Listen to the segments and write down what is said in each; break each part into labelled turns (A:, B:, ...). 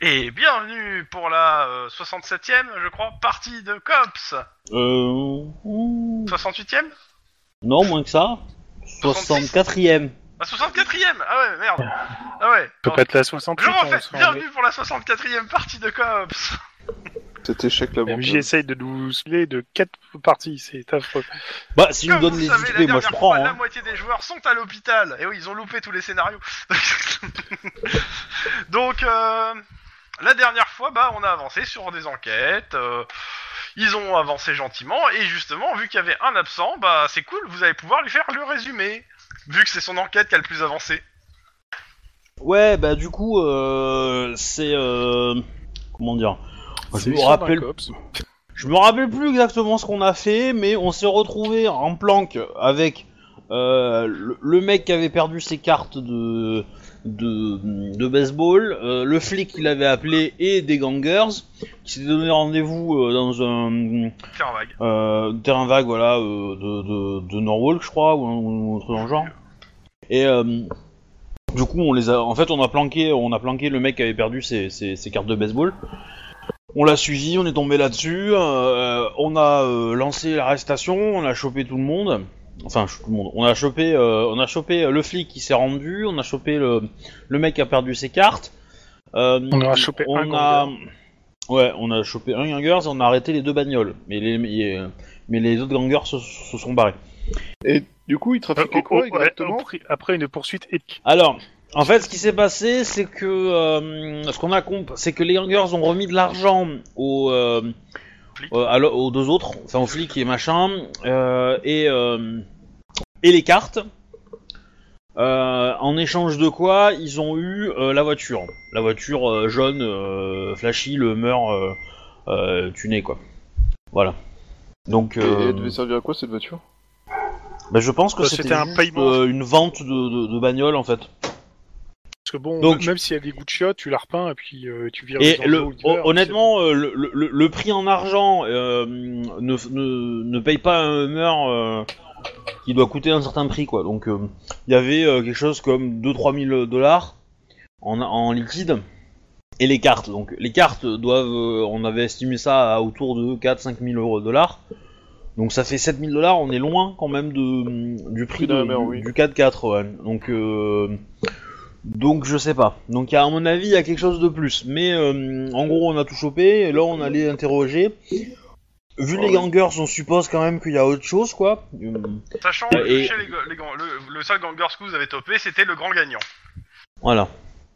A: Et bienvenue pour la euh, 67e, je crois, partie de COPS
B: Euh. ouh.
A: 68e
B: Non, moins que ça. 64ème.
A: La 64e Ah ouais, merde Ah ouais
C: Peut pas être la hein, 68
A: Je
C: on
A: refais,
C: se
A: bienvenue pour la 64e partie de COPS
D: Cet échec là,
C: Même essaye de nous saouler de 4 parties, c'est affreux.
B: Bah, si nous
A: Comme
B: donne
A: vous
B: les
A: savez, la
B: XP, moi je
A: dernière
B: prends.
A: fois, La
B: Hein.
A: moitié des joueurs sont à l'hôpital. Et oui, ils ont loupé tous les scénarios. Donc, euh, la dernière fois, bah, on a avancé sur des enquêtes. euh, ils ont avancé gentiment. Et justement, vu qu'il y avait un absent, bah, c'est cool, vous allez pouvoir lui faire le résumé. Vu que c'est son enquête qui a le plus avancé.
B: Ouais, bah du coup, euh, c'est. Euh, comment dire Je
C: C'est
B: me,
C: sur
B: rappelle,
C: un cops.
B: je me rappelle plus exactement ce qu'on a fait, mais on s'est retrouvé en planque avec euh, le, le mec qui avait perdu ses cartes de, de, de baseball, euh, le flic qu'il avait appelé et des gangers qui s'étaient donné rendez-vous euh, dans un.
A: C'est un vague.
B: euh, terrain vague voilà euh, de, de, de Norwalk je crois ou un, ou un truc dans le genre et euh, du coup on les a en fait on a planqué on a planqué le mec qui avait perdu ses, ses, ses cartes de baseball on l'a suivi on est tombé là-dessus euh, on a euh, lancé l'arrestation on a chopé tout le monde enfin ch- tout le monde on a chopé euh, on a chopé le flic qui s'est rendu on a chopé le, le mec qui a perdu ses cartes Euh,
C: On aura chopé un
B: on a ouais on a chopé un gangers et on a arrêté les deux bagnoles mais les mais, mais les autres gangers se, se sont barrés
D: euh. Et du coup, il trafiquait
A: oh,
C: Euh,
D: quoi
C: au- au-
D: exactement
C: après- Après une poursuite épique.
B: Alors, en fait, ce qui s'est passé, c'est que euh, ce qu'on a comp, c'est que les gangers ont remis de l'argent aux, euh,
A: Flic.
B: euh, à l'o- aux deux autres, enfin aux flics et machin, euh, et euh, et les cartes. Euh, en échange de quoi, ils ont eu euh, la voiture, la voiture euh, jaune, euh, flashy, le meur euh, euh, tuné quoi. Voilà. Donc,
D: Et
B: euh,
D: elle devait servir à quoi cette voiture
B: bah, je pense que
C: Euh,
B: c'était
C: c'était un
B: juste,
C: paiement.
B: euh, une vente de, de, de bagnole en fait.
C: Parce que bon,
B: Donc-
C: même s'il y a des goûts de chiottes, tu la repeins et puis euh, tu vires
B: Et
C: les
B: le,
C: endroits où il y a,
B: hon- honnêtement, euh, le, le- le prix en argent euh, ne, ne, ne paye pas un Hummer euh, qui doit coûter un certain prix, quoi. Donc, euh, il y avait euh, quelque chose comme 2-3 000 dollars en, en liquide et les cartes. Donc, les cartes doivent, euh, on avait estimé ça à autour de 4-5 000 euros dollars. Donc, ça fait 7 000 dollars. On est loin quand même de, du prix
D: de la
B: de-
D: mer,
B: du-
D: oui.
B: du 4-4. ouais. Donc, euh, donc je sais pas. Donc à mon avis, il y a quelque chose de plus. Mais euh, en gros, on a tout chopé, et là on allait interroger. Vu
D: Ah
B: les
D: ouais.
B: gangers, on suppose quand même qu'il y a autre chose, quoi. Euh,
A: Sachant que
B: Et-
A: chez les, go- les gan- le, le seul gangers que vous avez topé, c'était le grand gagnant.
B: Voilà.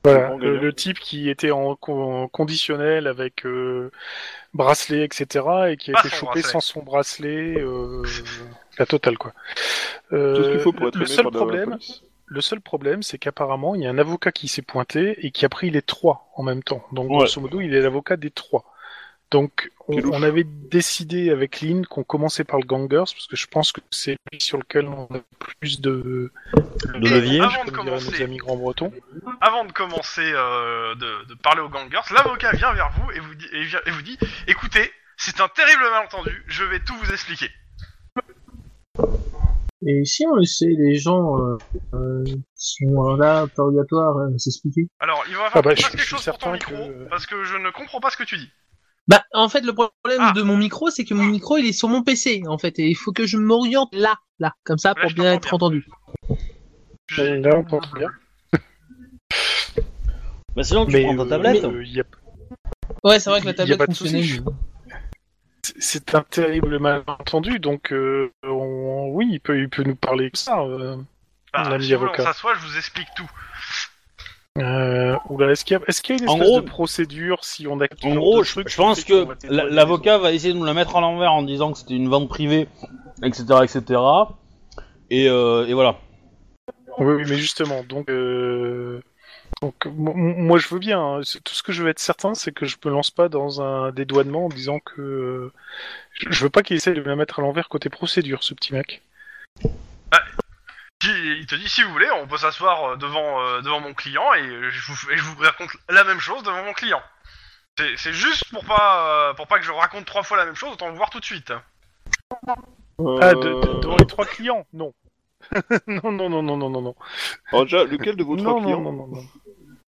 C: Voilà,
D: Bon,
C: le,
D: gagnant.
C: le type qui était en, con- en conditionnel avec euh, bracelet, etc., et qui a
A: Pas
C: été
A: son
C: chopé
A: bracelet.
C: sans son bracelet, euh, la totale quoi.
D: Tout ce
C: Euh,
D: qu'il faut pour être
C: le
D: aimé
C: seul
D: par la
C: problème,
D: police.
C: le seul problème, c'est qu'apparemment, il y a un avocat qui s'est pointé et qui a pris les trois en même temps. Donc,
B: Ouais.
C: grosso modo, il est l'avocat des trois. Donc, on,
D: Quel ouf.
C: on avait décidé avec Lynn qu'on commençait par le Gangers, parce que je pense que c'est lui sur lequel on a plus de,
B: De levier.
A: Avant de
C: comme diraient
A: commencer.
C: nos amis grands-bretons.
A: Avant de commencer euh, de, de parler aux gangers, l'avocat vient vers vous et vous dit, et vient- et vous dit écoutez, c'est un terrible malentendu, je vais tout vous expliquer.
E: Et si on laissait les gens euh, euh, sont là interrogatoire euh, s'expliquer
A: Alors, il va falloir
C: Ah
A: que
C: bah,
A: tu
C: je-
A: fasses quelque
C: je suis
A: chose pour ton
C: certain
A: micro,
C: que-
A: parce que je ne comprends pas ce que tu dis.
E: Bah en fait le problème
A: Ah.
E: de mon micro c'est que mon micro il est sur mon PC en fait et il faut que je m'oriente là là comme ça
A: Là,
E: pour
A: je
E: bien être
A: t'entends
E: entendu.
A: Je-
C: Là, on pense bien.
B: Bah sinon, tu prends ta
C: euh,
B: tablette.
C: euh, il y a-
E: Ouais c'est vrai que la
C: Il y a pas
E: tablette
C: de
E: fonctionnait.
C: souci.
E: mais-
C: C'est un terrible malentendu, donc euh, on- oui, il peut, il peut nous parler comme ça. euh.
A: bah,
C: l'ami
A: si vous voulez, on
C: avocat.
A: s'assoit, je vous explique tout.
C: Euh, oula, est-ce qu'il y, a- est-ce qu'il y a une
B: En
C: espèce
B: gros-
C: de procédure si on a quelque
B: En
C: genre
B: gros,
C: de
B: je,
C: truc
B: je pense
C: qui fait
B: que
C: qu'on va t'éloigner
B: la-
C: des
B: l'avocat va essayer de nous la mettre à l'envers en disant que c'était une vente privée, etc., etc. Et, euh, et voilà.
C: Oui, oui, mais justement, donc, euh, donc m- m- moi je veux bien. hein. C'est- Tout ce que je veux être certain, c'est que je me lance pas dans un dédouanement en disant que euh, je je veux pas qu'il essaie de me la mettre à l'envers côté procédure, ce petit mec.
A: Qui- Il te dit si vous voulez, on peut s'asseoir euh, devant, euh, devant mon client et euh, je, vous, et je vous raconte la même chose devant mon client. C'est- C'est juste pour pas, euh, pour pas que je raconte trois fois la même chose, autant vous voir tout de suite.
C: Ah, de- de-
D: Euh,
C: devant les trois clients Non. non, non, non, non, non, non, non.
D: Alors déjà, lequel de vos
C: Non,
D: trois
C: non,
D: clients
C: non, non, non.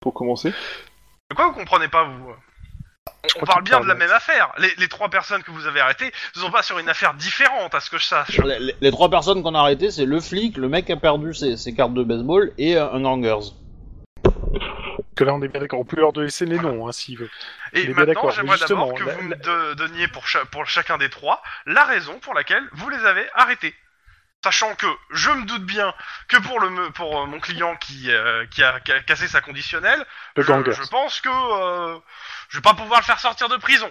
D: pour commencer
A: Le De quoi vous comprenez pas, vous euh, on, on
D: crois
A: parle
D: qu'il
A: bien de la
D: parle-
A: même affaire. Les, les trois personnes que vous avez arrêtées ne sont pas sur une affaire différente, à ce que je sache.
B: Les, les- les trois personnes qu'on a arrêtées, c'est le flic, le mec qui a perdu ses, ses cartes de baseball et euh, un gangers.
C: Que là, on est bien d'accord. On peut leur donner les noms, hein, s'ils veulent.
A: Et
C: Mais bien
A: maintenant,
C: d'accord,
A: j'aimerais
C: mais justement,
A: d'abord que
C: la-
A: vous me de- donniez pour, cha- pour chacun des trois la raison pour laquelle vous les avez arrêtés. Sachant que je me doute bien que pour, le, me- pour euh, mon client qui, euh, qui, a, qui a cassé sa conditionnelle,
C: Le
A: je,
C: ganger.
A: je pense que euh, je vais pas pouvoir le faire sortir de prison.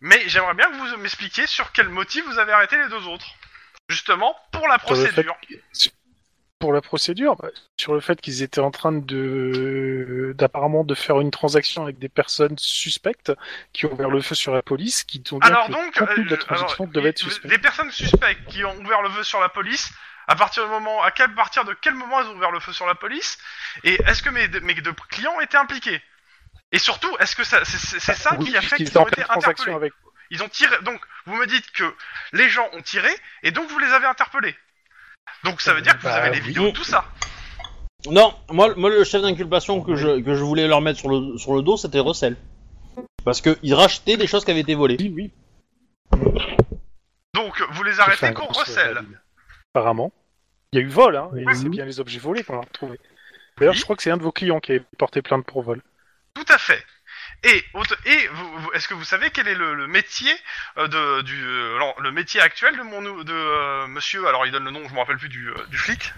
A: Mais j'aimerais bien que vous m'expliquiez sur quel motif vous avez arrêté les deux autres. Justement, pour la
C: le fait-
A: procédure.
C: Pour la procédure, bah, sur le fait qu'ils étaient en train de, d'apparemment de faire une transaction avec des personnes suspectes qui ont ouvert le feu sur la police, qui ont
A: Alors donc,
C: le contenu de la
A: euh,
C: transaction
A: alors,
C: devait être
A: les-
C: suspect.
A: les personnes suspectes qui ont ouvert le feu sur la police, à partir du moment, à quel, partir de quel moment elles ont ouvert le feu sur la police, et est-ce que mes, deux- mes deux clients étaient impliqués Et surtout, est-ce que ça, c'est- c'est c'est ça
C: Oui,
A: qui a fait
C: puisqu'ils
A: qu'ils
C: étaient en
A: ont
C: pleine
A: été
C: transaction
A: interpellés
C: avec.
A: Ils ont tiré. Donc, vous me dites que les gens ont tiré, et donc vous les avez interpellés. Donc, ça veut dire que vous
C: Bah,
A: avez les
C: oui.
A: vidéos de tout ça.
B: Non, moi, moi le chef d'inculpation que je, que je voulais leur mettre sur le, sur le dos, c'était Russell. Parce qu'ils rachetaient des choses qui avaient été volées.
C: Oui, oui.
A: Donc, vous les
C: Enfin,
A: arrêtez pour
C: grosse
A: recel.
C: valide. Apparemment. Il y a eu vol, hein, et
D: Mhm.
E: Oui.
C: c'est bien les objets volés qu'on a retrouvés. D'ailleurs,
A: Oui.
C: je crois que c'est un de vos clients qui avait porté plainte pour vol.
A: Tout à fait. Et, autre- et vous- vous- est-ce que vous savez quel est le, le métier euh, de, du euh, non, le métier actuel de mon nou- de euh, monsieur alors il donne le nom je me rappelle plus du, euh, du flic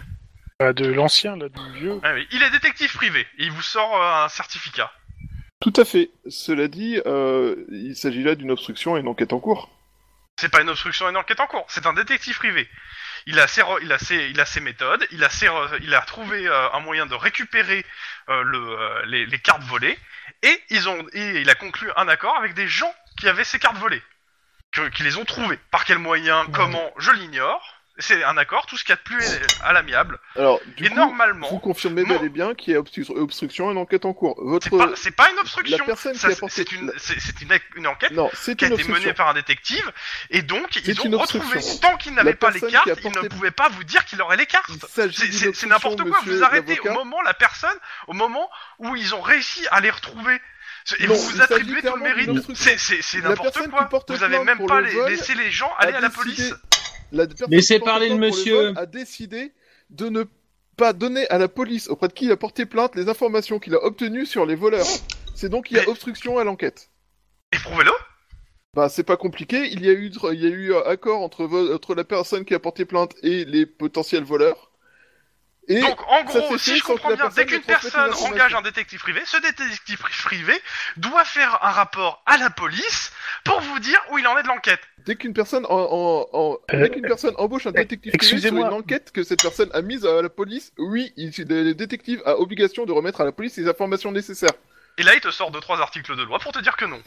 C: Euh, de l'ancien, là, du vieux.
A: Ah oui, il est détective privé et il vous sort euh, un certificat
D: Tout à fait. Cela dit, euh, il s'agit là d'une obstruction et une enquête en cours.
A: c'est pas une obstruction à une enquête en cours c'est un détective privé il a ses re- il a ses il a ses méthodes il a ses re- il a trouvé euh, un moyen de récupérer euh, le, euh, les, les cartes volées et ils ont et il a conclu un accord avec des gens qui avaient ces cartes volées que- qui les ont trouvées par quel moyen comment je l'ignore c'est un accord tout ce qu'il y a de plus est à l'amiable
D: Alors, du
A: et
D: coup,
A: normalement
D: vous confirmez
A: non.
D: bel et bien qu'il y a obstru- obstruction et une enquête en cours.
A: C'est
D: Votre...
A: pas, c'est pas une obstruction.
D: la personne
A: Ça,
D: qui a
A: c'est-
D: porté-
A: c'est une, c'est- c'est une, une enquête
D: Non, c'est
A: qui a
D: une
A: été menée
D: obstruction.
A: par un détective, et donc ils
D: C'est
A: ont
D: une
A: retrouvé.
D: obstruction.
A: Tant qu'ils n'avaient
D: La
A: pas les
D: personne
A: cartes,
D: qui a
A: ils ne
D: porté-
A: pouvaient pas vous dire qu'il aurait les
D: Il
A: cartes.
D: s'agit
A: C'est-
D: d'une
A: C'est c'est
D: obstruction,
A: n'importe quoi.
D: monsieur
A: Vous arrêtez au
D: l'avocat.
A: moment la personne, au moment où ils ont réussi à les retrouver. Ce- Et vous
D: Non, il
A: vous
D: s'agit
A: attribuez tout le
D: clairement d'une
A: mérite.
D: obstruction.
A: C'est- C'est c'est
D: La
A: n'importe
D: personne
A: quoi.
D: qui porte
A: Vous avez
D: plainte
A: même
D: pour
A: pas
D: le
A: les-
D: vol
A: laissé les gens aller à la police.
D: La personne
E: Laissez
D: qui porte
E: parler le
D: plainte pour
E: monsieur.
D: vol a décidé de ne pas donner à la police auprès de qui il a porté plainte les informations qu'il a obtenues sur les voleurs. C'est donc il y a
A: Mais-
D: obstruction à l'enquête.
A: Éprouvez-le.
D: Bah c'est pas compliqué, il y a eu il y a eu euh, accord entre vo- entre la personne qui a porté plainte et les potentiels voleurs. Et
A: Donc en
D: Ça
A: gros,
D: fait
A: si
D: chier
A: je
D: sans que
A: comprends
D: la
A: bien, dès
D: personne
A: qu'une
D: ne transmette
A: personne
D: les informations.
A: engage un détective privé, ce détective pri- privé doit faire un rapport à la police pour vous dire où il en est de l'enquête.
D: dès qu'une personne en, en- en-
C: Euh,
D: dès qu'une personne embauche un
E: eh,
D: détective privé sur une
C: excusez-moi.
D: enquête que cette personne a mise à la police, oui, il, le détective a obligation de remettre à la police les informations nécessaires.
A: Et là, il te sort deux trois articles de loi pour te dire que non.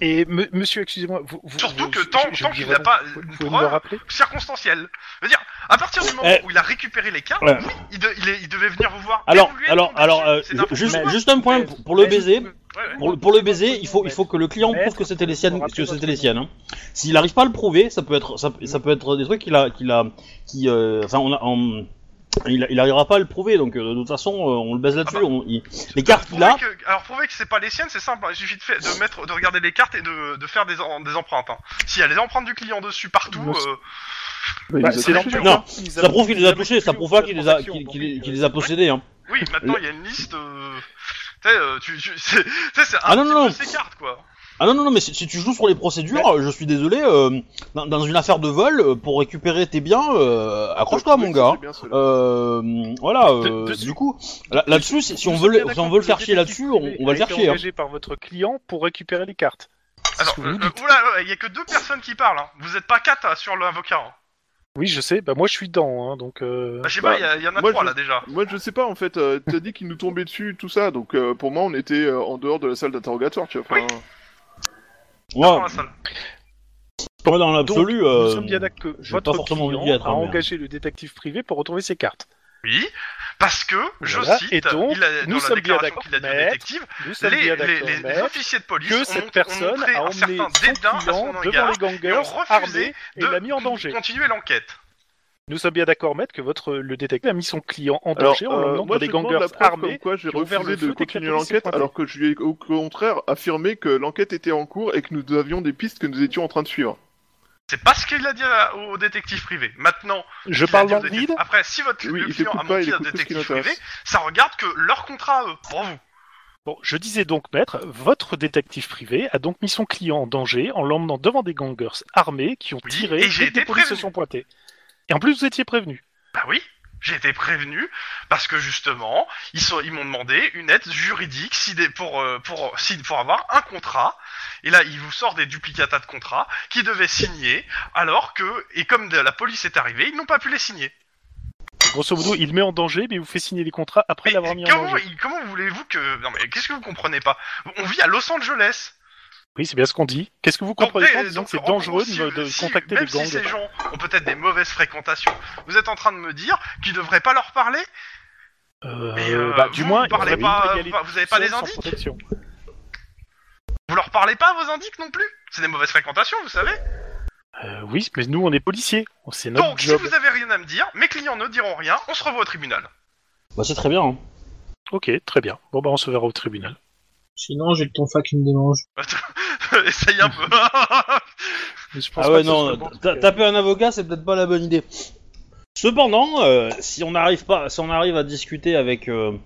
C: Et me- monsieur, excusez-moi, vous, vous-
A: Surtout
C: vous-
A: que
C: je-
A: tant,
C: je-
A: tant
C: je-
A: qu'il
C: voilà,
A: n'a pas
C: vous-
A: une
C: Vous pouvez me le
A: preuve
D: Bah,
C: rappeler
A: circonstancielle. Je veux dire, à partir du moment
B: Eh.
A: où il a récupéré les cartes,
B: Ouais.
A: oui, il, de- il est- il devait venir vous voir.
B: Alors,
A: Mais vous lui avez
B: alors,
A: demandé
B: alors,
A: dessus.
B: euh,
A: C'est
B: ju-
A: n'importe
B: juste,
A: quoi.
B: juste un point pour, pour le baiser.
A: Ouais, ouais.
B: Pour, le- pour le baiser, il faut, il faut que le client prouve que c'était les siennes, que c'était les siennes. hein. S'il n'arrive pas à le prouver, ça peut être, ça, ça peut être des trucs qu'il a, qu'il a, qui, euh, enfin, on a, on- il, il arrivera pas à le prouver. Donc, euh, de toute façon, euh, on le baise là-dessus.
A: Ah bah.
B: on- il- les cartes qu'il
A: Prouver
B: a,
A: que- alors prouver que c'est pas les siennes, c'est simple. hein. Il suffit de, fa- de mettre, de regarder les cartes et de, de faire des, en- des empreintes. hein. S'il y a les empreintes du client dessus partout,
C: Moi,
A: euh,
C: Bah,
D: Bah, il nous a
C: c'est
D: touché.
C: leur-
B: Non,
C: ils
B: ça prouve qu'il les a
C: ils
B: touchés. Ça
C: avaient
B: prouve
C: plus
B: pas
C: de
B: qu'il les a,
C: transaction,
B: qu'il
C: donc,
B: qu'il- qu'il
C: euh,
B: les a possédés. Hein.
A: oui, maintenant il y a une liste. euh, tu sais, euh, tu, tu- c'est, tu sais, c'est un
B: Ah non,
A: petit
B: non,
A: peu
B: non.
A: ces cartes quoi.
B: Ah non, non, non, mais si, si tu joues sur les procédures, euh, je suis désolé, euh, dans, dans une affaire de vol, euh, pour récupérer tes biens, euh, accroche-toi,
D: Oui,
B: mon
D: ça,
B: gars.
D: c'est bien cela.
B: Euh, voilà,
C: De-
B: euh,
C: de-
B: du coup, là- là-dessus, si, si on veut, le- si on veut le faire chier là-dessus, on, on va le faire chier. hein.
C: engagé par votre client pour récérer les cartes. C'est ce
A: Alors,
C: que
A: euh,
C: vous
A: euh,
C: dites.
A: oula, euh, il y a que deux personnes qui parlent. hein. Vous êtes pas quatre hein, sur l'avocat. hein.
C: Oui, je sais. Bah moi, je suis dedans, hein, donc. euh,
A: Bah, je sais
D: Bah,
A: pas, il y a- il y, en a
D: moi,
A: trois
D: je-
A: là déjà.
D: Moi je sais pas en fait, euh, t'as dit qu'il nous tombait dessus tout ça, donc euh, pour moi on était euh, en dehors de la salle d'interrogatoire, tu vois. enfin, euh,
A: Dans
B: Ouais,
A: la salle.
B: ouais, dans l'absolu,
C: donc,
B: euh,
C: nous sommes bien d'accord que
B: j'ai
C: votre
B: pas forcément envie
C: client
B: d'y être,
C: a
B: hein, mais-
C: engagé le détective privé pour retrouver ses cartes.
A: Oui, parce que, je
C: Voilà,
A: cite,
C: et donc,
A: il a,
C: nous
A: dans la
C: sommes
A: déclaration
C: bien
A: qu'il a dit au
C: d'accord,
A: détective,
C: Nous sommes
A: les,
C: bien
A: les-
C: d'accord,
A: les- les
C: maître,
A: officiers de police
C: que
A: ont,
C: cette
A: ont
C: personne
A: montré
C: a
A: un
C: emmené
A: certain
C: son
A: dédain à
C: client
A: son
C: devant
A: égard
C: les
A: et ont
C: gangers
A: refusé
C: armés et
A: de
C: l'a mis en danger.
A: continuer l'enquête.
C: Nous sommes bien d'accord, maître, que votre le détective a mis son client en
D: Alors,
C: danger en
D: euh,
C: l'emmenant
D: moi,
C: dans
D: je
C: des
D: demande
C: gangers
D: la preuve comme
C: armés.
D: quoi j'ai
C: qui ont ouvert
D: refusé
C: le feu
D: de
C: dès que la
D: continuer
C: police s'est
D: l'enquête,
C: pointée.
D: alors que je lui ai au contraire affirmé que l'enquête était en cours et que nous avions des pistes que nous étions en train de suivre.
A: C'est pas ce qu'il a dit à- au détective privé. Maintenant,
C: Je
A: il a
C: parle
A: dit au
C: dans le
A: détective-
C: vide.
A: Après, si votre
D: Oui,
A: le
D: il
A: client a
D: t'écoute pas, il
A: menti à un
D: écoute tout ce qui
A: détective privé,
D: l'intéresse.
A: ça regarde que leur contrat à eux, pour vous.
C: Bon, je disais donc, maître, votre détective privé a donc mis son client en danger en l'emmenant devant des gangers armés qui ont
A: Oui,
C: tiré
A: et j'ai
C: dès que
A: été
C: les polices se
A: prévenu.
C: sont pointées. Et en plus, vous étiez prévenu.
A: Bah oui, j'ai été prévenu parce que justement, ils, sont- ils m'ont demandé une aide juridique si des- pour, euh, pour, si- pour avoir un contrat. Et là, il vous sort des duplicatas de contrats qu'ils devaient signer, alors que, et comme de- la police est arrivée, ils n'ont pas pu les signer.
C: Grosso modo, il met en danger, mais il vous fait signer les contrats après
A: Mais
C: l'avoir mis en
A: comment,
C: danger.
A: comment voulez-vous que. Non, mais qu'est-ce que vous comprenez pas On vit à Los Angeles.
C: Oui, c'est bien ce qu'on dit. Qu'est-ce que vous
A: Donc,
C: comprenez pas
A: des-
C: disant que
A: en
C: c'est
A: gros,
C: dangereux
A: si-
C: de, de
A: si-
C: contacter
A: même
C: des gangs
A: Si ces gens ont peut-être des mauvaises fréquentations, vous êtes en train de me dire qu'ils devraient pas leur parler
C: Euh,
A: Mais euh,
C: bah, du
A: vous,
C: moins,
A: vous parlez
C: il devrait
A: pas, euh,
C: y aller
A: vous avez pas
C: seul
A: des
C: sans
A: indices
C: protection.
A: Vous leur parlez pas à vos indices non plus C'est des mauvaises fréquentations, vous savez
C: Euh, oui, mais nous, on est policiers. C'est notre
A: Donc,
C: job.
A: si vous avez rien à me dire, mes clients ne diront rien, on se revoit au tribunal.
B: Bah, c'est très bien. hein.
C: Ok, très bien. Bon, bah, on se verra au tribunal.
E: Sinon, j'ai que ton fac qui me démange.
A: Essaye un peu.
C: Mais je pense
B: Ah
C: pas
B: ouais,
C: que ce soit
B: non,
C: bon,
B: ta-
C: parce que-
B: taper un avocat, c'est peut-être pas la bonne idée. Cependant, euh, si on arrive pas, si on arrive à discuter avec, euh,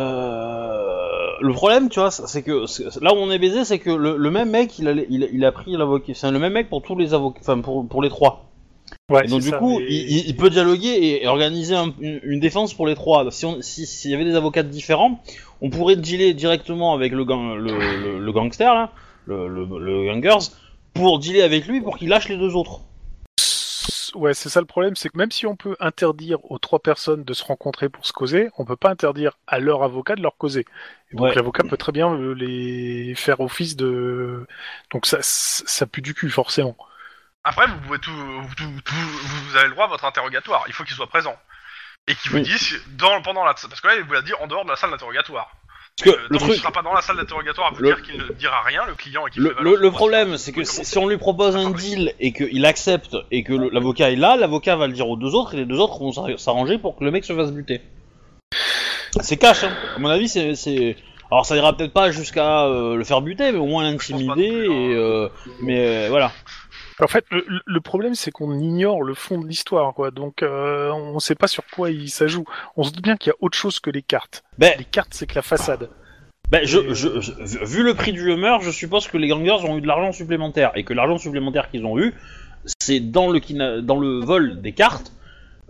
B: euh, le problème, tu vois, c'est que c'est- là où on est baisé, c'est que le, le même mec, il a, il, a- il a pris l'avocat, c'est le même mec pour tous les avocats, enfin pour, pour les trois.
C: Ouais,
B: Et donc
C: c'est
B: du
C: ça,
B: coup,
C: mais-
B: il, il- il peut dialoguer et, et organiser un- une, une défense pour les trois. Si on, si- s'il y avait des avocats différents, on pourrait dealer directement avec le, gang- le, le- le gangster là, le, le, le gangers, pour dealer avec lui pour qu'il lâche les deux autres.
C: Ouais, c'est ça le problème, c'est que même si on peut interdire aux trois personnes de se rencontrer pour se causer, on peut pas interdire à leur avocat de leur causer. Et donc
B: Ouais.
C: l'avocat peut très bien euh, les faire office de. Donc ça, ça pue du cul forcément.
A: Après, vous pouvez tout, vous- tout- tout- vous avez le droit à votre interrogatoire. Il faut qu'il soit présent et qu'il vous
B: Oui.
A: dise dans pendant la parce que là, il vous l'a dit en dehors de la salle d'interrogatoire.
B: Parce que
A: Euh,
B: le
A: tant qu'il
B: truc,
A: sera pas dans la salle d'interrogatoire à vous
B: Le-
A: dire qu'il ne dira rien, le client et qu'il
B: le,
A: fait valoir
B: le-
A: son
B: le
A: droit.
B: problème, c'est que si si on lui propose un deal et qu'il accepte et que le- l'avocat est là, l'avocat va le dire aux deux autres et les deux autres vont s'ar- s'arranger pour que le mec se fasse buter. C'est cash, hein. à mon avis, c'est. c'est- Alors ça ira peut-être pas jusqu'à euh, le faire buter, mais au moins
A: pense pas non
B: l'intimider
A: plus, hein.
B: et. euh, mais euh, voilà.
C: En fait, le, le problème, c'est qu'on ignore le fond de l'histoire, quoi. Donc euh, on sait pas sur quoi il s'ajoute. On se doute bien qu'il y a autre chose que les cartes.
B: Ben,
C: Les cartes, c'est que la façade.
B: ben, je, je- je- vu le prix du Hummer, je suppose que les gangers ont eu de l'argent supplémentaire et que l'argent supplémentaire qu'ils ont eu, c'est dans le kidna- dans le vol des cartes.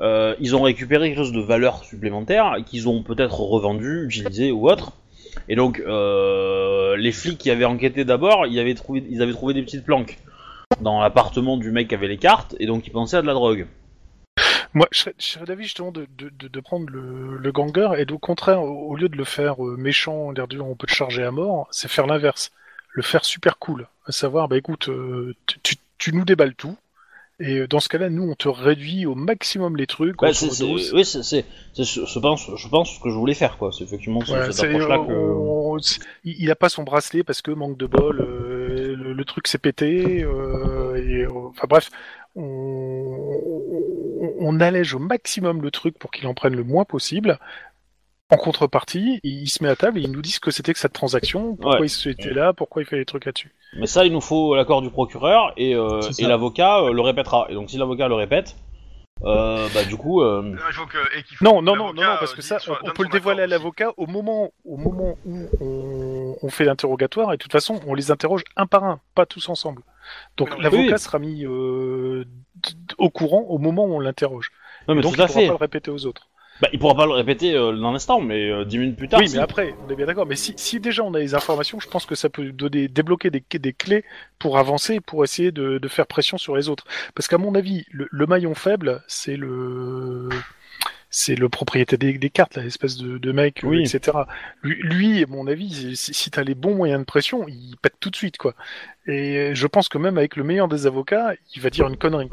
B: euh, ils ont récupéré quelque chose de valeur supplémentaire qu'ils ont peut-être revendu, utilisé ou autre. Et donc euh, les flics qui avaient enquêté d'abord, ils avaient trouvé ils avaient trouvé des petites planques dans l'appartement du mec qui avait les cartes et donc ils pensaient à de la drogue.
C: Moi, je serais, je serais d'avis justement de, de, de, de prendre le, le ganger et au contraire, au, au lieu de le faire euh, méchant, l'air dur, on peut te charger à mort, c'est faire l'inverse. Le faire super cool. À savoir, bah écoute, euh, tu, tu, tu nous déballes tout. Et euh, dans ce cas-là, nous, on te réduit au maximum les trucs.
B: Ouais,
C: on te
B: Bah, Ben, c'est, c'est-
C: redose.
B: oui, c'est, c'est, c'est ce- je pense, je pense ce que je voulais faire quoi. C'est effectivement ce-
C: Ouais,
B: cette
C: c'est- euh,
B: approche-là
C: on-
B: que.
C: on- c'est- il il a pas son bracelet parce que manque de bol, euh, le, le truc s'est pété. euh, et, euh, enfin bref, on, on- on allège au maximum le truc pour qu'il en prenne le moins possible. En contrepartie, il, il se met à table et il nous dit ce que c'était que cette transaction, pourquoi
B: Ouais.
C: il était là, pourquoi il fait les trucs là-dessus.
B: Mais ça, il nous faut l'accord du procureur et, euh,
E: C'est ça.
B: et l'avocat euh, le répétera. Et donc, si l'avocat le répète, euh, bah du coup, euh,
A: Non, il faut que- et qu'il faut
C: Non,
A: que
C: non, non, non,
A: l'avocat,
C: non, parce
A: euh,
C: que
A: dise
C: ça, on,
A: soit-
C: on
A: donne
C: peut le
A: son
C: dévoiler à
A: accord aussi.
C: l'avocat au moment, au moment où on, on fait l'interrogatoire, et de toute façon, on les interroge un par un, pas tous ensemble. Donc
A: Oui, non,
C: l'avocat
B: oui.
C: sera mis euh, d- d- au courant au moment où on l'interroge.
B: non mais
C: Donc
B: tout
C: il
B: à
C: pourra
B: fait.
C: pas le répéter aux autres.
B: Bah, il pourra pas le répéter euh, dans l'instant, mais euh, dix minutes plus tard.
C: oui,
B: si-
C: mais après, on est bien d'accord. Mais si, si déjà on a les informations, je pense que ça peut donner, débloquer des, des clés pour avancer, pour essayer de, de faire pression sur les autres. Parce qu'à mon avis, le, le maillon faible, c'est le c'est le propriétaire des, des cartes, là, l'espèce de, de mec, euh,
B: Oui.
C: etc. Lui, lui, à mon avis, si, si t'as les bons moyens de pression, il pète tout de suite, quoi. Et je pense que même avec le meilleur des avocats, il va dire une connerie.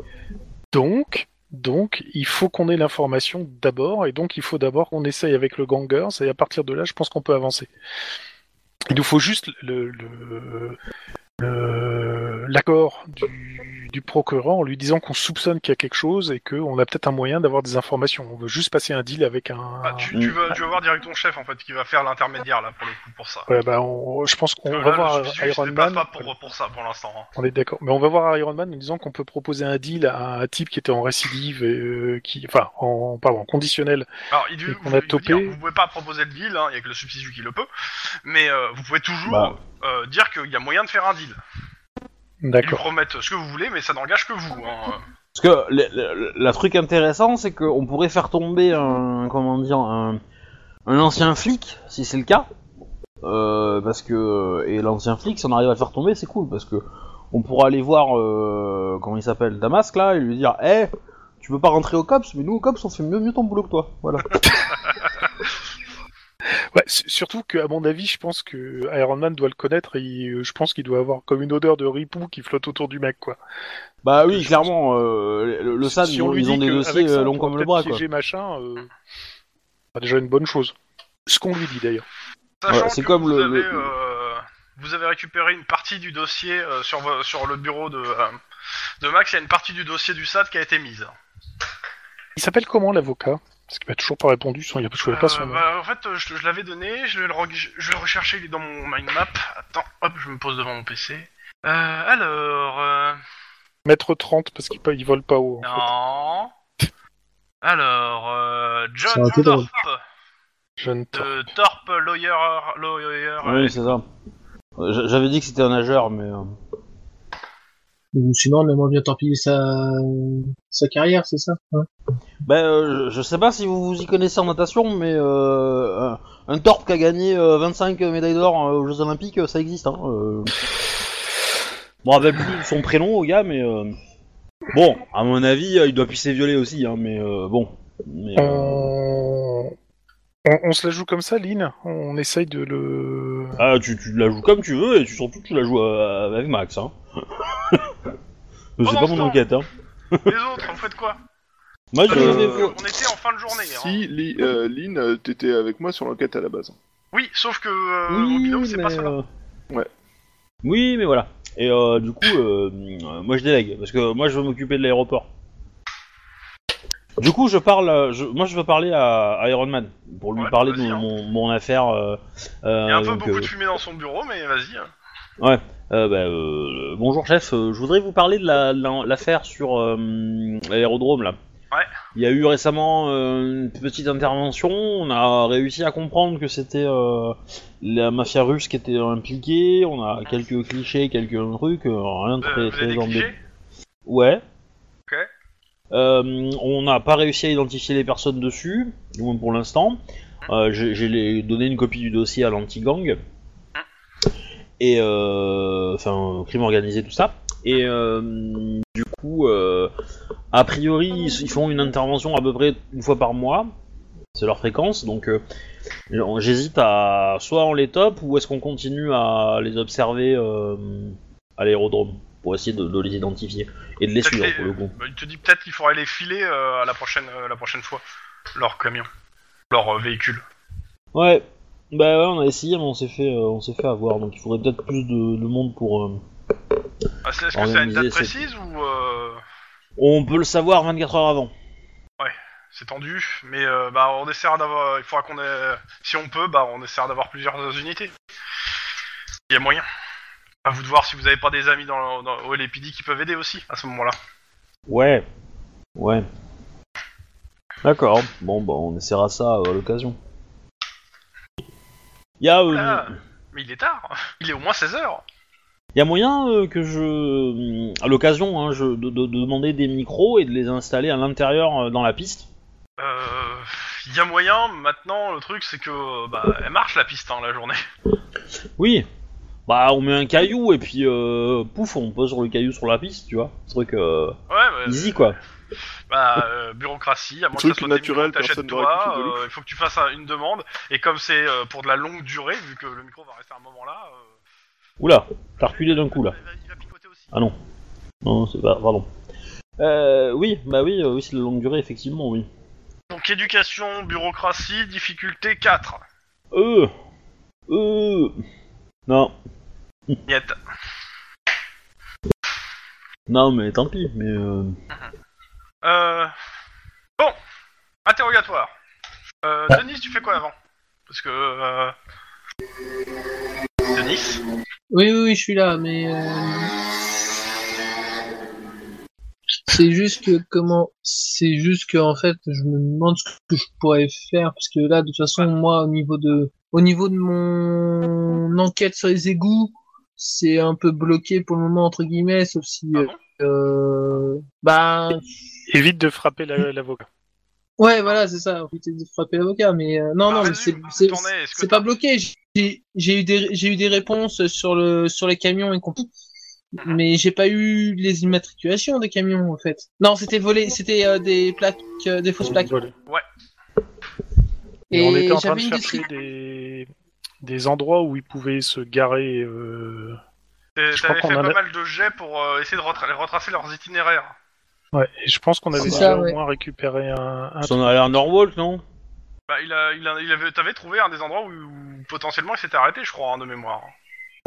C: Donc, donc, il faut qu'on ait l'information d'abord, et donc il faut d'abord qu'on essaye avec le ganger, et à partir de là, je pense qu'on peut avancer. Il nous faut juste le, le, le- l'accord du, du, du procureur en lui disant qu'on soupçonne qu'il y a quelque chose et qu'on a peut-être un moyen d'avoir des informations. On veut juste passer un deal avec un.
A: Ah, tu, tu vas, tu vas voir direct ton chef en fait qui va faire l'intermédiaire là pour le coup pour ça.
C: Ouais, bah, on- je pense qu'on
A: Parce
C: va
A: que là,
C: voir
A: le suffisant, il se
C: Iron
A: déplace
C: Man.
A: pas pour, pour ça pour l'instant. hein.
C: On est d'accord. Mais on va voir Iron Man en disant qu'on peut proposer un deal à un type qui était en récidive, et, euh, qui, enfin, en, pardon, en conditionnel.
A: Alors, il,
C: Et
A: vous,
C: qu'on a
A: il vous
C: topé.
A: dire, vous pouvez pas proposer le deal, hein, il y a que le substitut qui le peut, mais euh, vous pouvez toujours
B: Bah.
A: euh, dire qu'il y a moyen de faire un deal. Ils lui
C: D'accord.
A: promettent ce que vous voulez, mais ça n'engage que vous. hein.
B: Parce que le, le- le truc intéressant, c'est qu'on pourrait faire tomber un, comment dire, un, un ancien flic, si c'est le cas. Euh, parce que et l'ancien flic, si on arrive à le faire tomber, c'est cool parce que on pourra aller voir euh, comment il s'appelle Damask là et lui dire, hé, tu peux pas rentrer au cops, mais nous au cops on fait mieux mieux ton boulot que toi. Voilà.
C: Ouais, s- surtout qu'à mon avis, je pense que Iron Man doit le connaître et il- je pense qu'il doit avoir comme une odeur de ripou qui flotte autour du mec, quoi.
B: bah oui, clairement, euh, le, le SAD,
C: Si
B: ils
C: on
B: ont-
C: lui
B: ils ont
C: dit
B: des
C: que
B: dossiers
C: avec ça,
B: euh,
C: on
B: longs
C: pourra
B: comme le
C: peut-être
B: bras quoi.
C: piéger machin, euh, c'est déjà une bonne chose. Ce qu'on lui dit d'ailleurs.
A: Sachant
B: Ouais, c'est
A: que
B: comme
A: vous
B: le-
A: avez,
B: le-
A: euh, vous avez récupéré une partie du dossier euh, sur, vo- sur le bureau de, euh, de Max, il y a une partie du dossier du SAD qui a été mise.
C: Il s'appelle comment l'avocat Parce qu'il m'a toujours pas répondu. Son... il a- Je connais pas
A: Euh,
C: son nom.
A: bah, en fait, euh, je, je l'avais donné, je vais, le re- je vais le rechercher, il est dans mon mind map. Attends, hop, je me pose devant mon PC. Euh, alors... euh,
C: Maître 30 parce qu'il pa- il vole pas haut. en fait.
A: Non. Alors, euh,
E: Ça
A: John
E: aurait été drôle.
A: Thorpe
C: Jeune Thor.
A: de Thorpe Lawyer. lawyer
B: Oui, c'est ça. Euh, j'a- J'avais dit que c'était un nageur, mais euh,
E: Ou sinon, on aimerait bien torpiller sa, euh, sa carrière, c'est ça hein
B: Ben, euh, je- je sais pas si vous vous y connaissez en natation, mais euh, un, un torp qui a gagné euh, 25 médailles d'or euh, aux Jeux Olympiques, euh, ça existe. Hein, euh. Bon, rappelle plus son prénom au gars, mais euh, bon, à mon avis, euh, il doit pisser violet aussi, hein, mais euh, bon. Mais, euh,
C: On... on- on se la joue comme ça, Lynn On essaye de le.
B: Ah, tu, tu la joues comme tu veux, et tu, surtout tu la joues euh, avec Max. Hein. c'est
A: Pendant
B: pas
A: ce
B: mon
A: temps-
B: enquête. Hein.
A: Les autres, vous faites quoi
B: Moi, je-
A: Euh, On était en fin de journée. hein.
D: Si, Li- euh, Lynn, euh, t'étais avec moi sur l'enquête à la base.
A: Oui, sauf que euh, au
B: Oui,
A: binôme, c'est pas
B: mais,
A: cela.
B: euh,
D: Ouais.
B: Oui, mais voilà. Et euh, du coup, euh, euh, moi je délègue, parce que moi je veux m'occuper de l'aéroport. Du coup, je parle, euh, je- moi je veux parler à, à Iron Man, pour lui
A: Ouais,
B: parler de
A: vas-y,
B: mon,
A: hein.
B: mon- mon affaire. euh,
A: Il y a un
B: euh,
A: peu
B: donc,
A: beaucoup
B: euh,
A: de fumée dans son bureau, mais vas-y. hein.
B: euh, bah, euh, bonjour chef, euh, je voudrais vous parler de la- de la- l'affaire sur euh, l'aérodrome là.
A: Ouais.
B: Il y a eu récemment euh, une petite intervention, on a réussi à comprendre que c'était euh, la mafia russe qui était impliquée, on a quelques clichés, quelques trucs, euh, rien de
A: Vous,
B: très,
A: vous avez
B: très
A: des
B: embêtant.
A: clichés
B: Ouais.
A: Ok.
B: Euh, on n'a pas réussi à identifier les personnes dessus, du moins pour l'instant. Euh, J'ai j'ai les- donné une copie du dossier à l'anti-gang. Et euh, enfin, au crime organisé, tout ça. Et euh, du coup, euh, a priori, ils, ils font une intervention à peu près une fois par mois. C'est leur fréquence, donc euh, j'hésite à soit on les top ou est-ce qu'on continue à les observer euh, à l'aérodrome pour essayer de- de les identifier et de les
A: Peut-être
B: suivre
A: les-
B: pour le coup.
A: bah, Il te dit peut-être qu'il faudrait les filer euh, à la prochaine, euh, la prochaine fois. Leur camion, leur euh, véhicule.
B: Ouais, bah ouais, on a essayé, mais on s'est fait, euh, on s'est fait avoir, donc il faudrait peut-être plus de, de monde pour. euh,
A: Ah, c'est- Est-ce que c'est à une date
B: Organiser, c'est-
A: précise ou euh,
B: On peut le savoir 24 heures avant.
A: c'est tendu Mais euh, bah, on essaiera d'avoir. Il faudra qu'on ait. Si on peut, bah, on essaiera d'avoir plusieurs unités. Il y a moyen. À vous de voir si vous avez pas des amis dans, le- dans au LAPD qui peuvent aider aussi à ce moment-là.
B: Ouais, ouais. D'accord. Bon, bah on essaiera ça euh, à l'occasion. Il y a, euh,
A: Ah, mais il est tard. Il est au moins 16h.
B: Il y a moyen euh, que je, à l'occasion, hein, je, de, de- de demander des micros et de les installer à l'intérieur euh, dans la piste.
A: Euh, Il y a moyen. Maintenant, le truc, c'est que euh, bah, elle marche la piste hein, la journée.
B: Oui. Bah on met un caillou et puis euh, pouf, on pose sur le caillou sur la piste, tu vois. Truc euh,
A: Ouais, mais,
B: easy quoi.
A: bah, euh, bureaucratie. À moins
D: Truc
A: que ça soit
D: naturel,
A: tes micros que
D: personne
A: t'achètes
D: n'aurait
A: toi.
D: couché de
A: euh, il faut que tu fasses un- une demande. Et comme c'est euh, pour de la longue durée, vu que le micro va rester un moment là. euh,
B: Oula, t'as reculé d'un coup là.
A: Il va- il va picoter aussi.
B: Ah non. Non, c'est pas. Pardon. Euh, oui, bah oui, euh, oui c'est de longue durée, effectivement, oui.
A: Donc éducation, bureaucratie, difficulté 4.
B: Euh. Euh. Non.
A: Niet.
B: Non, mais tant pis, mais. euh,
A: Euh... Bon, interrogatoire. Euh, Denis, tu fais quoi avant Parce que. Euh... Denis
E: Oui, oui, oui, je suis là, mais. euh, C'est juste que comment. C'est juste que en fait, je me demande ce que je pourrais faire, parce que là, de toute façon, moi, au niveau de. Au niveau de mon enquête sur les égouts, c'est un peu bloqué pour le moment, entre guillemets, sauf si.
A: Ah
E: euh,
A: bon
E: euh, bah.
C: Évite de frapper la- l'avocat.
E: Ouais, voilà, c'est ça. Faut essayer de frapper l'avocat, mais euh, non,
A: Bah,
E: non, mais c'est
A: résume,
E: c'est-
A: où t'en es, est-ce que
E: c'est
A: t'as-
E: pas bloqué. J'ai j'ai eu des j'ai eu des réponses sur le sur les camions et compagnie,
A: Ah.
E: mais j'ai pas eu les immatriculations des camions en fait. Non, c'était volé, c'était euh, des plaques, euh, des fausses plaques.
C: Voilà.
E: Et,
C: Et on était en train de
E: j'avais
C: chercher
E: une description.
C: des... des endroits où ils pouvaient se garer. euh,
A: T'es-
C: Je crois
A: T'avais fait
C: qu'on en
A: pas
C: a-
A: mal de jets pour euh, essayer de retra- retracer leurs itinéraires.
C: Ouais, et je pense qu'on avait
E: C'est
C: déjà
E: ça,
C: au
E: ouais.
C: moins récupéré un. un-
B: Ah, Ça en a l'air Norwalk, non
A: Bah, il a, il a- il avait, t'avais trouvé un des endroits où, où potentiellement il s'était arrêté, je crois, hein, de mémoire.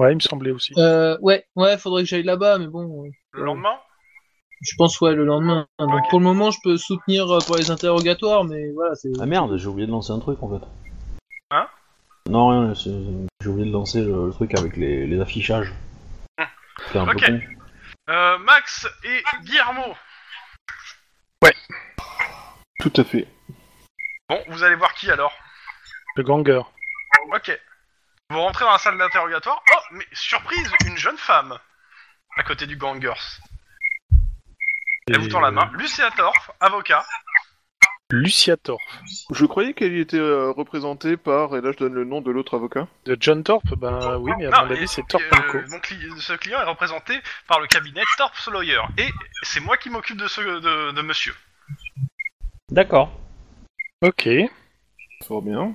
C: Ouais, il me semblait aussi.
E: Euh, ouais, ouais, faudrait que j'aille là-bas, mais bon, euh,
A: Le lendemain
E: je pense ouais le lendemain. Donc
A: Ok.
E: pour le moment, je peux soutenir euh, pour les interrogatoires, mais voilà, c'est.
B: Ah merde, j'ai oublié de lancer un truc en fait.
A: Hein
B: Non, rien, c'est- j'ai oublié de lancer le, le truc avec les, les affichages. C'est un
A: Ah, Ok.
B: peu con.
A: Euh, Max et Guillermo.
D: Tout à fait.
A: Bon, vous allez voir qui alors
C: Le ganger.
A: Ok. Vous rentrez dans la salle d'interrogatoire. Oh, mais surprise, une jeune femme à côté du gangers. Elle vous tend la main. Lucéa Torf, avocat.
C: Lucia Thorpe.
D: Je croyais qu'elle y était euh, représentée par, et là je donne le nom de l'autre avocat.
C: De John Thorpe Ben oui, mais à
A: Non,
C: mon avis,
A: et-
C: c'est Thorpe
A: et,
C: and Co.
A: euh, mon cli- ce client est représenté par le cabinet Torp's Lawyer. Et c'est moi qui m'occupe de, ce, de, de monsieur.
B: D'accord.
C: Ok.
D: Fort bien.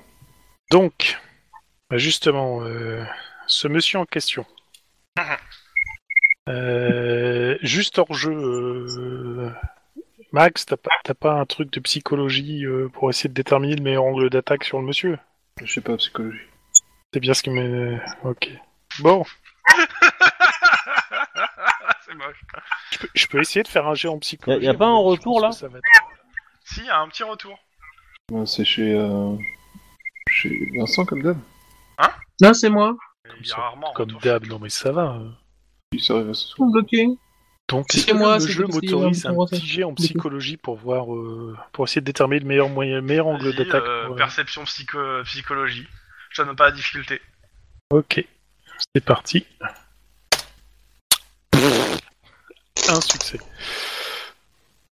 C: Donc, bah, justement, euh, ce monsieur en question. Euh, juste hors jeu, euh, Max, t'as pas, t'as pas un truc de psychologie euh, pour essayer de déterminer le meilleur angle d'attaque sur le monsieur
D: Je sais pas, psychologie.
C: C'est bien ce qui m'est. Ok. Bon,
A: Ah, c'est moche.
C: je peux, je peux essayer de faire un jet en psychologie.
B: Y a- y a pas un
C: Je pense
B: retour,
C: que
B: là
C: ça va être-
A: Si, il y a un petit retour.
D: Ben, c'est chez, euh, chez Vincent comme d'hab.
E: Non, c'est moi.
A: Il y a
C: ça,
A: rarement un
C: Comme
A: retour.
C: d'hab, non mais ça va. euh.
D: Il s'est arrivé à ce soir.
E: Bloqué.
C: Donc,
E: C'est
C: est-ce que
E: moi,
C: le
E: c'est
C: jeu
E: parce qu'il y a un
C: m'autorise un
E: retour.
C: petit jet en
E: Ok.
C: psychologie pour voir, euh, pour essayer de déterminer le meilleur moyen, le meilleur angle
A: Vas-y,
C: d'attaque.
A: euh,
C: pour, euh,
A: Perception psycho- psychologie. Je donne pas la difficulté.
C: Ok, c'est parti. Un succès.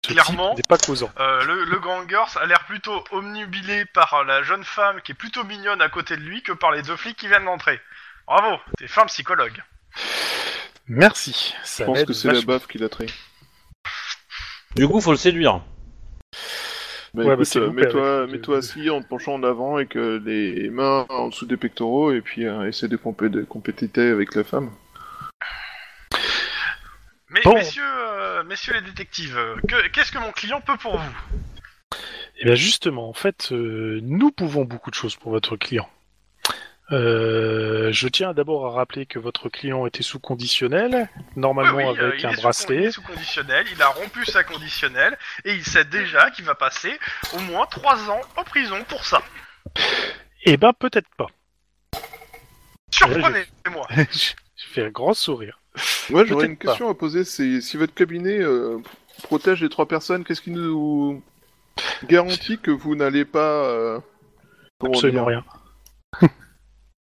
C: Ce
A: Clairement.
C: type n'est pas causant.
A: Euh, le, le gangers a l'air plutôt omnubilé par la jeune femme qui est plutôt mignonne à côté de lui que par les deux flics qui viennent d'entrer. Bravo, t'es fin psychologue.
C: Merci.
D: Je
C: Ça
D: pense
C: m'aide
D: que c'est la
C: vachement.
D: baffe qui l'a trahi.
B: Du coup, faut le séduire.
D: Bah,
C: Ouais, bah,
D: écoute,
C: c'est
D: euh,
C: loupé
D: mets-toi
C: avec-
D: mets-toi assis en te penchant en avant avec euh, les mains en dessous des pectoraux et puis euh, essaie de, compé- de compétiter avec la femme.
A: Mais
C: Bon.
A: messieurs, euh, messieurs les détectives, euh, que- qu'est-ce que mon client peut pour vous
C: Eh bien justement, en fait, euh, nous pouvons beaucoup de choses pour votre client. Euh, je tiens d'abord à rappeler que votre client était sous conditionnel, normalement
A: Oui, oui, euh,
C: avec
A: il
C: un
A: est sous- il
C: bracelet.
A: est sous conditionnel, il a rompu sa conditionnelle et il sait déjà qu'il va passer au moins 3 ans en prison pour
C: Euh,
A: ça.
C: Eh ben peut-être pas.
A: Surprenez-moi.
C: je fais un grand sourire.
D: Moi, j'aurais
C: Peut-être
D: une
C: pas.
D: question à poser, c'est si votre cabinet euh, protège les trois personnes, qu'est-ce qui nous garantit que vous n'allez pas euh, comment
C: Absolument
D: dire,
C: rien.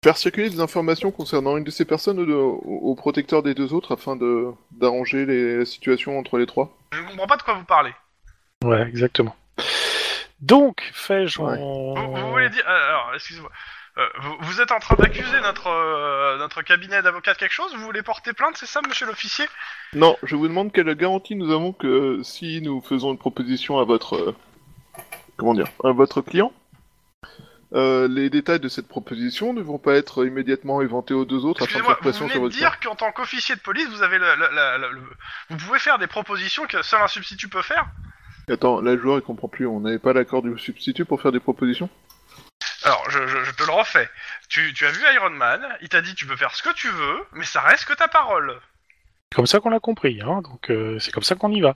D: faire circuler des informations concernant une de ces personnes ou de- au, au protecteur des deux autres afin de d'arranger les- la situation entre les trois
A: Je ne comprends pas de quoi vous parlez.
C: Ouais, exactement. Donc, fais-je
D: Ouais.
C: en...
A: Vous, vous voulez dire. euh, alors, excusez-moi. Euh, vous, vous êtes en train d'accuser notre, euh, notre cabinet d'avocats de quelque chose Vous voulez porter plainte, c'est ça, monsieur l'officier
D: Non, je vous demande quelle garantie nous avons que euh, si nous faisons une proposition à votre euh, comment dire à votre client, euh, les détails de cette proposition ne vont pas être immédiatement éventés aux deux autres afin de
A: Excusez-moi,
D: faire
A: vous
D: pression
A: venez
D: sur
A: de
D: votre
A: dire qu'en tant qu'officier de police, vous avez le, le- la- la- le- vous pouvez faire des propositions que seul un substitut peut faire
D: Attends, là le joueur il comprend plus, on n'avait pas l'accord du substitut pour faire des propositions
A: Alors, je, je- je te le refais. Tu, tu as vu Iron Man, il t'a dit tu peux faire ce que tu veux, mais ça reste que ta parole.
C: C'est comme ça qu'on l'a compris, hein, donc euh, c'est comme ça qu'on y va.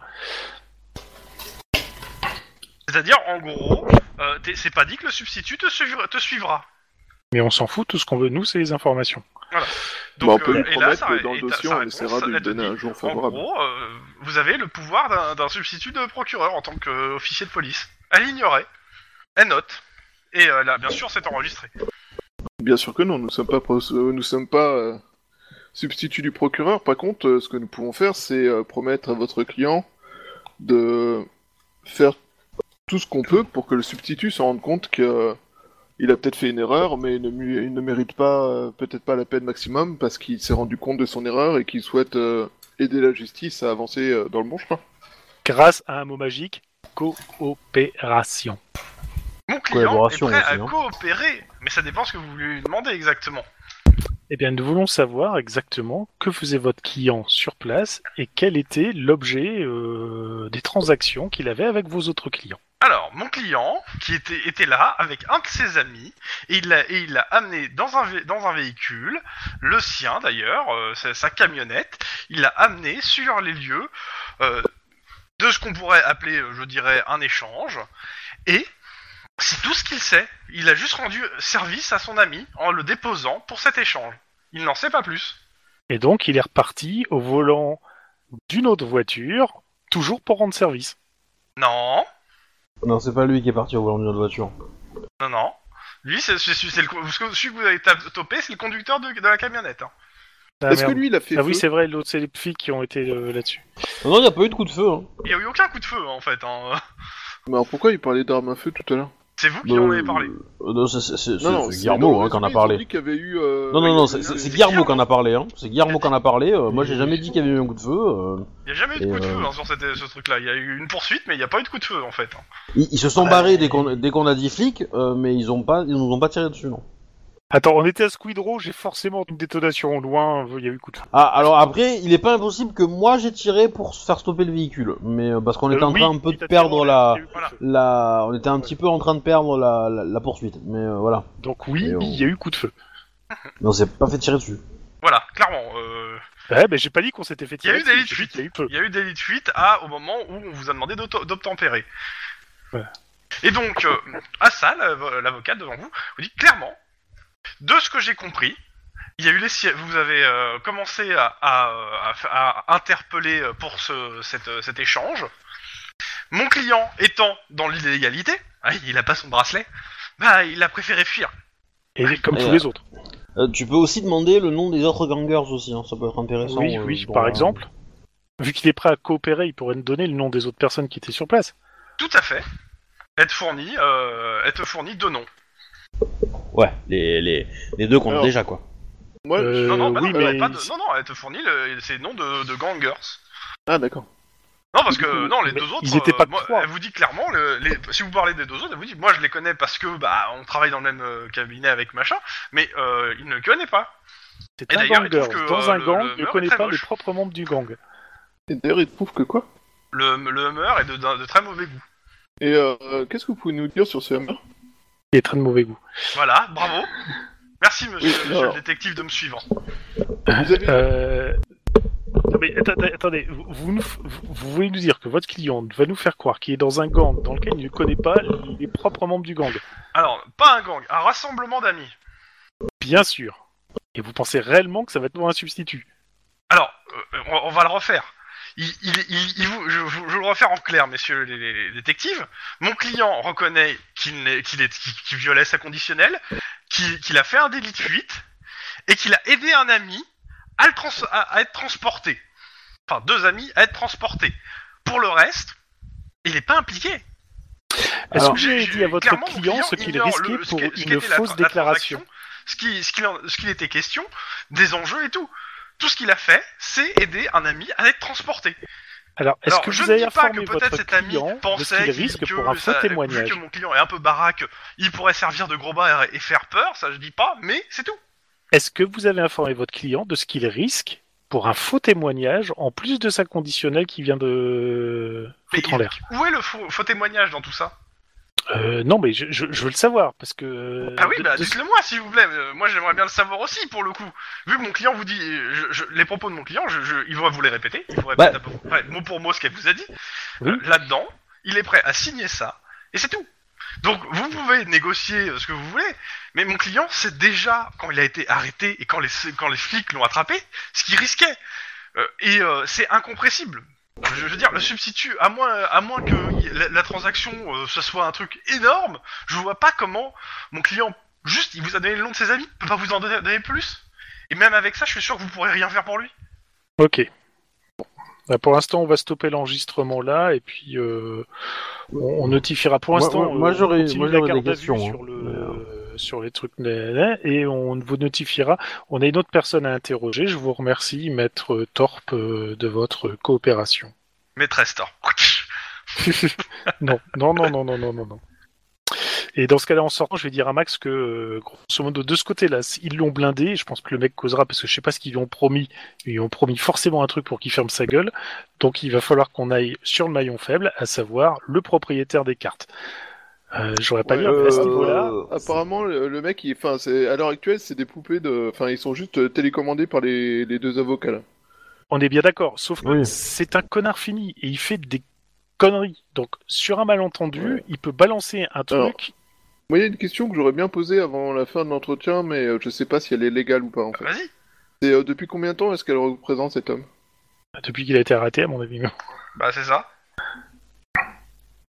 A: C'est-à-dire, en gros, euh, t'es- c'est pas dit que le substitut te, suivra- te suivra.
C: Mais on s'en fout, tout ce qu'on veut, nous, c'est les informations.
D: Bah, on
A: euh,
D: peut lui
A: et là,
D: promettre
A: ça-
D: que dans le
A: et ta-
D: dossier,
A: sa
D: on
A: réponse,
D: essaiera de
A: elle
D: lui
A: te
D: donner
A: dit,
D: un jour
A: En
D: favorable.
A: gros, euh, vous avez le pouvoir d'un- d'un substitut de procureur en tant qu'officier de police. Elle ignorait. Elle note. Et euh, là, bien sûr, c'est enregistré.
D: Bien sûr que non, nous ne sommes pas, pros- euh, nous sommes pas euh, substitut du procureur. Par contre, euh, ce que nous pouvons faire, c'est euh, promettre à votre client de faire tout ce qu'on peut pour que le substitut se rende compte que euh, il a peut-être fait une erreur, mais il ne, mu- il ne mérite pas, euh, peut-être pas la peine maximum parce qu'il s'est rendu compte de son erreur et qu'il souhaite euh, aider la justice à avancer euh, dans le bon chemin.
C: Grâce à un mot magique, coopération.
A: Mon client est
B: Collaboration
A: prêt
B: aussi,
A: à
B: hein.
A: coopérer, mais ça dépend ce que vous lui demandez exactement.
C: Eh bien, nous voulons savoir exactement que faisait votre client sur place et quel était l'objet euh, des transactions qu'il avait avec vos autres clients.
A: Alors, mon client, qui était, était là avec un de ses amis, et il l'a et il l'a amené dans un, vé- dans un véhicule, le sien d'ailleurs, euh, sa, sa camionnette, il l'a amené sur les lieux euh, de ce qu'on pourrait appeler, euh, je dirais, un échange, et c'est tout ce qu'il sait. Il a juste rendu service à son ami en le déposant pour cet échange. Il n'en sait pas plus.
C: Et donc, il est reparti au volant d'une autre voiture, toujours pour rendre service.
A: Non,
B: Non, c'est pas lui qui est parti au volant d'une autre voiture.
A: non, non. Lui, c'est c'est- c'est le, co- celui que vous avez tap- topé, c'est le conducteur de, de la camionnette. hein.
C: Ah,
D: Est-ce que
C: merde.
D: lui, il a fait
C: Ah oui,
D: feu
C: c'est vrai, l'autre, c'est les filles qui ont été euh, là-dessus.
B: Non, non, y a pas eu de coup de feu. Hein.
A: Il n'y a eu aucun coup de feu en fait. Hein.
D: Mais alors pourquoi il parlait d'armes à feu tout à l'heure
A: C'est vous qui en avez parlé.
B: Euh, non, c'est- c'est c'est- c'est
D: c'est
B: Guillermo
D: dans
B: hein,
D: le
B: qui en a
D: résumé, ils ont
B: parlé.
D: dit qu'il y avait eu, euh,
B: Non,
D: il
B: non,
D: y avait
B: non,
D: eu
B: c'est c'est-
D: des-
B: c'est Guillermo qui en a parlé. Hein. C'est Guillermo qui en a parlé. euh, moi, j'ai
C: Et-
B: jamais dit qu'il y avait eu un coup de feu. euh.
A: Il n'y a jamais eu de
B: Et,
A: coup de
B: euh,
A: feu hein, sur cette- ce truc-là. Il y a eu une poursuite, mais il n'y a pas eu de coup de feu en fait. hein.
B: Ils, ils se sont barrés dès qu'on dès qu'on a dit flics, euh, mais ils ont pas, ils nous ont pas tiré dessus, non.
C: Attends, on était à Squidrow, j'ai forcément une détonation au loin, euh, il y a eu coup de feu.
B: Ah, alors après, il est pas impossible que moi j'ai tiré pour se faire stopper le véhicule, mais euh, parce qu'on était
C: Euh,
B: en
C: oui,
B: train un peu
C: il
B: de
C: t'a
B: perdre
C: tiré,
B: la,
C: il y a eu coup de
A: Voilà.
C: feu.
B: la, on était un petit peu en train de perdre la, la, la poursuite, mais euh, voilà.
C: Donc oui,
B: Et on-
C: il y a eu coup de feu.
B: Mais on s'est pas fait tirer dessus.
A: Voilà, clairement. euh,
C: Ouais, mais j'ai pas dit qu'on s'était fait
A: Il y a
C: tirer.
A: eu des
C: dessus,
A: lits de
C: j'ai dit qu'il y a eu feu.
A: Il y a eu des lits de fuite à, au moment où on vous a demandé d'auto- d'obtempérer.
C: Ouais.
A: Et donc, euh, à ça, l'av- l'avocat devant vous vous dit clairement, de ce que j'ai compris, il y a eu les si- vous avez euh, commencé à, à, à f- à interpeller euh, pour ce, cette, euh, cet échange. Mon client étant dans l'illégalité, hein, il a pas son bracelet, bah il a préféré fuir.
C: Et comme
B: Et
C: tous
B: euh,
C: les autres.
B: Euh, tu peux aussi demander le nom des autres gangers aussi, hein, ça peut être intéressant.
C: Oui,
B: euh,
C: oui,
B: pour,
C: par
B: euh,
C: exemple. Vu qu'il est prêt à coopérer, il pourrait nous donner le nom des autres personnes qui étaient sur place.
A: Tout à fait. Elle te fournit, euh, elle te fournit deux noms.
B: Ouais, les, les, les deux qu'on a
D: Alors,
B: déjà quoi.
D: Moi,
C: Euh,
A: non, non, bah
C: oui,
A: non, elle
C: mais-
A: pas de- non, non, elle te fournit le- ses noms de, de gangers.
D: Ah d'accord.
A: Non, parce que
D: Mais
A: non, les
C: ils
A: deux autres, euh,
C: étaient pas que
A: moi,
C: trois.
A: elle vous dit clairement, le- les- si vous parlez des deux autres, elle vous dit, moi je les connais parce que bah on travaille dans le même euh, cabinet avec machin, mais euh, il ne connaît pas.
C: C'est
A: Et
C: un
A: d'ailleurs, il
C: ganger.
A: trouve que,
C: Dans
A: euh,
C: un
A: le-
C: gang,
A: le
C: ne
A: meurtre
C: connaît
A: est très
C: pas les
A: moche.
C: propres membres du gang.
D: Et d'ailleurs, il prouve que quoi
A: Le, le humeur est de, de- de très mauvais goût.
D: Et euh, qu'est-ce que vous pouvez nous dire sur ce hammer
C: Il est très de mauvais goût.
A: Voilà, bravo. Merci monsieur,
D: Oui,
A: monsieur le
D: alors.
A: détective de me suivre.
D: Vous avez
C: Euh... Non, mais attendez, attendez, vous, vous nous f- vous- vous voulez nous dire que votre client va nous faire croire qu'il est dans un gang dans lequel il ne connaît pas les propres membres du gang
A: Alors, pas un gang, un rassemblement d'amis.
C: Bien sûr. Et vous pensez réellement que ça va être un substitut
A: Alors, euh, on, on va le refaire. Il, il- il- il vous- je, je- je le refaire en clair, messieurs les, les- les détectives. Mon client reconnaît qu'il n'est- qu'il est- qu'il- qu'il violait sa conditionnelle, qu'il qu'il a fait un délit de fuite, et qu'il a aidé un ami à, le trans- à- à être transporté. Enfin, deux amis à être transportés. Pour le reste, il n'est pas impliqué.
C: Est-ce
B: Alors,
C: que j'ai
A: Je-
C: dit à votre
A: clairement,
C: client,
A: mon
C: ce qu'il
A: ignore
C: risquait
A: le- ce
C: pour
A: qu'est- ce
C: une
A: qu'était la-
C: fausse
A: la
C: déclaration
A: transaction, Ce qu'il ce qu'il en- ce qu'il était question, des enjeux et tout. Tout ce qu'il a fait, c'est aider un ami à être transporté.
C: Alors, est-ce
A: Alors,
C: que
A: je
C: vous
A: ne
C: avez
A: dis pas que
C: informé
A: peut-être
C: votre
A: cet ami
C: client de ce
A: pensait
C: qu'il
A: qu'il-
C: risque
A: que
C: pour un faux
A: ça-
C: témoignage
A: Vu que mon client est un peu baraque, il pourrait servir de gros bar et, et faire peur, ça je dis pas, mais c'est tout.
C: Est-ce que vous avez informé votre client de ce qu'il risque pour un faux témoignage en plus de sa conditionnelle qui vient de
A: Mais
C: foutre en
A: il-
C: l'air
A: Où est le faux, faux témoignage dans tout ça
C: Euh, non, mais je, je- je veux le savoir, parce que...
A: Ah oui,
C: Euh, de-
A: bah
C: de-
A: dites-le moi s'il vous plaît. Euh, moi j'aimerais bien le savoir aussi pour le coup. Vu que mon client vous dit euh, je- je- les propos de mon client, je, je- il va vous les répéter. Il vous répète à
B: Bah.
A: peu- enfin, mot pour mot ce qu'elle vous a dit.
C: Oui.
A: Euh, Là-dedans, il est prêt à signer ça et c'est tout. Donc vous pouvez négocier euh, ce que vous voulez, mais mon client sait déjà quand il a été arrêté et quand les quand les flics l'ont attrapé ce qu'il risquait. Euh, et euh, c'est incompressible. Je, je veux dire, le substitut, à moins, à moins que y- la, la transaction, euh, ce soit un truc énorme, je vois pas comment mon client, juste, il vous a donné le nom de ses amis, peut pas vous en donner, donner plus. Et même avec ça, je suis sûr que vous pourrez rien faire pour lui.
C: Ok. Bon. Bah, pour l'instant, on va stopper l'enregistrement là, et puis euh, on, on notifiera pour
B: Moi-
C: l'instant.
B: moi- moi,
C: euh, on
B: j'aurais-
C: continue
B: moi,
C: la
B: j'aurais
C: garde
B: des
C: à vue
B: questions,
C: sur,
B: hein.
C: le- sur les trucs, nan, nan, et on vous notifiera. On a une autre personne à interroger. Je vous remercie, maître Torp, euh, de votre coopération.
A: Maîtresse Thor.
C: non, non, non, non, non, non, non, non. Et dans ce cas-là, en sortant, je vais dire à Max que, euh, grosso modo, de ce côté-là, s- ils l'ont blindé. et Je pense que le mec causera, parce que je sais pas ce qu'ils lui ont promis. Ils lui ont promis forcément un truc pour qu'il ferme sa gueule. Donc il va falloir qu'on aille sur le maillon faible, à savoir le propriétaire des cartes. Euh, J'aurais pas
D: Ouais,
C: mis
D: euh,
C: à ce niveau-là.
D: Apparemment, le, le mec, il, enfin, c'est, à l'heure actuelle, c'est des poupées de. Enfin, ils sont juste euh, télécommandés par les, les deux avocats là.
C: On est bien d'accord. Sauf que
B: Oui.
C: c'est un connard fini et il fait des conneries. Donc sur un malentendu, il peut balancer un truc.
D: Alors, Moi, il y a une question que j'aurais bien posée avant la fin de l'entretien, mais euh, je sais pas si elle est légale ou pas en fait.
A: Vas-y.
D: C'est euh, depuis combien de temps est-ce qu'elle représente cet homme
C: Depuis qu'il a été arrêté, à mon avis.
A: Bah c'est ça.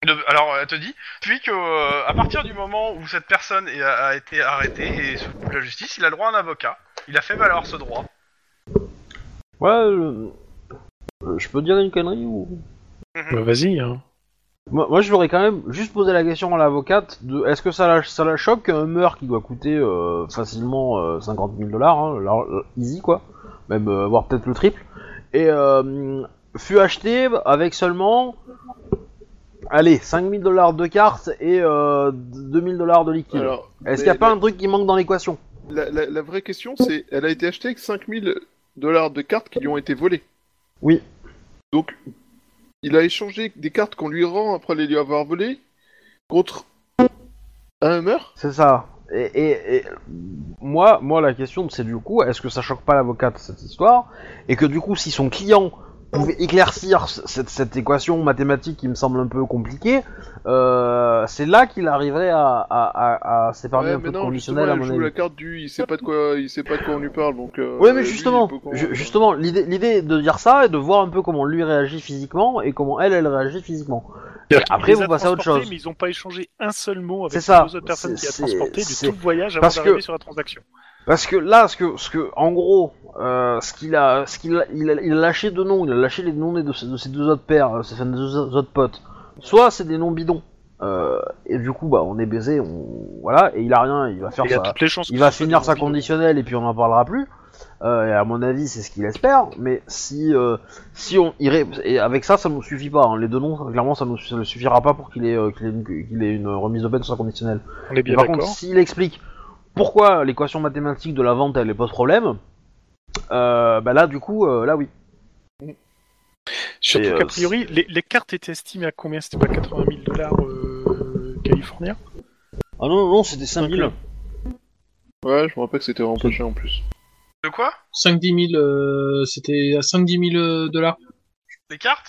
A: De- alors elle te dit, puis que euh, à partir du moment où cette personne est- a, a été arrêtée et sous le coup de la justice, il a le droit à un avocat. Il a fait valoir ce droit.
B: Ouais, euh, euh, je peux dire une connerie ou
C: Bah, Vas-y. hein.
B: Moi, moi, je l'aurais quand même juste posé la question à l'avocate de est-ce que ça la, ça la choque qu'un meurtre qui doit coûter euh, facilement euh, 50 000 dollars, easy quoi, même euh, voire peut-être le triple, et euh, fut acheté avec seulement, allez, 5 000 dollars de cartes et euh, 2 000 dollars de liquide.
D: Alors,
B: est-ce
D: mais
B: qu'il n'y a pas
D: la-
B: un truc qui manque dans l'équation
D: La, la- la vraie question, c'est elle a été achetée avec 5000 dollars de cartes qui lui ont été volées.
B: Oui.
D: Donc, il a échangé des cartes qu'on lui rend après les lui avoir volées contre un meurtre.
B: C'est ça. Et, et- et, euh, moi, moi, la question, c'est du coup, est-ce que ça choque pas l'avocate cette histoire Et que du coup, si son client pouvait éclaircir c- cette, cette équation mathématique qui me semble un peu compliquée, euh, c'est là qu'il arriverait à, à, à, à séparer un peu de conditionnel à
D: justement,
B: mon
D: elle joue
B: avis.
D: la carte du il sait pas de quoi, il sait pas de quoi on lui parle. Donc, euh,
B: Oui, mais
D: lui,
B: justement,
D: il peut qu'on-
B: ju- justement, l'idée, l'idée de dire ça et de voir un peu comment lui réagit physiquement et comment elle, elle réagit physiquement. Et après,
C: Il les
B: vous
C: a
B: passez à autre
C: transportés,
B: chose.
C: Mais ils n'ont pas échangé un seul mot avec
B: C'est ça.
C: les deux autres personnes
B: C'est-
C: qui a
B: c'est-
C: transporté de
B: c'est-
C: tout le voyage avant
B: parce que-
C: d'arriver sur la transaction.
B: Parce que là, ce que, ce que, en gros, euh, ce qu'il a, ce qu'il a, il a, il a lâché deux noms, il a lâché les noms des- de, ses- de ses deux autres pères, euh, ses enfin, des deux autres potes. Soit c'est des noms bidons, euh, et du coup, bah, on est baisé, on, voilà, et il a rien, il va faire
C: Et il y a
B: ça.
C: toutes les chances
B: Il
C: que
B: va
C: ce soit
B: finir
C: des
B: sa
C: vidéos.
B: conditionnelle et puis on n'en parlera plus. Euh, et à mon avis, c'est ce qu'il espère. Mais si, euh, si on irait et avec ça, ça nous suffit pas. hein. Les deux noms, clairement, ça ne ça ne suffira pas pour qu'il ait, euh, qu'il ait, une- qu'il ait une remise de peine sur sa conditionnelle.
C: On est
B: Mais
C: bien
B: par contre,
C: d'accord.
B: s'il explique pourquoi l'équation mathématique de la vente elle est pas de problème, euh, bah là du coup, euh, là oui. Et,
C: Surtout
B: euh,
C: qu'a priori, les, les cartes étaient estimées à combien C'était pas 80 000 dollars euh, californiens
B: Ah non, non, c'était Euh, 5000.
D: Ouais, je me rappelle que c'était vraiment pas cher en plus.
A: De quoi
E: 5-10 000, euh, c'était à 5-10 000 euh, dollars.
A: Des cartes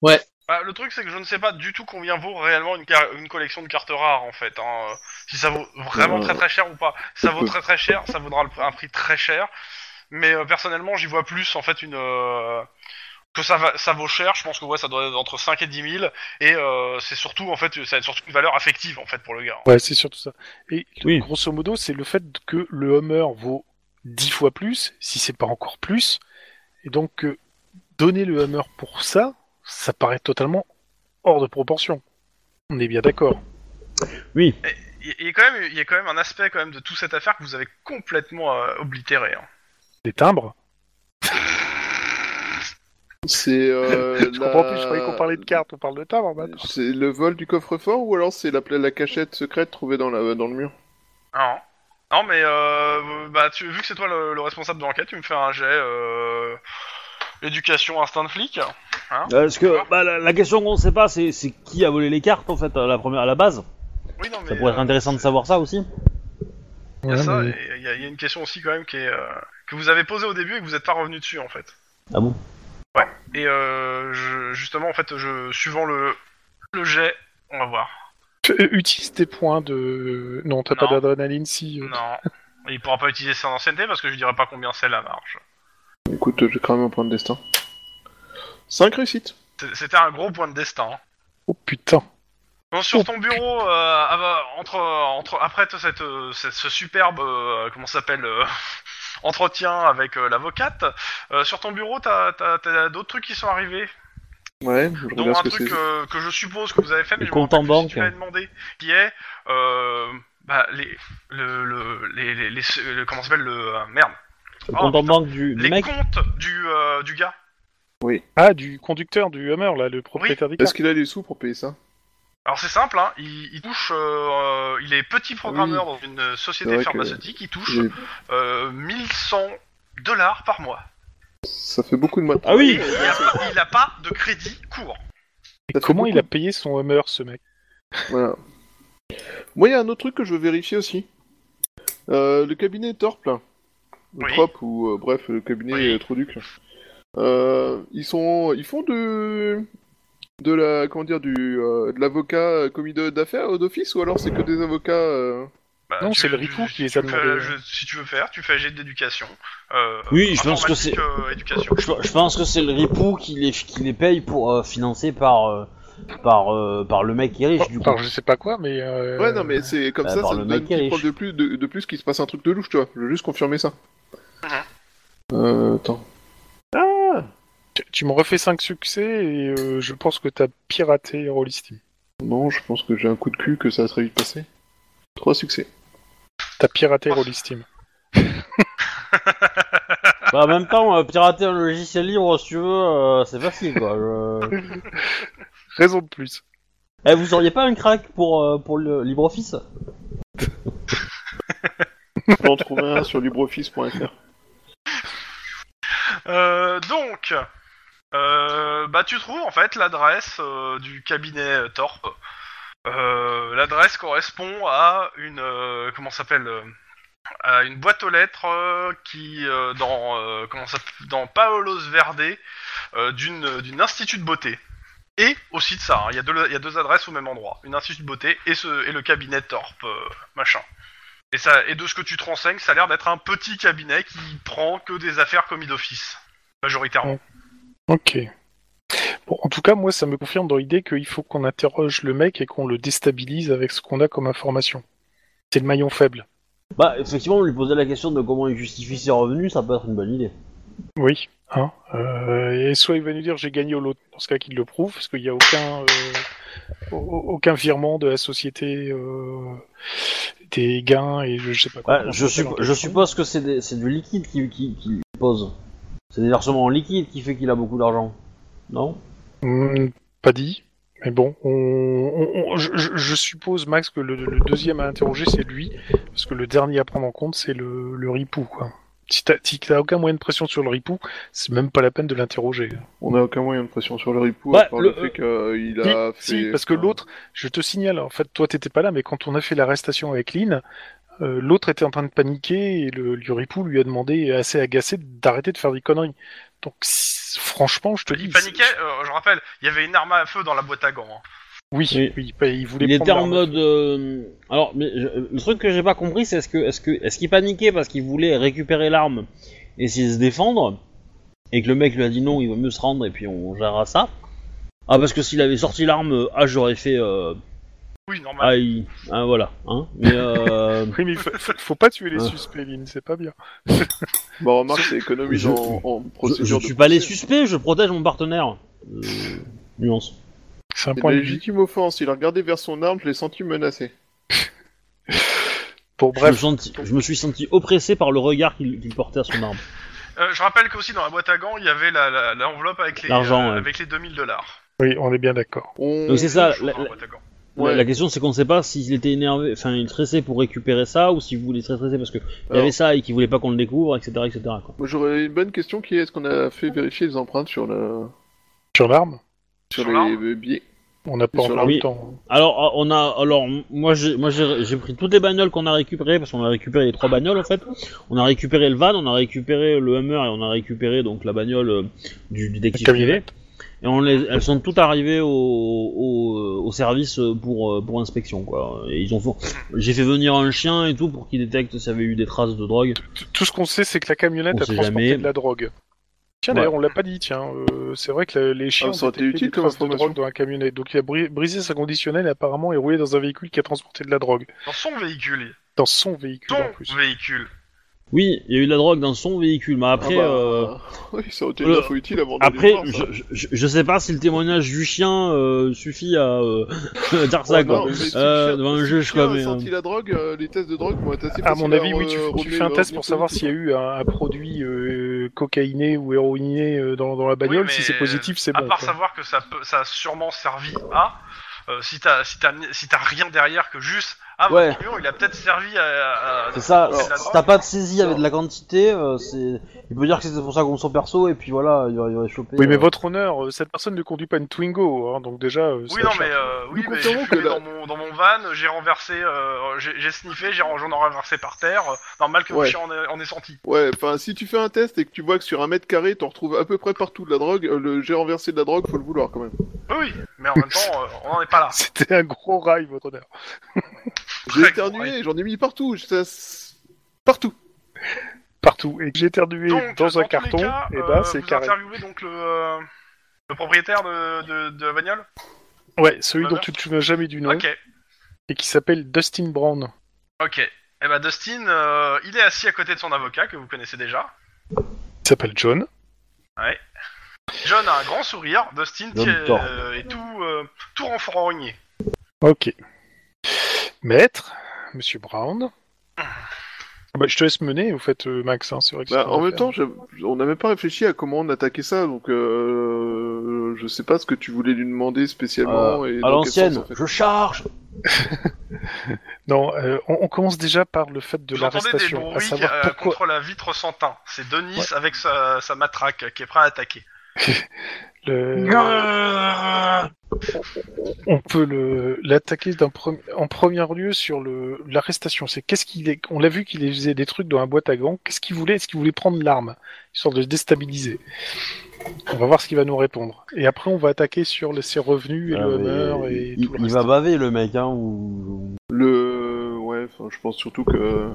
E: Ouais.
A: Bah, le truc, c'est que je ne sais pas du tout combien vaut réellement une, car- une collection de cartes rares, en fait. hein. Euh, Si ça vaut vraiment
D: Euh,
A: très très cher ou pas. Ça vaut
D: peu.
A: très très cher, ça vaudra le pr- un prix très cher. Mais euh, personnellement, j'y vois plus, en fait, une... euh, Que ça, va, ça vaut cher, je pense que ouais, ça doit être entre 5 et 10 000, et euh, c'est surtout en fait, ça a surtout une valeur affective en fait pour le gars. hein.
C: Ouais, c'est surtout ça. Et
B: Oui.
C: grosso modo, c'est le fait que le Hummer vaut 10 fois plus, si c'est pas encore plus. Et donc, euh, donner le Hummer pour ça, ça paraît totalement hors de proportion. On est bien d'accord.
B: Oui.
A: Il il y, a quand même, il y a quand même un aspect quand même de toute cette affaire que vous avez complètement euh, oblitéré. hein.
C: Des timbres
D: C'est. Euh,
C: Je comprends plus, je
D: la-
C: croyais qu'on parlait de cartes, on parle de table maintenant.
D: C'est le vol du coffre-fort ou alors c'est la, la cachette secrète trouvée dans, la, dans le mur
A: Non. Non, mais euh, bah, tu, vu que c'est toi le, le responsable de l'enquête, tu me fais un jet euh, éducation instinct de flic.
B: parce que bah, la, la question qu'on ne sait pas, c'est c'est qui a volé les cartes en fait à la première, à la base.
A: Oui, non, mais,
B: Ça pourrait être
A: euh,
B: intéressant de savoir ça aussi.
A: Il y a
E: Ouais,
A: ça,
E: mais-
A: et il y, a- il y a une question aussi quand même qui est, euh, que vous avez posée au début et que vous n'êtes pas revenu dessus en fait.
B: Ah bon
A: Et euh, je- justement, en fait, je, suivant le, le jet, on va voir.
C: Tu- euh, Utilise tes points de. Non, t'as
A: Non.
C: pas d'adrénaline si. euh,
A: Non, il pourra pas utiliser son ancienneté parce que je dirai pas combien c'est la marge.
D: Écoute, je crame un point de destin. 5 réussites.
A: C'est- C'était un gros point de destin. hein.
C: Oh putain.
A: Bon, sur ton bureau, euh, av- entre, entre, après t- cette, euh, cette- ce superbe, euh, comment ça s'appelle, euh, entretien avec euh, l'avocate, euh, sur ton bureau, t'as t'as- t'as d'autres trucs qui sont arrivés.
D: Ouais, je
A: dont
D: regarde
A: un
D: ce que
A: truc
D: c'est.
A: euh, que je suppose que vous avez fait, mais
B: Le
A: je me
B: compte en
A: rappelle plus si
B: banque.
A: tu l'avais demandé, qui est euh, bah, les, le, le, les, les, les- le- comment ça s'appelle le euh, merde,
B: Le
A: Oh,
B: compte en
A: putain.
B: banque du, du
A: les
B: mec
A: comptes du euh, du gars.
C: Ah, du conducteur du Hummer, là, le propriétaire des
D: Est-ce
C: cartes.
D: qu'il a les sous pour payer ça
A: Alors c'est simple, hein, il, il touche, euh, euh, il est petit programmeur dans une
D: C'est
A: société
D: vrai que-
A: pharmaceutique, il touche
D: J'ai-
A: euh, 1100 dollars par mois.
D: Ça fait beaucoup de maths.
B: Ah
A: Et
B: oui
A: il a, pas- il a pas de crédit court.
C: Et
D: Ça fait
C: Comment il a
D: beaucoup.
C: payé son Hummer, ce mec
D: Voilà. Moi, il y a un autre truc que je veux vérifier aussi. Euh, le cabinet Torp, là. Le
A: Oui.
D: Trop, ou euh, bref, le cabinet
A: Oui.
D: euh, Trouduc. Euh, ils sont, ils font de, de la, comment dire, du, euh, de l'avocat commis de- d'affaires euh, d'office, ou alors c'est que des avocats. euh,
A: Bah,
C: Non,
A: tu-
C: c'est le
A: tu-
C: Rico
A: tu-
C: qui les
A: tu
C: a
A: fais-
C: demandés.
A: je- Si tu veux faire, tu fais un jet d'éducation. Euh,
B: Oui, je pense que
A: informatique,
B: c'est-
A: euh, éducation.
B: Je, je pense que c'est le ripou qui les, qui les paye pour euh, financer par, euh, par, euh, par le mec qui est riche, du coup.
C: Enfin, Oh, je sais pas quoi, mais. euh,
D: Ouais, non, mais c'est comme
B: bah,
D: ça,
B: par
D: ça
B: le
D: me
B: mec
D: donne une
B: qui est
D: petite preuve
B: riche.
D: de plus, de, de plus qu'il se passe un truc de louche, tu vois. Je veux juste confirmer ça. Euh, attends.
C: Tu, tu me refais 5 succès et euh, je pense que t'as piraté Rollistim.
D: Non, je pense que j'ai un coup de cul que ça a très vite passé. Trois succès.
C: T'as piraté
A: Oh.
C: Rollistim.
B: Bah, en même temps, euh, pirater un logiciel libre, si tu veux, euh, c'est facile, quoi. je-
C: Raison de plus.
B: Eh, vous auriez pas un crack pour, euh, pour le LibreOffice
D: J'en trouve un sur libreoffice.fr.
A: Euh, donc, euh, bah tu trouves en fait l'adresse euh, du cabinet euh, Torp. Euh, l'adresse correspond à une euh, comment ça s'appelle euh, à une boîte aux lettres euh, qui euh, dans euh, comment ça s'appelle- dans Paolo's Verde euh, d'une d'une institut de beauté. Et aussi de ça, hein, il y a deux il y a deux adresses au même endroit, une institut de beauté et ce et le cabinet Torp euh, machin. Et ça et de ce que tu te renseignes, ça a l'air d'être un petit cabinet qui prend que des affaires commis d'office majoritairement.
C: Ok. Bon, en tout cas, moi, ça me confirme dans l'idée qu'il faut qu'on interroge le mec et qu'on le déstabilise avec ce qu'on a comme information. C'est le maillon faible.
B: Bah, effectivement, lui poser la question de comment il justifie ses revenus, ça peut être une bonne idée.
C: Oui. Hein Euh, et soit il va nous dire j'ai gagné au lot, dans ce cas qu'il le prouve, parce qu'il n'y a aucun, euh, au- aucun virement de la société euh, des gains et je, je sais pas quoi.
B: Bah, je,
C: suis
B: supp- je suppose que c'est des- c'est du liquide qui, qui, qui pose. C'est des versements en liquide qui fait qu'il a beaucoup d'argent. Non
C: Hmm, pas dit. Mais bon, on, on- on- je, je- je suppose, Max, que le, le deuxième à interroger, c'est lui. Parce que le dernier à prendre en compte, c'est le, le ripou, quoi. Si t'as si t'as aucun moyen de pression sur le ripou, c'est même pas la peine de l'interroger.
D: On n'a aucun moyen de pression sur le ripou,
B: Bah,
D: à part
B: le-
D: le, fait qu'il
C: Si,
D: a fait...
C: si, parce que l'autre, je te signale, en fait, toi t'étais pas là, mais quand on a fait l'arrestation avec Lynn, euh, l'autre était en train de paniquer et le, le ripou lui a demandé, assez agacé, d'arrêter de faire des conneries. Donc, si- franchement, je te dis.
A: Il paniquait, euh, je rappelle, il y avait une arme à feu dans la boîte à gants. hein.
C: Oui,
B: Oui.
C: oui, il, pa- il voulait
B: Il était en
C: prendre l'arme.
B: mode. euh, Alors, mais je- le truc que j'ai pas compris, c'est est-ce que est-ce que est-ce qu'il paniquait parce qu'il voulait récupérer l'arme et essayer de se défendre et que le mec lui a dit non, il vaut mieux se rendre et puis on gérera ça. Ah parce que s'il avait sorti l'arme, euh, ah j'aurais fait. euh,
A: Oui, normal.
B: Ah, il- ah, voilà. Hein. Mais euh,
C: Oui, mais faut, faut- faut pas tuer les
B: Ah.
C: suspects, Lynn, c'est pas bien.
D: Bah remarque, c'est économise
B: Je-
D: en, en
B: je, je
D: procédure de
B: tue pas les
D: procès.
B: suspects, je protège mon partenaire. Euh, nuance.
C: C'est un
D: C'est
C: point
D: une
C: de vue.
D: légitime offense, il a regardé vers son arme, je l'ai senti menacé.
C: Bon,
B: Je me,
C: bref,
B: senti- je me suis senti oppressé par le regard qu'il qu'il portait à son arme.
A: Euh, je rappelle qu'aussi dans la boîte à gants, il y avait la- la- l'enveloppe avec les euh,
B: L'argent, ouais.
A: avec les 2000 dollars.
C: oui, on est bien d'accord.
D: On...
B: Donc c'est ça,
A: Toujours
B: la,
A: dans
B: la-
A: la boîte à gants.
B: la-
D: Ouais.
B: la question c'est qu'on sait pas s'il était énervé, enfin il stressait pour récupérer ça ou s'il voulait très stresser parce que il y
D: Alors,
B: avait ça et qu'il voulait pas qu'on le découvre, etc. etc. quoi.
D: moi, J'aurais une bonne question qui est, est-ce qu'on a fait vérifier les empreintes sur, la...
C: Sur l'arme
D: sur
A: Sur l'arme
D: les euh, billets
C: On n'a pas
D: Sur-
C: encore
B: oui.
C: le temps.
B: Alors, ah, on a, alors m- moi j'ai moi, j'ai j'ai pris toutes les bagnoles qu'on a récupérées, parce qu'on a récupéré les trois bagnoles en fait. On a récupéré le van, on a récupéré le Hummer et on a récupéré donc la bagnole euh, du, du détective
C: La
B: privé.
C: camionnette.
B: Et on les, elles sont toutes arrivées au, au, au service pour, euh, pour inspection quoi. Et ils ont fait- j'ai fait venir un chien et tout pour qu'il détecte s'il y avait eu des traces de drogue.
C: T- Tout ce qu'on sait, c'est que la camionnette
B: On
C: a
B: sait
C: transporté
B: jamais.
C: de la drogue. Tiens,
B: Ouais.
C: d'ailleurs, on l'a pas dit, tiens. euh, c'est vrai que la- les chiens
D: Ah, ça
C: ont
D: aurait été
C: détecté
D: utile
C: des
D: comme
C: traces de
D: information.
C: drogue dans la camionnette. Donc, il a bri- brisé sa conditionnelle et apparemment est roulé dans un véhicule qui a transporté de la drogue.
A: Dans son véhicule.
C: Dans son véhicule, en
A: Ton
C: plus.
A: véhicule.
B: Oui, il y a eu de la drogue dans son véhicule, mais après.
D: Ah bah,
B: euh,
D: Oui, ça aurait été
B: le-
D: une info utile avant de
B: Après,
D: les voir, ça.
B: je, je- je, je sais pas si le témoignage du chien euh, suffit à euh, dire ça,
D: Ouais,
B: quoi.
D: Oh non, mais si
B: Euh,
D: le chien-
B: devant un
D: si le
B: juge,
D: chien
B: quoi,
D: a
B: mais,
D: senti la drogue, euh, les tests de drogue vont être assez euh,
C: À mon
D: faciles
C: avis, oui, tu,
D: re-
C: tu
D: remuer-
C: fais un test
D: remuer
C: pour savoir
D: tout.
C: s'il y a eu un, un produit euh, cocaïné ou héroïné euh, dans, dans la bagnole.
A: Oui, mais
C: si c'est positif, c'est
B: bah,
A: À
C: bon.
A: part
C: quoi.
A: savoir que ça, peut, ça a sûrement servi à. euh, si t'as si t'as si t'as rien derrière que juste ah
B: Ouais.
A: votre million, il a peut-être servi à, à-
B: C'est ça,
A: à-
D: Alors,
A: c'est la
B: si
A: drogue.
B: t'as pas de saisie avec de la quantité, euh, c'est... il peut dire que c'était pour ça qu'on son perso, et puis voilà, il va, il va choper.
C: Oui, mais
B: euh.
C: votre honneur, euh, cette personne ne conduit pas une Twingo, hein, donc déjà. euh,
A: oui
C: ça
A: non
C: change.
A: mais euh, oui
D: Nous
A: mais
D: confirmons
A: j'ai
D: que
A: fumé
D: la-
A: dans mon dans mon van j'ai renversé euh, j'ai j'ai sniffé j'ai j'en ai renversé par terre euh, normal que
D: Ouais.
A: le chien en ait- en ait senti
D: Ouais, enfin, si tu fais un test et que tu vois que sur un mètre carré, t'en retrouves à peu près partout de la drogue, euh, le j'ai renversé de la drogue, faut le vouloir quand même.
A: Oui, oui, mais en même temps, euh, on n'en est pas là.
C: C'était un gros rail, votre honneur.
D: J'ai
A: Très
D: éternué,
A: gros,
D: j'en ai mis partout, ça s- partout.
C: Partout. Et que j'ai éternué
A: Donc,
C: dans un
A: tous les
C: carton,
A: cas,
C: et ben
A: euh,
C: c'est
A: vous
C: carré.
A: interviewez donc le, euh, le propriétaire de, de, de la bagnole
C: Ouais, celui dont
A: Voilà.
C: tu ne te souviens jamais du nom,
A: Ok,
C: et qui s'appelle Dustin Brown.
A: ok. Eh ben Dustin, euh, il est assis à côté de son avocat que vous connaissez déjà.
C: Il s'appelle John.
A: John a un grand sourire, Dustin
B: John
A: est,
B: Thor.
A: euh, est tout, euh, tout renfrogné.
C: Ok. Maître, Monsieur Brown. Ah Bah, je te laisse mener, au fait, euh, Max. hein, c'est vrai que c'est
D: Bah,
C: ton
D: en même
C: affaire.
D: temps, je- on n'a même pas réfléchi à comment on attaquait ça, donc euh, je sais pas ce que tu voulais lui demander spécialement. et
B: Euh, à
D: dans quel
B: l'ancienne,
D: sens, en fait.
B: je charge
C: Non, euh, on, on commence déjà par le fait de
A: Vous entendez des
C: l'arrestation, à
A: bruits
C: savoir
A: euh,
C: pourquoi.
A: contre la vitre sans teint. C'est Denis avec sa, sa matraque qui est prêt à attaquer.
C: le- on peut le- l'attaquer d'un premi- en premier lieu sur le- l'arrestation. C'est qu'est-ce qu'il est On l'a vu qu'il faisait des trucs dans la boîte à gants. Qu'est-ce qu'il voulait Est-ce qu'il voulait prendre l'arme histoire de le déstabiliser On va voir ce qu'il va nous répondre. Et après, on va attaquer sur les- ses revenus et
B: Ah,
C: le
B: mais
C: honneur et
B: il,
C: tout le
B: il
C: reste.
B: va baver le mec, hein, ou...
D: Le. Ouais, enfin, je pense surtout que.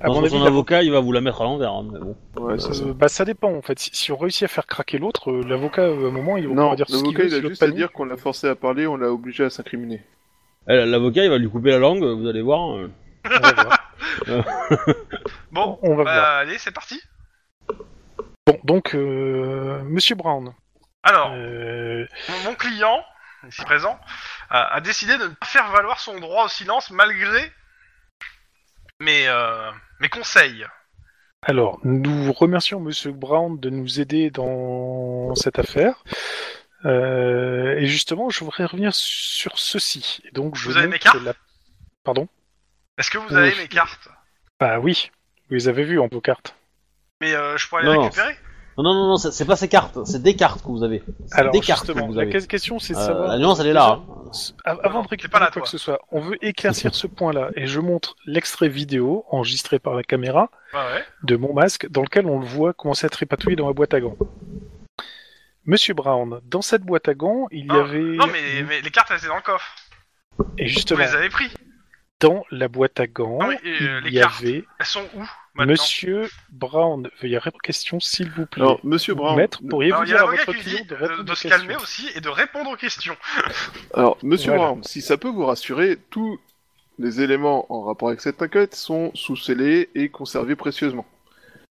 C: À mon
B: Dans
C: avis,
B: son
C: la-
B: avocat, il va vous la mettre à l'envers, hein, mais bon.
D: Ouais, c'est ça.
C: euh, bah, ça dépend en fait. Si, si on réussit à faire craquer l'autre, euh, l'avocat euh, à un moment il va
D: Non,
C: pouvoir dire tout ce qu'il
D: l'avocat
C: veut,
D: il a
C: si l'autre
D: juste à
C: panique.
D: dire qu'on l'a forcé à parler, on l'a obligé à s'incriminer.
B: Eh, L'avocat, il va lui couper la langue, vous allez voir. euh.
C: On va voir.
A: Bon,
C: On va
A: bah,
C: voir.
A: allez, c'est parti.
C: Bon, donc euh, Monsieur Brown.
A: Alors,
C: euh,
A: Mon- Mon client, ici présent, a, a décidé de ne pas faire valoir son droit au silence malgré mes, euh, mes conseils.
C: Alors, nous remercions Monsieur Brown de nous aider dans cette affaire. Euh, et justement, je voudrais revenir sur ceci. Et donc, je
A: Vous avez
C: note
A: mes cartes
C: la- Pardon
A: Est-ce que vous
C: Oui.
A: avez mes cartes
C: Bah oui, vous les avez vues en vos cartes.
A: Mais euh, je pourrais les
B: Non.
A: récupérer
B: Non, non, non, non, c'est, c'est pas ces cartes, c'est des cartes que vous avez. C'est
C: Alors,
B: des cartes que
C: justement,
B: vous
C: la
B: avez.
C: que- question, c'est de
B: Euh,
C: savoir...
B: la nuance, elle est là. hein.
C: S- av- Avant de
A: c'est pas
C: récupérer
A: là,
C: quoi
A: toi.
C: que ce soit, on veut éclaircir ce point-là. Et je montre l'extrait vidéo enregistré par la caméra
A: Bah ouais.
C: de mon masque dans lequel on le voit commencer à trépatouiller dans la boîte à gants. Monsieur Brown, dans cette boîte à gants, il y
A: Ah,
C: avait...
A: Non, mais, mais les cartes, elles étaient dans le coffre.
C: Et
A: Vous
C: justement,
A: les avez pris.
C: dans la boîte à gants,
A: Ah oui, et, euh,
C: il
A: les
C: y
A: cartes,
C: avait
A: Elles sont où maintenant
C: Monsieur Brown. Veuillez répondre aux questions, s'il vous plaît.
D: Alors, monsieur Brown.
C: Maître,
A: Alors,
C: pourriez-vous
A: il y a
C: dire à votre
A: l'avocat qui dit
C: client de
A: de,
C: répondre
A: de
C: aux
A: se
C: questions
A: calmer aussi et de répondre aux questions.
D: Alors, monsieur
C: Voilà.
D: Brown, si ça peut vous rassurer, tous les éléments en rapport avec cette enquête sont sous-scellés et conservés précieusement.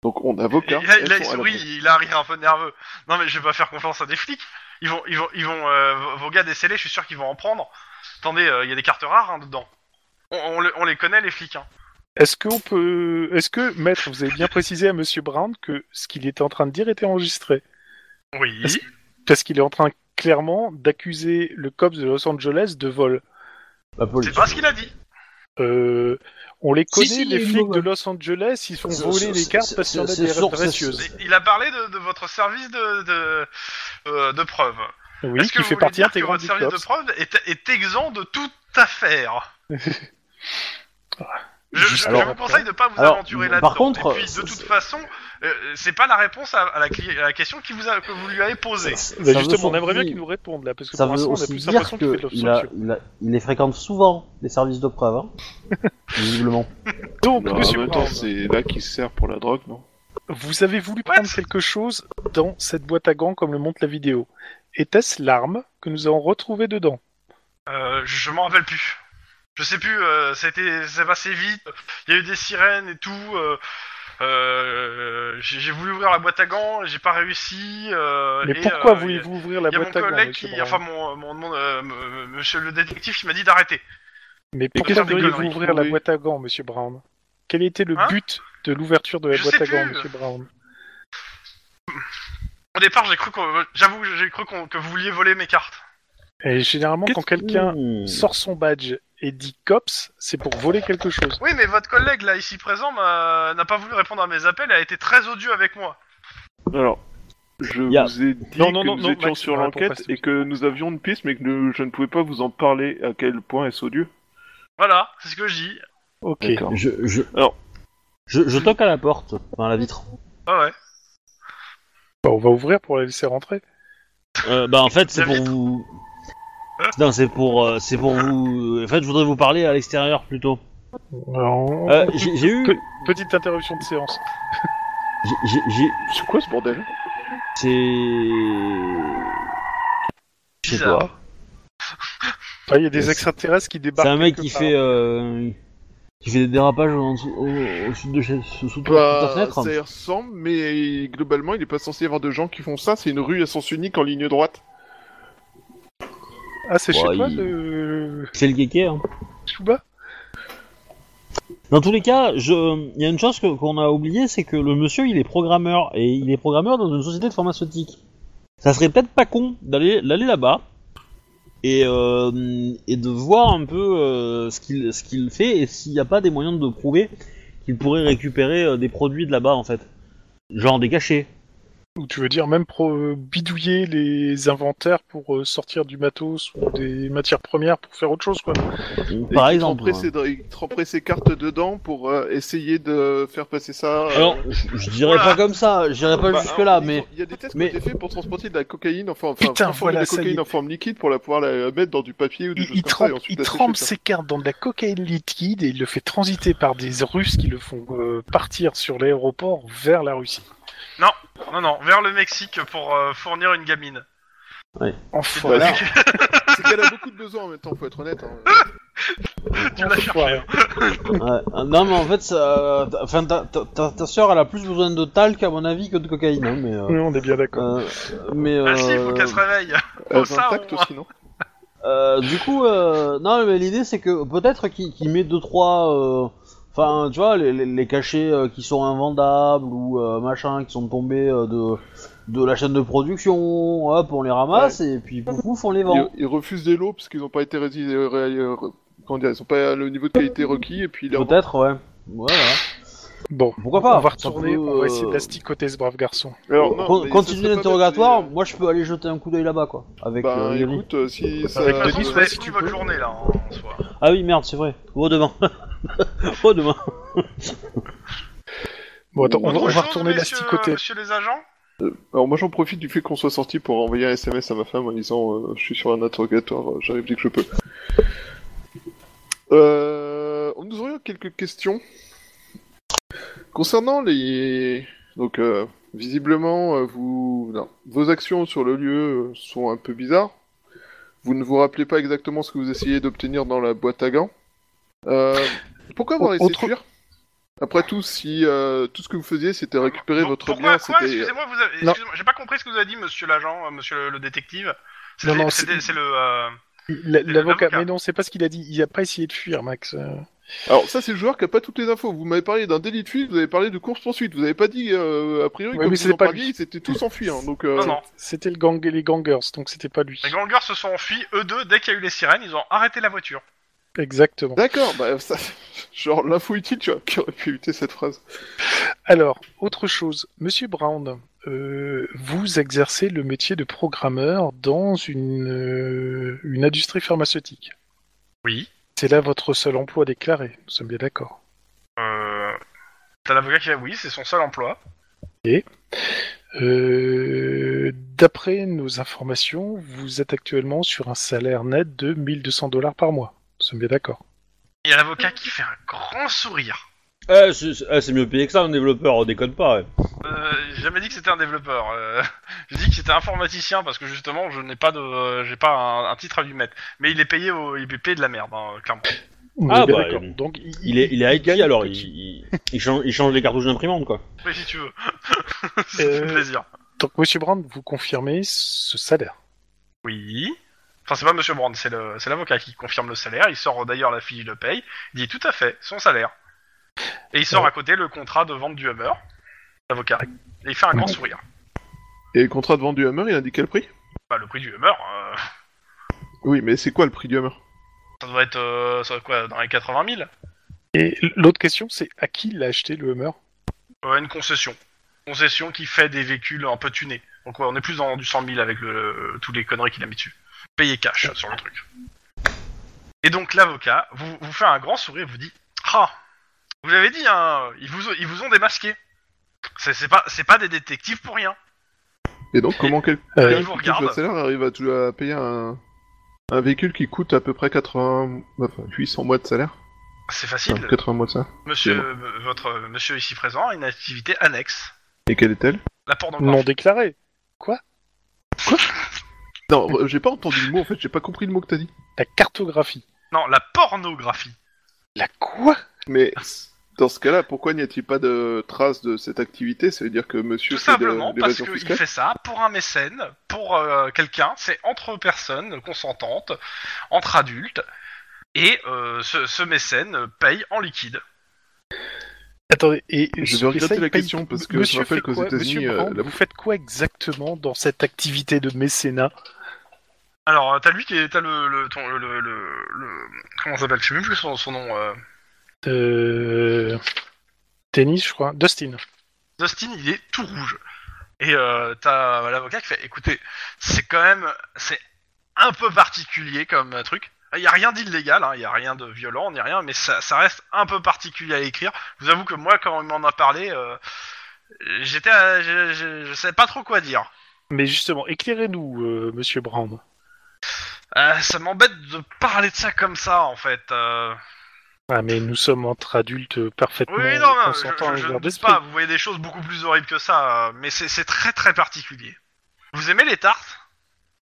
D: Donc, on a vos
A: Et
D: cartes.
A: là,
D: elles
A: là, il
D: sont à
A: sourit,
D: l'abri.
A: il a un rire un peu nerveux. Non, mais je vais pas faire confiance à des flics. Ils vont, ils vont, ils vont, euh, vos- vos gars décélés, je suis sûr qu'ils vont en prendre. Attendez, euh, il y a des cartes rares hein, dedans. On, on le- on les connaît, les flics. Hein.
C: Est-ce que on peut, est-ce que Maître, vous avez bien précisé à Monsieur Brown que ce qu'il était en train de dire était enregistré,
A: Oui.
C: Est-ce- parce qu'il est en train clairement d'accuser le cops de Los Angeles de vol.
B: La police.
A: C'est pas ce qu'il a dit.
C: Euh, on les
E: Si,
C: connaît,
E: si, il y a
C: les
E: eu le
C: flics
E: vol.
C: de Los Angeles, ils font
B: C'est-
C: voler les
B: c'est-
C: cartes
B: c'est-
C: parce qu'il y en a
B: c'est
C: des
B: source, c'est
C: précieuses.
A: Il a parlé de, de votre service de, de, euh, de preuve.
C: Oui,
A: Est-ce que
C: qui
A: vous
C: fait
A: voulez
C: partie
A: dire que votre
C: intégrante du
A: service de
C: COPS.
A: preuve est, est exempt de toute affaire Je, je- je
B: Alors,
A: vous conseille de ne pas vous
B: alors,
A: aventurer
B: par
A: là-dedans.
B: contre,
A: Et puis, de
B: euh,
A: toute façon, euh, c'est pas la réponse à, à la, cli- à la question qui vous a- que vous lui avez posée.
C: Bah,
B: Ça veut
C: justement, on
B: aussi-
C: aimerait bien qu'ils nous répondent là, parce que
B: Ça
C: pour
B: veut
C: l'instant, on a
B: aussi
C: plus
B: dire
C: l'impression qu'il fait
B: que
C: de
B: il a-
C: l'obstruction.
B: il a- il les fréquente souvent, les services de preuve, hein. visiblement.
C: Donc,
D: Bah, en
C: monsieur
D: même temps,
C: Brown,
D: c'est là qu'il se sert pour la drogue, non
C: vous avez voulu
A: What
C: prendre quelque chose dans cette boîte à gants, comme le montre la vidéo. Était-ce l'arme que nous avons retrouvée dedans
A: Euh, je m'en rappelle plus. Je sais plus, euh, c'était, c'est passé vite. Il y a eu des sirènes et tout. euh, euh, j'ai j'ai voulu ouvrir la boîte à gants, j'ai pas réussi. euh,
C: Mais
A: et,
C: pourquoi
A: euh,
C: voulez-vous ouvrir la
A: Il y a mon
C: boîte à gants
A: collègue
C: monsieur
A: qui,
C: Brown
A: enfin mon, mon, mon, euh, m- m- monsieur le détective qui m'a dit d'arrêter.
C: Mais
D: Et
C: pourquoi
A: qu'est-ce que
C: voulez-vous
A: vous
C: ouvrir
D: trouvez
C: la boîte à gants, monsieur Brown Quel était le
A: Hein
C: but de l'ouverture de la
A: Je
C: boîte
A: sais
C: à gants,
A: plus.
C: monsieur Brown
A: Au départ, j'ai cru qu'on, j'avoue, que j'ai cru qu'on- que vous vouliez voler mes cartes.
C: Et généralement, quand quelqu'un
B: Hmm.
C: sort son badge et dit cops, c'est pour voler quelque chose.
A: Oui, mais votre collègue là ici présent m'a- n'a pas voulu répondre à mes appels, et a été très odieux avec moi.
D: Alors, je
B: Y a-
D: vous ai dit
C: Non, non,
D: que
C: non,
D: nous
C: non,
D: étions
C: Max,
D: sur
C: ne réponds pas,
D: l'enquête
C: s'il te
D: et que nous avions une piste, mais que ne- je ne pouvais pas vous en parler à quel point est-ce odieux.
A: Voilà, c'est ce que je dis.
C: Ok.
D: D'accord.
B: Je, je...
D: Alors.
B: Je, je toque à la porte, enfin à la vitre.
A: Ah ouais.
C: Bah, on va ouvrir pour la laisser rentrer.
B: Euh, bah en fait c'est
A: La
B: pour
A: vitre.
B: vous. Non c'est pour euh, c'est pour vous. En fait je voudrais vous parler à l'extérieur plutôt.
C: Non.
B: Euh, j'ai j'ai eu
C: Petite interruption de séance.
B: j'ai- j'ai- j'ai
D: C'est quoi ce bordel
B: c'est je sais
A: Bizarre.
B: pas.
C: Ah, Il y a des
B: C'est-
C: extraterrestres qui débarquent.
B: C'est un mec
C: quelque
B: qui
C: part.
B: fait euh, qui fait des dérapages en dessous- au, au sud de chez sous, sous ta
D: Bah,
B: fenêtre.
D: ça y ressemble, mais globalement, il n'est pas censé y avoir de gens qui font ça. C'est une rue à sens unique en ligne droite.
C: Ah, c'est
B: Ouais,
C: chez toi,
B: il-
C: le.
B: Il fait le guéquet. Hein.
C: Chouba
B: Dans tous les cas, je... il y a une chose que- qu'on a oubliée, c'est que le monsieur, il est programmeur, et il est programmeur dans une société de pharmaceutique. Ça serait peut-être pas con d'aller d'aller là-bas, et, euh, et de voir un peu euh, ce qu'il ce qu'il fait, et s'il n'y a pas des moyens de prouver qu'il pourrait récupérer euh, des produits de là-bas, en fait. Genre des cachets.
C: Ou tu veux dire même pro... euh, bidouiller les inventaires pour euh, sortir du matos ou des matières premières pour faire autre chose, quoi.
D: Et
B: Par
D: il
B: exemple. hein.
D: tremperait ses- Il tremperait ses cartes dedans pour euh, essayer de faire passer ça. euh,
B: Alors, je, je dirais
A: Oula.
B: pas comme ça, j'irais pas
D: Bah,
B: jusque-là,
D: alors,
B: mais...
D: Il y a des tests
B: mais-
D: qui ont été faits pour transporter de la cocaïne, enfin, enfin
C: Putain,
D: transformer
C: voilà,
D: de la
C: ça y
D: cocaïne
C: est.
D: en forme liquide pour la pouvoir la mettre dans du papier ou des
C: Il,
D: choses
C: il
D: comme
C: trempe,
D: ça. Et ensuite,
C: il
D: la sécher,
C: trempe
D: ça.
C: ses cartes dans de la cocaïne liquide et il le fait transiter par des Russes qui le font euh, partir sur l'aéroport vers la Russie.
A: Non, non, vers le Mexique pour euh, fournir une gamine.
C: Enfin,
D: Bah, c'est- C'est qu'elle a beaucoup de besoins en même temps, faut être honnête. hein.
A: Tu l'as cherché. hein.
B: Ouais, non, mais en fait, ça... enfin, ta, ta, ta- ta sœur, elle a plus besoin de talc, à mon avis, que de cocaïne, hein, mais... euh,
C: Oui, on est bien d'accord.
B: Euh, mais
A: Ah si, faut qu'elle se
C: euh,
A: réveille.
D: Elle
A: Oh,
D: est
A: ça,
D: intacte
A: au moins.
D: aussi, non
B: euh, du coup, euh, non, mais l'idée c'est que peut-être qu'il qu'il met deux trois, euh, enfin, tu vois, les, les- les cachets euh, qui sont invendables ou euh, machin qui sont tombés euh, de de la chaîne de production, hop, on les ramasse et puis pouf pouf, on les vend.
D: ils, ils refusent des lots parce qu'ils n'ont pas été rési- euh, ré- euh, comment dire, ils sont pas au niveau de qualité requis et puis là,
B: Peut-être, ouais. Voilà.
C: Bon,
B: Pourquoi pas
C: on va
B: ça
C: retourner,
B: peut,
C: on va essayer de
B: euh,
C: l'asticoter ce brave garçon.
D: Alors, non,
B: con-
D: mais ça
B: Continue
D: serait pas
B: l'interrogatoire.
D: bête, mais,
B: Moi, je peux aller jeter un coup d'œil là-bas, quoi. Avec.
D: euh,
B: euh,
D: Bah
B: Yuri.
D: écoute, euh, si ça.
C: Avec
A: De toute
C: Denis,
A: façon, vous
C: ouais,
A: avez
C: si
A: fini
C: tu
A: votre
C: peux.
A: journée là, en en soi.
B: Ah oui, merde, c'est vrai. Au demain. Au demain.
C: Bon, attends, on, va- on
A: Autre
C: va
A: chose,
C: retourner
A: messieurs-
C: l'asticoter.
A: Messieurs les agents
D: Alors moi j'en profite du fait qu'on soit sorti pour envoyer un SMS à ma femme en disant euh, je suis sur un interrogatoire, euh, j'arrive dès que je peux. Euh, nous aurions quelques questions concernant les donc euh, visiblement euh, vous non, vos actions sur le lieu euh, sont un peu bizarres. Vous ne vous rappelez pas exactement ce que vous essayez d'obtenir dans la boîte à gants. Euh, pourquoi avoir
C: Au-
D: laissé
C: autre-
D: fuir Après tout, si euh, tout ce que vous faisiez c'était récupérer
A: Bon,
D: votre
A: Pourquoi
D: bien,
A: quoi
D: c'était
A: Excusez-moi, vous avez...
D: Non.
A: excusez-moi, j'ai pas compris ce que vous avez dit, monsieur l'agent, euh, monsieur le, le détective.
C: Non, non,
A: C'était- C'était c'est le. euh,
C: La- L'avocat,
A: l'avocat.
C: mais non, c'est pas ce qu'il a dit. Il a pas essayé de fuir, Max. Euh,
D: Alors ça c'est le joueur qui a pas toutes les infos. Vous m'avez parlé d'un délit de fuite, vous avez parlé de course poursuite, vous avez pas dit euh, a priori
C: Ouais,
D: comme
C: mais
D: vous
C: c'était
D: en
C: pas
D: parliez,
C: lui.
D: ils étaient tous enfuis. Hein, donc euh,
A: Non, non.
C: C'était le gang, les gangers, donc c'était pas lui.
A: Les gangers se sont enfuis, eux deux, dès qu'il y a eu les sirènes, ils ont arrêté la voiture.
C: Exactement.
D: d'accord. Bah ça, genre l'info utile, tu vois, qui aurait pu éviter cette phrase.
C: Alors, autre chose, Monsieur Brown, euh, vous exercez le métier de programmeur dans une, euh, une industrie pharmaceutique.
A: Oui.
C: C'est là votre seul emploi déclaré, nous sommes bien d'accord.
A: Euh, T'as l'avocat qui va oui, c'est son seul emploi.
C: Euh, D'après nos informations, vous êtes actuellement sur un salaire net de 1200 dollars par mois. Nous sommes bien d'accord.
A: Il y a l'avocat qui fait un grand sourire.
B: Eh, c'est eh, c'est mieux payé que ça, un développeur, on déconne pas. ouais.
A: Euh, j'ai jamais dit que c'était un développeur. euh, j'ai dit que c'était informaticien parce que justement, je n'ai pas de, euh, j'ai pas un, un titre à lui mettre. Mais il est payé, au, il est payé de la merde, hein, clairement.
C: On
B: Ah,
C: est bien
B: bah,
C: d'accord.
B: il-
C: Donc
B: Il est, il est IT,
C: gagne
B: alors il,
C: petit.
B: il, il change, il change les cartouches d'imprimante, quoi.
A: Mais si tu veux, c'est
C: Euh,
A: plaisir.
C: Donc Monsieur Brand, vous confirmez ce salaire.
A: Oui. Enfin, c'est pas Monsieur Brand, c'est le, c'est l'avocat qui confirme le salaire. Il sort d'ailleurs la fiche de paye. Il dit tout à fait son salaire. Et il sort
C: Ouais.
A: à côté le contrat de vente du Hummer. L'avocat. Et il fait un grand sourire.
D: Et le contrat de vente du Hammer, il indique quel prix
A: Bah, le prix du Hummer, euh,
D: Oui, mais c'est quoi le prix du Hammer
A: ça doit être, euh, ça doit être quoi, dans les 80 000
C: Et l'autre question, c'est à qui il a acheté le Hummer
A: Euh, une concession. Concession qui fait des véhicules un peu tunés. Donc ouais, on est plus dans du 100 000 avec le, tous les conneries qu'il a mis dessus. Payé cash euh, sur le truc. Et donc l'avocat vous, vous fait un grand sourire vous dit Ah Vous l'avez dit, hein, ils, vous, ont- ils vous ont démasqué. C'est c'est pas, c'est pas des détectives pour rien.
D: Et donc, comment quel
C: Euh,
A: il vous
D: quel
A: regarde.
D: salaire arrive à, tou- à payer un... un véhicule qui coûte à peu près 80... Enfin, 800 mois de salaire
A: C'est facile.
D: Enfin, 80 mois de salaire.
A: Monsieur, euh, votre euh, monsieur ici présent a une activité annexe.
D: Et quelle est-elle
A: La pornographie.
C: non déclaré.
D: Non, euh, j'ai pas entendu le mot, en fait, j'ai pas compris le mot que t'as dit.
C: La cartographie.
A: non, la pornographie.
C: La quoi
D: Mais dans ce cas-là, pourquoi n'y a-t-il pas de traces de cette activité Ça veut dire que monsieur
A: Tout
D: fait de
A: simplement parce
D: l'évasion
A: qu'il
D: fiscale
A: fait ça pour un mécène, pour euh, quelqu'un, c'est entre personnes consentantes, entre adultes, et euh, ce, ce mécène paye en liquide.
C: Attendez, et
D: Je vais
C: et
D: regretter
C: il
D: la
C: paye-
D: question, parce que je
C: Monsieur
D: rappelle
C: fait
D: qu'aux
C: quoi Monsieur
D: États-Unis, euh,
C: Brand,
D: la-
C: vous faites quoi exactement dans cette activité de mécénat
A: Alors, euh, t'as lui qui est, t'as le, le, ton- le, le, le- le- comment ça s'appelle Je sais même plus son, son nom. euh,
C: Euh, Tennis, je crois. Dustin.
A: Dustin, il est tout rouge. Et euh, t'as l'avocat qui fait, écoutez, c'est quand même, c'est un peu particulier comme euh, truc. Il n'y a rien d'illégal, hein, il n'y a rien de violent, ni rien, mais ça, ça reste un peu particulier à écrire. Je vous avoue que moi, quand on m'en a parlé, euh, j'étais, à- je, je, je savais pas trop quoi dire.
C: Mais justement, éclairez-nous, euh, Monsieur Brand.
A: Euh, ça m'embête de parler de ça comme ça, en fait. euh.
C: Ah, mais nous sommes entre adultes euh, parfaitement
A: Oui, non, non, je,
C: consentants
A: je- je
C: et
A: ne
C: ouverts
A: doute
C: d'esprit.
A: pas, vous voyez des choses beaucoup plus horribles que ça, euh, mais c'est c'est très très particulier. Vous aimez les tartes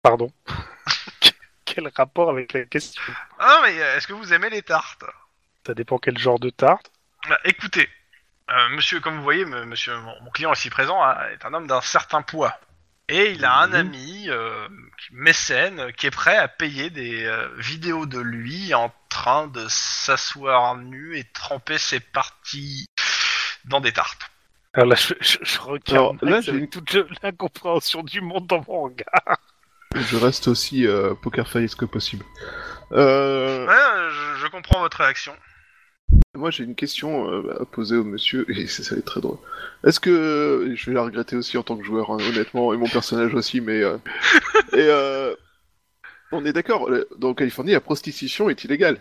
C: Pardon. quel rapport avec la question
A: Ah non, mais euh, est-ce que vous aimez les tartes
C: Ça dépend quel genre de tarte.
A: Bah, écoutez, euh, monsieur, comme vous voyez, me- monsieur, mon, mon client ici présent a- est un homme d'un certain poids. Et il a un ami euh, qui- mécène qui est prêt à payer des euh, vidéos de lui en train de s'asseoir nu et tremper ses parties dans des tartes.
C: Alors là, je, je- je regarde
D: Alors, là,
C: Max
D: j'ai
C: avec
D: une-
C: toute le- la compréhension du monde dans mon regard.
D: Je reste aussi euh, poker face que possible. Euh,
A: Ouais, euh, je, je comprends votre réaction.
D: Moi, j'ai une question euh, à poser au monsieur, et ça, ça va être très drôle. Est-ce que... et Je vais la regretter aussi en tant que joueur, hein, honnêtement, et mon personnage aussi, mais... euh, Et... euh, On est d'accord, euh, dans Californie, la prostitution est illégale.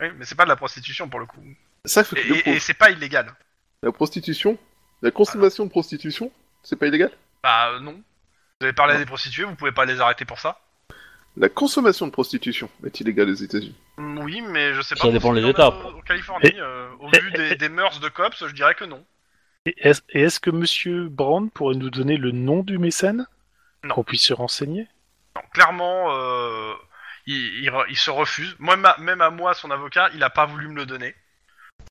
A: Oui, mais c'est pas de la prostitution pour le coup.
D: Ça, faut que
A: Et,
D: je le
A: et- et
D: prouve.
A: c'est pas illégal.
D: La prostitution, la consommation de prostitution, c'est pas illégal
A: Bah euh, non. Vous avez parlé à des prostituées, vous pouvez pas les arrêter pour ça.
D: La consommation de prostitution est illégale aux États-Unis.
A: Oui, mais je sais pas.
B: Ça dépend
A: parce
B: des
A: qu'il y en a
B: étapes.
A: au- En Californie,
C: Et-
A: euh, au vu des, des mœurs de cops, je dirais que non.
C: Et est-ce et est-ce que Monsieur Brand pourrait nous donner le nom du mécène
A: Non.
C: Qu'on puisse se renseigner
A: Non, clairement, euh, il, il re- il se refuse. Moi, ma- même à moi, son avocat, il a pas voulu me le donner.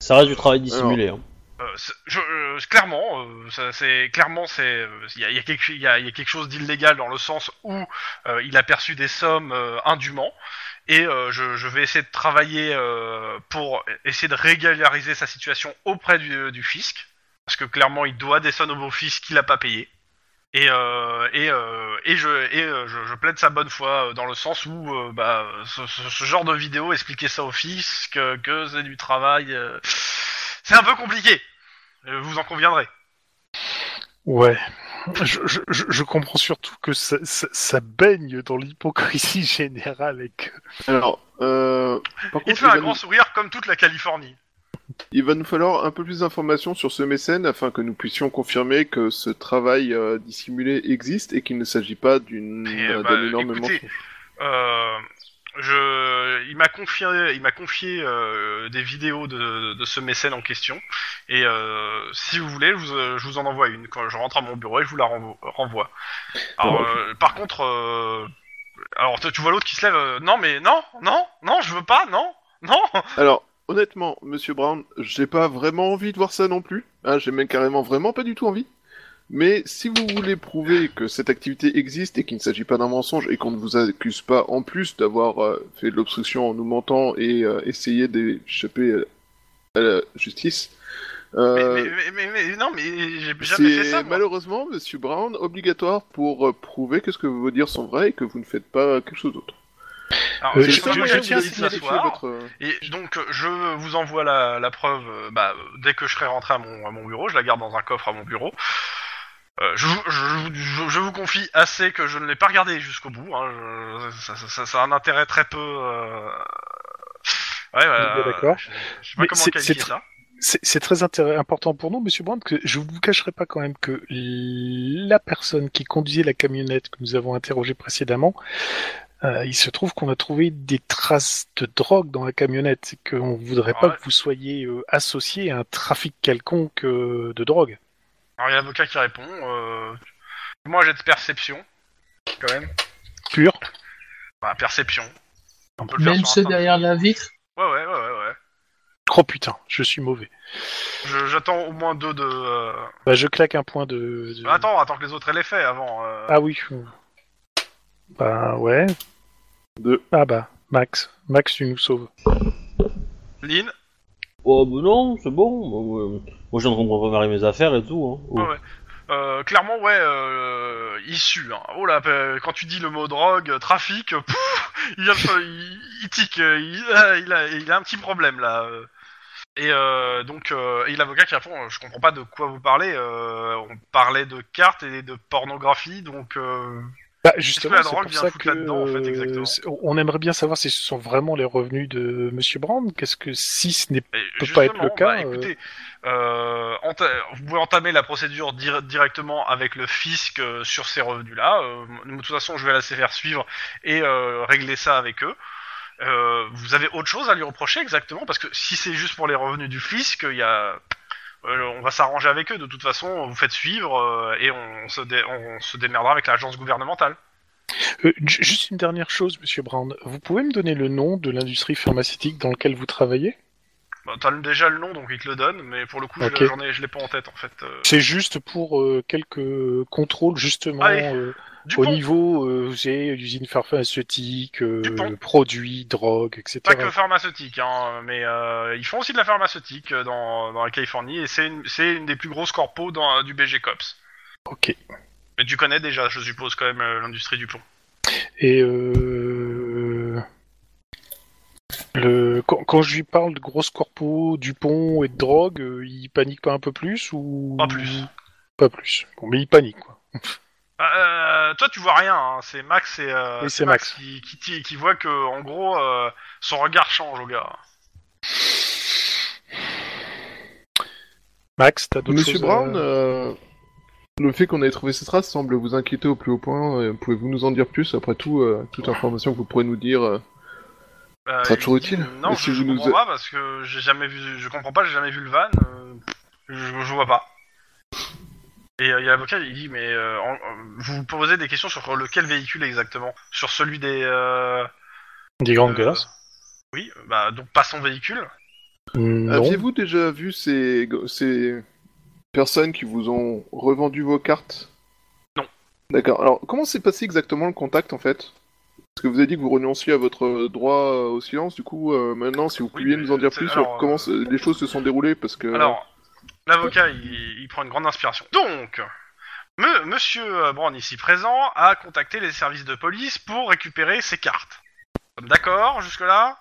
B: Ça reste du travail dissimulé. hein.
A: Euh, c'est- je- euh, clairement, euh, ça- c'est clairement c'est euh, il y a, il y a quelque il y a- il y a quelque chose d'illégal dans le sens où euh, il a perçu des sommes euh, indûment et euh, je, je vais essayer de travailler euh, pour essayer de régulariser sa situation auprès du, du fisc parce que clairement il doit des sommes au beau-fils qu'il a pas payé et euh, et, euh, et je et euh, je, je plaide sa bonne foi euh, dans le sens où euh, bah, ce, ce- ce genre de vidéo expliquer ça au fisc que, que c'est du travail euh, c'est un peu compliqué euh, Vous en conviendrez.
C: Ouais. je, je- je- je comprends surtout que ça, ça- ça baigne dans l'hypocrisie générale et que
D: Alors, euh, par
A: Il te
D: contre,
A: fait
D: il va,
A: un grand
D: nous-
A: sourire comme toute la Californie.
D: il va nous falloir un peu plus d'informations sur ce mécène afin que nous puissions confirmer que ce travail euh, dissimulé existe et qu'il ne s'agit pas d'une
A: Et, euh,
D: d'un
A: bah,
D: énorme
A: écoutez,
D: mensonge.
A: Euh, je, il m'a confié, il m'a confié euh, des vidéos de, de ce mécène en question. Et euh, si vous voulez, je vous, euh, je vous en envoie une. Quand je rentre à mon bureau, et je vous la renvo- renvoie. Alors,
D: Bon.
A: euh, par contre, euh, alors tu tu vois l'autre qui se lève. euh, non, mais non, non, non, je veux pas, non, non.
D: Alors, honnêtement, Monsieur Brown, j'ai pas vraiment envie de voir ça non plus. Hein, j'ai même carrément vraiment pas du tout envie. Mais si vous voulez prouver que cette activité existe et qu'il ne s'agit pas d'un mensonge et qu'on ne vous accuse pas en plus d'avoir euh, fait de l'obstruction en nous mentant et euh, essayé d'échapper euh, à la justice,
A: Mais,
D: euh,
A: mais- mais- mais- mais non, mais j'ai jamais fait ça.
D: c'est
A: moi.
D: malheureusement, Monsieur Brown, obligatoire pour euh, prouver que ce que vos dires sont vrais et que vous ne faites pas quelque chose d'autre.
A: Alors,
C: Euh,
A: j'ai
C: je-
A: pas
C: je-
A: moyen
C: je
A: de
C: tiens à
A: vous
D: signaler
A: asseoir.
D: votre-
A: Et donc euh, je vous envoie la, la preuve euh, bah, euh, dès que je serai rentré à mon, à mon bureau, je la garde dans un coffre à mon bureau. Euh, je, vous- je vous- je- je vous confie assez que je ne l'ai pas regardé jusqu'au bout. hein, je- ça, ça- ça- ça a un intérêt très peu. euh, Ouais, bah,
C: Bien d'accord.
A: Je, je sais pas
C: Mais
A: comment
C: c'est-
A: qualifier
C: c'est tr-
A: ça.
C: c'est c'est très intéressant- important pour nous, Monsieur Brand, que je vous cacherai pas quand même que la personne qui conduisait la camionnette que nous avons interrogée précédemment, euh, il se trouve qu'on a trouvé des traces de drogue dans la camionnette, et qu'on voudrait pas
A: Ouais.
C: que vous soyez euh, associé à un trafic quelconque euh, de drogue.
A: Alors il y a l'avocat qui répond. Euh... Moi j'ai de perception, quand même.
C: Pur.
A: Enfin, perception. On peut le faire
E: Même
A: sur
E: ceux
A: un train.
E: derrière la vitre.
A: Ouais, ouais, ouais, ouais. ouais.
C: Oh putain, je suis mauvais.
A: Je- J'attends au moins deux de. euh,
C: Bah, je claque un point de. de-
A: Bah, Attends, attends que les autres aient les faits avant. euh.
C: Ah oui. Bah ouais.
D: Deux.
C: Ah bah, Max. Max, tu nous sauves.
A: Lynn
B: Oh, bah non, c'est bon. Moi, euh, moi, je suis en train de préparer mes affaires et tout. hein. Oh.
A: Ouais,
D: Ah
A: ouais. Euh, clairement, ouais, euh, issu. Hein. Oh là, euh, quand tu dis le mot drogue, trafic, euh, pouf, il, vient de se- il, il tique, euh, il, ah, il a, il a un petit problème là. euh. Et euh, donc, euh, et l'avocat qui répond, euh, je comprends pas de quoi vous parlez. euh, on parlait de cartes et de pornographie, donc euh,
C: Bah, justement,
A: la
C: c'est
A: drogue
C: pour
A: vient
C: ça
A: foutre
C: que
A: là-dedans, en fait,
C: euh,
A: exactement
C: c'est- on aimerait bien savoir si ce sont vraiment les revenus de Monsieur Brand. Qu'est-ce que si ce n'est
A: Et
C: peut
A: justement,
C: pas être le cas,
A: bah, écoutez, euh, enta- vous pouvez entamer la procédure dir- directement avec le fisc euh, sur ces revenus-là. Euh, de toute façon, je vais la faire suivre et euh, régler ça avec eux. Euh, vous avez autre chose à lui reprocher exactement parce que si c'est juste pour les revenus du fisc, il y a, euh, on va s'arranger avec eux. De toute façon, vous faites suivre euh, et on se, dé- on se démerdera avec l'agence gouvernementale.
C: Euh, ju- juste une dernière chose, Monsieur Brand, vous pouvez me donner le nom de l'industrie pharmaceutique dans laquelle vous travaillez
A: Bah, T'as déjà le nom, donc ils te le donnent, mais pour le coup, je-
C: Ok.
A: j'en ai- je l'ai pas en tête en fait. Euh,
C: C'est juste pour euh, quelques contrôles justement
A: Allez,
C: euh, au
A: Dupont,
C: niveau euh, j'ai usine pharmaceutique, euh,
A: Dupont.
C: produits, drogues, etc.
A: Pas que pharmaceutique, hein, mais euh, ils font aussi de la pharmaceutique euh, dans, dans la Californie et c'est une, c'est une des plus grosses corpos dans, euh, du BG Cops. euh.
C: Ok.
A: Mais tu connais déjà, je suppose, quand même euh, l'industrie du pont.
C: Et euh... le... quand, quand je lui parle de grosses corpos, du pont et de drogue, euh, il panique pas un peu plus ou
A: Pas plus.
C: Pas plus. Bon, mais il panique quoi.
A: Euh, toi, tu vois rien, hein, c'est Max et euh,
C: Oui, c'est Max.
A: qui, qui, t'y- qui voit que, en gros, euh, son regard change au gars.
C: Max, t'as d'autres
D: Monsieur
C: choses à-
D: Brown, euh, le fait qu'on ait trouvé ces traces semble vous inquiéter au plus haut point. euh, Pouvez-vous nous en dire plus Après tout, euh, toute information que vous pourrez nous dire. euh,
A: Euh,
D: Sera
A: il
D: toujours
A: dit,
D: utile.
A: Non,
D: Et
A: je,
D: si
A: je
D: vous nous
A: comprends
D: a-
A: pas parce que j'ai jamais vu, je comprends pas, j'ai jamais vu le van. euh, je, je vois pas. Et euh, il y a l'avocat, il dit mais euh, en- euh, vous vous posez des questions sur lequel véhicule exactement Sur celui des. euh,
C: Des grandes
A: euh,
C: gueulasses
A: Oui, bah donc pas son véhicule.
C: Non.
D: Aviez-vous déjà vu ces... ces personnes qui vous ont revendu vos cartes
A: Non.
D: D'accord. Alors, comment s'est passé exactement le contact en fait Parce que vous avez dit que vous renonciez à votre euh, droit euh, au silence. Du coup, euh, maintenant, si vous
A: Oui,
D: pouviez
A: mais
D: nous en dire
A: c'est-
D: plus
A: alors,
D: sur comment
A: euh,
D: se- les choses se sont déroulées, parce que
A: Alors, l'avocat, il, il prend une grande inspiration. Donc, me- Monsieur euh, Brown, ici présent, a contacté les services de police pour récupérer ses cartes. Nous sommes D'accord jusque-là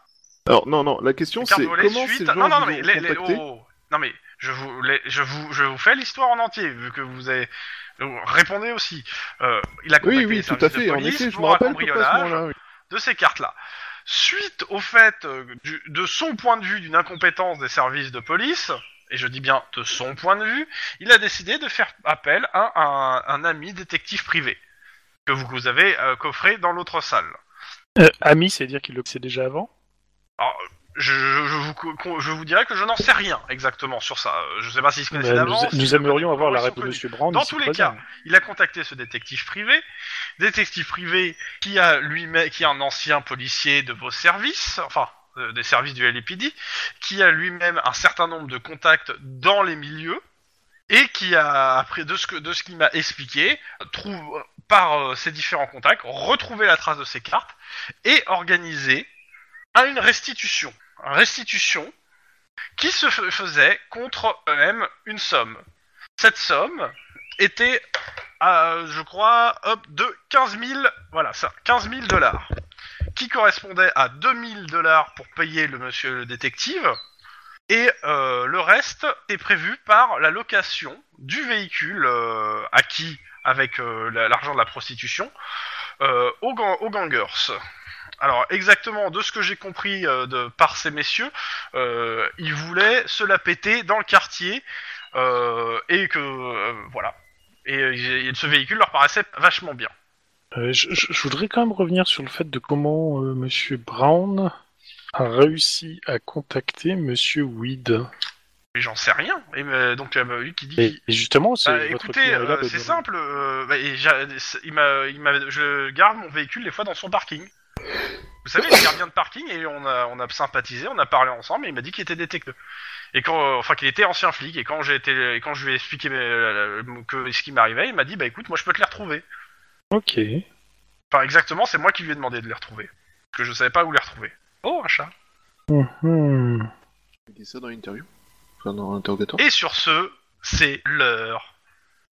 D: Alors, non, non. La question
A: Carte
D: c'est
A: volée,
D: comment
A: suite-
D: ces gens
A: non, non, non,
D: vous
A: mais
D: ont
A: les- les-
D: contacté
A: oh, oh. non mais je vous, les- je vous, je vous fais l'histoire en entier vu que vous avez, Donc, répondez aussi. Euh, il a contacté
D: Oui,
A: les
D: oui, tout
A: services
D: à
A: de
D: fait. En
A: police
D: effet, je me
A: pour un
D: rappelle pourquoi à ce
A: cambriolage
D: moment-là. oui.
A: de ces cartes-là. Suite au fait euh, du- de son point de vue d'une incompétence des services de police, et je dis bien de son point de vue, il a décidé de faire appel à un, un ami détective privé que vous, vous avez euh, coffré dans l'autre salle.
C: Euh, ami, c'est dire qu'il le sait déjà avant.
A: Alors, je, je- je vous, co- con- je vous dirais que je n'en sais rien exactement sur ça. Euh, Je sais pas si se connaissait
C: Bah,
A: d'avant.
C: nous,
A: s'il
C: nous
A: le
C: aimerions
A: connaît,
C: avoir la
A: comment ils
C: réponse
A: sont connus.
C: de Monsieur Brand.
A: Dans
C: ici
A: tous les
C: présent.
A: Il a contacté ce détective privé, détective privé qui a lui qui est un ancien policier de vos services, enfin euh, des services du LAPD, qui a lui-même un certain nombre de contacts dans les milieux et qui a après de ce que de ce qu'il m'a expliqué trouve par euh, ses différents contacts retrouvé la trace de ces cartes et organisé à une restitution, une restitution qui se f- faisait contre eux-mêmes une somme. Cette somme était à, je crois, hop, de 15 000, voilà, ça, 15 000 dollars, qui correspondait à 2 000 dollars pour payer le monsieur le détective, et euh, le reste est prévu par la location du véhicule euh, acquis avec euh, la- l'argent de la prostitution euh, aux, gan- aux gangers. Alors exactement de ce que j'ai compris euh, de par ces messieurs, euh, ils voulaient se la péter dans le quartier euh, et que euh, voilà. Et, euh, j'ai- ce véhicule leur paraissait vachement bien.
C: Euh, je, je- je voudrais quand même revenir sur le fait de comment euh, Monsieur Brown a réussi à contacter Monsieur Weed.
A: Mais j'en sais rien. Et euh, donc il y en a eu qui dit.
C: Et, et justement, c'est
A: Bah,
C: votre
A: écoutez,
C: client est là,
A: euh,
C: le-
A: c'est simple. euh, bah, et j'a- c'est- il m'a, il m'a- je garde mon véhicule des fois dans son parking. Vous savez, le gardien de parking et on a, on a sympathisé, on a parlé ensemble. Et il m'a dit qu'il était détective. Et quand, euh, enfin, qu'il était ancien flic. Et quand j'ai été, et quand je lui ai expliqué euh, que- ce qui m'arrivait, il m'a dit, bah écoute, moi je peux te les retrouver.
C: Ok.
A: Enfin, exactement, c'est moi qui lui ai demandé de les retrouver. Parce que je savais pas où les retrouver. Oh, un chat.
C: Mhm.
D: Il dit ça dans l'interview Enfin, dans l'interrogatoire
A: Et sur ce, c'est l'heure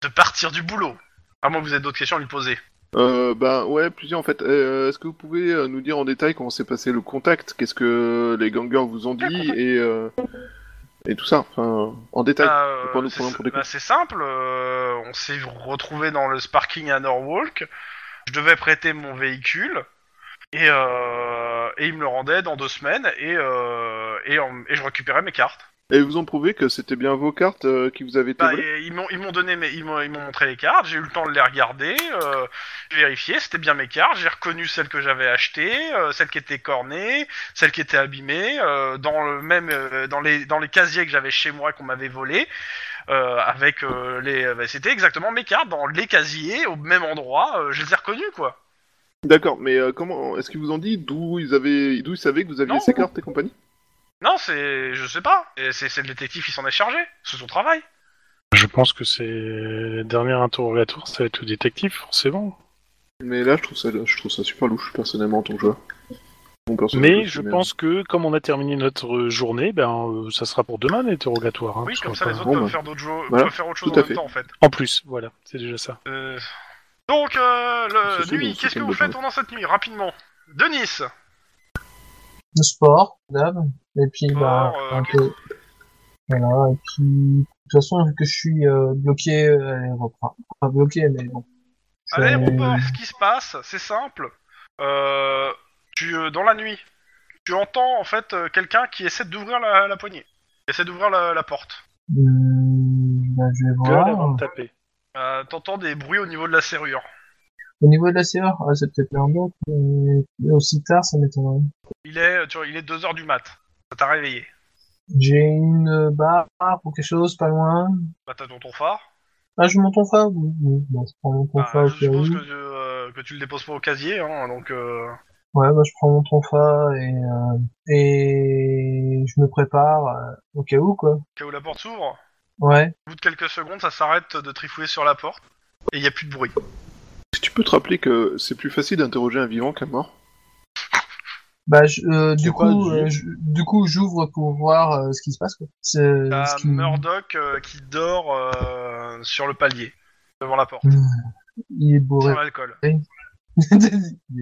A: de partir du boulot. À moins que vous ayez d'autres questions à lui poser.
D: euh, Ben ouais, plusieurs en fait. Euh, Est-ce que vous pouvez euh, nous dire en détail comment s'est passé le contact Qu'est-ce que les gangers vous ont dit et, euh, et tout ça Enfin, en détail.
A: Bah, euh,
D: pas nous
A: c'est
D: prendre pour des cons.
A: bah, c'est simple, euh, on s'est retrouvé dans le parking à Norwalk. Je devais prêter mon véhicule et, euh, et il me le rendait dans deux semaines et, euh, et, en- et je récupérais mes cartes.
D: Et ils vous ont prouvé que c'était bien vos cartes euh, qui vous avaient été
A: Bah,
D: volées
A: et ils m'ont ils m'ont donné mes, ils m'ont ils m'ont montré les cartes, j'ai eu le temps de les regarder, euh, j'ai vérifié, c'était bien mes cartes, j'ai reconnu celles que j'avais achetées, euh, celles qui étaient cornées, celles qui étaient abîmées, euh, dans le même euh, dans les dans les casiers que j'avais chez moi qu'on m'avait volé, euh, avec euh, les bah, c'était exactement mes cartes dans les casiers au même endroit, euh, je les ai reconnues quoi.
D: D'accord, mais euh, comment Est-ce qu'ils vous ont dit d'où ils avaient, d'où ils savaient que vous aviez
A: Non.
D: ces cartes et compagnie
A: Non, c'est je sais pas, Et c'est c'est le détective qui s'en est chargé, c'est son travail.
C: Je pense que c'est le dernier interrogatoire, ça va être le détective, forcément.
D: Mais là, je trouve ça, je trouve ça super louche personnellement en tant que joueur. Bon, personnage,
C: Mais je
D: mais-
C: pense que, comme on a terminé notre journée, ben, euh, ça sera pour demain l'interrogatoire. hein,
A: Oui,
C: parce
A: comme
C: qu'on
A: ça
C: va
A: les
C: pas-
A: autres
D: bon,
A: peuvent
D: bah.
A: faire d'autres jo-
D: Voilà,
A: peuvent faire autre chose
D: tout à
A: en
D: fait.
A: même temps en fait.
C: En plus, voilà, c'est déjà ça.
A: Euh, Donc, euh, le
D: C'est sûr,
A: nuit,
D: c'est
A: qu'est-ce que
D: une
A: vous
D: bonne
A: faites pendant cette nuit, rapidement Denis
E: Le sport, d'hab. Et puis, bah,
A: Sport, euh,
E: un
A: ok.
E: peu. Voilà, et puis, de toute façon, vu que je suis euh, bloqué, euh, à l'aéroport- enfin, pas bloqué, mais bon.
A: À
E: Je-
A: l'aéroport, ce qui se passe, c'est simple. Euh, tu, euh, dans la nuit, tu entends en fait euh, quelqu'un qui essaie d'ouvrir la, la poignée, qui essaie d'ouvrir la, la porte.
E: Hum, bah, je vais
C: Gueule avant
E: voir.
C: de taper.
A: Euh, T'entends des bruits au niveau de la serrure.
E: Au niveau de la serrure, ah, c'est peut-être l'un d'autre, mais mais aussi tard, ça m'étonnerait.
A: Il est, tu vois, il est 2 heures du mat. Ça t'a réveillé.
E: J'ai une euh, barre ou quelque chose, pas loin.
A: Bah t'as ton ton phare.
E: Ah, je monte en phare oui, oui. Bon, je prends mon
A: Bah,
E: tonfa au
A: je
E: cas où.
A: suppose que, tu- euh, que tu le déposes pas au casier, hein, donc. euh,
E: Ouais, bah, je prends mon tonfa et, euh, et je me prépare euh, au cas où, quoi.
A: au cas où la porte s'ouvre,
E: Ouais.
A: au bout de quelques secondes, ça s'arrête de trifouiller sur la porte et il y a plus de bruit.
D: Si tu peux te rappeler que c'est plus facile d'interroger un vivant qu'un mort.
E: Bah, je, euh, du,
B: C'est quoi,
E: coup,
B: du-
E: euh, je- du coup, j'ouvre pour voir euh, ce qui se passe, quoi. C'est, euh,
A: T'as
E: ce qui-
A: Murdoch euh, qui dort euh, sur le palier, devant la porte,
E: Il est bourré.
A: sans alcool.
E: Il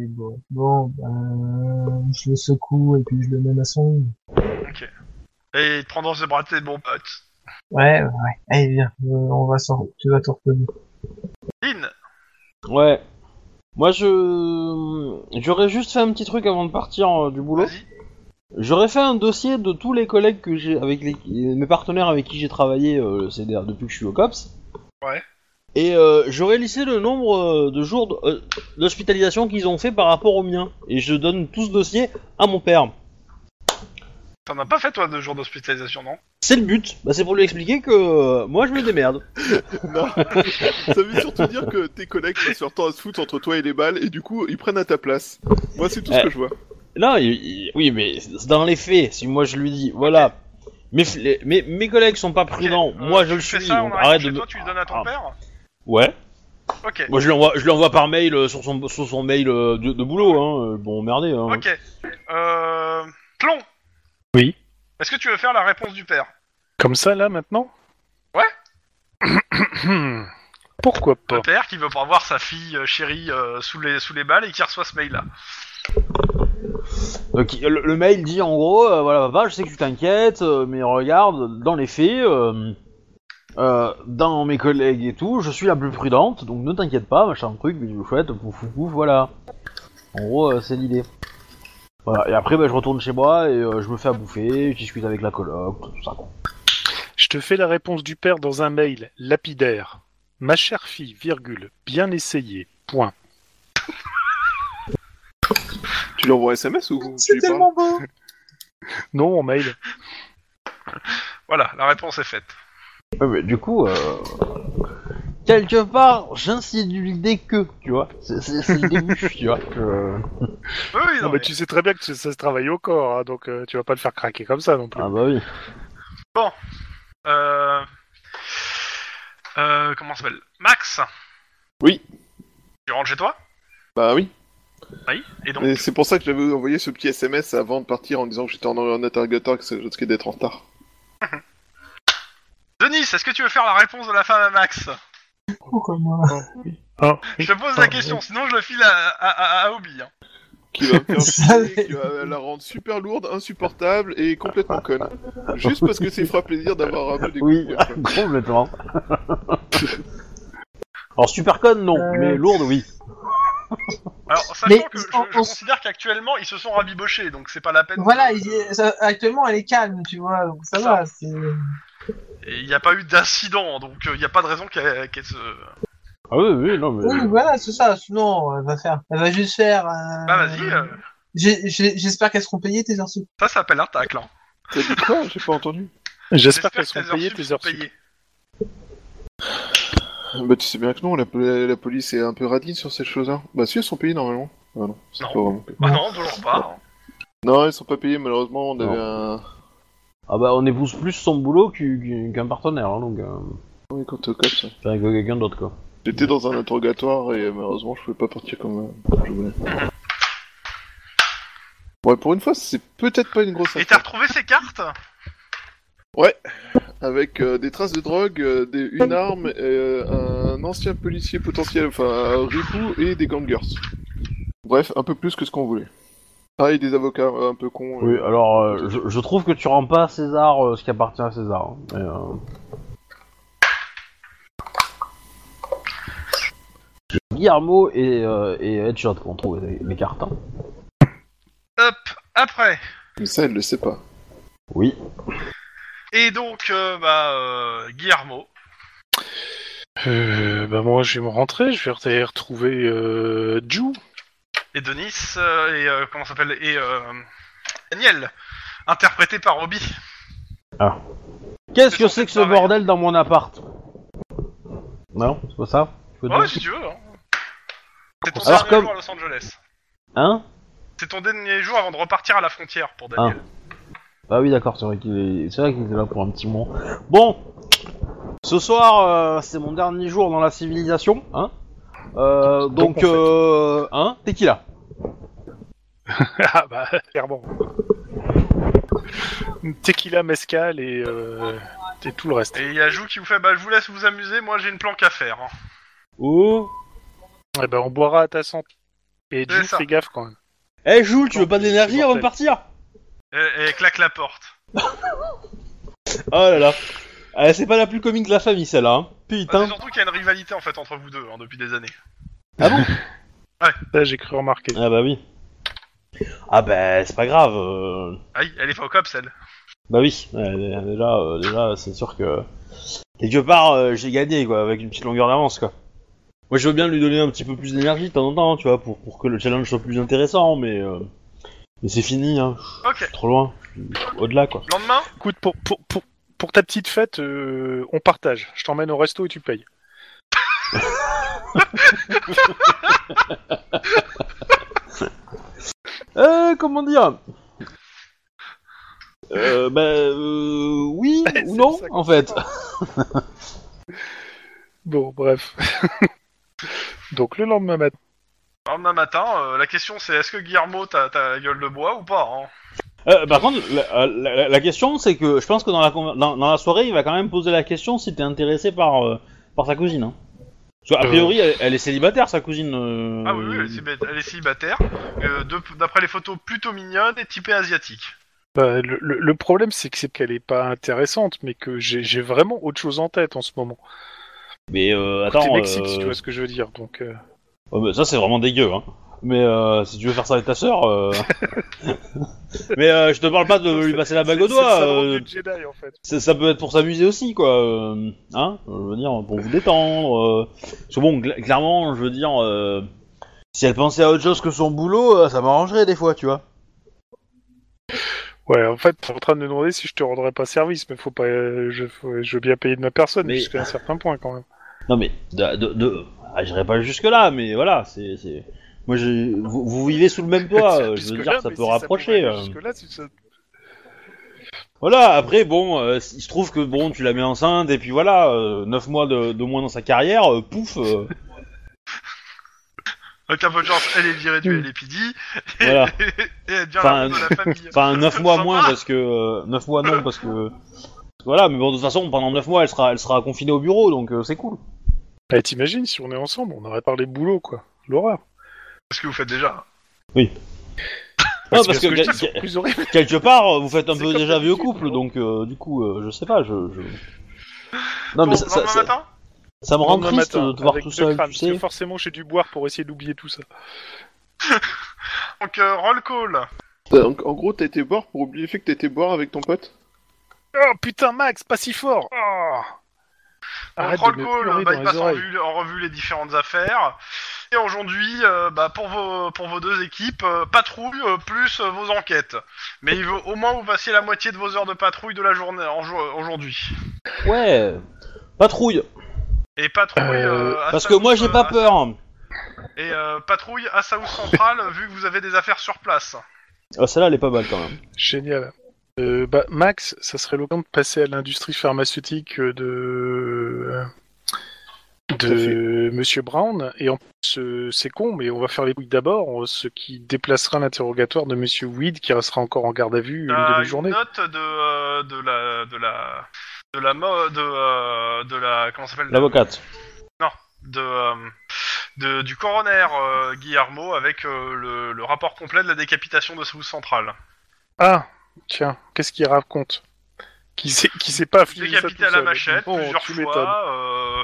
E: est bourré. Bon, bah, je le secoue et puis je le mène à son lit.
A: Ok. Et il te prend dans ses bras, t'es bon pote.
E: Ouais, ouais, ouais. Allez, viens, euh, on va sortir. Tu vas t'en reposer.
A: Lynn,
B: Ouais. Moi, je. J'aurais juste fait un petit truc avant de partir euh, du boulot.
A: vas-y.
B: J'aurais fait un dossier de tous les collègues que j'ai avec les... mes partenaires avec qui j'ai travaillé euh, ces derniers- depuis que je suis au COPS.
A: Ouais.
B: Et euh, j'aurais lissé le nombre euh, de jours d- euh, d'hospitalisation qu'ils ont fait par rapport au mien. Et je donne tout ce dossier à mon père.
A: T'en as pas fait toi de jour d'hospitalisation, non
B: C'est le but. Bah, c'est pour lui expliquer que euh, moi je me démerde.
D: Non. Ça veut surtout dire que tes collègues passent leur temps à se foutre entre toi et les balles et du coup ils prennent à ta place. Moi c'est tout ce que je vois.
B: Là, il- il- oui, mais c'est dans les faits, si moi je lui dis, voilà, mes, f- les- mes, mes collègues sont pas prudents,
A: Ok, euh,
B: moi je
A: tu
B: le
A: fais
B: suis,
A: ça, on
B: donc
A: arrête
B: arrête
A: chez
B: de. me-
A: Toi, tu le donnes à ton
B: Ah,
A: père
B: Ouais.
A: Ok.
B: Moi je lui envoie, je lui envoie par mail euh, sur son, sur son mail euh, de, de boulot, hein. euh, Bon, merdez, hein.
A: Ok. Euh... Clon
C: Oui.
A: Est-ce que tu veux faire la réponse du père
C: Comme ça, là, maintenant Ouais Pourquoi pas
A: Le père qui veut pas voir sa fille euh, chérie euh, sous, les, sous les balles et qui reçoit ce mail-là.
B: Donc, Euh, le, le mail dit en gros, euh, voilà papa, je sais que tu t'inquiètes, euh, mais regarde, dans les faits, euh, euh, dans mes collègues et tout, je suis la plus prudente, donc ne t'inquiète pas, machin truc, mais chouette, pouf pouf pouf, voilà. En gros, euh, c'est l'idée. Voilà, et après, bah, je retourne chez moi et euh, je me fais à bouffer, je discute avec la coloc, tout ça. quoi.
C: Je te fais la réponse du père dans un mail lapidaire. Ma chère fille, virgule, bien essayé, point.
D: Tu leur envoies un SMS ou tu
E: C'est
D: lui parles
E: tellement beau.
C: Non, en mail.
A: Voilà, la réponse est faite.
B: Ouais, mais du coup, euh, quelque part, j'insinue l'idée que, tu vois, c'est c'est- c'est le début, tu vois. que- euh,
A: Oui, oui, non,
C: Non, mais
A: mais-
C: tu sais très bien que ça se travaille au corps, hein, donc euh, tu vas pas le faire craquer comme ça non plus.
B: Ah bah oui.
A: Euh... Euh, comment ça s'appelle Max
D: Oui.
A: Tu rentres chez toi
D: Bah oui.
A: Oui. Et donc,
D: Et c'est pour ça que j'avais envoyé ce petit SMS avant de partir en disant que j'étais en, en interrogatoire et que ça risquait d'être en retard.
A: Denis, est-ce que tu veux faire la réponse de la femme à Max
E: Pourquoi moi
A: Je te pose la question, sinon je le file à, à, à- à Obi. hein.
D: Qui va me faire
E: Ça
D: chier, qui va la rendre super lourde, insupportable et complètement conne. Juste parce que ça lui fera plaisir d'avoir un peu des
B: Oui,
D: coups de poing,
B: complètement. Alors super conne non,
E: Euh.
B: mais lourde oui.
A: Alors, sachant
E: Mais-
A: que je,
E: on-
A: je
E: on-
A: considère qu'actuellement ils se sont rabibochés, donc c'est pas la peine.
E: Voilà,
A: de-
E: il est- ça- actuellement elle est calme, tu vois, donc ça,
A: Ça.
E: va. c'est-
A: Et il n'y a pas eu d'incident, donc euh, il n'y a pas de raison qu'elle qu'elle se.
B: Ah oui oui non mais.
E: Oui, voilà, c'est ça. Sinon, elle va faire, elle va juste faire. euh,
A: Bah vas-y, euh,
E: j'ai- j'ai- J'espère qu'elles seront payées tes heures sup.
A: ça ça s'appelle un tacle. hein.
D: T'as dit quoi J'ai pas entendu.
C: J'espère qu'elles seront payées
A: sup
C: tes
A: sont
C: heures sup.
D: Bah tu sais bien que non, la, la- la police est un peu radine sur ces choses-là. Bah si, elles sont payées normalement. Ah non, c'est
A: Non.
D: pas vraiment payé.
A: Bah non, toujours pas. hein.
D: Non, elles sont pas payées malheureusement, on avait un...
B: Ah bah on épouse plus son boulot qu'u- qu'u- qu'un partenaire hein, donc. euh,
D: Oui, quand t'es au COPS.
B: Enfin que quelqu'un d'autre quoi.
D: J'étais dans un interrogatoire et euh, malheureusement je pouvais pas partir comme euh, comme je voulais. Ouais, pour une fois, c'est peut-être pas une grosse
A: Et t'as
D: affaire.
A: retrouvé ces cartes
D: Avec euh, des traces de drogue, euh, des- une arme, euh, un ancien policier potentiel, enfin un ripou et des gangers. Bref, un peu plus que ce qu'on voulait. Ah, et des avocats euh, un peu cons. euh.
B: Oui alors euh, je, je trouve que tu rends pas à César euh, ce qui appartient à César. hein. Et, euh, Guillermo et, euh, et Headshot qu'on trouve les, les cartes. hein.
A: Hop, après.
D: Mais ça, elle le sait pas.
B: Oui.
A: Et donc, euh, bah, euh, Guillermo.
C: Euh, bah moi, je vais me rentrer, je vais aller retrouver euh, Ju.
A: et Denis euh, et euh, comment ça s'appelle et euh, Daniel, interprété par Robbie.
B: Qu'est-ce que c'est que ce bordel dans mon appart Non c'est pas ça. Je veux
A: Ouais,
B: dire.
A: si tu veux. hein. C'est ton
B: Alors,
A: dernier
B: comme-
A: jour à Los Angeles.
B: Hein
A: C'est ton dernier jour avant de repartir à la frontière pour Daniel.
B: Ah oui, d'accord, c'est vrai qu'il est... c'est vrai qu'il était là pour un petit moment. Bon, ce soir, euh, c'est mon dernier jour dans la civilisation, hein Euh,
C: Donc,
B: donc,
C: en fait.
B: euh, hein T'es qui là
C: Ah bah, clairement. Tequila, mezcal et, euh, et tout le reste.
A: Et il y a Jou qui vous fait bah je vous laisse vous amuser, moi j'ai une planque à faire. hein.
B: Oh
C: Eh ben, on boira à ta santé. Et
A: C'est
C: Ju,
A: ça.
C: fais gaffe quand même.
B: Eh, Jules, tu veux pas de l'énergie avant de partir
A: Et, et claque la porte.
B: Oh là là Ah, c'est pas la plus comique de la famille, celle-là. hein.
A: Bah, c'est
B: Putain.
A: surtout qu'il y a une rivalité en fait entre vous deux hein, depuis des années.
B: Ah bon
C: Ça, j'ai cru remarquer.
B: Ah bah oui. Ah bah c'est pas grave. euh,
A: Aïe, elle est pas au cop celle.
B: Bah oui, ouais, déjà, euh, déjà c'est sûr que quelque part euh, j'ai gagné quoi, avec une petite longueur d'avance quoi. Moi je veux bien lui donner un petit peu plus d'énergie de temps en temps, tu vois, pour, pour que le challenge soit plus intéressant, mais euh, mais c'est fini, hein.
A: Ok,
B: trop loin, au-delà quoi.
A: lendemain
C: Écoute, pour, pour, pour, pour ta petite fête, euh, on partage. Je t'emmène au resto et tu payes.
B: Euh, comment dire euh, bah euh, oui ou
C: C'est
B: non
C: ça que-
B: en fait.
C: Bon, bref. Donc, le lendemain matin.
A: Lendemain matin, euh, la question c'est est-ce que Guillermo t'as t'as la gueule de bois ou pas hein
B: Euh, par contre, la, la- la- la question c'est que je pense que dans la conver- dans, dans la soirée il va quand même poser la question si t'es intéressé par euh, par sa cousine. Hein. Parce que, a
C: Euh.
B: priori elle, elle est célibataire sa cousine. euh,
A: Ah oui, oui, elle est célibataire- elle est célibataire, euh, de- d'après les photos plutôt mignonne et typée asiatique.
C: Bah, le, le- le problème, c'est que c'est qu'elle est pas intéressante, mais que j'ai j'ai vraiment autre chose en tête en ce moment.
B: Mais euh,
C: Côté
B: attends,
C: Mexique,
B: euh,
C: si tu vois ce que je veux dire. Donc, euh,
B: oh, mais ça c'est vraiment dégueu. Hein. Mais euh, si tu veux faire ça avec ta sœur, euh... mais euh, je te parle pas de lui passer la bague au
C: C'est- c'est le
B: doigt.
C: syndrome
B: euh,
C: du Jedi, en fait.
B: ça, ça peut être pour s'amuser aussi, quoi. euh, hein Je veux dire, pour vous détendre. euh, Parce que bon, cl- clairement, je veux dire, euh, si elle pensait à autre chose que son boulot, euh, ça m'arrangerait des fois, tu vois.
C: Ouais, en fait, t'es en train de me demander si je te rendrais pas service, mais faut pas, euh, je, faut- je veux bien payer de ma personne
B: Mais-
C: jusqu'à un certain point quand même.
B: Non mais, de, de, de- ah, j'irai pas jusque là, mais voilà, c'est, c'est- moi, j'ai- vous, vous vivez sous le même toit. euh, je veux
C: Jusque-là,
B: dire, ça
C: mais
B: peut
C: si
B: rapprocher.
C: pourrait
B: euh.
C: aller jusque-là, si ça-
B: Voilà, après, bon, euh, il se trouve que bon, tu la mets enceinte, et puis voilà, 9 mois de, de moins dans sa carrière, euh, pouf, euh,
A: Avec un peu de chance, elle est virée du LPD et,
B: Hmm. voilà.
A: et elle devient
B: Enfin,
A: la mère de la famille.
B: Enfin, 9 mois
A: Sympa.
B: moins, parce que. 9 mois non, parce que. parce que voilà, mais bon, de toute façon, pendant 9 mois, elle sera, elle sera confinée au bureau, donc euh, c'est cool.
C: Eh, T'imagines, si on est ensemble, on aurait parlé boulot, quoi. L'horreur.
A: Ce que vous faites déjà.
B: Non,
C: C'est
B: parce que quel-
C: bien ce je dis, c'est plus horrible.
B: quel- quelque part, euh, vous faites un
C: C'est
B: peu
C: comme
B: déjà vieux
C: d'habitude,
B: couple,
C: non
B: donc euh, du coup, euh, je sais pas, je. je- Non,
A: Bon,
B: mais ça, ça-
A: lendemain
B: ça-
A: matin
B: ça me rend
C: Lendemain
B: triste
C: matin,
B: de te voir
C: avec
B: tout
C: deux
B: seul,
C: crânes,
B: tu
C: parce que
B: sais.
C: forcément, j'ai dû boire pour essayer d'oublier tout ça.
A: Donc, euh, roll call.
D: Donc, en gros, t'as été boire pour oublier le fait que t'as été boire avec ton pote
C: Oh putain, Max, pas si fort oh
A: Donc,
C: Arrête
A: roll
C: de me
A: call,
C: pleurer
A: bah,
C: dans
A: il
C: les
A: passe en
C: oreilles.
A: revue, en revue les différentes affaires. Et aujourd'hui, euh, bah, pour, vos, pour vos deux équipes, euh, patrouille euh, plus euh, vos enquêtes. Mais il veut au moins vous passer la moitié de vos heures de patrouille de la journée en jour- aujourd'hui.
B: Ouais, patrouille,
A: Et patrouille.
C: Euh,
A: euh, à
B: parce que
A: South-
B: moi, j'ai pas
A: euh,
B: peur.
A: Et euh, patrouille à South Central, vu que vous avez des affaires sur place.
B: Ah, celle-là, elle est pas mal quand même.
C: Génial. Euh, bah, Max, ça serait l'occasion de passer à l'industrie pharmaceutique euh, de
D: à fait.
C: de Monsieur Brown. Et en plus, euh, c'est con, mais on va faire les couilles d'abord, euh, ce qui déplacera l'interrogatoire de Monsieur Weed, qui restera encore en garde à vue
A: T'as
C: une demi-journée.
A: note de, euh, de la de la de la mo- de euh, de la comment ça s'appelle
B: L'avocate.
A: de, euh, de- du coroner euh, Guillermo avec euh, le, le rapport complet de la décapitation de South Central.
C: Ah, tiens, qu'est-ce qu'il raconte Qui s'est qui s'est pas affligé ça
A: Décapité
C: tout
A: à la
C: seul.
A: machette
C: Bon,
A: plusieurs
C: tu m'étonnes.
A: fois. euh,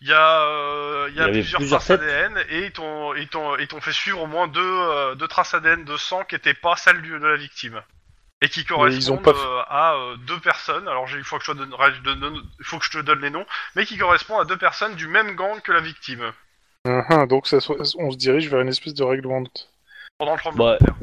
A: Il y a, euh, il y a
B: Il y avait
A: plusieurs,
B: plusieurs
A: traces
B: têtes.
A: ADN et ils t'ont ils t'ont- ils t'ont fait suivre au moins deux, euh, deux traces ADN de sang qui n'étaient pas celles du- de la victime. Et qui correspondent
C: ils ont pas
A: euh, à euh, deux personnes, alors j'ai- il faut, que je te donne- de- de- il faut que je te donne les noms, mais qui correspondent à deux personnes du même gang que la victime.
C: Hum, hum, donc ça, soit- on se dirige vers une espèce de règle honte.
A: Pendant le tremblement
B: Bah,
A: de terre.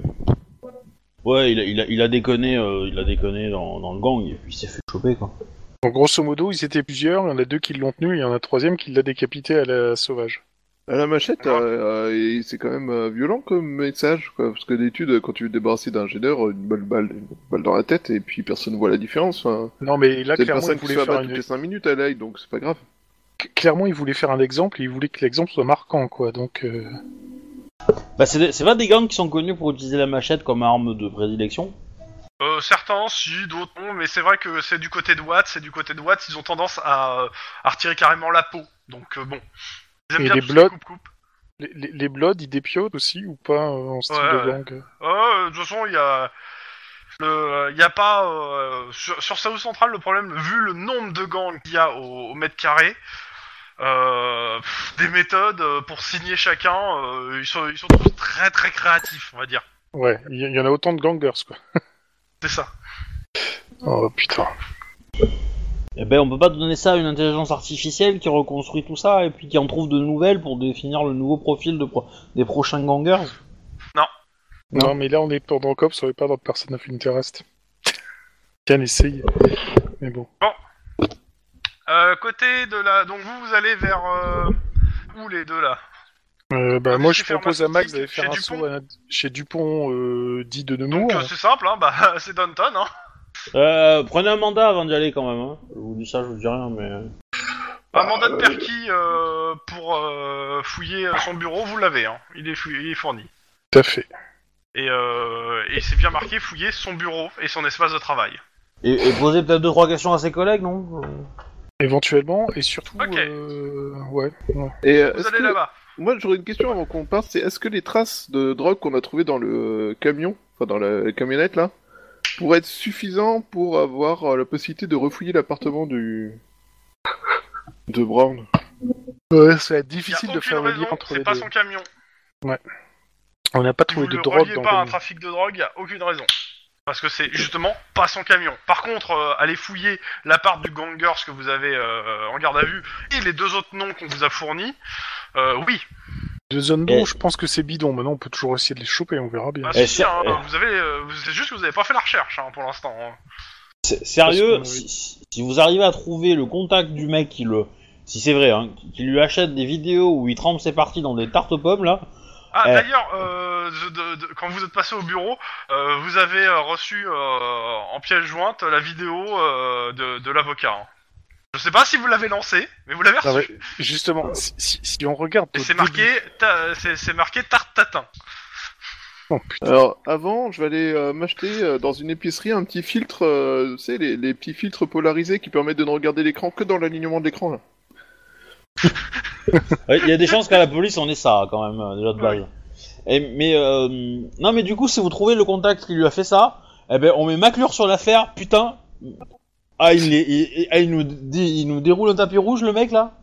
B: ouais, il a, il a, il a déconné, euh, il a déconné dans, dans le gang et puis il s'est fait choper quoi.
C: Donc grosso modo, ils étaient plusieurs, il y en a deux qui l'ont tenu, il y en a un troisième qui l'a décapité à la sauvage.
D: À la machette,
C: Ah.
A: Alors-
D: euh, euh, et c'est quand même euh, violent comme message, quoi, parce que d'étude, quand tu veux te débarrasser d'un géneur, une balle, balle, une balle dans la tête, et puis personne voit la différence. Enfin,
C: Non mais là
D: c'est une
C: Ah, clairement
D: personne
C: ils
D: qui se
C: voulaient
D: fait
C: faire
D: abattre toutes
C: une...
D: les 5 minutes à l'ail, donc c'est pas grave.
C: clairement ils voulaient faire un exemple et ils voulaient que l'exemple soit marquant quoi. Donc euh,
B: Bah, c'est des- c'est pas des gangs qui sont connus pour utiliser la machette comme arme de prédilection.
A: Euh, certains, si, d'autres non, mais c'est vrai que c'est du côté de Watts, c'est du côté de Watts, ils ont tendance à, euh, à retirer carrément la peau. Donc euh, bon. Ils aiment
C: Et
A: bien
C: les
A: tout ce qui
C: Bloods
A: coupe-coupe.
C: les, les- les Bloods ils dépiotent aussi ou pas euh, en style
A: Ouais,
C: de
A: ouais.
C: gang
A: Euh, de toute façon, il y a. Il n'y a pas euh, sur, sur South Central le problème vu le nombre de gangs qu'il y a au, au mètre carré. euh, pff, des méthodes euh, pour signer chacun, euh, ils, sont, ils sont tous très très créatifs, on va dire.
C: Ouais, il y, il y en a autant de gangers, quoi.
A: C'est ça.
C: Oh putain.
B: Eh ben, on peut pas donner ça à une intelligence artificielle qui reconstruit tout ça et puis qui en trouve de nouvelles pour définir le nouveau profil de pro- des prochains gangers.
C: Non, mais là, on est pendant Cops, on est pas dans Person of Interest. Tiens, essaye. Mais bon.
A: Euh, côté de la, donc vous vous allez vers euh, où les deux là
C: Euh, bah,
A: Ah,
C: moi,
A: mais
C: je
A: c'est faire
C: propose à Max
A: Marxiste
C: d'aller faire
A: chez
C: un
A: Dupont.
C: saut à- chez Dupont, euh, dit de Nemours.
A: Donc euh, c'est simple, hein, bah c'est Danton. Hein.
B: Euh, prenez un mandat avant d'y aller quand même. Hein. Je vous dis ça, je vous dis rien, mais. euh.
A: Un mandat de perquis euh, pour euh, fouiller euh, son bureau, vous l'avez, hein. il, est fou- il est fourni.
C: Tout à fait.
A: Et, euh, et c'est bien marqué fouiller son bureau et son espace de travail.
B: Et, et posez peut-être deux trois questions à ses collègues, non
C: Éventuellement, et surtout.
A: Ok.
C: euh, ouais, ouais.
D: Et euh,
A: Vous
D: est-ce
A: allez
D: que-
A: là-bas.
D: moi j'aurais une question avant qu'on parte, c'est est-ce que les traces de drogue qu'on a trouvées dans le euh, camion, enfin dans la camionnette là, pourraient être suffisantes pour avoir euh, la possibilité de refouiller l'appartement du de Brown
C: Ouais, ça va être
A: Il y a
C: difficile de
A: aucune
C: faire le lien
A: raison,
C: entre les
A: c'est pas
C: deux.
A: son camion.
C: On n'a pas
A: Si vous
C: trouvé de
A: ne
C: drogue
A: reliez
C: dans
A: pas à un
C: le-
A: trafic de drogue, il n'y a aucune raison. Parce que c'est justement pas son camion. Par contre, euh, allez fouiller l'appart du gangers que vous avez euh, en garde à vue et les deux autres noms qu'on vous a fournis. Euh, oui,
C: De zone blanche,
B: Et-
C: je pense que c'est bidon. Maintenant, on peut toujours essayer de les choper, on verra bien.
A: Bah,
B: Eh,
A: si,
B: ça-
A: hein,
B: eh.
A: vous avez, euh, vous- c'est juste que vous n'avez pas fait la recherche hein, pour l'instant. hein.
B: S- Sérieux,
C: Parce que,
B: si, si vous arrivez à trouver le contact du mec qui le. Si c'est vrai, hein, qui- qui lui achète des vidéos où il trempe ses parties dans des tartes aux pommes, là.
A: Ah,
B: Eh.
A: d'ailleurs, euh, je- de- de- quand vous êtes passé au bureau, euh, vous avez euh, reçu euh, en pièce jointe la vidéo euh, de, de l'avocat. hein. Je sais pas si vous l'avez lancée, mais vous l'avez
C: Ah ouais,
A: reçue.
C: justement, si, si- si on regarde.
A: Et
C: au
A: c'est
C: début-
A: marqué, ta- c'est c'est marqué tarte tatin.
C: Oh, putain.
D: Alors avant, je vais aller euh, m'acheter euh, dans une épicerie un petit filtre, euh, tu sais les, les petits filtres polarisés qui permettent de ne regarder l'écran que dans l'alignement de l'écran là.
B: Ouais, Il y a des chances qu'à la police on ait ça quand même euh, déjà de base. Et, mais euh, non mais du coup si vous trouvez le contact qui lui a fait ça, eh ben on met Maclure sur l'affaire, putain. Ah il, est- il- ah, il nous dé- il nous déroule un tapis rouge le mec là.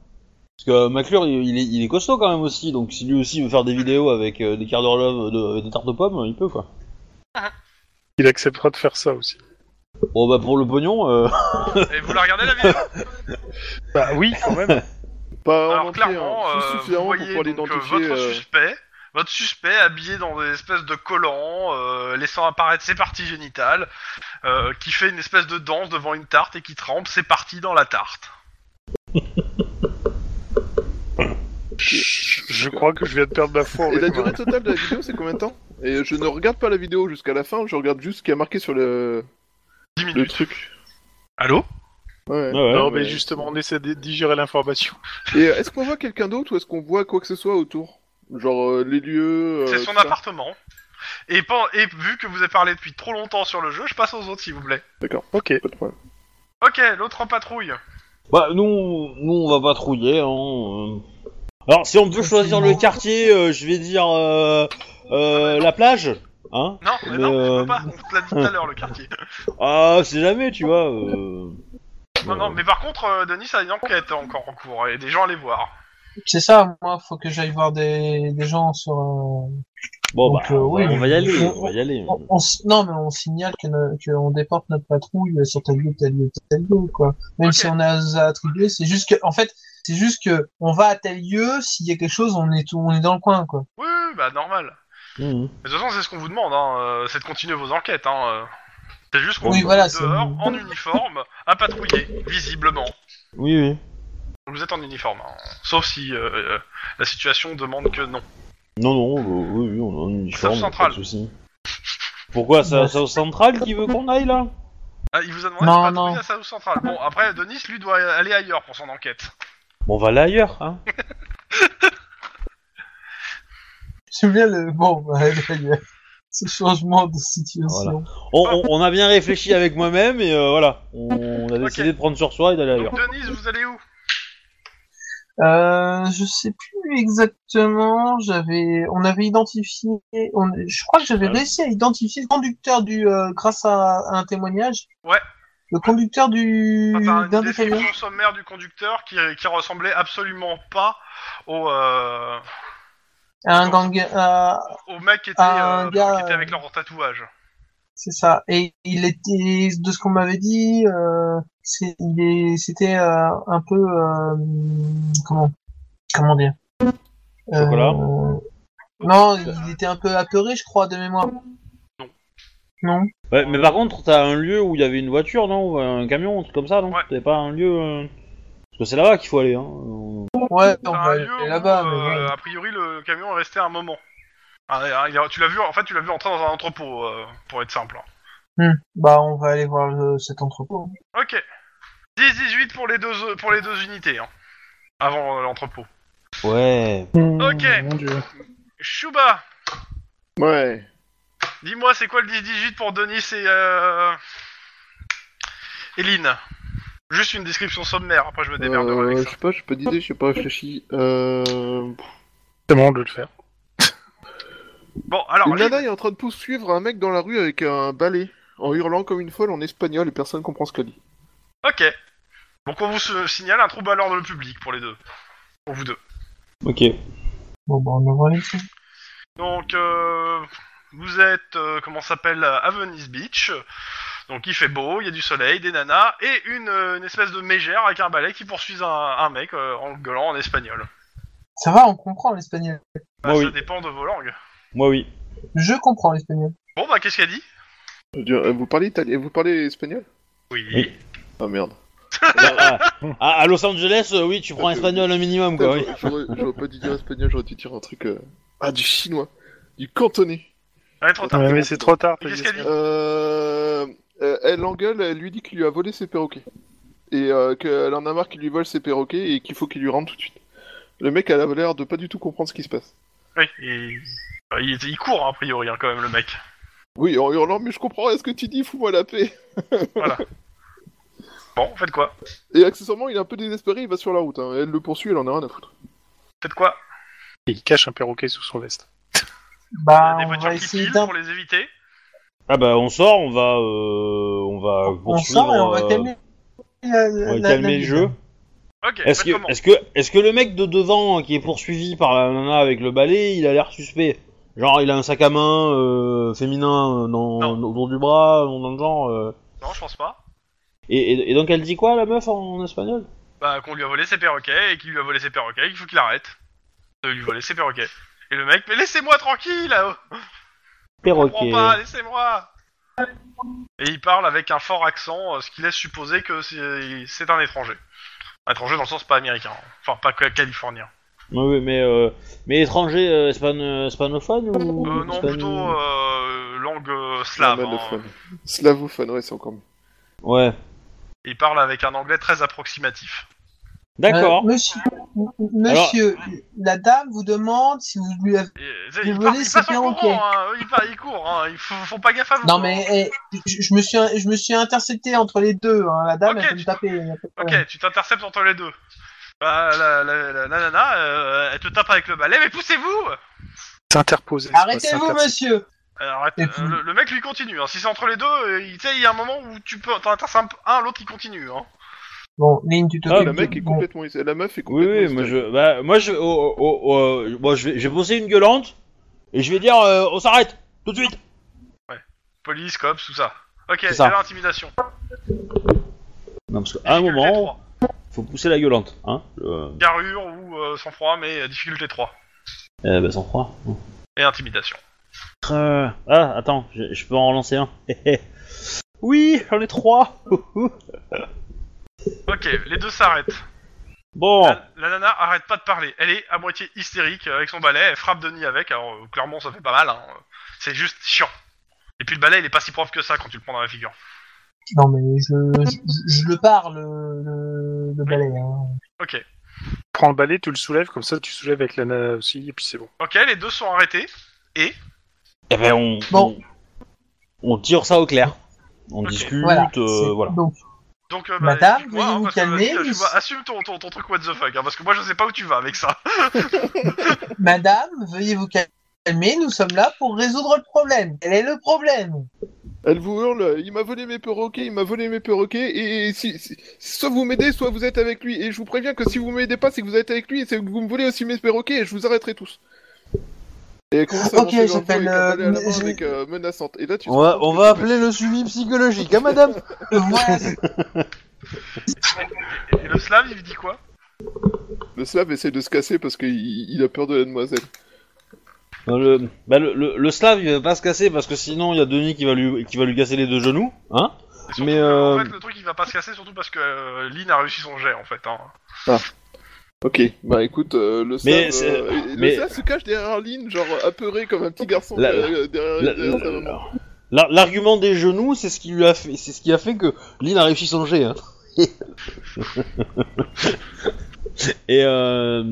B: Parce que Maclure il, il est, il est costaud quand même aussi, donc si lui aussi veut faire des vidéos avec euh, des quarts d'horloge de, et des tartes aux pommes, il peut quoi.
C: Il acceptera de faire ça aussi.
B: Bon bah pour le pognon, euh,
A: Et vous la regardez la vidéo
C: Bah oui, quand même.
D: Pas en
A: Alors
D: entier, hein,
A: clairement,
D: juste
A: euh, vous
D: suffisamment pour
A: voyez
D: pouvoir
A: donc, euh,
D: l'identifier.
A: votre
D: euh,
A: suspect, votre suspect habillé dans des espèces de collants, euh, laissant apparaître ses parties génitales, euh, qui fait une espèce de danse devant une tarte et qui trempe ses parties dans la tarte.
C: je, je crois que je viens de perdre ma foi. en
D: Et la
C: fait.
D: durée totale de la vidéo, c'est combien de temps Et je ne regarde pas la vidéo jusqu'à la fin, je regarde juste ce qui a marqué sur le,
A: 10 minutes.
D: le truc.
A: Allô
D: Ouais.
B: Ah ouais.
C: Non, mais justement, on essaie de digérer l'information.
D: Et euh, est-ce qu'on voit quelqu'un d'autre ou est-ce qu'on voit quoi que ce soit autour Genre euh, les lieux. euh,
A: C'est son
D: tout ça.
A: appartement. Et, pen- et vu que vous avez parlé depuis trop longtemps sur le jeu, je passe aux autres s'il vous plaît.
C: Ok.
D: Pas de problème.
A: Ok, l'autre en patrouille.
B: Bah nous, nous on va patrouiller. Hein, euh. Alors si on peut choisir le quartier, euh, je vais dire euh, euh, la plage. Hein
A: Non, mais
B: Mais,
A: non, tu
B: euh,
A: peux pas, on te l'a dit tout à l'heure le quartier.
B: Ah, c'est jamais, tu vois. euh.
A: Non, non, mais par contre, euh, Denis a une enquête encore en cours et des gens à les voir.
E: C'est ça, moi, faut que j'aille voir des, des gens sur. euh,
B: Bon, bah,
E: Donc, euh, oui. Oh.
B: on va y aller, on va y aller.
E: On, on s- non, mais on signale que no- qu'on déporte notre patrouille sur tel lieu, tel lieu, tel lieu, quoi. Même
A: Ok.
E: si on a à attribuer, c'est juste que, en fait, c'est juste que on va à tel lieu, s'il y a quelque chose, on est tout, on est dans le coin, quoi.
A: Oui, oui, bah normal.
B: Mhm.
A: Mais De toute façon, c'est ce qu'on vous demande, hein, euh, c'est de continuer vos enquêtes. Hein, euh. C'est juste qu'on
E: Oui,
A: vous
E: voilà,
A: met
E: c'est-
A: dehors, en uniforme, à patrouiller, visiblement.
B: Oui, oui.
A: Donc Vous êtes en uniforme, hein. sauf si euh, euh, la situation demande que non.
B: Non, non, euh, oui, oui, on est en uniforme.
A: South
B: pas de
A: Central.
B: souci. Pourquoi ça,
E: Ouais.
B: ça au central qui veut qu'on aille là
A: Ah, il vous a demandé
E: Non,
A: de patrouiller
E: non.
A: à South Central. Bon, après, Denis, lui, doit aller ailleurs pour son enquête.
B: Bon, On va aller ailleurs, hein.
E: C'est bien le, bon, bah, le- ce changement de situation.
B: On, on- on a bien réfléchi avec moi-même et euh, voilà, on, on a décidé de prendre sur soi et d'aller ailleurs.
A: Donc, Denis, vous allez où
E: Euh, je sais plus exactement. J'avais, on avait identifié. on- je crois que j'avais
A: Euh.
B: Ouais.
E: réussi à identifier le conducteur du, euh, grâce à, à un témoignage.
A: Ouais.
E: Le conducteur du
A: Enfin, t'as
E: d'un
A: une
E: des camions.
A: description sommaire du conducteur qui, qui ressemblait absolument pas au, euh,
E: à un gang. euh, à-
A: au mec qui était,
E: Ah, un
A: euh,
E: gars,
A: qui était avec
E: euh,
A: leur tatouage.
E: c'est ça. Et il était, de ce qu'on m'avait dit, euh, c'est- il est- c'était euh, un peu euh, comment comment dire.
B: Chocolat
E: Euh, Non, il était un peu apeuré, je crois, de mémoire.
A: Non.
E: Non.
B: Ouais, mais par contre, t'as un lieu où il y avait une voiture, non Ou un camion, un truc comme ça, non
A: Ouais.
B: T'avais pas un lieu. euh, Parce que c'est là-bas qu'il faut aller, hein. Euh,
E: Ouais, on
A: Enfin, un
E: va
A: lieu où,
E: aller là-bas. mais
A: euh,
E: bon.
A: A priori, le camion est resté un moment. Ah, ah, il a- tu l'as vu, en fait, tu l'as vu entrer dans un entrepôt, euh, pour être simple. hein.
E: Hmm. Bah, on va aller voir le- cet entrepôt.
A: Ok. 10-18 pour les deux pour les deux unités, hein, avant euh, l'entrepôt.
B: Ouais.
E: Oh,
A: Ok.
C: Mon dieu.
A: Chouba,
D: Ouais.
A: dis-moi, c'est quoi le 10-18 pour Denis et euh... et Lynn Juste une description sommaire. Après, je me démerde
D: Euh,
A: avec
D: je
A: ça.
D: sais pas, j'ai pas d'idée, j'ai pas réfléchi. Euh...
C: C'est bon de le faire.
A: Bon, alors,
D: Une
A: Lynn,
D: nana est en train de poursuivre un mec dans la rue avec un balai, en hurlant comme une folle en espagnol et personne comprend ce qu'elle dit.
A: ok. Donc, on vous se- signale un trouble à l'ordre public pour les deux, pour vous deux.
B: Ok.
E: Bon, bah, on va voir les trucs.
A: Donc, euh, vous êtes, euh, comment ça s'appelle, à Venice Beach. Donc, il fait beau, il y a du soleil, des nanas, et une, euh, une espèce de mégère avec un balai qui poursuit un, un mec euh, en le gueulant en espagnol.
E: Ça va, on comprend l'espagnol.
A: Bah,
B: Ah
A: ça
B: oui.
A: dépend de vos langues.
B: Moi, oui.
E: Je comprends l'espagnol.
A: Bon, bah, qu'est-ce qu'elle dit
D: Je veux dire, euh, vous parlez italien, vous parlez espagnol
A: Oui.
B: Oui.
D: Ah merde.
B: Ah, à, à Los Angeles, euh, oui, tu
A: Ah,
B: prends un espagnol un minimum, quoi. bah oui.
D: Putain, J'aurais j'aurais pas dû dire espagnol, j'aurais dû dire un truc. euh, Ah, du chinois, du cantonais.
A: Allez, trop tard.
D: Ouais,
C: mais c'est trop tard.
A: Qu'est-ce
C: t'as dit
A: qu'elle
C: ça.
D: Euh, euh, elle l'engueule, elle lui dit qu'il lui a volé ses perroquets. Et euh, qu'elle en a marre qu'il lui vole ses perroquets et qu'il faut qu'il lui rende tout de suite. Le mec, elle a l'air de pas du tout comprendre ce qui se passe.
A: Oui, et- euh, il, il court, hein, a priori, hein, quand même, le mec.
D: Oui, en hurlant, mais je comprends rien ce que tu dis, fous-moi la paix.
A: Bon, faites quoi
D: Et accessoirement, il est un peu désespéré, il va sur la route. hein. Elle le poursuit, elle en a rien à foutre.
A: Faites quoi
C: Et Il cache un perroquet sous son veste.
A: Il y a Des
E: Bah, on va
A: voitures qui
E: essayer
A: filent
E: d'un.
A: pour les éviter.
B: Ah bah, on sort, on va. euh, on va.
E: On
B: poursuivre,
E: sort et on va
B: euh,
E: calmer. la-
B: on va
E: la-
B: calmer
E: la-
B: le jeu.
A: Ok,
B: Est-ce
A: faites
B: que,
A: comment
B: est-ce que, est-ce que le mec de devant euh, qui est poursuivi par la nana avec le balai, il a l'air suspect Genre, il a un sac à main euh, féminin euh, dans,
A: Non.
B: autour du bras, euh, dans le genre. euh.
A: Non, je pense pas.
B: Et, et- et donc, elle dit quoi, la meuf, en, en espagnol
A: Bah, qu'on lui a volé ses perroquets, et qu'il lui a volé ses perroquets, qu'il faut qu'il arrête de lui voler ses perroquets. Et le mec, mais laissez-moi tranquille là
B: Perroquet.
A: Comprends pas, laissez-moi Et il parle avec un fort accent, euh, ce qui laisse supposer que c'est c'est un étranger. Un étranger dans le sens pas américain, hein. enfin pas que- californien.
B: Ouais, ouais, mais, euh, mais étranger, euh, hispan- hispanophone ou
A: Euh, non,
B: hispan-
A: plutôt euh, langue euh, slave. hein.
D: Slavophone. Slavophone, ouais, euh, c'est encore mieux.
B: Ouais.
A: Il parle avec un anglais très approximatif.
B: D'accord.
E: Euh, monsieur, m- monsieur, la dame vous demande si vous lui avez.
A: Et, c'est-
E: J'ai
A: il,
E: volé
A: part, il
E: ses
A: passe en
E: perroquets.
A: courant, hein. Eux, ils par- ils courent, hein. ils font, font pas gaffe à vous.
E: Non
A: hein.
E: mais eh, je je me suis je me suis intercepté entre les deux. hein. La
A: Ok,
E: dame elle peut me
A: tu-
E: taper. il y a pas de
A: Ok,
B: euh,
E: problème.
A: tu t'interceptes entre les deux. Bah, la, la, la- la nana, euh, elle te tape avec le balai, mais poussez-vous
C: S'interposer. c'est pas
E: Arrêtez-vous
C: s'interposer.
E: monsieur.
A: Alors, att-
E: Et puis-
A: euh, le, le mec lui continue. Hein. Si c'est entre les deux, euh, il tu sais, il y a un moment où tu peux t'interceptes un, l'autre il continue. Hein.
E: Bon, ligne tu te.
B: Ah,
D: la, mec est
E: Bon.
D: complètement... is- La meuf est
B: Oui,
D: complètement.
B: oui, moi
D: hystérique.
B: je, bah, moi je, oh, oh, oh, euh, moi, je vais, je vais poser une gueulante et je vais dire, euh, on s'arrête tout de suite.
A: Police, cops, tout ça. Ok,
B: C'est
A: c'est
B: ça.
A: l'intimidation.
B: Non, parce qu'à un
A: Difficulté
B: moment,
A: 3.
B: faut pousser la gueulante, hein. Euh,
A: Carrure ou euh, sang-froid, mais euh, difficulté 3.
B: Euh, bah, sans froid.
A: Et intimidation.
B: Euh, ah, attends, je, je peux en relancer un. oui, j'en ai trois.
A: Ok, les deux s'arrêtent.
B: bon,
A: La, la nana arrête pas de parler. Elle est à moitié hystérique euh, avec son balai, elle frappe Denis avec. Alors, euh, clairement, ça fait pas mal. Hein. C'est juste chiant. Et puis le balai, il est pas si propre que ça quand tu le prends dans la figure.
E: Non mais je, je, je le parle le, le, le balai. Hein.
A: Ok.
C: Prends le balai, tu le soulèves, comme ça tu soulèves avec la nana aussi, et puis c'est bon.
A: Ok, les deux sont arrêtés.
B: eh ben, on,
E: Bon.
B: on, on tire ça au clair. On
A: Ok.
B: discute,
E: Voilà.
B: euh,
E: c'est-
B: voilà.
E: Donc
A: Donc, euh, bah,
F: Madame,
A: explique-moi,
F: veuillez vous
A: parce que, vas-y,
F: calmer,
A: je vois-
F: monsieur-
A: assume ton, ton, ton truc what the fuck, hein, parce que moi je sais pas où tu vas avec ça.
F: Madame, veuillez vous calmer, nous sommes là pour résoudre le problème. Quel est le problème
D: Elle vous hurle, il m'a volé mes perroquets, il m'a volé mes perroquets, et, et si, si- soit vous m'aidez, soit vous êtes avec lui. Et je vous préviens que si vous m'aidez pas, c'est que vous êtes avec lui, et c'est que vous me volez aussi mes perroquets, et je vous arrêterai tous. Et elle commence à
F: Ok,
D: avancer vers vous
F: j'appelle,
D: avec un balai à la
F: euh,
D: main
F: je-
D: avec, euh, menaçante. Et là, tu te
B: On va,
D: rends compte
B: on
D: que
B: va
D: tu-
B: appeler le suivi psychologique, hein, madame
F: Voilà, c'est-
A: Et le slave, il dit quoi
D: Le slave essaie de se casser parce qu'il il a peur de la demoiselle.
B: Euh, le, bah, le, le, le slave, il va pas se casser parce que sinon, il y a Denis qui va lui, qui va lui casser les deux genoux, hein
A: Et surtout,
B: Mais,
A: que,
B: euh,
A: En fait, le truc il va pas se casser, surtout parce que euh, Lynn a réussi son jet en fait. Hein.
D: Ok, bah écoute, euh, le slave,
B: Mais c'est-
D: euh, et- et
B: mais-
D: le slave se cache derrière Lynn, genre apeuré comme un petit garçon
B: La-
D: derrière, derrière-
B: La-
D: derrière sa
B: la-
D: maman.
B: la- L'argument des genoux, c'est ce qui lui a fait, c'est ce qui a fait que Lynn a réussi son jet, hein. et euh...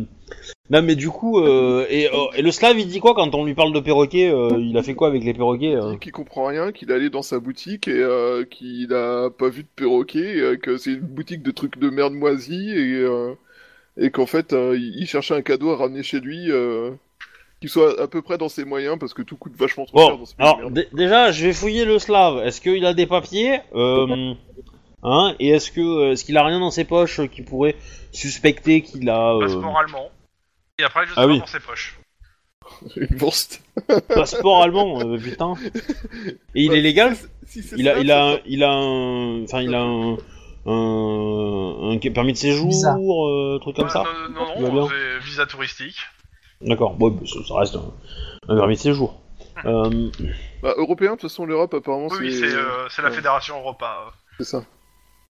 B: Non mais du coup, euh, et, euh, et le slave il dit quoi quand on lui parle de perroquet euh, Il a fait quoi avec les perroquets euh
D: qui comprend rien, qu'il est allé dans sa boutique et euh, qu'il a pas vu de perroquet, euh, que c'est une boutique de trucs de merde moisie et, euh, et qu'en fait euh, il il cherchait un cadeau à ramener chez lui euh, qui soit à peu près dans ses moyens parce que tout coûte vachement trop cher
B: Bon,
D: dans ce pays de
B: alors
D: merde.
B: dé- déjà, je vais fouiller le slave. Est-ce qu'il a des papiers euh, hein Et est-ce que est-ce qu'il a rien dans ses poches qui pourrait suspecter qu'il a euh,
A: Passeport allemand. Et après, juste
B: Ah oui.
A: dans ses poches.
D: Une bourse.
B: passeport allemand euh, Putain. Et il est légal
D: Si c'est
B: Il a
D: ça,
B: il
D: ça
B: a un- il a un enfin il a un un, un permis de séjour,
F: Visa.
B: euh, truc comme
A: Euh,
B: ça.
A: Non, non,
B: Tout va
A: non,
B: bien.
A: c'est visa touristique.
B: D'accord. Bon, bah, ça ça reste un, un permis de séjour. Euh,
D: Bah, européen, de toute façon, l'Europe, apparemment,
A: Oui, oui,
D: c'est
A: c'est euh, c'est la
D: ouais.
A: Fédération Europa. euh.
D: c'est ça.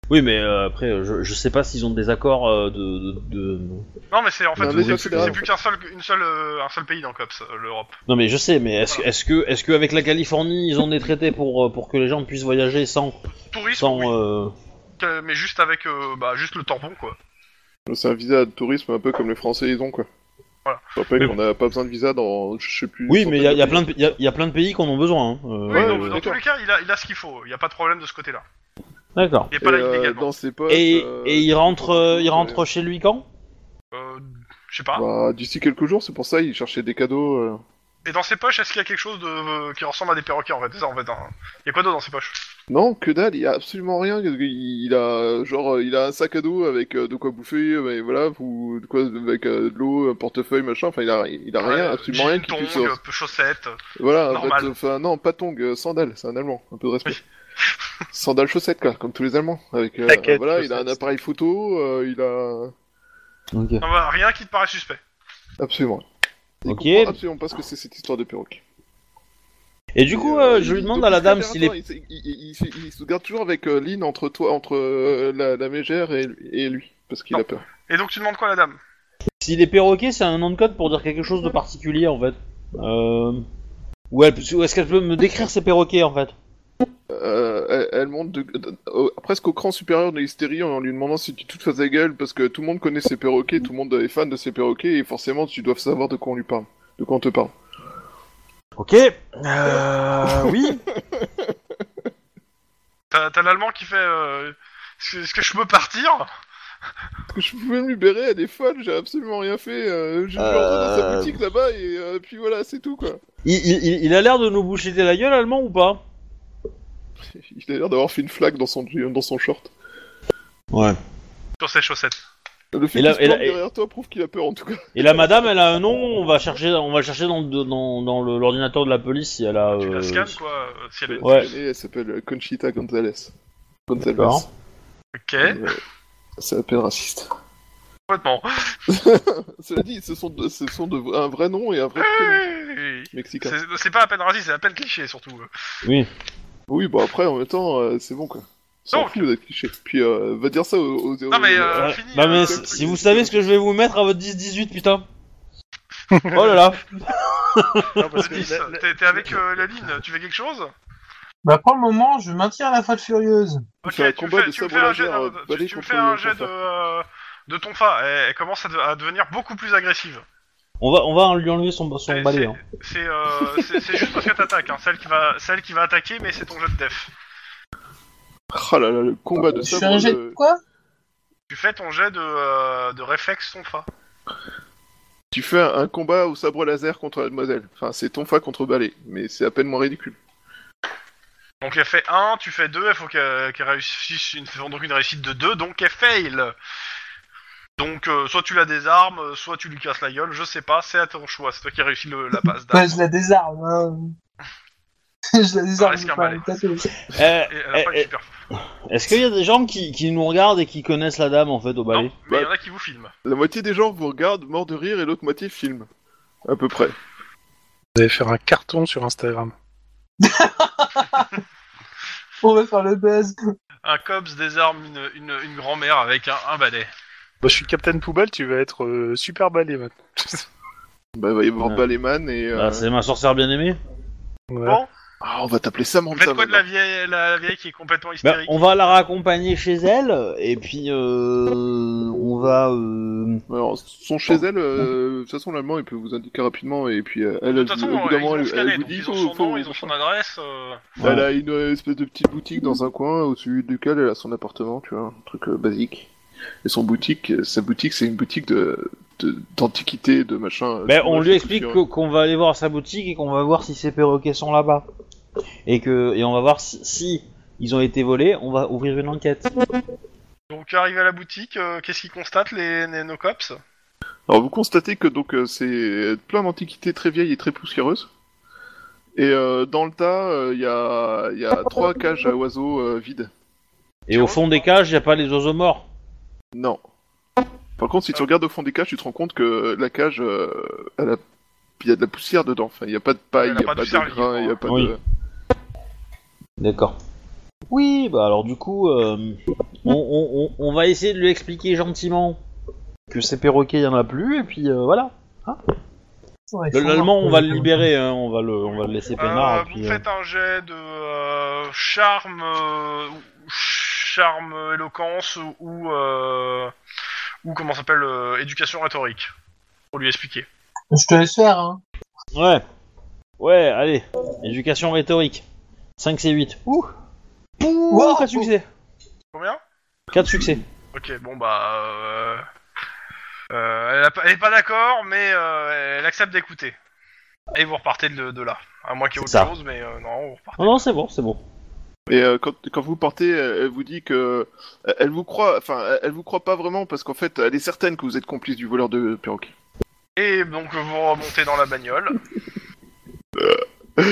B: oui, mais euh, après, euh, je, je sais pas s'ils ont des accords euh, de- de, de...
A: Non, mais c'est en fait,
D: Non, mais
A: c'est-
D: ça,
A: c'est
D: c'est grave.
A: c'est plus qu'un seul, une seule, euh, un seul pays dans COPS, euh, l'Europe.
B: Non mais je sais, mais est-ce
A: Voilà.
B: est-ce que est-ce que avec la Californie ils ont des traités pour euh, pour que les gens puissent voyager sans
A: Tourisme,
B: sans
A: oui,
B: euh,
A: que- mais juste avec, euh, bah, juste le tampon, quoi.
D: Bah, C'est un visa de tourisme un peu comme les Français, ils ont, quoi.
A: Voilà.
D: Je rappelle
B: Mais-
D: qu'on n'a pas besoin de visa dans, je sais plus...
B: oui mais il y a, il y a
D: centaine de
B: plein de il y a, il y a plein de pays qui en ont besoin. hein, euh,
A: oui, donc,
D: ouais,
A: dans tous
D: d'accord.
A: les cas, il a, il a ce qu'il faut. Il n'y a pas de problème de ce côté-là.
B: D'accord.
A: Il n'est pas là
D: Et, euh,
A: illégalement.
D: dans ses poches,
B: Et,
D: euh,
B: et il rentre euh, il rentre chez lui quand
A: Euh, je sais pas.
D: Bah, d'ici quelques jours, c'est pour ça il cherchait des cadeaux. euh.
A: Et dans ses poches, est-ce qu'il y a quelque chose de, euh, qui ressemble à des perroquets en fait C'est ça en fait. hein. Il y a quoi d'autre dans ses poches
D: Non, que dalle, il y a absolument rien. Il il a genre, euh, il a un sac à dos avec euh, de quoi bouffer, euh, et voilà, ou de quoi avec euh, de l'eau, un portefeuille, machin. Enfin, il a, il a rien,
A: Euh,
D: absolument
A: jean,
D: rien qui puisse.
A: tongs,
D: euh,
A: euh, chaussettes.
D: Voilà, en
A: normal.
D: fait, enfin non, pas tongue, euh, sandales, c'est un Allemand, un peu de respect. sandales chaussettes quoi, comme tous les Allemands. Avec euh,
C: Claquettes,
D: voilà, il a un
C: chaussettes.
D: appareil photo, euh, il a
B: Ok.
A: Non, bah, rien qui te paraît suspect.
D: absolument. Il
B: Ok.
D: comprend absolument pas ce que c'est cette histoire de perroquet.
B: Et du coup
D: euh,
B: euh, je lui
D: il-
B: demande
D: donc,
B: à la
D: il fait
B: dame
D: faire
B: s'il est
D: attention, Il, il- il- il se- il se garde toujours avec euh, Lynn entre toi, entre euh, la, la mégère et, et lui, parce qu'il
A: Non.
D: a peur.
A: Et donc tu demandes quoi à la dame
B: s'il est perroquet c'est un nom de code pour dire quelque chose de particulier en fait. Euh... Ou elle- ou est-ce qu'elle peut me décrire ses perroquets en fait
D: Euh, elle, elle monte de- de- au- presque au cran supérieur de l'hystérie en lui demandant si tu te fais la gueule parce que tout le monde connaît ses perroquets, tout le monde est fan de ses perroquets et forcément tu dois savoir de quoi on lui parle, de quoi on te parle.
B: Ok. Euh, oui.
A: T'as t'as l'allemand qui fait. euh, Est-ce que- est-ce que je peux partir
D: Est-ce que je pouvais me libérer Elle est folle, j'ai absolument rien fait. euh, je suis rentré dans sa
B: Euh.
D: boutique là-bas et euh, puis voilà, c'est tout quoi.
B: Il, il- il- il a l'air de nous boucher la gueule allemand ou pas
D: Il a l'air d'avoir fait une flaque dans son, dans son short.
B: Ouais.
A: Sur ses chaussettes.
D: Le fait
B: Et
D: qu'il
B: là-
D: se
B: et là-
D: plante
B: et-
D: derrière toi prouve qu'il a peur en tout cas.
B: Et la madame, elle a un nom, on va chercher, on va le chercher dans, le- dans, dans le- l'ordinateur de la police si elle a.
A: Tu la
B: euh,
A: scannes quoi euh, si elle est-
B: Ouais.
D: Et elle s'appelle Conchita Gonzalez. Gonzalez.
B: D'accord.
A: Ok,
D: Euh, C'est à peine raciste.
A: complètement.
D: Cela dit, ce sont, de- ce sont de- un vrai nom et un vrai prénom
A: Oui.
D: mexicain.
A: C'est c'est pas à peine raciste, c'est à peine cliché surtout.
D: Oui, bah après, en même temps, euh, c'est bon quoi. S'en
A: Donc.
D: fout d'être cliché. Puis euh, va dire ça aux. aux-
A: Non, mais,
D: aux-
A: euh,
B: Ouais.
A: fini,
B: Bah,
A: hein,
B: mais
A: c'est
B: si
A: le
B: si vous savez ce que je vais vous mettre à votre 10-18, putain. oh là là.
C: Non, parce que
A: Denis,
C: la- la-
A: t'es- t'es avec euh, la ligne, tu fais quelque chose
F: Bah, pour le moment, je maintiens la folle furieuse.
A: Ok,
D: fais un
A: tu me
D: combat
A: fais,
D: de
A: tu me fais
D: sabre
A: un jet,
D: laser,
A: de-
D: euh,
A: tu-
D: balai
A: tu me
D: contre
A: fais un
D: le
A: jet de,
D: tonfa.
A: euh, de ton fa. Eh, Elle, elle commence à, de- à devenir beaucoup plus agressive.
B: On va, on va lui enlever son, son
A: C'est-
B: balai. hein.
A: C'est euh, c'est- c'est juste parce que t'attaques, hein. celle, qui va- celle qui va attaquer, mais c'est ton jeu de def.
D: Ah là là, le combat de
F: Je suis
D: sabre.
F: un jet
D: de-
F: de quoi
A: Tu fais ton jet de, euh, de réflexe son fa.
D: Tu fais un, un combat au sabre laser contre Mademoiselle. Enfin, c'est ton fa contre balai, mais c'est à peine moins ridicule.
A: Donc elle fait 1, tu fais 2, il faut qu'elle qu'elle réussisse une, donc une réussite de 2, donc elle fail. Donc euh, soit tu la désarmes, euh, soit tu lui casses la gueule, je sais pas, c'est à ton choix, c'est toi qui réussis le- la passe d'arme.
F: Bah, Je la désarme. hein. je la désarme.
A: Reste
F: je
A: qu'un
F: vais pas
A: balai.
F: me taper.
B: Euh,
A: Et elle a pas
B: eh,
A: de super
B: Est-ce qu'il y a des gens qui, qui nous regardent et qui connaissent la dame en fait au
D: bah
B: balai
A: Non, mais il y en a qui vous filment.
D: La moitié des gens vous regardent mort de rire et l'autre moitié filme. À peu près.
C: Vous allez faire un carton sur Instagram.
F: On va faire le buzz.
A: Un cobs désarme une, une, une grand-mère avec un, un balai.
C: Bah, je suis Captain Poubelle, tu vas être euh, super balai maintenant.
D: Bah, il va y avoir
B: Ouais.
D: Balayman et. euh,
B: Ah, C'est ma sorcière bien aimée.
C: Ouais.
A: Bon,
D: Ah, on va t'appeler Sam
A: vous faites
D: ça
A: quoi de la vieille, la, la vieille qui est complètement
B: Bah,
A: hystérique
B: on va la raccompagner chez elle et puis euh, on va. euh,
D: Alors, sont chez elle, euh, de toute façon, l'allemand, il peut vous indiquer rapidement, et puis euh, elle,
A: De
D: elle,
A: toute façon,
D: au bout d'un
A: ils
D: moment,
A: ont
D: elle, elle
A: scanné,
D: vous
A: donc
D: dit
A: ils ont
D: faut-
A: son
D: faut-
A: nom, ils ont son adresse. euh,
D: Elle a une euh, espèce de petite boutique dans un coin, au-dessus duquel elle a son appartement, tu vois, un truc euh, basique. Et son boutique, euh, sa boutique, c'est une boutique de de- d'antiquité, de, machin. euh,
B: bah,
D: je sais
B: on
D: pas,
B: lui
D: je sais plus
B: explique
D: si,
B: que- qu'on va aller voir sa boutique et qu'on va voir si ses perroquets sont là-bas et que et on va voir si, si ils ont été volés. On va ouvrir une enquête.
A: Donc arrivé à la boutique, euh, qu'est-ce qu'ils constatent les, les- nos cops
D: Alors vous constatez que donc euh, c'est plein d'antiquités très vieilles et très poussiéreuses. Et euh, dans le tas, euh, il y, a, il y a trois cages à oiseaux euh, vides.
B: Et au fond des cages, y a pas les oiseaux morts.
D: Non. Par contre, si
A: Ah.
D: tu regardes au fond des cages, tu te rends compte que la cage, euh, elle a- il y a de la poussière dedans. Enfin, il n'y a pas de paille,
A: Elle a
D: il n'y
A: pas
D: a pas,
A: de
D: de
A: service,
D: grain, il n'y a pas
B: Oui.
D: de...
B: D'accord. Oui, bah alors du coup, euh, on, on- on- on va essayer de lui expliquer gentiment que ces perroquets, y en a plus, et puis euh, voilà.
F: Ouais,
B: Le-
F: faut
B: L'allemand,
F: voir.
B: on va le libérer, hein, on, va le, on va le laisser
A: Euh,
B: peinard. et
A: Vous
B: puis, euh,
A: faites un jet de euh, charme, euh, ou- charme, euh, éloquence ou- ou euh, ou comment ça s'appelle euh, éducation rhétorique pour lui expliquer.
F: Je te laisse faire. Hein.
B: euh, Ouais. Ouais, allez. Éducation rhétorique. 5 c'est 8. Ouh Pouh
F: Wow.
B: 4 succès
A: Combien
B: 4 succès.
A: Ok, bon bah. euh, euh, elle, a pas- elle est pas d'accord, mais euh, elle accepte d'écouter. Et vous repartez de, de là. À moins qu'il y ait autre
B: C'est ça.
A: chose, mais euh, non, vous repartez.
B: Non, non, c'est bon, c'est bon.
D: Et euh, quand, quand vous partez, elle elle vous dit que... Elle vous croit, enfin, elle- elle vous croit pas vraiment parce qu'en fait, elle est certaine que vous êtes complice du voleur de perroquet.
A: Et donc vous remontez dans la bagnole.
B: Ouais.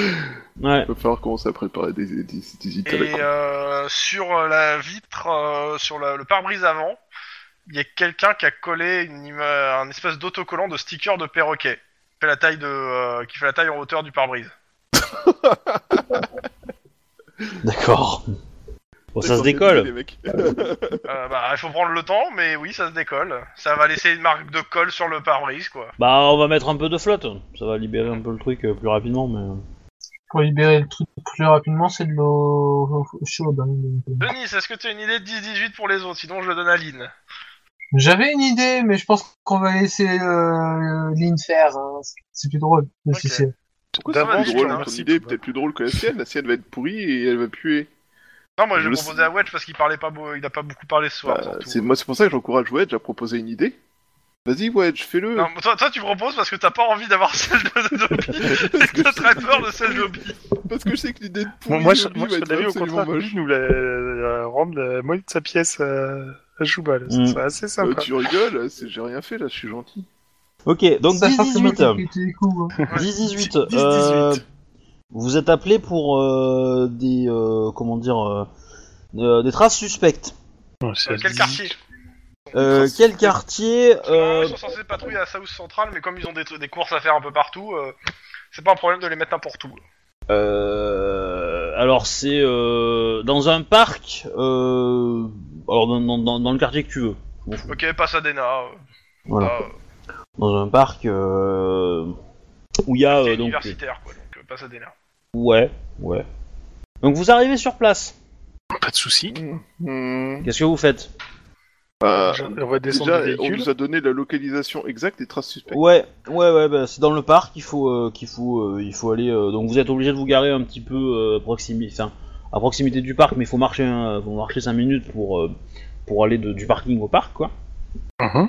D: Il va falloir commencer à préparer des, des, des, des idées à la
A: Et
D: con.
A: euh, sur la vitre, euh, sur la- le pare-brise avant, il y a quelqu'un qui a collé une ima- un espèce d'autocollant de sticker de perroquet, qui fait la taille de, euh, qui fait la taille en hauteur du pare-brise.
B: D'accord. Bon, ça se
D: Ils sont
B: décolle.
D: les mecs.
A: Euh, bah, il faut prendre le temps, mais oui, ça se décolle. Ça va laisser une marque de colle sur le pare-brise, quoi.
B: Bah, on va mettre un peu de flotte. Ça va libérer un peu le truc euh, plus rapidement, mais...
F: Pour libérer le truc plus rapidement, c'est de l'eau chaude. hein.
A: Denis, est-ce que tu as une idée de 10-18 pour les autres Sinon, je le donne à Lynn.
F: J'avais une idée, mais je pense qu'on va laisser euh, Lynn faire. hein. C'est plus drôle. le
A: Ok.
F: succès.
D: Pourquoi
A: D'avance,
D: c'est plus
A: tu
D: drôle
A: vois,
D: hein, ton
C: merci,
D: idée est
C: Thomas.
D: peut-être plus drôle que la sienne La sienne va être pourrie et elle va puer.
A: Non, moi, je
D: Je
A: vais
D: le
A: proposer
D: sais.
A: à Wedge parce qu'il parlait pas, beau- il a pas beaucoup parlé ce soir.
D: Bah,
A: surtout.
D: c'est moi c'est pour ça que j'encourage Wedge à proposer une idée. Vas-y Wedge, fais-le.
A: Non, mais toi, toi, tu proposes parce que t'as pas envie d'avoir celle de Dobby et que t'as très peur de celle de Dobby.
D: Parce que je sais que l'idée de pourrie
C: Moi, moi,
D: de
C: je,
D: Bobby
C: moi, je
D: va
C: serais
D: être
C: d'avis au
D: absolument
C: contraire.
D: moche.
C: Lui, nous la, la- rendre la moitié de sa pièce euh, à Choubal.
B: Mm.
C: C'est assez
D: Euh,
C: sympa.
D: tu rigoles, c'est- j'ai rien fait là, je suis gentil.
B: Ok, donc
F: Ça, forcément,
B: 10-18.
F: t'as pété les coups, hein.
B: 10-18. euh, vous êtes appelé pour euh, des... euh, comment dire... euh, euh, des traces suspectes.
C: Ouais, c'est
A: Euh,
C: à
A: quel
C: 18.
A: quartier
B: Euh,
D: traces
B: quel quartier...
A: Normalement,
B: euh,
A: Ils sont censés patrouiller à South Central, mais comme ils ont des, des courses à faire un peu partout, euh, c'est pas un problème de les mettre n'importe où.
B: Euh, alors c'est euh, dans un parc, euh, alors dans, dans- dans- dans le quartier que tu veux. je m'en fous.
A: Ok, Pasadena. euh,
B: Voilà.
A: ah, euh,
B: Dans un parc euh, où il y a
A: quartier
B: euh, donc
A: universitaire, quoi. Donc, euh, Pasadena.
B: ouais ouais. Donc vous arrivez sur place.
C: Pas de soucis.
D: Hmm.
B: Qu'est-ce que vous faites
D: Bah,
C: Je- on va descendre
D: déjà,
C: du
D: on
C: véhicule.
D: nous a donné la localisation exacte des traces suspectes.
B: Ouais ouais ouais bah, c'est dans le parc il faut euh, qu'il faut euh, il faut aller euh, donc vous êtes obligé de vous garer un petit peu euh, proximi- enfin, à proximité du parc, mais il faut marcher, hein, faut marcher 5 minutes pour, euh, pour aller de- du parking au parc, quoi.
C: Mhm.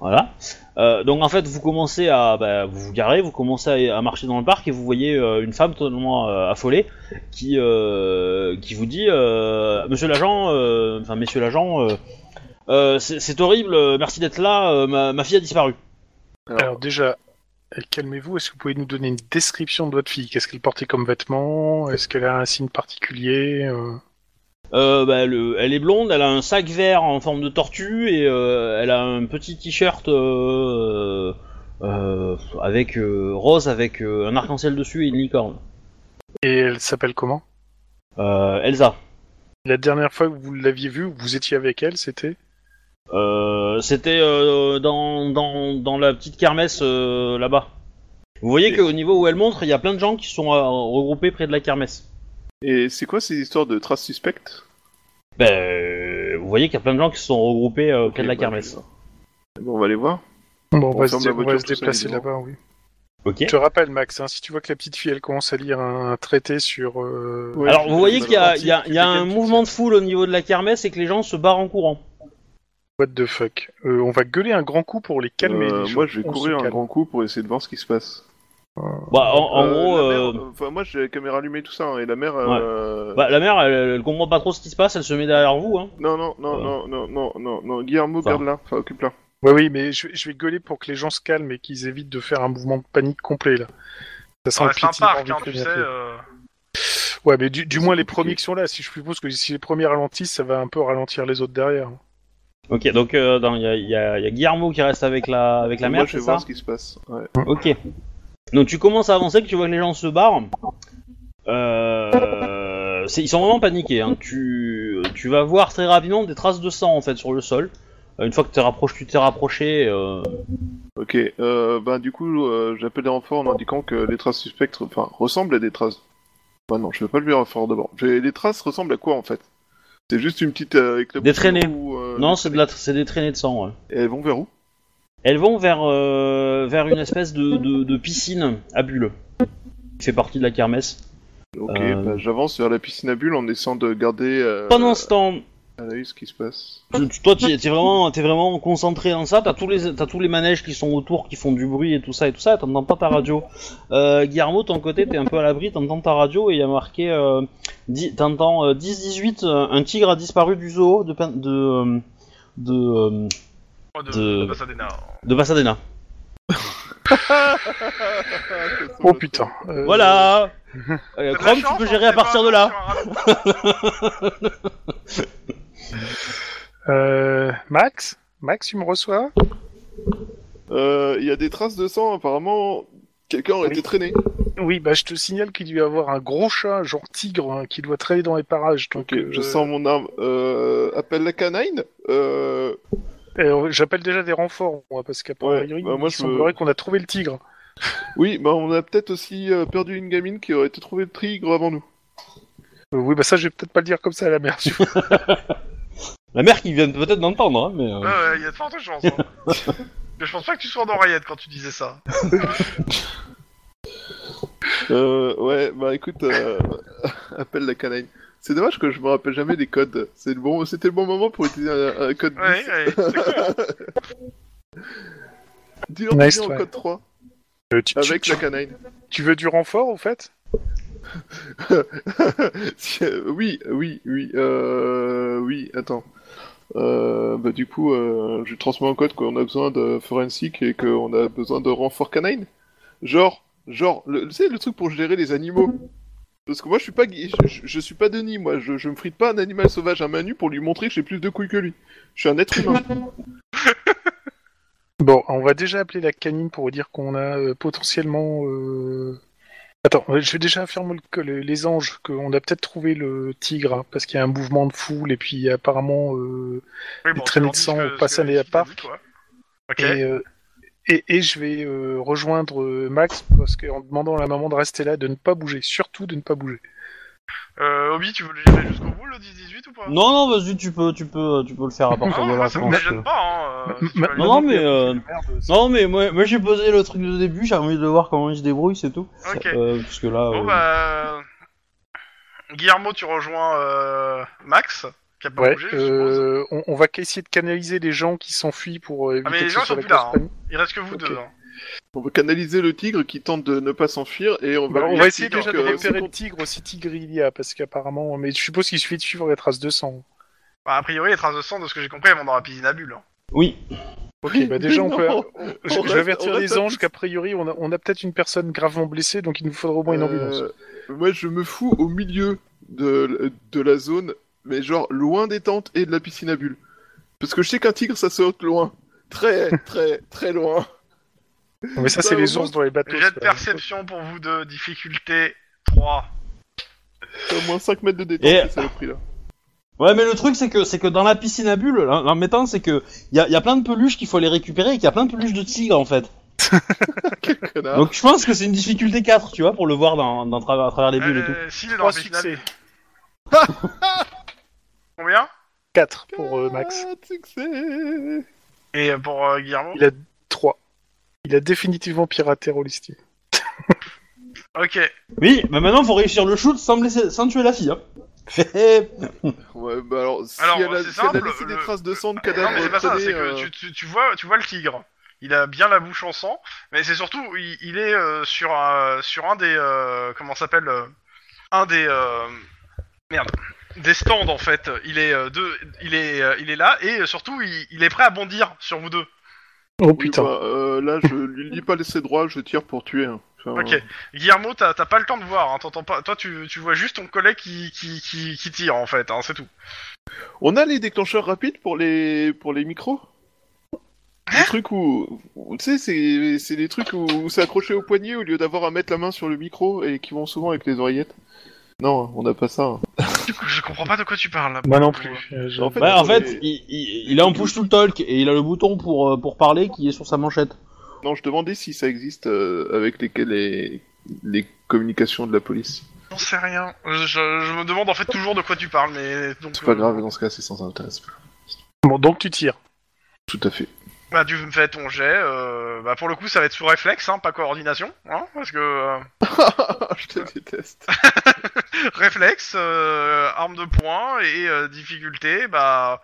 B: Voilà. Euh, donc en fait, vous commencez à bah, vous vous garez, vous commencez à, à marcher dans le parc et vous voyez euh, une femme totalement euh, affolée qui euh, qui vous dit, euh, Monsieur l'agent, euh, enfin Messieurs l'agent, euh, euh, c'est c'est horrible, euh, merci d'être là, euh, ma, ma fille a disparu.
C: Alors déjà, euh, calmez-vous, est-ce que vous pouvez nous donner une description de votre fille Qu'est-ce qu'elle portait comme vêtements Est-ce qu'elle a un signe particulier euh
B: Euh, bah, le- elle est blonde, elle a un sac vert en forme de tortue et euh, elle a un petit t-shirt euh, euh, avec euh, rose avec euh, un arc-en-ciel dessus et une licorne.
C: Et elle s'appelle comment
B: Euh, Elsa.
C: La dernière fois que vous l'aviez vue, vous étiez avec elle, c'était
B: Euh, c'était euh, dans, dans, dans la petite kermesse euh, là-bas. Vous voyez qu'au niveau où elle montre, il y a plein de gens qui sont euh, regroupés près de la kermesse.
D: Et c'est quoi ces histoires de traces suspectes
B: Ben, euh, vous voyez qu'il y a plein de gens qui sont regroupés euh, près de la
D: Ok, bah,
B: kermesse.
D: je- Bon, on va aller voir.
C: Bon, on
D: On
C: va, se,
D: ferme la
C: dé- on va
D: voiture,
C: se
D: tout ça,
C: déplacer
D: évidemment.
C: là-bas, oui.
B: Ok.
C: Je te rappelle, Max, hein, si tu vois que la petite fille, elle commence à lire un traité sur... euh,
D: Ouais,
B: Alors
D: je-
B: vous voyez
D: je-
B: qu'il y a,
D: je-
B: il y a- il y a un
D: je-
B: mouvement de foule au niveau de la kermesse et que les gens se barrent en courant.
C: What the fuck Euh, On va gueuler un grand coup pour les calmer.
D: Euh,
C: les gens.
D: moi, je vais
C: On se
D: courir un
C: calme.
D: grand coup pour essayer de voir ce qui se passe.
B: Bah, en, en
D: Euh,
B: gros,
D: la
B: euh,
D: mère, euh, enfin, moi, j'ai la caméra allumée, tout ça, hein, et la mère. euh,
B: bah, la mère, elle, elle comprend pas trop ce qui se passe, elle se met derrière vous. Hein.
D: Non, non, non,
B: Ouais.
D: non, non, non, non, non, Guillermo,
B: Enfin.
D: garde-la, enfin, occupe-la.
C: Ouais, oui, mais je, je vais gueuler pour que les gens se calment et qu'ils évitent de faire un mouvement de panique complet, là. Ça sera
A: Ouais, c'est un
C: pitié,
A: parc,
C: j'ai
A: hein,
C: envie de
A: tu sais.
C: prévenir tout.
A: euh,
C: Ouais, mais du, du
D: C'est
C: moins, les
D: compliqué.
C: premiers qui sont là, si je suppose que si les premiers ralentissent, ça va un peu ralentir les autres derrière.
B: Ok, donc euh, dans- il y, a- il y a il y a Guillermo qui reste avec la, avec la
D: moi,
B: mère,
D: je
B: c'est
D: vais
B: ça
D: voir ce qui se passe. Ouais.
B: Ok. Donc tu commences à avancer, que tu vois que les gens se barrent. Euh, c'est- ils sont vraiment paniqués. hein. Tu, tu vas voir très rapidement des traces de sang en fait sur le sol. Euh, Une fois que t'es rapproché- tu t'es rapproché, euh,
D: Ok, euh, bah, du coup, euh, j'appelle les renforts en indiquant que les traces suspectes enfin, ressemblent à des traces. Bah, non, je vais pas le dire renfort d'abord. J'ai- Les traces ressemblent à quoi en fait C'est juste une petite. euh, éclaboussure
B: Des traînées.
D: ou, euh,
B: non,
D: des
B: c'est de
D: traînées
B: la, c'est des traînées de sang. ouais.
D: Et elles vont vers où
B: Elles vont vers, euh, vers une espèce de, de- de piscine à bulles qui fait partie de la kermesse.
D: Ok,
B: Euh. Oh
D: bah, j'avance vers la piscine à bulles en essayant de garder euh,
B: Pendant ce temps,
D: à l'œil ce qui se passe.
B: Tu- tu- toi, t'es t'es vraiment, t'es vraiment concentré dans ça. T'as tous les, t'as tous les manèges qui sont autour, qui font du bruit et tout ça et tout ça. T'entends pas ta radio. Euh, Guillermo, ton côté, t'es un peu à l'abri. T'entends ta radio et il y a marqué, euh, dix- t'entends euh, 10-18. euh, un tigre a disparu du zoo de Pen- de euh, de, euh,
A: pas de,
B: De-
A: de Pasadena. hein.
B: de Pasadena.
C: Oh putain. euh,
B: Voilà. Euh,
A: T'as de la
B: Chrome, tu
A: chance,
B: peux
A: hein,
B: gérer
A: t'es
B: à
A: pas
B: partir de
A: sur
B: là.
A: un radeau.
C: euh, Max Max, tu me reçois
D: Euh, Il y a des traces de sang, apparemment quelqu'un aurait
C: Oui.
D: été traîné.
C: Oui, bah je te signale qu'il doit y avoir un gros chat, genre tigre, hein, qui doit traîner dans les parages. Donc,
D: Ok, je
C: euh,
D: sens mon arme. Euh, appelle la canine euh,
C: euh, J'appelle déjà des renforts, moi, parce qu'à priori,
D: Ouais, bah, moi,
C: il
D: je
C: semblerait qu'on a trouvé le tigre.
D: Oui, bah on a peut-être aussi euh, perdu une gamine qui aurait été trouvée de tigre avant nous.
C: Euh, oui, bah ça, je vais peut-être pas le dire comme ça à la mère. tu vois.
B: La mère qui vient peut-être d'entendre, hein, mais. euh,
A: Ouais, ouais, il y a de fortes chances. hein. Mais je pense pas que tu sois en oreillette quand tu disais ça.
D: Euh, ouais, bah écoute, euh, appelle la canine. C'est dommage que je me rappelle jamais des codes. C'est le bon, c'était le bon moment pour utiliser un, un code.
A: Ouais, ouais.
D: Dis-leur
C: Nice
D: en
C: try.
D: code 3
C: Euh, tu, tu-
D: avec
C: tu-
D: la canine.
C: tu veux du renfort, au fait
D: Si, euh, oui, oui, oui, euh, oui, attends. Euh, bah, du coup, euh, je transmets en code qu'on a besoin de forensique et qu'on a besoin de renfort canine. Genre, genre, le, tu sais, le truc pour gérer les animaux. Parce que moi, je suis pas, gui- je, je- je suis pas Denis, moi, je, je me frite pas un animal sauvage à main nue pour lui montrer que j'ai plus de couilles que lui. Je suis un être humain.
C: Bon, on va déjà appeler la canine pour dire qu'on a euh, potentiellement. euh, Attends, euh, je vais déjà affirmer le- que le- les anges qu'on a peut-être trouvé le tigre hein, parce qu'il y a un mouvement de foule et puis apparemment euh,
A: Oui,
C: Des
A: tu
C: traînées
A: leur
C: de
A: dis
C: sang
A: ce
C: au
A: ce
C: Pasadena
A: Nicky t'a
C: Park.
A: dit, quoi. Ok.
C: et, euh, et et je vais euh, rejoindre euh, Max parce qu'en demandant à la maman de rester là, de ne pas bouger, surtout de ne pas bouger.
A: Euh, Obi, tu veux le gérer jusqu'au bout le 10-18 ou pas
B: Non, non, vas-y, tu peux, tu peux, tu peux le faire à
A: Ah
B: partir
A: non,
B: de là.
A: moi, ça
B: je
A: me
B: pense
A: gêne
B: que-
A: pas. Hein, euh, si tu veux aller-
B: Non, non, mais. euh,
C: Merde, ça-
B: Non mais moi, moi j'ai posé le truc de début, j'ai envie de voir comment il se débrouille c'est tout.
A: Ok.
B: Euh, parce que là...
A: Bon
B: euh,
A: bah. Guillermo, tu rejoins euh, Max, qui a pas
C: Ouais,
A: bougé, je suppose.
C: euh, on, on va essayer de canaliser les gens qui s'enfuient pour euh, éviter
A: mais les
C: que ce
A: gens sont
C: soit la
A: plus là,
C: grosse
A: hein.
C: panique.
A: Il reste que vous
D: Ok.
A: deux. hein.
D: On va canaliser le tigre qui tente de ne pas s'enfuir et on va.
C: Bah,
D: lui
C: on va
D: dire
C: essayer déjà de
D: que c'est
C: repérer le
D: con-
C: tigre si tigre il y a, parce qu'apparemment, mais je suppose qu'il suffit de suivre les traces de sang.
A: Bah, a priori, les traces de sang, de ce que j'ai compris, elles vont dans la piscine à bulles. hein.
B: Oui.
C: Ok, bah déjà on
D: Non,
C: peut.
D: on
C: Je, je
D: reste-
C: vais avertir
D: on reste
C: les
D: à-
C: anges qu'a priori on a, on a peut-être une personne gravement blessée, donc il nous faudra au moins une ambulance.
D: Euh, Moi, je me fous au milieu de, de la zone, mais genre loin des tentes et de la piscine à bulles. Parce que je sais qu'un tigre, ça saute loin. Très, très, très loin.
C: mais ça,
D: bah,
C: c'est
D: au
C: les
D: moins-
C: ours dans les bateaux.
A: Jet de
C: c'est pas-
A: perception pour vous deux, difficulté 3.
D: C'est Au moins 5 mètres de détente,
B: Et-
D: ces saloperies-là.
B: Ouais, mais le truc, c'est que, c'est que dans la piscine à bulles, l'em- l'embêtant, c'est que y a, y a plein de peluches qu'il faut les récupérer et qu'il y a plein de peluches de tigres en fait.
D: Quel connard.
B: Donc je pense que c'est une difficulté 4, tu vois, pour le voir dans, dans tra- à travers les bulles et tout.
A: Euh, S'il est dans la
C: Trois
A: piscine à
C: succès.
A: bulles. Combien
C: 4 pour euh, Max.
D: Ah, succès.
A: Et euh, pour euh, Guillermo
C: Il a 3. Il a définitivement piraté Rollisteam.
A: Ok.
B: Oui, bah maintenant, faut réussir le shoot sans, blesser, sans tuer la fille. Hein.
D: Ouais, bah alors, si
A: Alors,
D: elle a,
A: c'est
D: si elle a
A: simple,
D: laissé des
A: le-
D: traces de sang de
A: Non,
D: cadavre,
A: mais c'est pas ça,
D: prenez,
A: c'est que
D: euh,
A: tu, tu- tu vois, tu vois le tigre. Il a bien la bouche en sang, mais c'est surtout, il, il est euh, sur, un, sur un des. euh, comment ça s'appelle euh, Un des. euh, merde. Des stands en fait. Il est, euh, deux- il est, euh, il est là et euh, surtout, il, il est prêt à bondir sur vous deux.
C: Oh
D: oui,
C: putain.
D: bah, euh, là, je lui lis pas laisser droit, je tire pour tuer. hein. Enfin,
A: Ok. Guillermo, t'as t'as pas le temps de voir, hein, t'entends pas. Toi, tu, tu vois juste ton collègue qui, qui, qui, qui tire en fait, hein, c'est tout.
D: On a les déclencheurs rapides pour les pour les micros Les trucs où. où- Tu sais, c'est c'est des trucs où c'est accroché au poignet au lieu d'avoir à mettre la main sur le micro et qui vont souvent avec les oreillettes. Non, on n'a pas ça. hein.
A: Du coup, je comprends pas de quoi tu parles. là.
C: Moi non plus. euh, je-
D: En fait,
B: Ouais, bah, en
D: pour les-
B: fait, il, il, il est en push to talk et il a le bouton pour, euh, pour parler qui est sur sa manchette.
D: Non, je demandais si ça existe euh, avec les, les, les communications de la police.
A: J'en sais rien. Je, je- je me demande en fait toujours de quoi tu parles, mais. donc,
D: C'est pas
A: euh,
D: grave, dans ce cas, c'est sans intérêt. c'est pas grave.
C: Bon, donc tu tires.
D: Tout à fait.
A: Bah, tu me fais ton jet. euh, bah, pour le coup, ça va être sous réflexe, hein, pas coordination. Hein, parce que. euh,
D: Ah, je te déteste.
A: réflexe, euh, arme de poing et euh, difficulté, bah.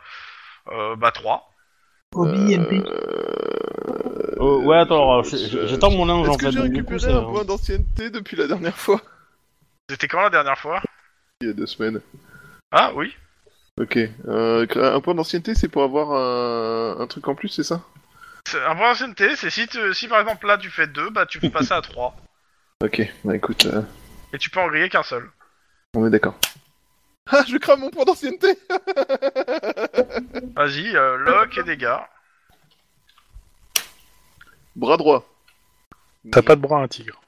A: euh, bah, 3.
E: Obi, MP.
D: Euh,
B: Euh, ouais, attends,
D: je-
B: je-
D: je-
B: j'attends mon linge en
D: Est-ce
B: fait.
D: que j'ai
B: donc du coup,
D: récupéré
B: ça-
D: un point d'ancienneté depuis la dernière fois
A: C'était quand la dernière fois
D: Il y a deux semaines.
A: Ah, oui.
D: Ok. Euh, un point d'ancienneté, c'est pour avoir un, un truc en plus, c'est ça
A: C'est- Un point d'ancienneté, c'est si, tu- si par exemple là tu fais 2, bah tu peux passer à 3.
D: Ok, bah écoute, euh,
A: Et tu peux en griller qu'un seul.
D: on est d'accord. Ah, je crame mon point d'ancienneté
A: Vas-y, euh, lock et dégâts.
D: Bras droit.
C: T'as pas de bras un tigre.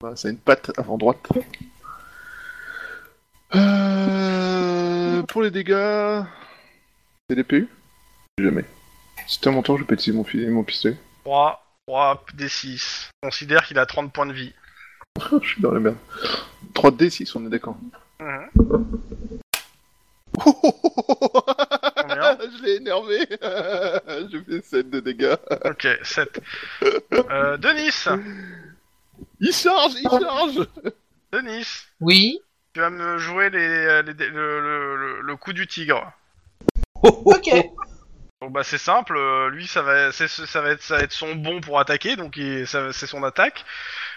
D: Bah, c'est une patte avant droite. Euh, pour les dégâts... C'est les PU Jamais. C'était un montant, je vais utiliser mon, filet- mon pistolet.
A: 3, 3 des 6. Considère qu'il a 30 points de vie.
D: je suis dans la merde. 3D6, on est d'accord.
A: Mhm. Combien
D: je l'ai énervé J'ai fait 7 de dégâts.
A: Ok, 7. Euh, Denis
D: Il charge, il charge
A: Denis
E: Oui.
A: Tu vas me jouer les, les- le, le- le- le coup du tigre.
E: Ok.
A: Bon bah c'est simple, euh, lui ça va, c'est- ça va être, ça va être son bon pour attaquer, donc il- ça- c'est son attaque.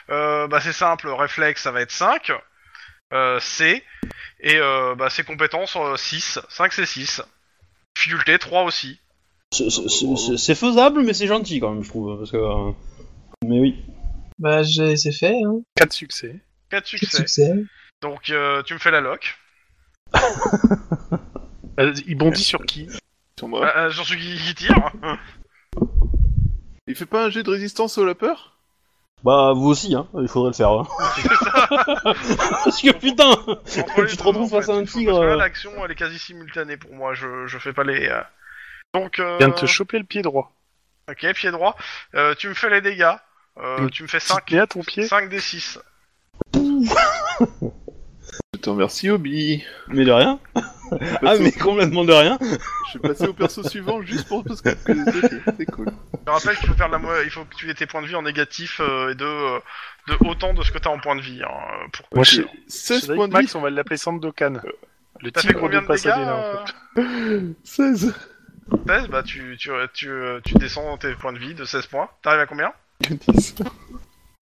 A: Euh, bah c'est simple, réflexe ça va être 5, euh, C, et euh, bah ses compétences 6, 5 c'est 6. Difficulté 3 aussi.
B: C'est- c'est- c'est- C'est faisable, mais c'est gentil quand même, je trouve. Parce que. euh, Mais oui.
E: Bah, j'ai- c'est fait, hein.
C: 4 succès.
A: 4
E: Quel
A: succès.
E: succès.
A: Donc euh, tu me fais la lock.
C: Euh, il bondit sur qui
D: Sur moi.
A: Euh, euh, sur celui qui, qui tire.
D: Il fait pas un jet de résistance au la peur
B: Bah, vous aussi, hein, il faudrait le faire. hein.
A: C'est ça.
B: parce que putain
A: Entre les
B: Tu te
A: deux,
B: retrouves
A: en
B: face
A: fait.
B: à un
A: Il faut-
B: tigre,
A: parce que là,
B: euh.
A: l'action, elle est quasi simultanée pour moi. Je, je fais pas les. euh, Donc. Euh...
C: Il vient de te choper le pied droit.
A: Ok, pied droit. Euh, tu me fais les dégâts. Euh,
C: Mm.
A: tu me fais 5.
C: Cinq à ton pied
A: 5 des 6.
D: Je te remercie, Obi.
B: Mais de rien
A: Bah,
B: Ah, mais complètement de rien.
D: Je suis passé au perso suivant juste pour parce que que- c'est cool.
A: Je rappelle qu'il faut faire de la mo- il faut que tu aies tes points de vie en négatif euh, et de, euh, de autant de ce que t'as en points de vie. hein, pour...
C: Moi,
D: Ok,
C: je-
D: 16
C: Cédric
D: points de vie,
C: Max, on va l'appeler Sandokan. Le
A: Euh, T'as fait
C: tigre
A: combien
C: de
A: de dégâts
C: Pasadena. en fait.
A: euh,
D: 16
A: 16, bah tu, tu, tu, euh, tu descends tes points de vie de 16 points. T'arrives à combien
D: 10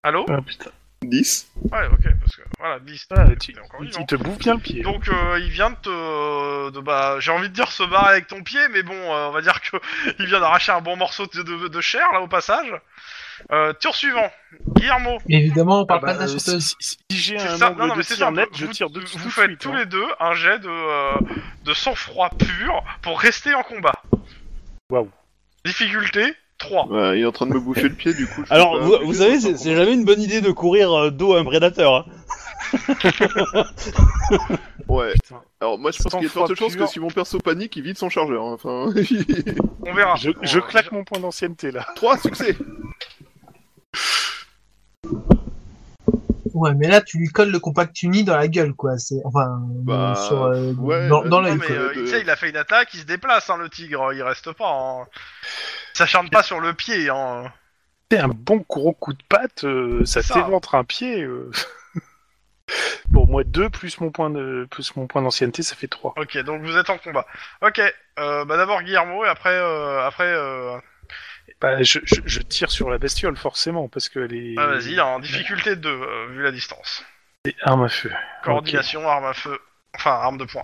A: Allô
C: Ah putain.
D: 10
A: Ouais, ok, parce que voilà, 10.
C: Ah, tu,
A: T'es encore
C: il-
A: vivant.
C: il te bouffe bien le pied.
A: Donc euh, il vient de te, euh, de bah, j'ai envie de dire se barrer avec ton pied, mais bon, euh, on va dire que il vient d'arracher un bon morceau de, de, de chair là au passage. Euh, tour suivant, Guillermo.
E: Évidemment, on parle
C: Ah bah,
E: pas de la
C: euh, si,
E: chanteuse.
C: si- si j'ai
A: C'est
C: un
A: ça,
C: angle
A: non, non,
C: de
A: mais c'est
C: tir
A: ça.
C: net, je
A: vous,
C: tire de
A: vous
C: tout de
A: faites
C: suite,
A: tous
C: hein.
A: les deux un jet de, euh, de sang-froid pur pour rester en combat.
C: Waouh.
A: Difficulté 3.
D: Ouais, il est en train de me bouffer le pied du coup. je
B: Alors,
D: peux
B: vous,
D: pas-
B: vous savez, c'est c'est jamais une bonne idée de courir euh, dos à un prédateur. hein.
D: Ouais.
C: Putain.
D: Alors moi je pense
C: Sans
D: qu'il y a de fortes
C: froid
D: chances que
C: pur.
D: si mon perso panique, il vide son chargeur. hein. Enfin,
A: On verra.
C: Je, je
A: On-
C: claque mon point d'ancienneté là.
D: 3 succès
E: Ouais, mais là, tu lui colles le compact uni dans la gueule, quoi. C'est enfin
D: Bah,
E: euh, sur, euh,
D: ouais,
E: dans,
D: là,
E: dans
D: non,
A: Non,
E: l'œil.
D: il
A: mais
E: quoi.
D: connaît
A: euh,
D: de-
A: tu sais, il a fait une attaque, il se déplace, hein, le tigre, il reste pas. Hein. Il s'acharne pas sur le pied. Hein.
C: C'est un bon gros coup de patte, euh, ça
A: Ça.
C: t'éventre un pied. euh. bon, moi deux plus mon point de plus mon point d'ancienneté, ça fait trois.
A: Ok, donc vous êtes en combat. Ok, euh, bah d'abord Guillermo et après. euh, après euh,
C: Bah, je, je- je tire sur la bestiole forcément parce qu'elle est
A: ah, Vas-y, en difficulté 2, euh, vu la distance.
C: c'est arme à feu.
A: Coordination, arme à feu, enfin arme de poing.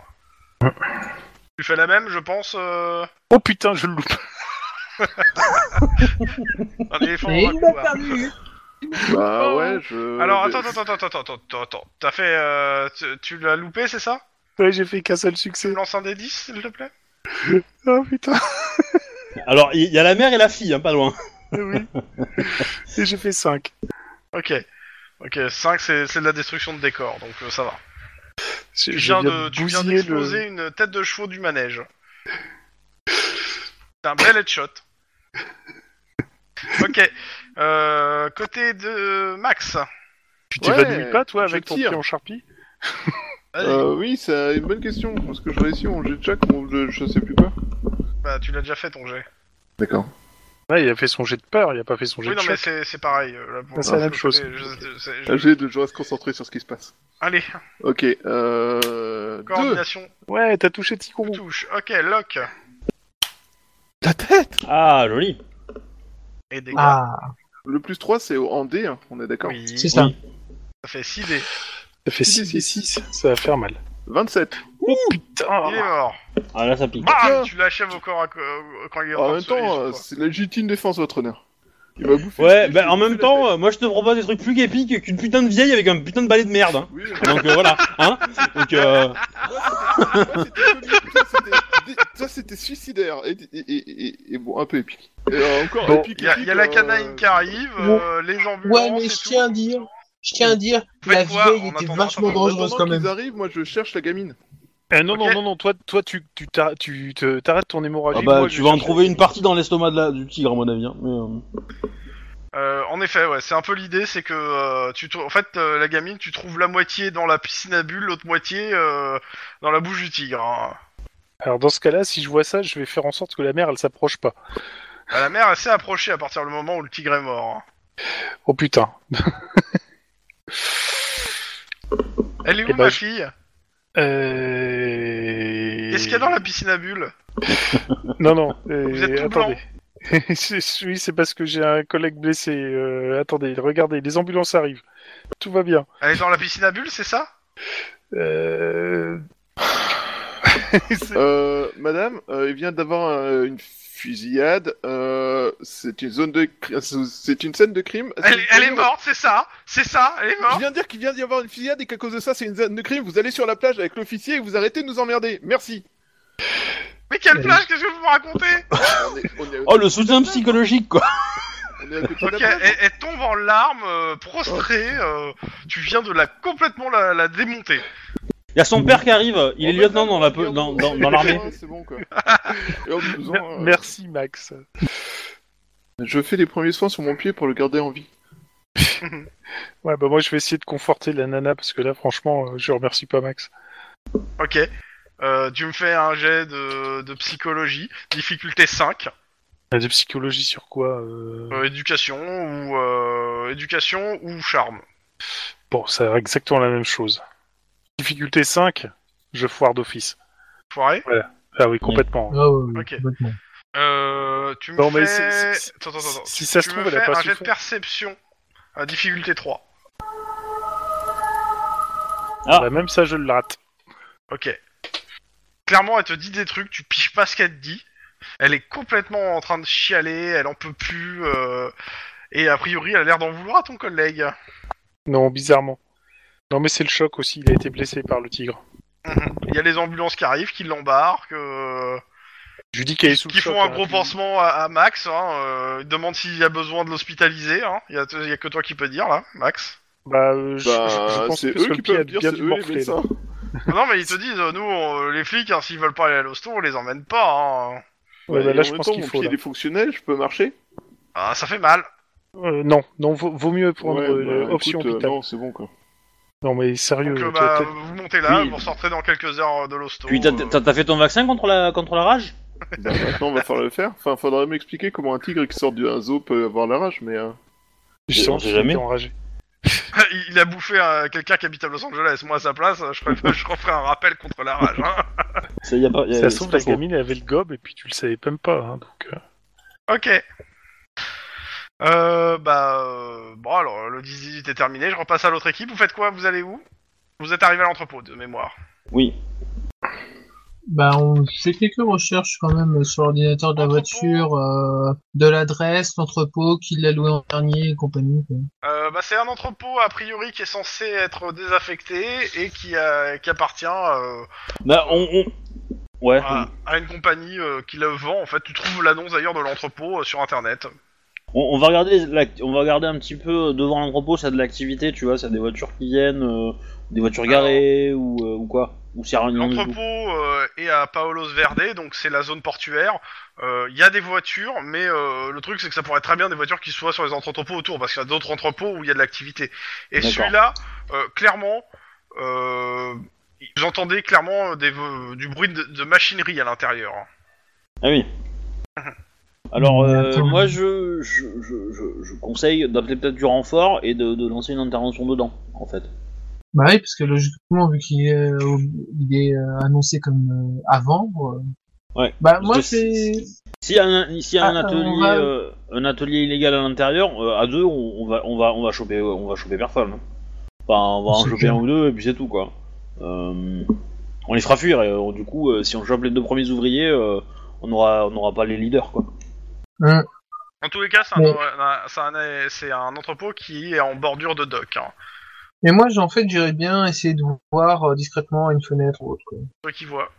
A: tu fais la même, je pense. euh,
C: Oh putain, je le loupe.
A: Un éléphant
E: Et
A: dans un
E: il l'a
A: combat.
E: perdu.
D: Bah ouais,
C: Euh,
D: je...
A: Alors
D: je-
A: attends, attends, attends, attends, attends, attends, attends. T'as fait. euh, tu- tu l'as loupé, c'est ça
C: Ouais, j'ai fait qu'un seul
A: Tu
C: succès.
A: me lances un des 10, s'il te plaît
C: Oh putain.
B: Alors, il y, a la mère et la fille, hein, pas loin.
C: oui. Et j'ai fait 5.
A: Ok. Ok, 5 c'est c'est de la destruction de décor, donc euh, ça va. Tu viens, de, tu viens d'exploser une tête de chevaux du manège. C'est un bel headshot. ok. Euh, côté de Max.
C: Tu
D: Ouais,
C: t'évanouis pas, toi,
D: je
C: avec ton
D: tire.
C: pied en charpie
A: Vas-y.
D: Euh, oui, c'est une bonne question. Est-ce que je réussis mon jet de jack ou je, je sais plus quoi
A: Bah, tu l'as déjà fait ton jet.
D: D'accord.
C: Ouais, il a fait son jet de peur, il a pas fait son jet
A: Oui,
C: de
A: non, mais
C: choc.
A: c'est c'est pareil. euh, là, pour-
C: Ah, c'est la
A: je-
C: même chose.
A: je- c'est- je-
D: Ah, Je, je reste concentré sur ce qui se passe.
A: Allez,
D: Ok, euh... Deux.
A: coordination,
C: Ouais, t'as touché Ticourou.
A: touche. Ok, lock.
D: La tête
B: Ah, joli.
A: Et dégâts.
E: Ah,
D: Le plus 3, c'est en D, hein, on est d'accord
A: Oui,
E: c'est ça.
B: Oui.
A: ça fait 6 dés.
C: Ça fait 6 et 6, ça va faire mal.
D: 27.
C: Oh putain
A: Il est mort.
B: Ah, là, ça pique.
A: Bam
D: Putain.
A: Tu l'achèves au corps à co- au- quand il est train
D: en
A: de
D: même
A: se- il est
D: temps,
A: sur
D: euh,
A: toi.
D: c'est la légitime défense, votre honneur. Il m'a bouffé.
B: Ouais, bah en même temps, euh, moi je te propose des trucs plus épiques qu'une putain de vieille avec un putain de balai de merde. hein.
D: Oui,
B: Donc euh, voilà, hein. Donc euh,
D: moi, c'était connu, putain, c'était- ça c'était suicidaire et, et, et, et- et bon, un peu épique. Et, euh, encore
C: Bon,
D: épique.
A: Il y a,
D: épique,
A: il y a la
D: euh,
A: canaïne qui arrive, euh, les ambulances.
E: Ouais, mais
A: et
E: je
A: tout.
E: tiens à dire, je tiens à dire,
A: Faites
E: la
A: quoi En
E: vieille était
A: attendant,
E: vachement
A: attendant,
D: En
E: dangereuse
D: attendant
E: quand même.
D: qu'ils arrivent, moi je cherche la gamine.
C: Eh, non,
A: Ok.
C: non, non, non, toi, toi tu, tu, t'arr- tu te- t'arrêtes ton hémorragie.
B: ah bah,
C: moi,
B: tu
C: je
B: vas en
C: cherche-
B: trouver une partie dans l'estomac de la- du tigre à mon avis. hein. Mais, euh,
A: Euh, en effet, ouais, c'est un peu l'idée, c'est que euh, tu trou- en fait euh, la gamine, tu trouves la moitié dans la piscine à bulles, l'autre moitié euh, dans la bouche du tigre. hein.
C: Alors dans ce cas-là, si je vois ça, je vais faire en sorte que la mère, elle s'approche pas.
A: Bah, la mère, elle s'est approchée à partir du moment où le tigre est mort. hein.
C: Oh putain.
A: Elle est où
C: Eh ben,
A: ma
C: je-
A: fille
C: Euh...
A: Qu'est-ce qu'il y a dans la piscine à bulles
C: Non, non, euh,
A: Vous êtes tout
C: attendez. Je- oui, c'est parce que j'ai un collègue blessé. euh, attendez, regardez, les ambulances arrivent. Tout va bien.
A: Elle est dans la piscine à bulles, c'est ça
C: Euh... C'est-
D: Euh, madame, euh, il vient d'avoir euh, une fusillade. Euh, c'est une zone de, cri- c'est une scène de crime. Est-ce que
A: elle,
D: vous
A: elle
D: pouvez-
A: est morte, c'est ça C'est ça Elle est
D: Je
A: morte
D: viens de dire qu'il vient d'y avoir une fusillade et qu'à cause de ça, c'est une zone de crime. Vous allez sur la plage avec l'officier et vous arrêtez de nous emmerder. Merci.
A: Mais quelle plage Qu'est-ce que vous me racontez
D: on, est, on, est,
B: Oh, le soutien psychologique quoi.
D: on est à côté de
A: Ok,
D: la plage.
C: eh.
A: elle, elle tombe en larmes, euh, prostrée.
C: Oh.
A: euh, tu viens de la complètement la, la démonter.
B: Il y a son père qui arrive. Il est
D: En fait,
B: lieutenant dans la
D: on est
B: pe- dans
D: en-
B: dans, dans l'armée.
D: C'est bon quoi. Et en faisant,
C: Mer-
D: euh,
C: Merci Max.
D: Je fais les premiers soins sur mon pied pour le garder en vie.
C: Ouais, bah moi je vais essayer de conforter la nana parce que là franchement, euh, je remercie pas Max.
A: Ok. Euh, tu me fais un jet de, de psychologie, difficulté 5,
C: De psychologie sur quoi euh,
A: euh, éducation ou euh, éducation ou charme.
C: Bon, ça a exactement la même chose. Difficulté 5, je foire d'office.
A: Foiré.
C: Ah
D: Mm.
C: oui, complètement.
E: Ah ouais, ouais,
A: Ok.
E: complètement.
A: Euh, tu me
C: Non,
A: fais...
C: mais c'est- c'est-
A: Attends, attends, attends.
C: si ça
A: tu
C: se
A: me
C: trouve, elle a
A: fais
C: pas
A: un jet de
C: souffert.
A: perception à difficulté 3.
B: Ah.
C: Bah, même ça, je le rate.
A: Ok. Clairement, elle te dit des trucs, tu piges pas ce qu'elle te dit. Elle est complètement en train de chialer, elle en peut plus. euh, Et a priori, elle a l'air d'en vouloir à ton collègue.
C: Non, bizarrement. Non, mais c'est le choc aussi, il a été blessé par le tigre.
A: Mhm. Il y a les ambulances qui arrivent, qui l'embarquent, euh,
C: Je lui dis qu'elle est sous le
A: qui
C: choc,
A: font un
C: hein,
A: gros
C: puis-
A: pansement à, à Max. Hein, euh, ils demandent s'il y a besoin de l'hospitaliser. hein. Il y, a il y a que toi qui peux dire, là, Max.
C: Bah, euh, je, je- je
D: Bah,
C: pense
D: c'est
C: plus
D: eux
C: que
D: qui
C: le pied a
D: peuvent dire,
C: bien
D: c'est
C: dû
D: eux les
C: morfler. là.
D: médecins.
A: non, mais ils te disent, euh, nous, on- les flics, hein, s'ils veulent pas aller à l'hosto, on les emmène pas. hein.
C: Ouais,
D: Ouais,
C: bah,
D: et
C: là,
D: en
C: je
D: même
C: pense
D: temps,
C: qu'il
D: mon
C: faut.
D: pied
C: là.
D: il est fonctionnel, je peux marcher.
A: Ah, ça fait mal.
C: Euh, non, non, vaut, vaut mieux prendre
D: Ouais,
C: euh,
D: bah,
C: le- option
D: écoute, euh,
C: hôpital.
D: Non, c'est bon quoi.
C: non. mais sérieux.
A: Donc, euh,
C: toi,
A: bah,
C: t'as-
A: vous montez là,
B: Oui.
A: vous sortirez dans quelques heures de l'hosto.
B: Puis t'as-
A: euh,
B: t'as t'as fait ton vaccin contre la, contre la rage
D: Bah, maintenant, on va falloir le faire. Enfin, faudrait m'expliquer comment un tigre qui sort d'un zoo peut avoir la rage, mais. euh,
C: je
B: on
C: sens
B: sait
C: qu'il
B: jamais.
C: est enragé.
A: Il il a bouffé euh, quelqu'un qui habite à Los Angeles. Moi, à sa place, je, ferai- je referai un rappel contre la rage. hein.
B: Ça, y a pas- y a-
C: Ça se
B: c'est
C: trouve,
B: pas
C: la
B: faux.
C: gamine elle avait le gobe et puis tu le savais même pas. hein, donc, euh.
A: Ok. Euh, bah, euh, bon, alors, le 18 est terminé. Je repasse à l'autre équipe. Vous faites quoi Vous allez où Vous êtes arrivé à l'entrepôt, de mémoire.
B: Oui.
E: Bah, on fait quelques recherches quand même sur l'ordinateur de la
A: Entrepôt.
E: voiture, euh, de l'adresse, l'entrepôt, qui l'a loué en dernier et compagnie. quoi.
A: Euh, bah, c'est un entrepôt, a priori, qui est censé être désaffecté et qui, euh, qui appartient euh,
B: Bah, on. on- Ouais.
A: à, à une compagnie euh, qui le vend. En fait, tu trouves l'annonce d'ailleurs de l'entrepôt euh, sur Internet.
B: On, on va regarder l'act- on va regarder un petit peu euh, devant l'entrepôt, s'il y a de l'activité, tu vois, s'il y a des voitures qui viennent, euh, des voitures garées ou, euh, ou quoi. Ou s'il y a rien du tout.
A: L'entrepôt euh, est à Paolos Verde, donc c'est la zone portuaire. Euh, Il y a des voitures, mais euh, le truc c'est que ça pourrait être très bien des voitures qui soient sur les entrepôts autour, parce qu'il y a d'autres entrepôts où il y a de l'activité. Et
B: D'accord.
A: celui-là, euh, clairement, euh, vous entendez clairement des, vo- du bruit de, de machinerie à l'intérieur. hein.
B: Ah oui. Alors,
E: Mais
B: euh,
E: attends.
B: moi, je, je, je, je, je conseille d'appeler peut-être du renfort et de, de lancer une intervention dedans, en fait.
E: Bah oui, parce que logiquement, vu qu'il est, au- il est euh, annoncé comme euh, avant. euh,
B: Ouais.
E: Bah, moi,
B: Je-
E: c'est.
B: S'il y a un, s'il y a un
E: Ah, on
B: atelier,
E: va-
B: euh, un atelier illégal à l'intérieur, euh, à deux, on, on va, on va, on va choper, euh, on va choper personne. hein. Enfin, on va en
E: C'est
B: choper
E: clair.
B: un ou deux et puis c'est tout quoi. Euh, on les fera fuir et euh, du coup, euh, si on chope les deux premiers ouvriers, euh, on aura, on n'aura pas les leaders quoi.
E: Hein,
A: En tous les cas, c'est un,
E: Ouais.
A: un- c'est un- c'est un entrepôt qui est en bordure de dock. Hein.
E: Mais moi, j'ai- en fait, j'irais bien essayer de voir euh, discrètement à une fenêtre ou autre. quoi.
A: Ceux qui voient.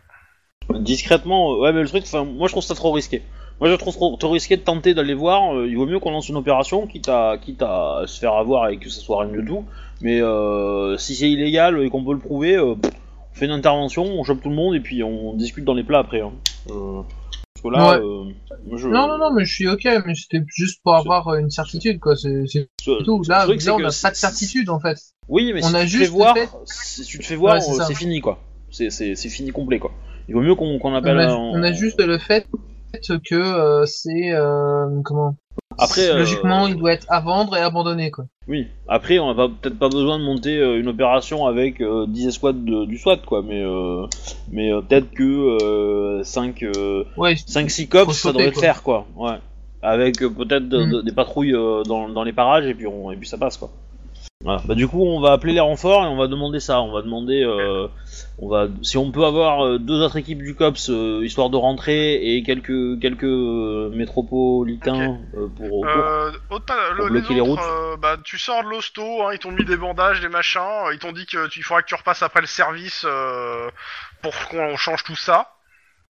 B: Discrètement, euh, ouais, mais le truc, enfin, moi je trouve ça trop risqué. Moi je trouve trop, trop risqué de tenter d'aller voir. euh, il vaut mieux qu'on lance une opération, quitte à, quitte à se faire avoir et que ça soit rien du tout. Mais euh, si c'est illégal et qu'on peut le prouver, euh, pff, on fait une intervention, on chope tout le monde et puis on discute dans les plats après. hein. Euh, parce que là,
E: Ouais.
B: euh, moi, je-
E: Non, non, non, mais je suis ok, mais c'était juste pour avoir euh, une certitude, quoi. C'est c'est
B: ce-
E: tout. Là,
B: Euh, truc, c'est
E: là, on
B: que
E: n'a
B: c'est-
E: pas de certitude, en fait.
B: Oui, mais
E: On
B: si,
E: a
B: tu
E: juste
B: te fais voir,
E: fait-
B: si tu te fais voir,
E: Ouais, c'est
B: euh,
E: ça.
B: c'est fini quoi. C'est c'est- c'est fini complet quoi. Il vaut mieux qu'on qu'on
E: On
B: appelle.
E: a,
B: un-
E: on a juste le fait que euh, c'est euh, comment
B: Après, euh,
E: logiquement il doit être à vendre et abandonné quoi.
B: Oui, après on n'a pas- peut-être pas besoin de monter euh, une opération avec euh, 10 escouades de- du SWAT quoi, mais, euh, mais euh, peut-être que euh, 5
E: Ouais,
B: 5-6 cops
E: Faut
B: ça
E: sauter,
B: devrait le
E: quoi.
B: faire quoi, ouais. Avec euh, peut-être de-
E: Mm.
B: de- des patrouilles euh, dans, dans les parages et puis, on, et puis ça passe quoi. Voilà. Bah, du coup on va appeler les renforts et on va demander ça, on va demander euh, on va, si on peut avoir euh, deux autres équipes du cops euh, histoire de rentrer et quelques, quelques euh, métropolitains euh, pour... au cours.
A: Euh, autre pa- le- les
B: bloquer les
A: autres,
B: routes.
A: euh, bah, tu sors de l'hosto, hein, ils t'ont mis des bandages, des machins, euh, ils t'ont dit que tu- il faudra que tu repasses après le service euh, pour qu'on change tout ça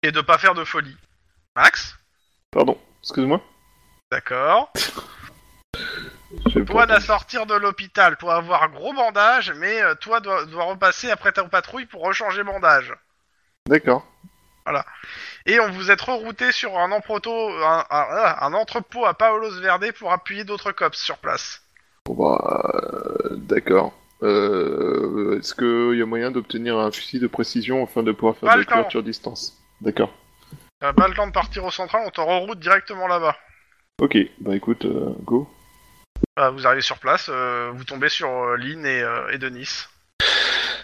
A: et de pas faire de folie. Max,
D: Pardon, excuse-moi.
A: d'accord.
D: J'avais pas
A: Toi
D: entendu.
A: dois sortir de l'hôpital pour avoir un gros bandage, mais euh, toi dois, dois repasser après ta patrouille pour rechanger bandage.
D: D'accord.
A: Et on vous êtes rerouté sur un, emproto- un, un- un entrepôt à Paolos Verde pour appuyer d'autres cops sur place.
D: Bon bah, euh, d'accord. Euh, Est-ce qu'il y a moyen d'obtenir un fusil de précision afin de pouvoir faire
A: Pas
D: de
A: le
D: la
A: temps.
D: couverture distance D'accord.
A: T'as pas le temps de partir au central, on te reroute directement là-bas.
D: Ok, bah écoute, euh, go.
A: Bah, vous arrivez sur place, euh, vous tombez sur euh, Lynn et, euh, et Denis.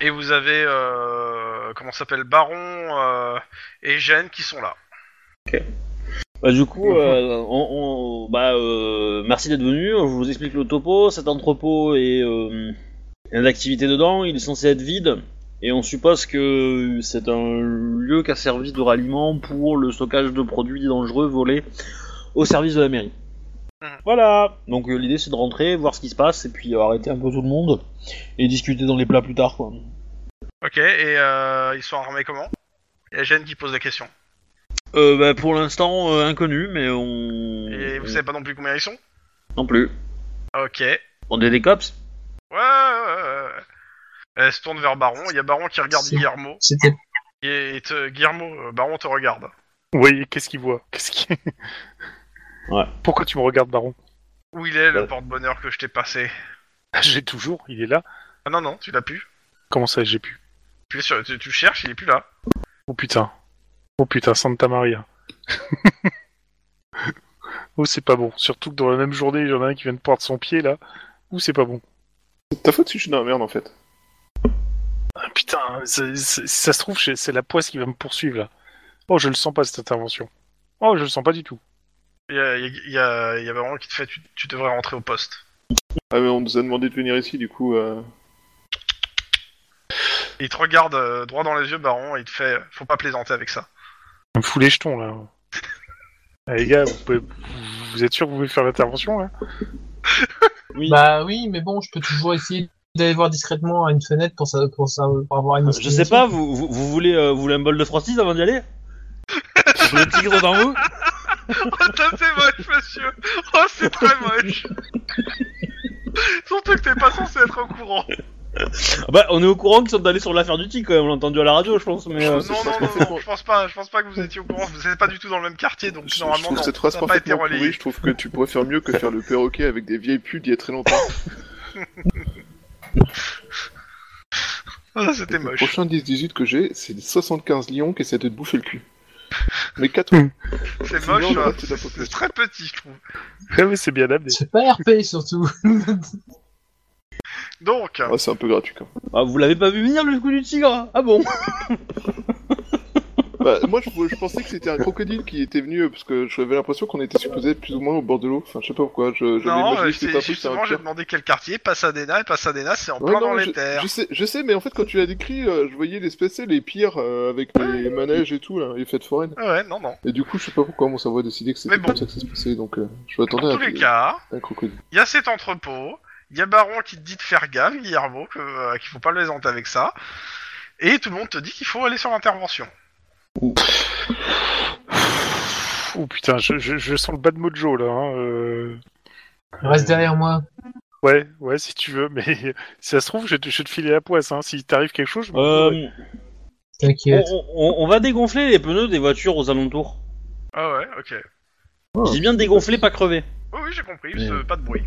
A: Et vous avez, euh, comment ça s'appelle, Baron euh, et Jeanne qui sont là.
B: Bah, du coup, euh, on, on- bah, euh, merci d'être venu. Je vous explique le topo. Cet entrepôt est euh, il y a de l'activité dedans. Il est censé être vide. Et on suppose que c'est un lieu qui a servi de ralliement pour le stockage de produits dangereux volés au service de la mairie.
A: Mhm.
B: Voilà. Donc euh, l'idée c'est de rentrer, voir ce qui se passe, et puis euh, arrêter un peu tout le monde et discuter dans les plats plus tard. Quoi.
A: Ok, et euh, ils sont armés comment Il y a Jeanne qui pose la question.
B: Euh, bah, pour l'instant euh, inconnu, mais on
A: Et vous savez pas non plus combien ils sont
B: non plus.
A: Ok. Ouais,
B: On est des cops.
A: ouais, ouais, ouais. Elle se tourne vers Baron, il y a Baron qui regarde
E: C'est-
A: Guillermo.
E: C'était
A: Et, et te- Guillermo, euh, Baron te regarde.
C: Oui, et qu'est-ce qu'il voit Qu'est-ce qu'il-
B: Ouais.
C: Pourquoi tu me regardes, Baron
A: Où il est le
B: Ouais.
A: porte-bonheur que je t'ai passé
C: J'ai toujours, il est là.
A: Ah non, non, tu l'as plus.
C: Comment ça, j'ai pu
A: Tu, es sur- tu- tu cherches, il est plus là.
C: Oh putain. Oh putain, Santa Maria. oh, c'est pas bon. Surtout que dans la même journée, il y en a un qui vient de perdre son pied, là. Ou c'est pas bon.
D: C'est de ta faute si je suis dans la merde en fait.
C: Ah, putain, c'est- c'est- si ça se trouve, c'est c'est la poisse qui va me poursuivre, là. Oh, je le sens pas, cette intervention. Oh, je le sens pas du tout.
A: Il y a, il y a- il y a- il y a Baron qui te fait, tu, tu devrais rentrer au poste.
D: Ah mais on nous a demandé de venir ici du coup. euh,
A: Il te regarde euh, droit dans les yeux, Baron, et il te fait, euh, faut pas plaisanter avec ça.
C: Il me fout les jetons, là. Ah, les gars, vous, pouvez- vous- vous êtes sûr que vous voulez faire l'intervention, là
B: Oui.
E: Bah oui, mais bon, je peux toujours essayer d'aller voir discrètement à une fenêtre pour, ça, pour, ça, pour avoir une.
B: Euh, Je sais pas, vous, vous, vous voulez, euh, vous voulez un bol de frosties avant d'y aller Vous voulez un petit gros dans vous
A: Oh, ça, c'est moche, monsieur Oh, c'est très moche Surtout que t'es pas censé être au courant
B: Ah Bah, on est au courant qu'ils sont allés sur l'affaire du tic quand même, on l'a entendu à la radio, je pense, mais. euh,
A: Non,
D: Ah, c'est
A: non, non,
D: franchement
A: non,
D: faux.
A: je pense pas, je pense pas que vous étiez au courant, vous êtes pas du tout dans le même quartier, donc
D: je, je
A: normalement,
D: trouve
A: non,
D: cette phrase
A: ça n'a pas été
D: parfaitement
A: relayé.
D: pourrie. Je trouve que tu pourrais faire mieux que faire le perroquet avec des vieilles putes il y a très longtemps.
A: Ah, c'était
D: Le
A: moche.
D: prochain 10-18 que j'ai, c'est 75 lions qui essaient de te bouffer le cul. Mais 4
A: C'est
D: Sinon,
A: moche,
D: le
A: hein.
D: reste de la
A: c'est
D: population.
A: très petit, je trouve.
C: Ouais, mais c'est bien adapté.
E: C'est pas RP surtout.
A: Donc,
D: Ah, c'est un peu gratuit quand même.
B: Ah, vous l'avez pas vu venir le coup du tigre Ah bon
D: Bah, moi je, je pensais que c'était un crocodile qui était venu euh, parce que j'avais l'impression qu'on était supposé plus ou moins au bord de l'eau. Enfin, je sais pas pourquoi. Je, j'avais
A: non,
D: imaginé
A: euh,
D: que c'était
A: c'est-
D: un peu- c'était un
A: justement, j'ai
D: cœur.
A: demandé quel quartier, Pasadena, et Pasadena, c'est en
D: Ouais,
A: plein
D: non,
A: dans
D: mais
A: les
D: je,
A: terres.
D: je sais, je sais, mais en fait, quand tu l'as décrit, euh, je voyais l'espèce, les pires euh, avec les manèges et tout, là, les fêtes foraines.
A: Ouais, non, non.
D: Et du coup, je sais pas pourquoi mon cerveau a décidé que c'était
A: Mais bon.
D: comme ça que ça se passait, donc euh, je
A: Dans
D: m'attendais à
A: tous les cas,
D: un crocodile.
A: il y a cet entrepôt, il y a Baron qui te dit de faire gaffe, Guillermo, que, euh, qu'il faut pas plaisanter avec ça, et tout le monde te dit qu'il faut aller sur l'intervention.
C: Oh putain, je, je- je sens le bas de mojo, là. hein, euh.
E: Reste derrière moi.
C: Ouais, ouais, si tu veux, mais si ça se trouve, je vais te, je vais te filer la poisse, hein. Si t'arrive quelque chose, je m'en vais.
B: euh, on,
E: T'inquiète.
B: on- on va dégonfler les pneus des voitures aux alentours.
A: Ah ouais, ok.
B: Je dis bien dégonfler, pas crever.
A: Oui, oui, j'ai compris,
B: Mais-
A: c'est pas de bruit.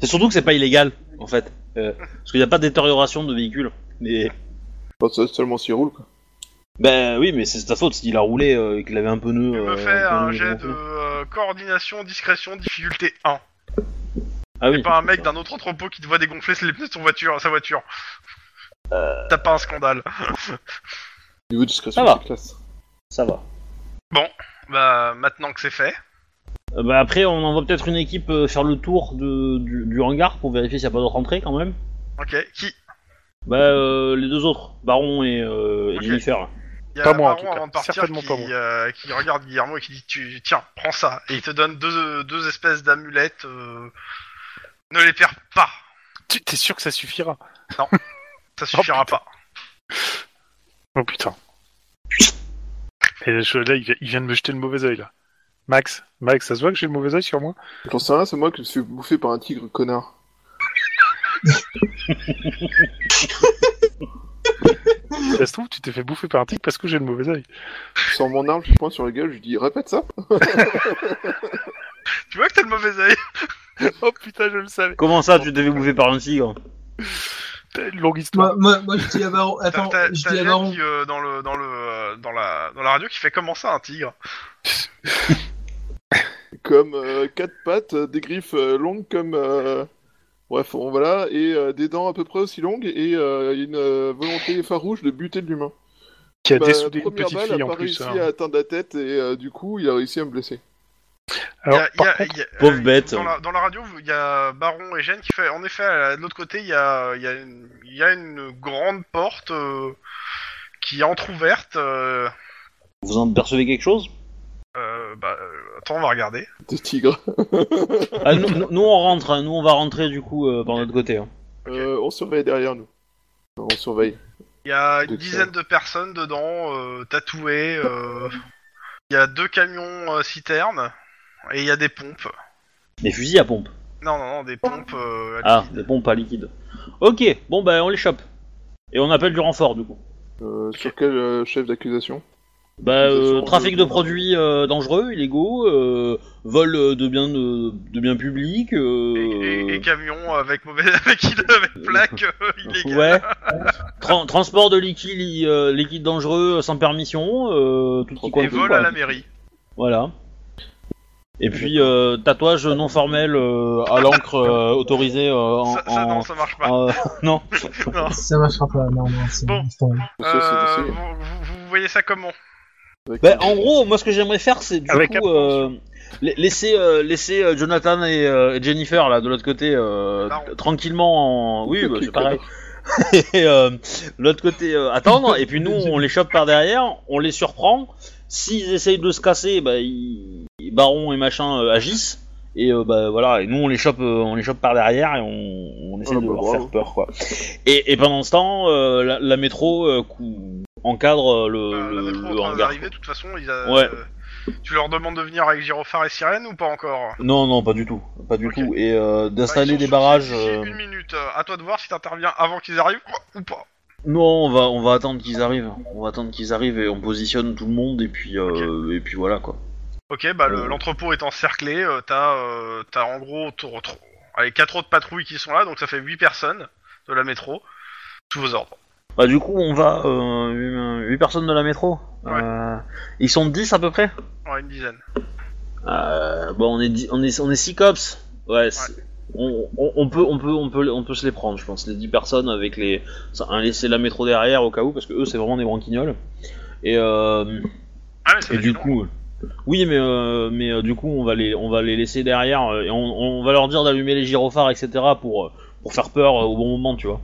B: C'est surtout que c'est pas illégal, en fait. euh, parce qu'il n'y a pas de détérioration de véhicule. Mais...
D: Enfin, ça, seulement s'il roule, quoi.
B: Bah oui, mais c'est de ta faute s'il a roulé euh, et qu'il avait un pneu.
A: Tu me
B: euh,
A: fais
B: pneu
A: un jet de
B: gonflé.
A: euh, coordination, discrétion, difficulté 1.
B: Ah oui.
A: Pas un mec d'un autre entrepôt qui te voit dégonfler les pneus de son voiture, sa voiture. T'as pas un scandale.
D: Niveau discrétion,
B: Ça va.
D: c'est classe.
B: Ça va.
A: Bah, maintenant que c'est fait.
B: Euh, Bah après, on envoie peut-être une équipe euh, faire le tour de, du, du hangar pour vérifier s'il n'y a pas d'autres entrées quand même.
A: Ok, qui
B: Bah euh, les deux autres, Baron et, euh, et
A: Ok.
B: Jennifer.
A: Il y a
C: Pas moi, en
A: Baron
C: tout cas.
A: avant de partir
C: Certainement
A: qui,
C: pas moi.
A: euh, qui regarde Guillermo et qui dit tu, Tiens, prends ça. Et il te donne deux, deux espèces d'amulettes. euh, Ne les perds pas.
C: Tu- T'es sûr que ça suffira
A: Ça suffira
C: putain.
A: pas.
C: Oh putain. Et je- là, il vient, il vient de me jeter le mauvais oeil, là. Max, Max, ça se voit que j'ai le mauvais oeil sur moi
D: J'en sais rien, c'est moi qui me suis bouffé par un tigre connard.
C: Ça se trouve, tu t'es fait bouffer par un tic parce que j'ai le mauvais oeil.
D: Je sors mon arme, je lui pointe sur la gueule, je lui dis répète ça.
A: Tu vois que t'as le mauvais œil
C: oh putain, je le savais.
B: Comment ça, tu devais bouffer par un tigre
C: Longue histoire.
D: Bah,
E: Moi, moi, moi, je dis à Baron.
A: T'as
E: Attends,
A: t'as-
E: je
A: t'as
E: dis à
A: Yann
E: Baron.
A: qui, euh, dans, le, dans, le, euh, dans, la, dans la radio qui fait comment ça un tigre
D: Comme euh, quatre pattes, euh, des griffes euh, longues comme. euh, Bref, on, voilà, et euh, des dents à peu près aussi longues, et euh, une euh, volonté farouche de buter de l'humain.
C: Qui a
D: Bah,
C: dessoudé une
D: première
C: petite
D: balle
C: fille
D: a
C: en
D: pas
C: plus.
D: réussi
C: hein.
D: à atteindre la tête, et euh, du coup, il a réussi à me blesser.
C: Alors,
A: Y a-
C: par
A: y a-
C: contre,
A: y a-
B: pauvre
A: euh,
B: bête.
A: Dans la, dans la radio, il y a Baron et Jeanne qui fait. En effet, à- de l'autre côté, il y a, il y, a une- il y a une grande porte euh, qui est entrouverte. euh,
B: Vous en percevez quelque chose
A: euh, bah, euh, attends, on va regarder.
D: Des tigres.
B: Ah, nous, nous- nous, on rentre, hein. nous on va rentrer du coup euh, par notre côté. hein.
D: Euh, on surveille derrière nous. On surveille.
A: Il y a une
D: D'accord.
A: dizaine de personnes dedans, euh, tatouées. euh, Il y a deux camions euh, citernes et il y a des pompes.
B: Des fusils à pompe.
A: Non, non, non, des pompes. euh, à
B: Ah,
A: liquide.
B: des pompes à liquide. Ok, bon bah on les chope. Et on appelle du renfort du coup.
D: Euh, Sur quel euh, chef d'accusation
B: Bah,
D: Ils se
B: euh,
D: sont
B: trafic
D: rendus
B: de
D: compte.
B: produits euh, dangereux, illégaux, euh, vol euh, de biens de, de biens publics. euh,
A: Et, et- et camions avec mauvaise avec, avec plaque euh, illégale.
B: ouais. Tran- transport de liquide, euh, liquide dangereux euh, sans permission, euh, tout qui
A: et
B: compte,
A: vol
B: quoi.
A: à la mairie.
B: Voilà. Et puis euh, tatouage non formel euh, à l'encre euh, autorisé euh, en.
A: Ça, ça, non,
B: en-
A: ça marche pas.
B: en- euh, non.
A: Non.
E: Ça marchera pas, non, non, c'est
A: Bon.
E: c'est pas vrai.
D: Ça, c'est
A: Euh,
D: d'essayer.
A: vous, vous- vous voyez ça comment
D: Avec-
B: Bah, en gros, moi ce que j'aimerais faire, c'est du
C: Avec
B: coup euh, la- laisser, euh, laisser euh, Jonathan et, euh, et Jennifer là de l'autre côté euh,
A: Baron.
B: tranquillement. En... Oui, bah,
D: Petit
B: c'est pareil. et euh, de l'autre côté euh, attendre. Et puis nous, on les chope par derrière, on les surprend. S'ils essayent de se casser, bah, ils... Baron et machin euh, agissent. Et euh, bah voilà, et nous on les chope, euh, on les chope par derrière et on, on essaie de
D: Ah, bah,
B: leur
D: bravo.
B: faire peur quoi. Et, et pendant ce temps, euh, la, la métro euh, cou- encadre euh, le,
A: Euh,
B: le-
A: La métro
B: le
A: en train
B: hangar.
A: d'arriver, de toute façon, ils a-
B: Ouais.
A: euh, tu leur demandes de venir avec gyrophare et sirène ou pas encore
B: Non, non, pas du tout, pas du
A: Ok.
B: tout. Et euh,
A: Bah, ils
B: d'installer
A: sont
B: des
A: sur-
B: barrages.
A: d'ici
B: euh,
A: Une minute, Euh, à toi de voir si t'interviens avant qu'ils arrivent ou pas.
B: Non, on va, on va attendre qu'ils arrivent. On va attendre qu'ils arrivent et on positionne tout le monde et puis, euh, et puis voilà quoi.
A: Ok, bah le-
B: Euh.
A: l'entrepôt est encerclé, euh, t'as euh, t'as en gros tour- tour- allez, quatre autres patrouilles qui sont là, donc ça fait 8 personnes de la métro, sous vos ordres.
B: Bah du coup, on va euh, huit- huit personnes de la métro.
A: Ouais.
B: Euh, ils sont 10 à peu près.
A: Ouais, une dizaine.
B: Euh, bon, on est dix- on est on est six cops. Ouais. c'est- On, on- on peut on peut on peut on peut se les prendre, je pense. Les 10 personnes avec les ça, un laisser la métro derrière au cas où parce que eux c'est vraiment des branquignoles. Et euh,
A: Ah, mais ça
B: Et
A: fait
B: du
A: long.
B: coup, euh, oui, mais euh, mais euh, du coup, on va les on va les laisser derrière euh, et on, on va leur dire d'allumer les gyrophares, etc. pour euh, pour faire peur euh, au bon moment, tu vois.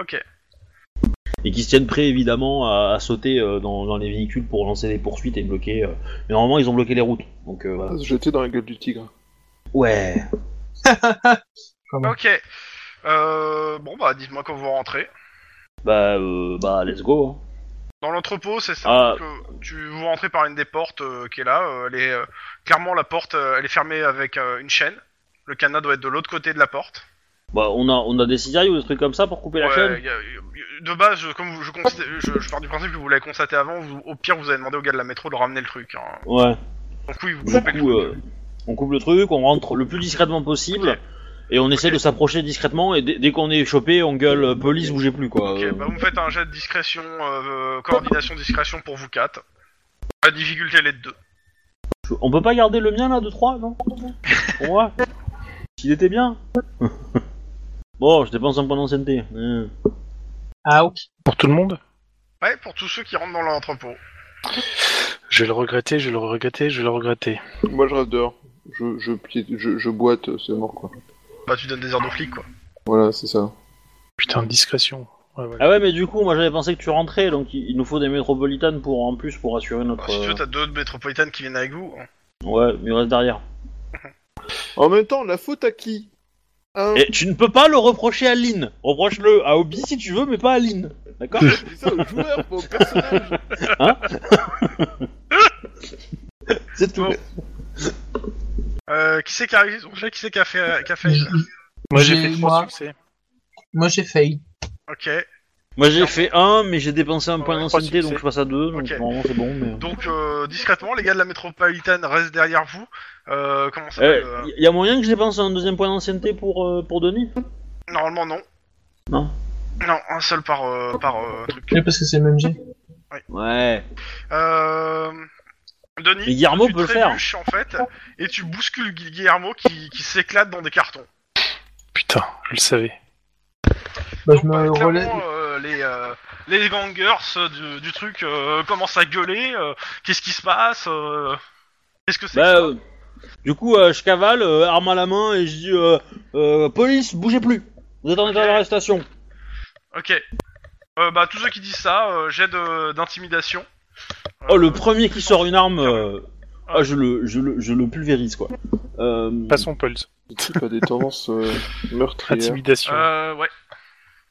A: Ok.
B: Et qu'ils se tiennent prêts évidemment à, à sauter euh, dans, dans les véhicules pour lancer des poursuites et bloquer. euh. Mais normalement, ils ont bloqué les routes, donc euh, voilà.
D: Ah, se jeter dans la gueule du tigre.
B: Ouais.
A: Ok. Euh, bon, bah dites-moi quand vous rentrez.
B: Bah euh, bah let's go. hein.
A: Dans l'entrepôt, c'est ça.
B: Ah.
A: que tu vous rentrez par une des portes euh, qui est là. euh, elle est euh, clairement la porte, euh, elle est fermée avec euh, une chaîne. Le cadenas doit être de l'autre côté de la porte.
B: Bah on a on a des cigailles ou des trucs comme ça pour couper la
A: Ouais,
B: chaîne.
A: y a- y a- de base, je- comme vous- je, considère- je, je pars du principe que vous l'avez constaté avant, vous- au pire, vous avez demandé au gars de la métro de ramener le truc. hein.
B: Ouais.
A: Donc oui, vous
B: Du
A: coupez le
B: coup,
A: truc.
B: euh, on coupe le truc, on rentre le plus discrètement possible.
A: Ok.
B: Et on essaie
A: Ok.
B: de s'approcher discrètement et dès dès qu'on est chopé, on gueule euh, police, bougez plus quoi.
A: Ok,
B: Euh,
A: bah vous me faites un jet de discrétion, euh, coordination discrétion pour vous quatre. La difficulté, elle est de deux.
B: On peut pas garder le mien là de 3, non Pour moi S'il était bien Bon, je dépense un point d'ancienneté. Hmm.
E: Ah, ok.
C: Pour tout le monde
A: Ouais, pour tous ceux qui rentrent dans l'entrepôt.
C: Je vais le regretter, je vais le regretter, je vais le regretter.
D: Moi, je reste dehors. Je, je, piéti- je, je boite, euh, c'est mort, quoi.
A: Bah tu donnes des ordres aux flics, quoi.
D: Voilà, c'est ça.
C: Putain, discrétion. Ouais, ouais.
B: Ah ouais, mais du coup, moi j'avais pensé que tu rentrais, donc il il nous faut des métropolitanes pour en plus pour assurer notre.
A: Bah, si tu veux,
B: euh,
A: t'as deux métropolitaines qui viennent avec vous. hein.
B: Ouais, mais il reste derrière.
D: En même temps, la faute à qui Hein
B: Et tu ne peux pas le reprocher à Lynn Reproche-le à Obi si tu veux, mais pas à Lynn. D'accord
D: Je dis ça au joueur, pas au personnage.
B: C'est tout.
A: Bon. Euh, qui c'est qui a réussi son jet Qui c'est qui a fait, qui a fait
E: Je-
C: Moi j'ai
E: J'ai-
C: fait trois
E: moi.
C: succès.
E: Moi, j'ai failli.
A: Ok.
B: Moi j'ai fait 1, mais j'ai dépensé un point
A: Ouais,
B: d'ancienneté,
C: trois
B: donc je passe à 2, donc
A: Ok.
B: normalement c'est bon. Mais...
A: Donc euh, discrètement, les gars de la métropolitaine restent derrière vous. Euh, comment ça
B: Euh,
A: s'appelle euh,
B: y y a moyen que je dépense un deuxième point d'ancienneté pour, euh, pour Denis
A: Normalement non. Non, un seul par, euh, par euh, truc.
E: Oui, parce que c'est le même jet.
B: Ouais.
A: Euh, Denis,
B: Mais Guillermo
A: tu
B: peut le
A: trébuches, en fait, et tu bouscules Gu- Guillermo qui, qui s'éclate dans des cartons.
C: Putain, je le savais.
E: Bah, je me
A: Donc, bah,
E: relève.
A: clairement, euh, les, euh, les gangers euh, du, du truc euh, commencent à gueuler. euh, Qu'est-ce qui se passe euh, Qu'est-ce que c'est
B: Bah,
A: que ça
B: euh, du coup, euh, je cavale, euh, arme à la main, et je dis euh, euh, Police, bougez plus Vous êtes en état d'arrestation.
A: Ok. Euh, bah, tous ceux qui disent ça, euh, jet de- d'intimidation.
B: Oh,
A: Euh,
B: le premier qui sort une arme, euh, ah, je, le, je, le, je le pulvérise, quoi. Euh,
C: Pas son pulse.
D: Le type a des tendances euh,
C: Ah,
D: meurtrières.
C: Intimidation.
A: euh, ouais.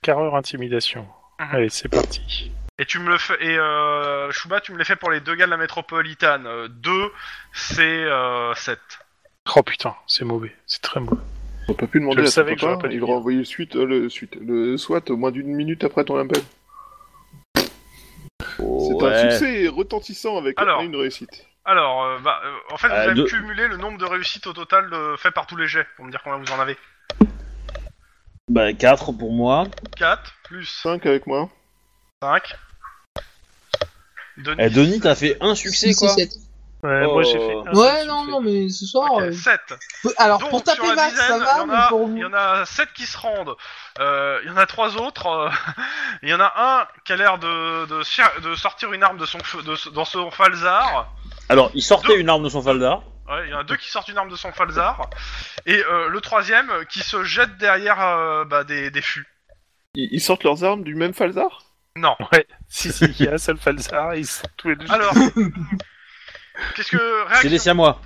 C: Carreur intimidation.
A: Mhm.
C: Allez, c'est parti.
A: Et tu me le fais. Et euh, Chouba, tu me l'as fait pour les deux gars de la métropolitaine. 2, c'est euh, 7.
C: Oh putain, c'est mauvais. C'est très mauvais.
D: On peut plus
C: Je
D: demander
C: le
D: à ton
C: savais que j'aurais
D: papa,
C: pas hein. dû
D: il
C: le
D: aura
C: dire.
D: envoyé le suite, euh, le suite, le SWAT au moins d'une minute après ton appel. C'est un
B: ouais.
D: succès retentissant avec
A: Alors.
D: une réussite.
A: Alors, euh, bah, euh, en fait, vous
B: Euh,
A: allez
B: deux.
A: me cumuler le nombre de réussites au total de- fait par tous les jets pour me dire combien vous en avez.
B: Bah, 4 pour moi.
A: 4 plus
D: 5 avec moi.
A: 5. Denis.
B: Eh, Denis, t'as fait un succès,
E: Six,
B: quoi.
E: six, sept.
C: Ouais,
B: Oh.
C: Moi j'ai fait. un
E: Ouais,
C: seul
E: non,
C: succès.
E: non, mais ce soir. euh,
A: 7.
E: faut- Alors,
A: Donc,
E: pour
A: sur
E: taper
A: la
E: Max, ça
A: dizaine,
E: va,
A: il y en a-
E: mais pour.
A: Il y en a 7 qui se rendent. Euh, Il y en a 3 autres. euh, Il y en a un qui a l'air de, de, cher- de sortir une arme de son, f- de- dans son falzar.
B: Alors, il sortait
A: Deux.
B: une arme de son faldar.
A: Ouais, il y en a deux qui sortent une arme de son falzar. Et euh, le troisième euh, qui se jette derrière euh, bah, des, des fûts.
D: Ils, ils sortent leurs armes du même falzar
A: Non.
C: Ouais, si, si, il y a un seul falsar, ils sont tous les deux.
A: Alors. Qu'est-ce que.
B: C'est les
A: Réaction.
B: siamois.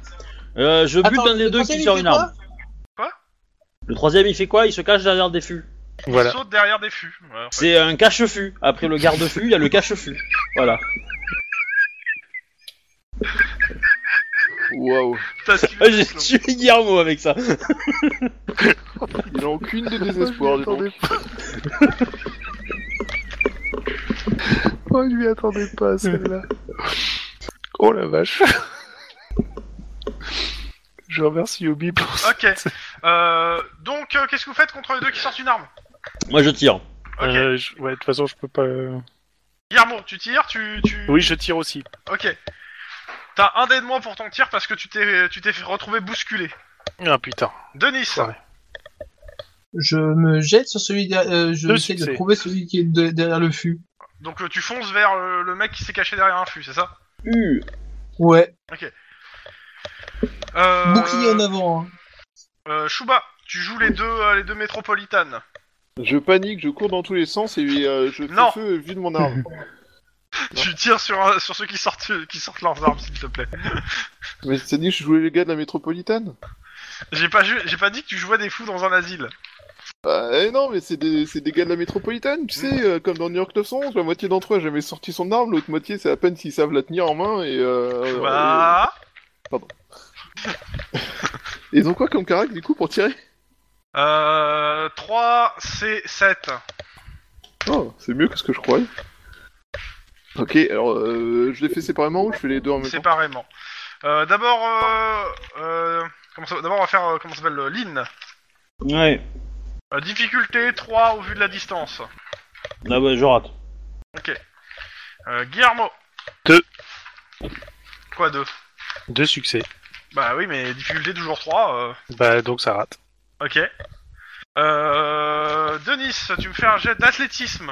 B: Euh, je bute
E: Attends,
B: un des
E: le
B: deux
E: troisième,
B: qui
E: il
B: sort
E: fait
B: une arme.
A: quoi Quoi
B: Le troisième, il fait quoi Il se cache derrière des fûts.
A: Il
C: Voilà.
A: saute derrière des fûts. Ouais, en fait.
B: C'est un cache-fût. Après le garde-fût, il y a le cache-fût. Voilà.
D: Waouh
A: T'as esquivé
B: Ah,
A: le
B: J'ai
A: slow.
B: tué Guillermo avec ça.
D: Il n'a aucune de désespoir, dis donc.
C: Oh, je lui attendais pas celle-là. oh la vache. Je remercie Obi pour ça.
A: Ok. Euh, donc, euh, qu'est-ce que vous faites contre les deux qui sortent une arme
B: Moi, je tire.
A: Ok.
C: Euh, je- Ouais, de toute façon, je peux pas. euh,
A: Guillermo, tu tires, tu. tu...
C: Oui, je tire aussi.
A: Ok. T'as un dé de moins pour ton tir parce que tu t'es tu t'es fait retrouver bousculé.
C: Ah putain.
A: Denis,
C: Ouais.
E: Je me jette sur celui derrière. euh, je
C: Deux
E: essaie de
C: succès.
E: trouver celui qui est de- derrière le fût.
A: donc euh, tu fonces vers euh, le mec qui s'est caché derrière un fût, c'est ça
B: Uh.
E: Ouais,
A: euh...
E: bouclier en avant. hein.
A: Euh, Chouba, tu joues les deux euh, les deux métropolitanes.
D: Je panique, je cours dans tous les sens et euh, je fais
A: Non.
D: feu vu de mon arme.
A: Tu tires sur un- sur ceux qui sortent qui sortent leurs armes, s'il te plaît.
D: Mais t'as dit que je jouais les gars de la métropolitaine
A: J'ai pas ju- j'ai pas dit que tu jouais des fous dans un asile.
D: Bah, eh non, mais c'est des, c'est des gars de la métropolitaine, tu sais, euh, comme dans New York 911, la moitié d'entre eux a jamais sorti son arme, l'autre moitié c'est à peine s'ils savent la tenir en main et... Euh, euh,
A: Chouba.
D: et ils ont quoi comme carac du coup pour tirer
A: Euh, 3 c'est 7.
D: Oh, c'est mieux que ce que je croyais. Ok, alors euh, je les fais séparément ou je fais les deux en même temps
A: séparément. Euh, d'abord euh, euh, comment ça- d'abord on va faire euh, comment ça s'appelle euh, Lynn.
B: Ouais.
A: Euh, difficulté 3 au vu de la distance.
B: Ah bah, je rate.
A: Euh, Guillermo.
C: Deux.
A: Quoi deux
C: Deux succès.
A: Bah oui, mais difficulté toujours euh, 3.
C: Bah, donc ça rate.
A: Ok. Euh, Denis, tu me fais un jet d'athlétisme.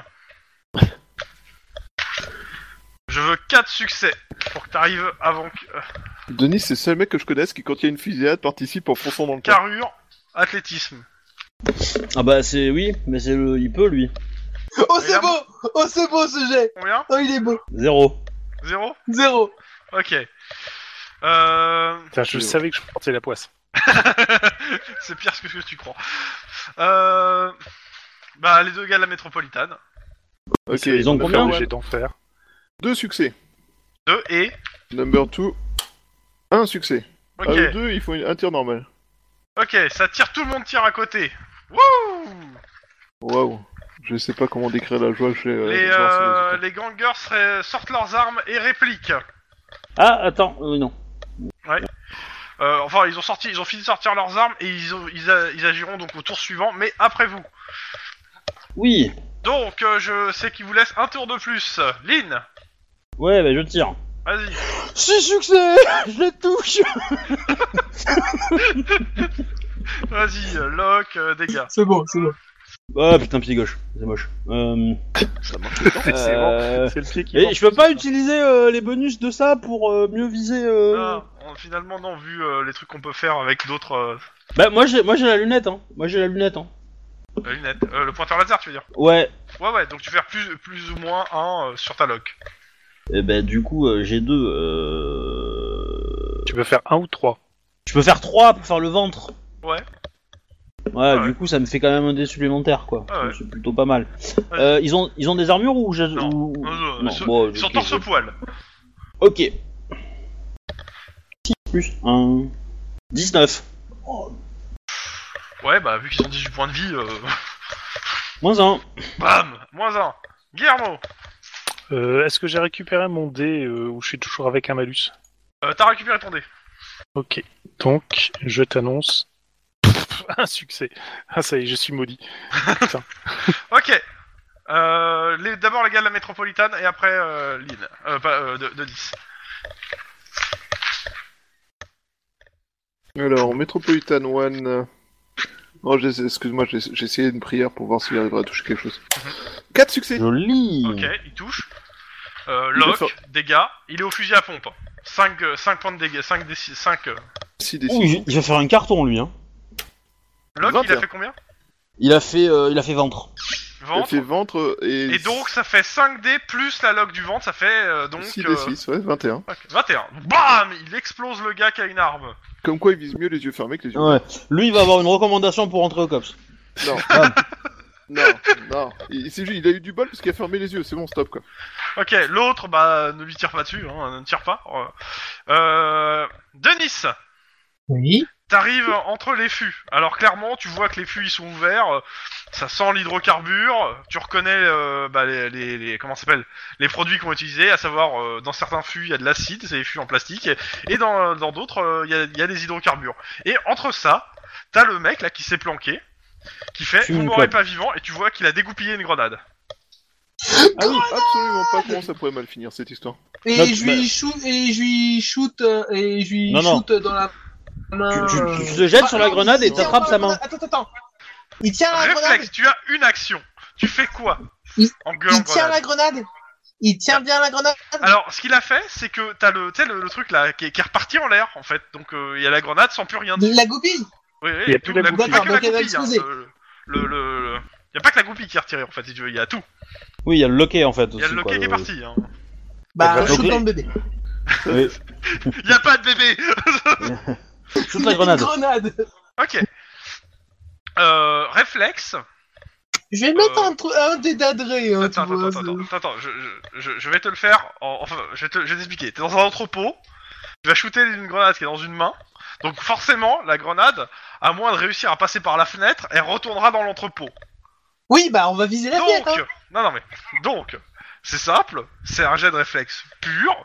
A: Je veux 4 succès pour que t'arrives avant que... euh,
D: Denis, c'est le seul mec que je connaisse qui, quand il y a une fusillade, participe en fonçant dans le corps.
A: carrure, athlétisme.
B: Ah bah, c'est oui, mais c'est le. Il peut, lui.
E: Oh, c'est
A: Regarde.
E: beau Oh, c'est beau ce jet
A: Combien
E: Oh, il est beau
B: Zéro.
A: Zéro
E: Zéro
A: Ok. Euh...
C: Putain, je
D: Oui.
C: savais que je portais la poisse.
A: C'est pire que ce que tu crois. Euh... Bah les deux gars de la métropolitaine.
D: Ok,
B: Ils ont
C: On va faire
B: combien
C: le jet d'enfer.
D: deux succès.
A: Deux et...
D: Number two, un succès.
A: Ok.
D: Ah, le deux, il faut une- un tir normal.
A: Ok, ça tire tout le monde tire à côté. Wouh
D: Waouh. Je sais pas comment décrire la joie chez... euh,
A: les,
D: les gens, c'est
A: euh,
D: des autres.
A: les gangers seraient- sortent leurs armes et répliquent.
B: Ah, attends. euh, non.
A: Euh, enfin, ils ont sorti, ils ont fini de sortir leurs armes et ils, ont- ils, a- ils agiront donc au tour suivant, mais après vous.
B: Oui.
A: Donc, euh, je sais qu'il vous laisse un tour de plus. Lynn,
B: Ouais, bah je tire.
A: vas-y.
B: Six succès Je les touche
A: Vas-y, euh, lock, euh, dégâts.
E: C'est bon, c'est bon.
B: Ah putain, pied gauche, c'est moche. Euh,
D: Ça marche pas.
C: C'est
B: euh,
C: C'est le pied qui.
B: Et je peux pas utiliser euh, les bonus de ça pour euh, mieux viser. euh,
A: Ah, on- finalement, non, vu euh, les trucs qu'on peut faire avec d'autres euh,
B: Bah moi j'ai moi j'ai la lunette hein. Moi j'ai la lunette hein.
A: euh, lunettes. Euh, le pointeur laser, tu veux dire
B: Ouais.
A: Ouais, ouais, donc tu fais plus, plus ou moins un euh, sur ta lock.
B: Et bah du coup euh, j'ai deux. Euh...
C: Tu peux faire un ou trois.
B: Je peux faire trois pour faire le ventre.
A: Ouais. Ah
B: Ouais,
A: Ouais.
B: du coup ça me fait quand même un dé supplémentaire quoi.
A: Ah ouais.
B: C'est plutôt pas mal. Euh, ils ont ils ont des armures ou j'ai...
A: Non.
B: ou-
A: Non, non, sur-
B: bon,
A: Euh, Sur
B: ok,
A: torse
B: je-
A: poil.
B: Ok. 6 plus 1. 19.
A: Ouais, bah, vu qu'ils ont 18 points de vie, euh,
B: Moins 1.
A: bam Moins un. Guillermo,
C: Euh, Est-ce que j'ai récupéré mon dé euh, ou je suis toujours avec un malus
A: euh, t'as récupéré ton dé.
C: Ok. Donc, je t'annonce. Un succès. Ah, ça y est, je suis maudit.
A: Ok. Euh, les- D'abord les gars de la métropolitaine et après euh, Lynn. Euh, pas, euh, de, de 10.
D: Alors, Metropolitan One. euh, Non, j'ai- excuse-moi, j'ai j'ai essayé une prière pour voir s'il arrivera à toucher quelque chose. 4 succès
B: Joli.
A: Ok, il touche. Euh,
D: Mm. Il
A: lock,
D: est fort.
A: dégâts. Il est au fusil à pompe. 5, 5 points de dégâts. 5 des 6. 5.
D: Six des
B: Ouh,
D: six.
B: Oh, il- il va faire un carton lui. Hein.
A: Lock, il a
D: 21.
A: fait combien
B: Il a fait euh, il a fait ventre.
D: Il
A: Ventre.
D: fait ventre et...
A: Et donc ça fait 5 d plus la lock du ventre. Ça fait euh, donc
D: 6
A: euh,
D: des 6, ouais, 21.
A: ok, 21. Bam Il explose le gars qui a une arme.
D: Comme quoi, il vise mieux les yeux fermés que les yeux
B: Ouais. Lui il va avoir une recommandation pour entrer au cops.
D: Non.
B: Ah.
D: non, non. Il, c'est juste- il a eu du bol parce qu'il a fermé les yeux. C'est bon, stop quoi.
A: Ok, l'autre, bah, ne lui tire pas dessus. Hein, ne tire pas. Euh, euh, Denis
E: Oui.
A: T'arrives entre les fûts. Alors clairement, tu vois que les fûts ils sont ouverts, euh, ça sent l'hydrocarbure. euh, Tu reconnais euh, bah, les, les, les- comment ça s'appelle les produits qu'on utilisés, à savoir euh, dans certains fûts il y a de l'acide, c'est des fûts en plastique, et, et dans dans d'autres euh, il y, a, il y a des hydrocarbures. Et entre ça, t'as le mec là qui s'est planqué, qui fait
B: Fume
A: vous
B: une
A: m'aurez
B: clope.
A: pas vivant, et tu vois qu'il a dégoupillé une grenade.
D: Ah oui, absolument pas comment ça pourrait mal finir cette histoire.
E: Et
B: Non,
E: je lui shoot, et je lui shoot, euh, et je lui
B: Non, non.
E: shoot dans la main.
B: Tu- tu- tu
E: euh,
B: te
F: Bah,
B: jettes sur la
E: non,
B: grenade
E: il
B: et
E: tient
B: t'attrapes
E: pas
B: sa
E: la
B: main.
E: grenade. Attends, attends. Il tient la Ah, grenade.
A: Réflexe, tu as une action. Tu fais quoi
E: Il-
A: en gueulant
F: Il tient
A: grenade
F: la grenade. Il tient bien la grenade.
A: Alors, ce qu'il a fait, c'est que t'as le, tu sais, le, le truc là qui est, qui est reparti en l'air en fait. Donc euh, il y a la grenade sans plus rien.
F: Il la goupille.
A: Oui, oui,
C: Il y a plus la
A: la
C: goupille.
A: goupille. pas que
F: D'accord,
A: la
F: donc elle va
A: goupille, hein,
F: exploser.
A: le- le- le- le- Il y a pas que la goupille qui est retirée en fait, si tu veux, il y a tout.
B: Oui, il y a le loquet en fait aussi.
A: Il y a le
B: quoi,
A: loquet qui est parti. hein.
F: Bah,
B: va
F: je suis
B: goupiller.
F: dans le bébé.
B: Oui.
A: Il y a pas de bébé
B: Shoot la grenade.
E: Grenade.
A: Ok. Euh, réflexe.
F: Je vais mettre
A: Euh,
F: un, tru- un dé d'adré. hein,
C: Euh,
F: tu
A: Attends, attends,
F: vois,
A: attends,
F: c'est-
A: attends, attends, je, je- je, je vais te le faire. en- Enfin, je vais te- je vais t'expliquer. T'es dans un entrepôt, tu vas shooter une grenade qui est dans une main. Donc forcément, la grenade, à moins de réussir à passer par la fenêtre, elle retournera dans l'entrepôt.
F: Oui, bah, on va viser la
A: Donc,
F: tête. Hein.
A: non, non, mais donc, c'est simple, c'est un jet de réflexe pur,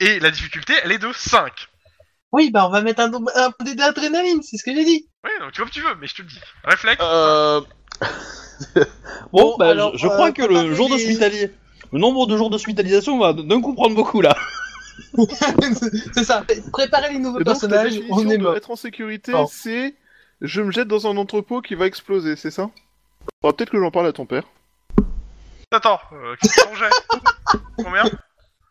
A: et la difficulté, elle est de 5.
F: Oui, bah, on va mettre un, un dé d'adrénaline, c'est ce que j'ai dit.
A: Oui, donc tu vois comme tu veux, mais je te le dis. Réflexe,
B: Euh... bon,
F: Bon,
B: bah,
F: alors,
B: je, je
F: euh,
B: crois que le
F: préparez
B: jour
F: les-
B: d'hospitalier, le nombre de jours d'hospitalisation va d'un coup prendre beaucoup là.
F: c'est ça. Préparez les nouveaux
D: Et donc, la
F: personnages,
D: définition
F: on est
D: de
F: mort.
D: être en sécurité,
F: Oh.
D: c'est je me jette dans un entrepôt qui va exploser, c'est ça Faudra Peut-être que j'en parle à ton père.
A: attends, euh, qu'est-ce que ton jet Combien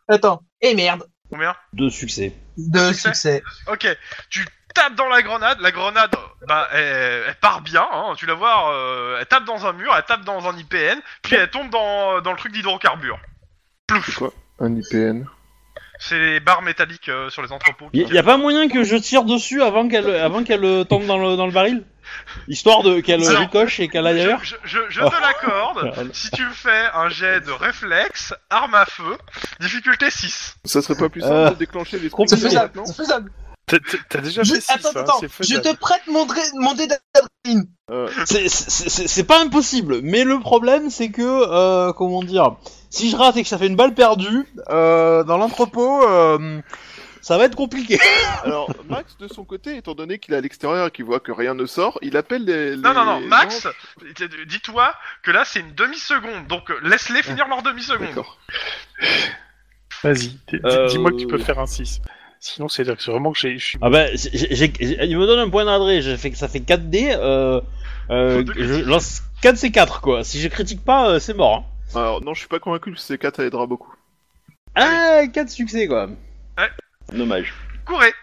F: Attends. Et merde.
A: Combien
B: Deux succès.
F: De
A: Succès.
F: succès.
A: Ok, tu tapes dans la grenade, la grenade, bah, elle, elle part bien, hein, tu la vois, euh, elle tape dans un mur, elle tape dans un IPN, puis elle tombe dans, dans le truc d'hydrocarbures. Plouf
D: Un IPN.
A: C'est les barres métalliques euh, sur les entrepôts. qui-
B: Y, y a pas moyen que je tire dessus avant qu'elle avant qu'elle euh, tombe dans le, dans le baril Histoire de qu'elle euh,
A: Alors,
B: ricoche et qu'elle aille ailleurs
A: Je, je, je- je te l'accorde. Si tu me fais un jet de réflexe, arme à feu, difficulté 6.
D: Ça serait pas plus simple
B: Euh,
D: de déclencher les
B: compliqué.
F: C'est
D: sprints
F: faisable.
D: maintenant
F: C'est faisable.
C: T'as- t'as- T'as déjà
F: Je-
C: fait six,
F: Attends,
C: hein,
F: attends.
C: c'est
F: Je
C: faisable.
F: te prête mon, dré- mon dé d'adrénaline.
D: Euh,
B: C'est- C'est c'est- c'est pas impossible, mais le problème c'est que, euh, comment dire, si je rate et que ça fait une balle perdue, euh, dans l'entrepôt, euh, ça va être compliqué.
D: Alors, Max, de son côté, étant donné qu'il est à l'extérieur et qu'il voit que rien ne sort, il appelle les.
A: Non,
D: les-
A: non, non,
D: les
A: Max,
D: gens-
A: dis-toi que là c'est une demi-seconde, donc euh, laisse-les finir leur demi-seconde.
D: D'accord.
C: Vas-y, d- d-
B: Euh,
C: dis-moi que tu peux faire un 6. Sinon, c'est c'est vraiment que j'ai- je suis.
B: Ah bah, j'ai- j'ai- j'ai- il me donne un point d'adresse, j'ai fait, ça fait 4D, euh, euh,
A: Faut deux
B: je lance 4 C4 quoi. Si je critique pas, euh, c'est mort. hein.
D: Alors, non, je suis pas convaincu que ces 4 aidera beaucoup.
B: Ah, 4 succès quoi.
A: Ouais.
B: Dommage.
A: Courez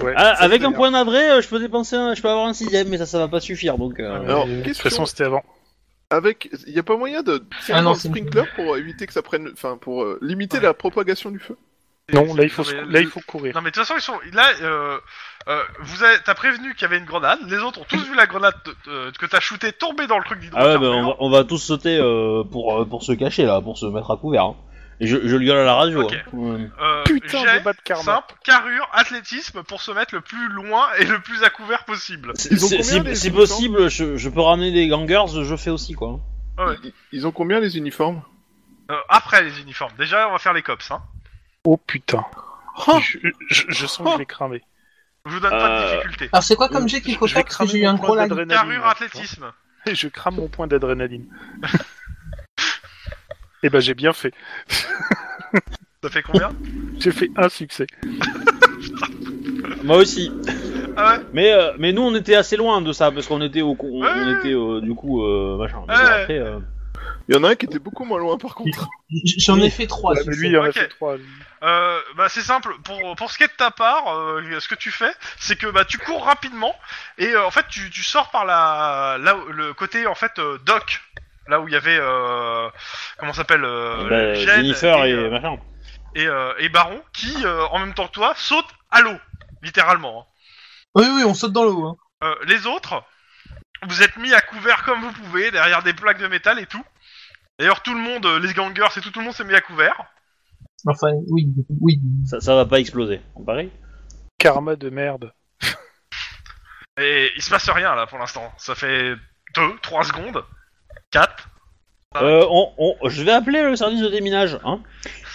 C: Ouais,
B: Ah,
D: ça,
B: avec
D: c'est
B: un
D: bien.
B: point d'adresse, euh, je peux dépenser, un- je peux avoir un sixième, mais ça, ça va pas suffire donc. euh,
A: Ah,
C: euh,
D: alors,
C: de toute
D: question-
C: façon, c'était avant.
D: Avec, il y a pas moyen de tirer
E: Ah non,
D: un
E: c'est une-
D: sprinkler pour éviter que ça prenne, enfin pour euh, limiter la propagation du feu.
C: Non, là, il faut,
A: Non,
C: se-
A: mais-
C: là, il faut courir.
A: Non mais de toute façon ils sont là. Euh, euh, vous avez- t'as prévenu qu'il y avait une grenade. Les autres ont tous vu la grenade te- te- que t'as shooté tomber dans le truc
B: Ah ouais,
A: d'hydrocarbure.
B: bah, on, va, on va tous sauter euh, pour, euh, pour se cacher là, pour se mettre à couvert. hein. Et je, je le gueule à la radio.
A: Ok.
B: hein. Ouais.
A: Euh,
C: Putain
A: jet
C: de bas de karma.
A: simple, carrure, athlétisme pour se mettre le plus loin et le plus à couvert possible.
B: Si,
D: Ils ont
B: si-
D: combien, les
B: si- si
D: habitants
B: possible, je, je peux ramener des gangers, je fais aussi quoi.
A: Ouais.
D: Ils, ils ont combien les uniformes
A: Euh, après les uniformes. Déjà on va faire les cops. Hein.
C: Oh putain.
D: Oh
C: je, je- je sens que je vais cramer.
A: Je vous donne pas de
B: Euh,
A: difficulté.
E: Alors c'est quoi comme jet qu'il faut
C: Je vais
E: faire Parce que j'ai
C: cramer
E: eu un
C: mon
E: gros
C: point
E: lag.
C: d'adrénaline.
B: hein,
A: Carrure,
C: là.
A: athlétisme.
C: Je crame mon point d'adrénaline. Eh ben, j'ai bien fait.
A: Ça fait combien
C: J'ai fait un succès.
B: Moi aussi.
A: Ah ouais
B: Mais, euh, mais nous on était assez loin de ça parce qu'on était au cou- on,
A: Ouais.
B: on était euh, du coup euh, machin. Mais bon,
A: Ouais.
B: après, euh,
D: Il y en a un qui était beaucoup moins loin par contre.
E: J- J'en ai fait trois.
C: Ouais,
E: c'est
C: mais
E: ça.
C: lui, il en a
A: Ok.
C: fait trois. lui.
A: Euh, bah c'est simple. Pour pour ce qui est de ta part, euh, ce que tu fais, c'est que bah tu cours rapidement et euh, en fait tu, tu sors par la là où- le côté en fait euh, dock là où il y avait euh, comment ça s'appelle euh,
B: bah,
A: Jen
B: Jennifer et,
A: euh,
B: machin.
A: et, euh, et Baron qui euh, en même temps que toi saute à l'eau littéralement. hein.
E: Oui, oui, on saute dans l'eau. Hein.
A: Euh, les autres, vous êtes mis à couvert comme vous pouvez, derrière des plaques de métal et tout. D'ailleurs, tout le monde, euh, les gangers, c'est tout, tout le monde s'est mis à couvert.
E: Enfin, oui, oui.
B: Ça, ça va pas exploser. Pareil.
C: Karma de merde.
A: Et il se passe rien là pour l'instant. Ça fait 2, 3 secondes. 4. Ah ouais.
B: Euh, on, on, je vais appeler le service de déminage, hein,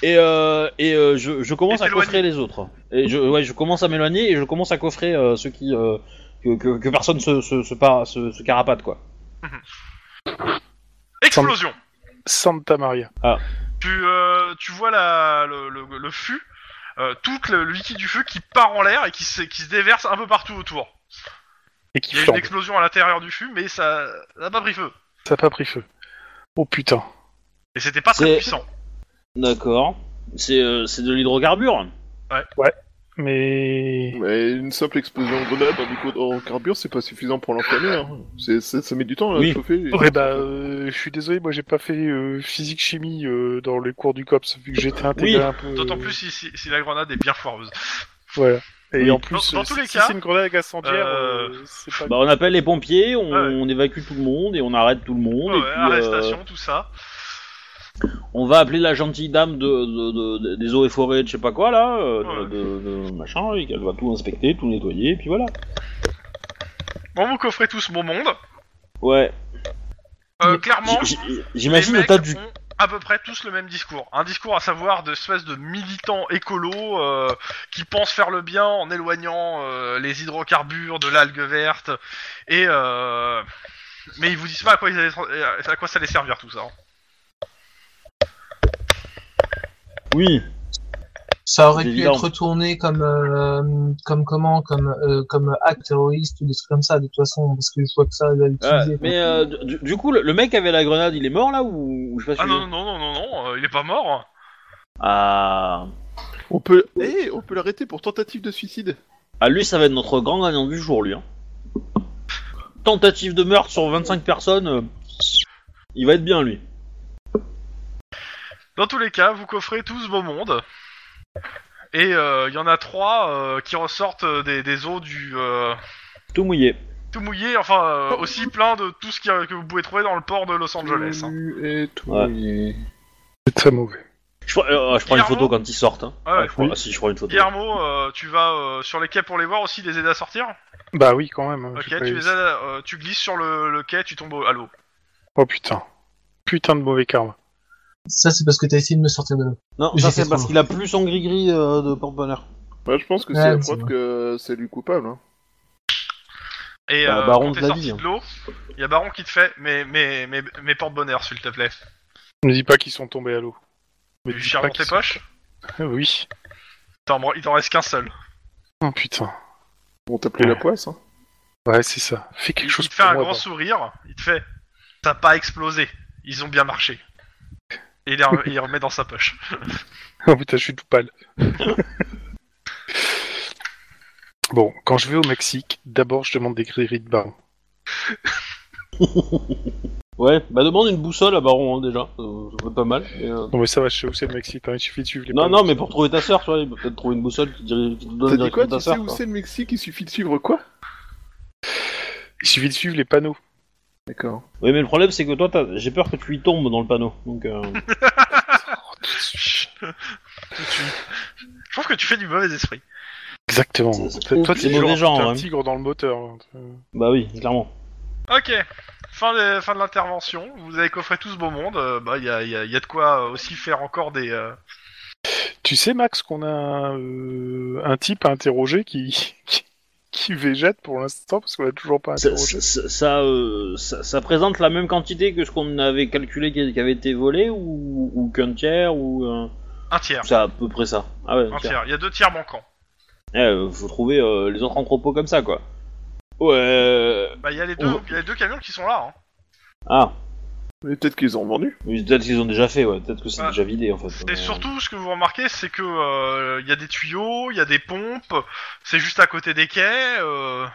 B: et, euh, et euh, je, je commence
A: Et
B: à
A: t'éloigner.
B: coffrer les autres. Et je, ouais, je commence à m'éloigner et je commence à coffrer euh, ceux qui euh, que, que, que personne se se, se, par- se, se carapate quoi.
A: Explosion.
C: Santa Maria.
A: Tu, euh, tu vois la, le, le- le fût, euh, tout le, le liquide du feu qui part en l'air et qui se, qui se déverse un peu partout autour.
C: Et
A: Il
C: qui
A: y a eu une
C: flambe.
A: explosion à l'intérieur du fût, mais ça ça n'a pas pris feu.
C: Ça n'a pas pris feu. Oh putain.
A: Et c'était pas très
B: C'est-
A: puissant.
B: D'accord. C'est euh, c'est de l'hydrocarbure.
C: Mais.
D: Mais une simple explosion de grenade dans du co- en carbure, c'est pas suffisant pour l'enflammer. Hein. C'est- Ça, ça met du temps à
B: Oui.
D: chauffer.
C: Ouais, bah, euh, je suis désolé, moi j'ai pas fait euh, physique-chimie euh, dans les cours du COPS, vu que j'étais intégré
B: Oui,
C: un peu.
A: D'autant
C: euh,
A: plus si, si- si la grenade est bien foireuse.
C: Voilà. Et
B: Oui.
C: en plus,
A: Dans- dans
C: euh,
A: tous
C: si-
A: les
C: si
A: cas,
C: c'est une grenade incendiaire,
A: euh,
C: euh, c'est pas.
B: Bah, on appelle les pompiers, on,
A: Ouais.
B: on évacue tout le monde et on arrête tout le monde.
A: Ouais,
B: et puis,
A: arrestation, tout ça.
B: euh, on va appeler la gentille dame de, de- de- des eaux et forêts, de je sais pas quoi là, euh, de-
A: Ouais.
B: de, de machin, et qu'elle va tout inspecter, tout nettoyer, et puis voilà.
A: Bon, vous coffrez tous mon monde.
B: Ouais.
A: Euh, clairement,
B: J- j-
A: les
B: J'imagine le
A: mecs
B: tas du
A: ont à peu près tous le même discours. Un discours à savoir d'espèces de militants écolos euh, qui pensent faire le bien en éloignant euh, les hydrocarbures de l'algue verte. Et euh, mais ils vous disent pas à quoi, ils allaient- à quoi ça allait servir tout ça. hein.
B: Oui.
E: Ça aurait
B: C'est
E: pu
B: évident.
E: être retourné comme, euh, comme comment, comme, euh, comme acte terroriste ou des trucs comme ça, de toute façon, parce que je vois que ça, elle va
B: Euh,
E: l'utiliser.
B: mais euh, du, du coup, le, le mec avait la grenade, il est mort là ou ou je sais pas
A: Ah
B: si-
A: non, non, non, non, non, euh, il est pas mort.
B: Ah.
D: On peut, Eh, on peut l'arrêter pour tentative de suicide.
B: Ah, lui, ça va être notre grand gagnant du jour, lui. hein. Tentative de meurtre sur 25 personnes, euh, il va être bien lui.
A: Dans tous les cas, vous coffrez tous vos mondes. Et euh, il y en a trois euh, qui ressortent des, des eaux du euh,
B: Tout mouillé.
A: tout mouillé, enfin euh,
C: Oh.
A: aussi plein de tout ce qui- que vous pouvez trouver dans le port de Los Angeles.
C: Mmh.
A: hein.
D: Et tout.
B: Ouais.
D: mouillé.
C: C'est très mauvais.
B: Je, prends- euh, je prends une
A: Guillermo
B: photo quand ils sortent. Hein.
A: Ah ouais,
B: je prends-
A: oui.
B: ah, si, je prends une photo.
A: Guillermo, euh, tu vas euh, sur les quais pour les voir aussi, les aider à sortir.
C: Bah oui, quand même. hein,
A: Ok,
C: j'ai pas
A: tu
C: eu
A: les
C: ça.
A: aides, à- euh, tu glisses sur le, le quai, tu tombes au- à l'eau.
C: Oh putain. Putain de mauvais karma.
E: Ça, c'est parce que t'as essayé de me sortir de là.
B: Non,
E: J'ai
B: ça
E: fait
B: c'est parce
E: trop.
B: qu'il a plus son gris-gris euh, de porte-bonheur.
D: Ouais, je pense que c'est
E: Ouais,
D: la
E: c'est
D: preuve que c'est lui coupable. hein.
A: Et
B: Bah,
A: euh,
B: Baron
A: quand
B: de
A: t'es
B: la
A: sorti
B: vie, hein.
A: de l'eau, il y a Baron qui te fait mes, mes, mes, mes porte-bonheurs, s'il te plaît.
C: Ne dis pas qu'ils sont tombés à l'eau. Mais
A: Tu
C: dis
A: cherches
C: pas
A: dans
C: qu'ils
A: tes
C: sont-
A: poches
C: Oui.
A: T'en- Il t'en reste qu'un seul.
C: Oh putain.
D: On t'appelait la poisse. Hein.
C: Ouais, c'est ça. Fais quelque chose
A: Il te fait
C: pour
A: un
C: moi.
A: grand
C: bon.
A: sourire, il te fait Ça n'a pas explosé, ils ont bien marché. Et il, les re- il les remet dans sa poche.
C: Oh putain, je suis tout pâle. bon, quand je vais au Mexique, d'abord je demande des grilleries de baron.
B: Ouais, bah demande une boussole à Baron hein, déjà, euh, ça peut être pas mal. mais, euh,
C: Non mais ça va, je sais où c'est le Mexique, hein, il suffit de suivre les
B: Non,
C: panneaux.
B: non, mais pour trouver ta sœur, tu vois, il peut peut-être trouver une boussole qui, dirige, qui te donne
D: T'as dit
B: direction
D: quoi
B: de ta
D: Tu
B: sœur.
D: sais où
B: quoi.
D: c'est le Mexique Il suffit de suivre quoi
C: Il suffit de suivre les panneaux.
D: D'accord.
B: Oui, mais le problème c'est que toi, t'as- j'ai peur que tu y tombes dans le panneau. Donc, euh,
A: Chut. Tout de suite. Je trouve que tu fais du mauvais esprit.
C: Exactement.
B: Ça se
C: Toi,
B: trouve,
C: t'es
B: c'est
C: genre
B: mauvais genre,
C: t'es un
B: hein.
C: tigre dans le moteur. hein.
B: bah oui, clairement.
A: Ok, fin de, fin de l'intervention. Vous avez coffré tout ce beau monde. euh, bah, il y a, il y a- il y a de quoi euh, aussi faire encore des. euh,
C: Tu sais, Max, qu'on a euh, un type à interroger qui, qui, qui végète pour l'instant parce qu'on l'a toujours pas
B: Ça,
C: interrogé.
B: ça, ça- ça, euh, ça- ça présente la même quantité que ce qu'on avait calculé qui, qui avait été volé ou, ou qu'un tiers ou. euh,
A: Un tiers.
B: C'est à peu près ça. Ah ouais, un
A: Un
B: tiers.
A: tiers. Il y a deux tiers manquants.
B: Eh, euh, faut trouver euh, les autres entrepôts comme ça, quoi. Ouais.
A: Bah, il y a les deux,
B: Oh.
A: il y a les deux camions qui sont là. hein.
B: Ah,
D: Mais peut-être qu'ils ont vendu.
B: mais peut-être qu'ils ont déjà fait, ouais. Peut-être que c'est
A: Ah.
B: déjà vidé, en fait.
A: Et
B: Mais,
A: surtout, ce que vous remarquez, c'est que euh, il y a des tuyaux, il y a des pompes. C'est juste à côté des quais. Euh,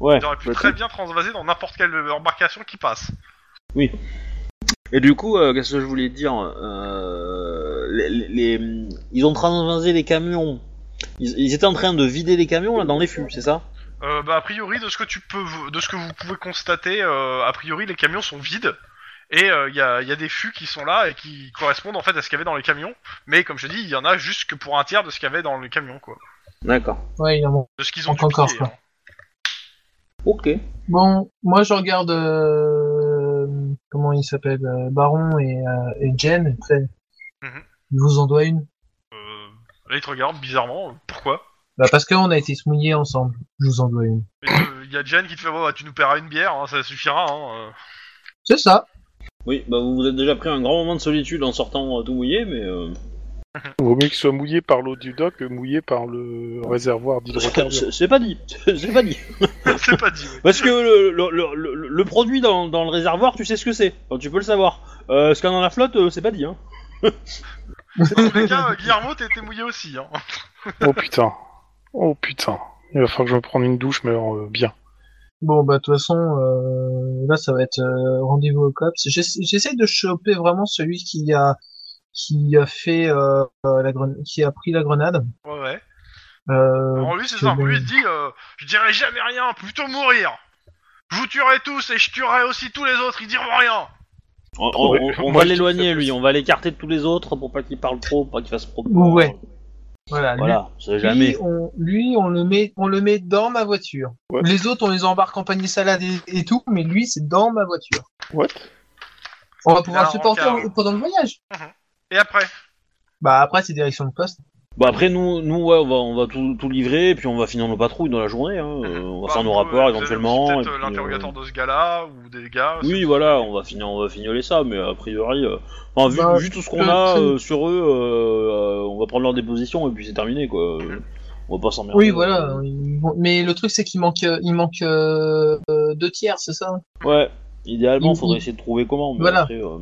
B: Ouais.
A: ils auraient pu
D: bah,
A: très
D: tout.
A: bien transvaser dans n'importe quelle embarcation qui passe.
B: Et du coup, euh, qu'est-ce que je voulais dire Euh, les, les- les- Ils ont transvasé les camions. Ils, ils étaient en train de vider les camions là dans les fûts, c'est ça
A: Euh, bah, a priori, de ce que tu peux, de ce que vous pouvez constater, euh, a priori, les camions sont vides. Et euh, il y, a, il y a des fûts qui sont là et qui correspondent en fait à ce qu'il y avait dans les camions. Mais comme je te dis, il y en a juste que pour un tiers de ce qu'il y avait dans les camions, quoi.
B: D'accord.
E: Ouais, il en manque.
A: De ce qu'ils ont dû
E: Manque encore,
A: piller,
E: quoi.
A: hein.
B: Ok.
E: Bon, moi je regarde euh, comment il s'appelle euh, Baron et, euh, et Jen. et Après,
A: Mhm.
E: je vous en dois une.
A: Euh, là, ils te regardent bizarrement. euh, Pourquoi
E: Bah parce qu'on a été se mouiller ensemble. Je vous en dois une.
A: Et, euh, Il y a Jen qui te fait oh, bah, Tu nous paieras une bière, hein, ça suffira. Hein, euh.
E: C'est ça.
B: Oui, bah vous vous êtes déjà pris un grand moment de solitude en sortant euh, tout mouillé, mais euh,
C: Vaut mieux qu'il soit mouillé par l'eau du dock que mouillé par le réservoir d'hydrocarbures.
B: c'est c'est pas dit. C'est pas dit.
A: euh. C'est pas dit. ouais.
B: Parce que le, le, le- le- le produit dans, dans le réservoir, tu sais ce que c'est. Enfin, tu peux le savoir. Euh, ce qu'il y a dans la flotte, euh, c'est pas dit. Hein.
A: Dans tous les cas, euh, Guillermo, t'étais mouillé aussi. Hein.
C: Oh putain. Oh putain. Il va falloir que je me prenne une douche, mais alors, euh, bien.
E: Bon bah de toute façon euh, là ça va être euh, rendez-vous au cops. J'essa- J'essaie de choper vraiment celui qui a qui a fait euh, euh, la gren- qui a pris la grenade.
A: Ouais, ouais.
E: Euh,
A: Alors, lui, c'est
E: c'est
A: ça.
E: bon.
A: Lui, il dit euh, Je dirai jamais rien, plutôt mourir. Je vous tuerai tous et je tuerai aussi tous les autres, ils diront rien.
B: On, on-
C: Ouais,
B: on- on
C: moi,
B: va
C: je
B: l'éloigner,
C: trouve ça
B: lui. On va l'écarter de tous les autres pour pas qu'il parle trop, pour pas qu'il fasse trop. de-
E: Ouais. voilà, lui-
B: Voilà, c'est
E: lui,
B: jamais.
E: on, lui on le met on le met dans ma voiture.
D: Ouais.
E: Les autres on les embarque en panier salade et, et tout, mais lui c'est dans ma voiture.
D: What
E: On va pouvoir
A: Là,
E: le supporter
A: regarde.
E: au- pendant le voyage.
A: Et après
E: Bah après c'est direction de poste.
B: Bah après nous, nous ouais, on va, on va tout, tout livrer, puis on va finir nos patrouilles dans la journée. Hein. euh, on va
A: Bah,
B: faire nos
A: vous,
B: rapports
A: euh, vous avez aussi
B: éventuellement. et
A: Peut-être euh,
B: puis,
A: l'interrogatoire
B: euh,
A: de ce gars-là ou des gars. c'est-
B: Oui, voilà, on va finir, on va fignoler ça, mais a priori, euh, enfin, vu,
E: Bah,
B: vu tout ce qu'on
E: euh,
B: a
E: c'est-
B: euh, sur eux, euh, euh, on va prendre leur déposition et puis c'est terminé quoi. Euh,
A: Mhm.
B: On va pas s'emmerder.
E: Oui voilà. ils vont- Mais le truc c'est qu'il manque euh, il manque euh, euh, deux tiers c'est ça.
B: Ouais, idéalement,
E: Il-
B: faudrait
E: il-
B: essayer de trouver comment. Mais
E: Voilà.
B: après, euh,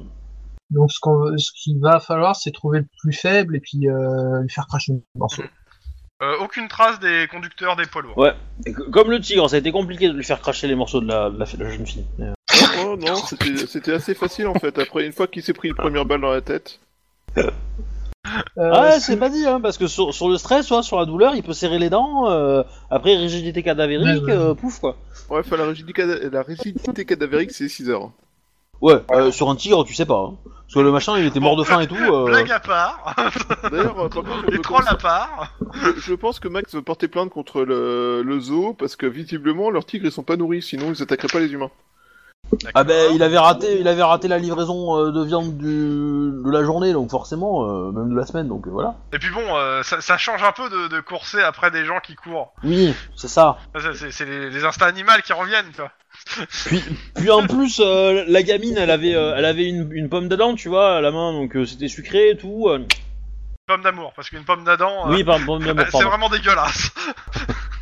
E: Donc ce qu'on veut- ce qu'il va falloir, c'est trouver le plus faible et puis euh, lui faire cracher le morceau.
A: Euh, aucune trace des conducteurs des poids lourds.
B: Ouais. et que- comme le tigre, ça a été compliqué de lui faire cracher les morceaux de la, de la, de la jeune fille. Mais, euh,
D: Oh non, c'était c'était assez facile en fait. Après, une fois qu'il s'est pris une première balle dans la tête,
E: Euh,
B: ah,
E: ce-
B: c'est pas dit, hein, parce que sur, sur le stress, ouais, sur la douleur, il peut serrer les dents. euh, après, rigidité cadavérique,
E: Ouais, ouais.
B: euh, pouf quoi.
D: ouais, enfin, la, rigidité cada- la rigidité cadavérique, c'est 6 heures.
B: Ouais, euh, sur un tigre, tu sais pas. hein. Parce que le machin, il était mort de faim et tout. euh,
A: Blague à part,
D: D'ailleurs, euh, par contre, je
A: les
D: me
A: trolls à
D: conse-
A: part.
D: je, je pense que Max veut porter plainte contre le, le zoo parce que visiblement, leurs tigres ils sont pas nourris, sinon ils attaqueraient pas les humains.
B: Ah ben,
A: D'accord.
B: il avait raté, il avait raté la livraison euh, de viande du, de la journée, donc forcément, euh, même de la semaine, donc euh, voilà.
A: Et puis bon, euh, ça, ça change un peu de, de courser après des gens qui courent.
B: Oui, c'est ça.
A: Ça, ça, C'est c'est les, les instincts animaux qui reviennent, quoi.
B: Puis, puis en plus, euh, la gamine, elle avait, euh, elle avait une, une pomme d'Adam, tu vois, à la main, donc euh, c'était sucré et tout. euh.
A: Pomme d'amour, parce qu'une pomme d'Adam, euh,
B: Oui, pardon, pomme d'amour,
A: euh, c'est
B: pardon.
A: vraiment dégueulasse.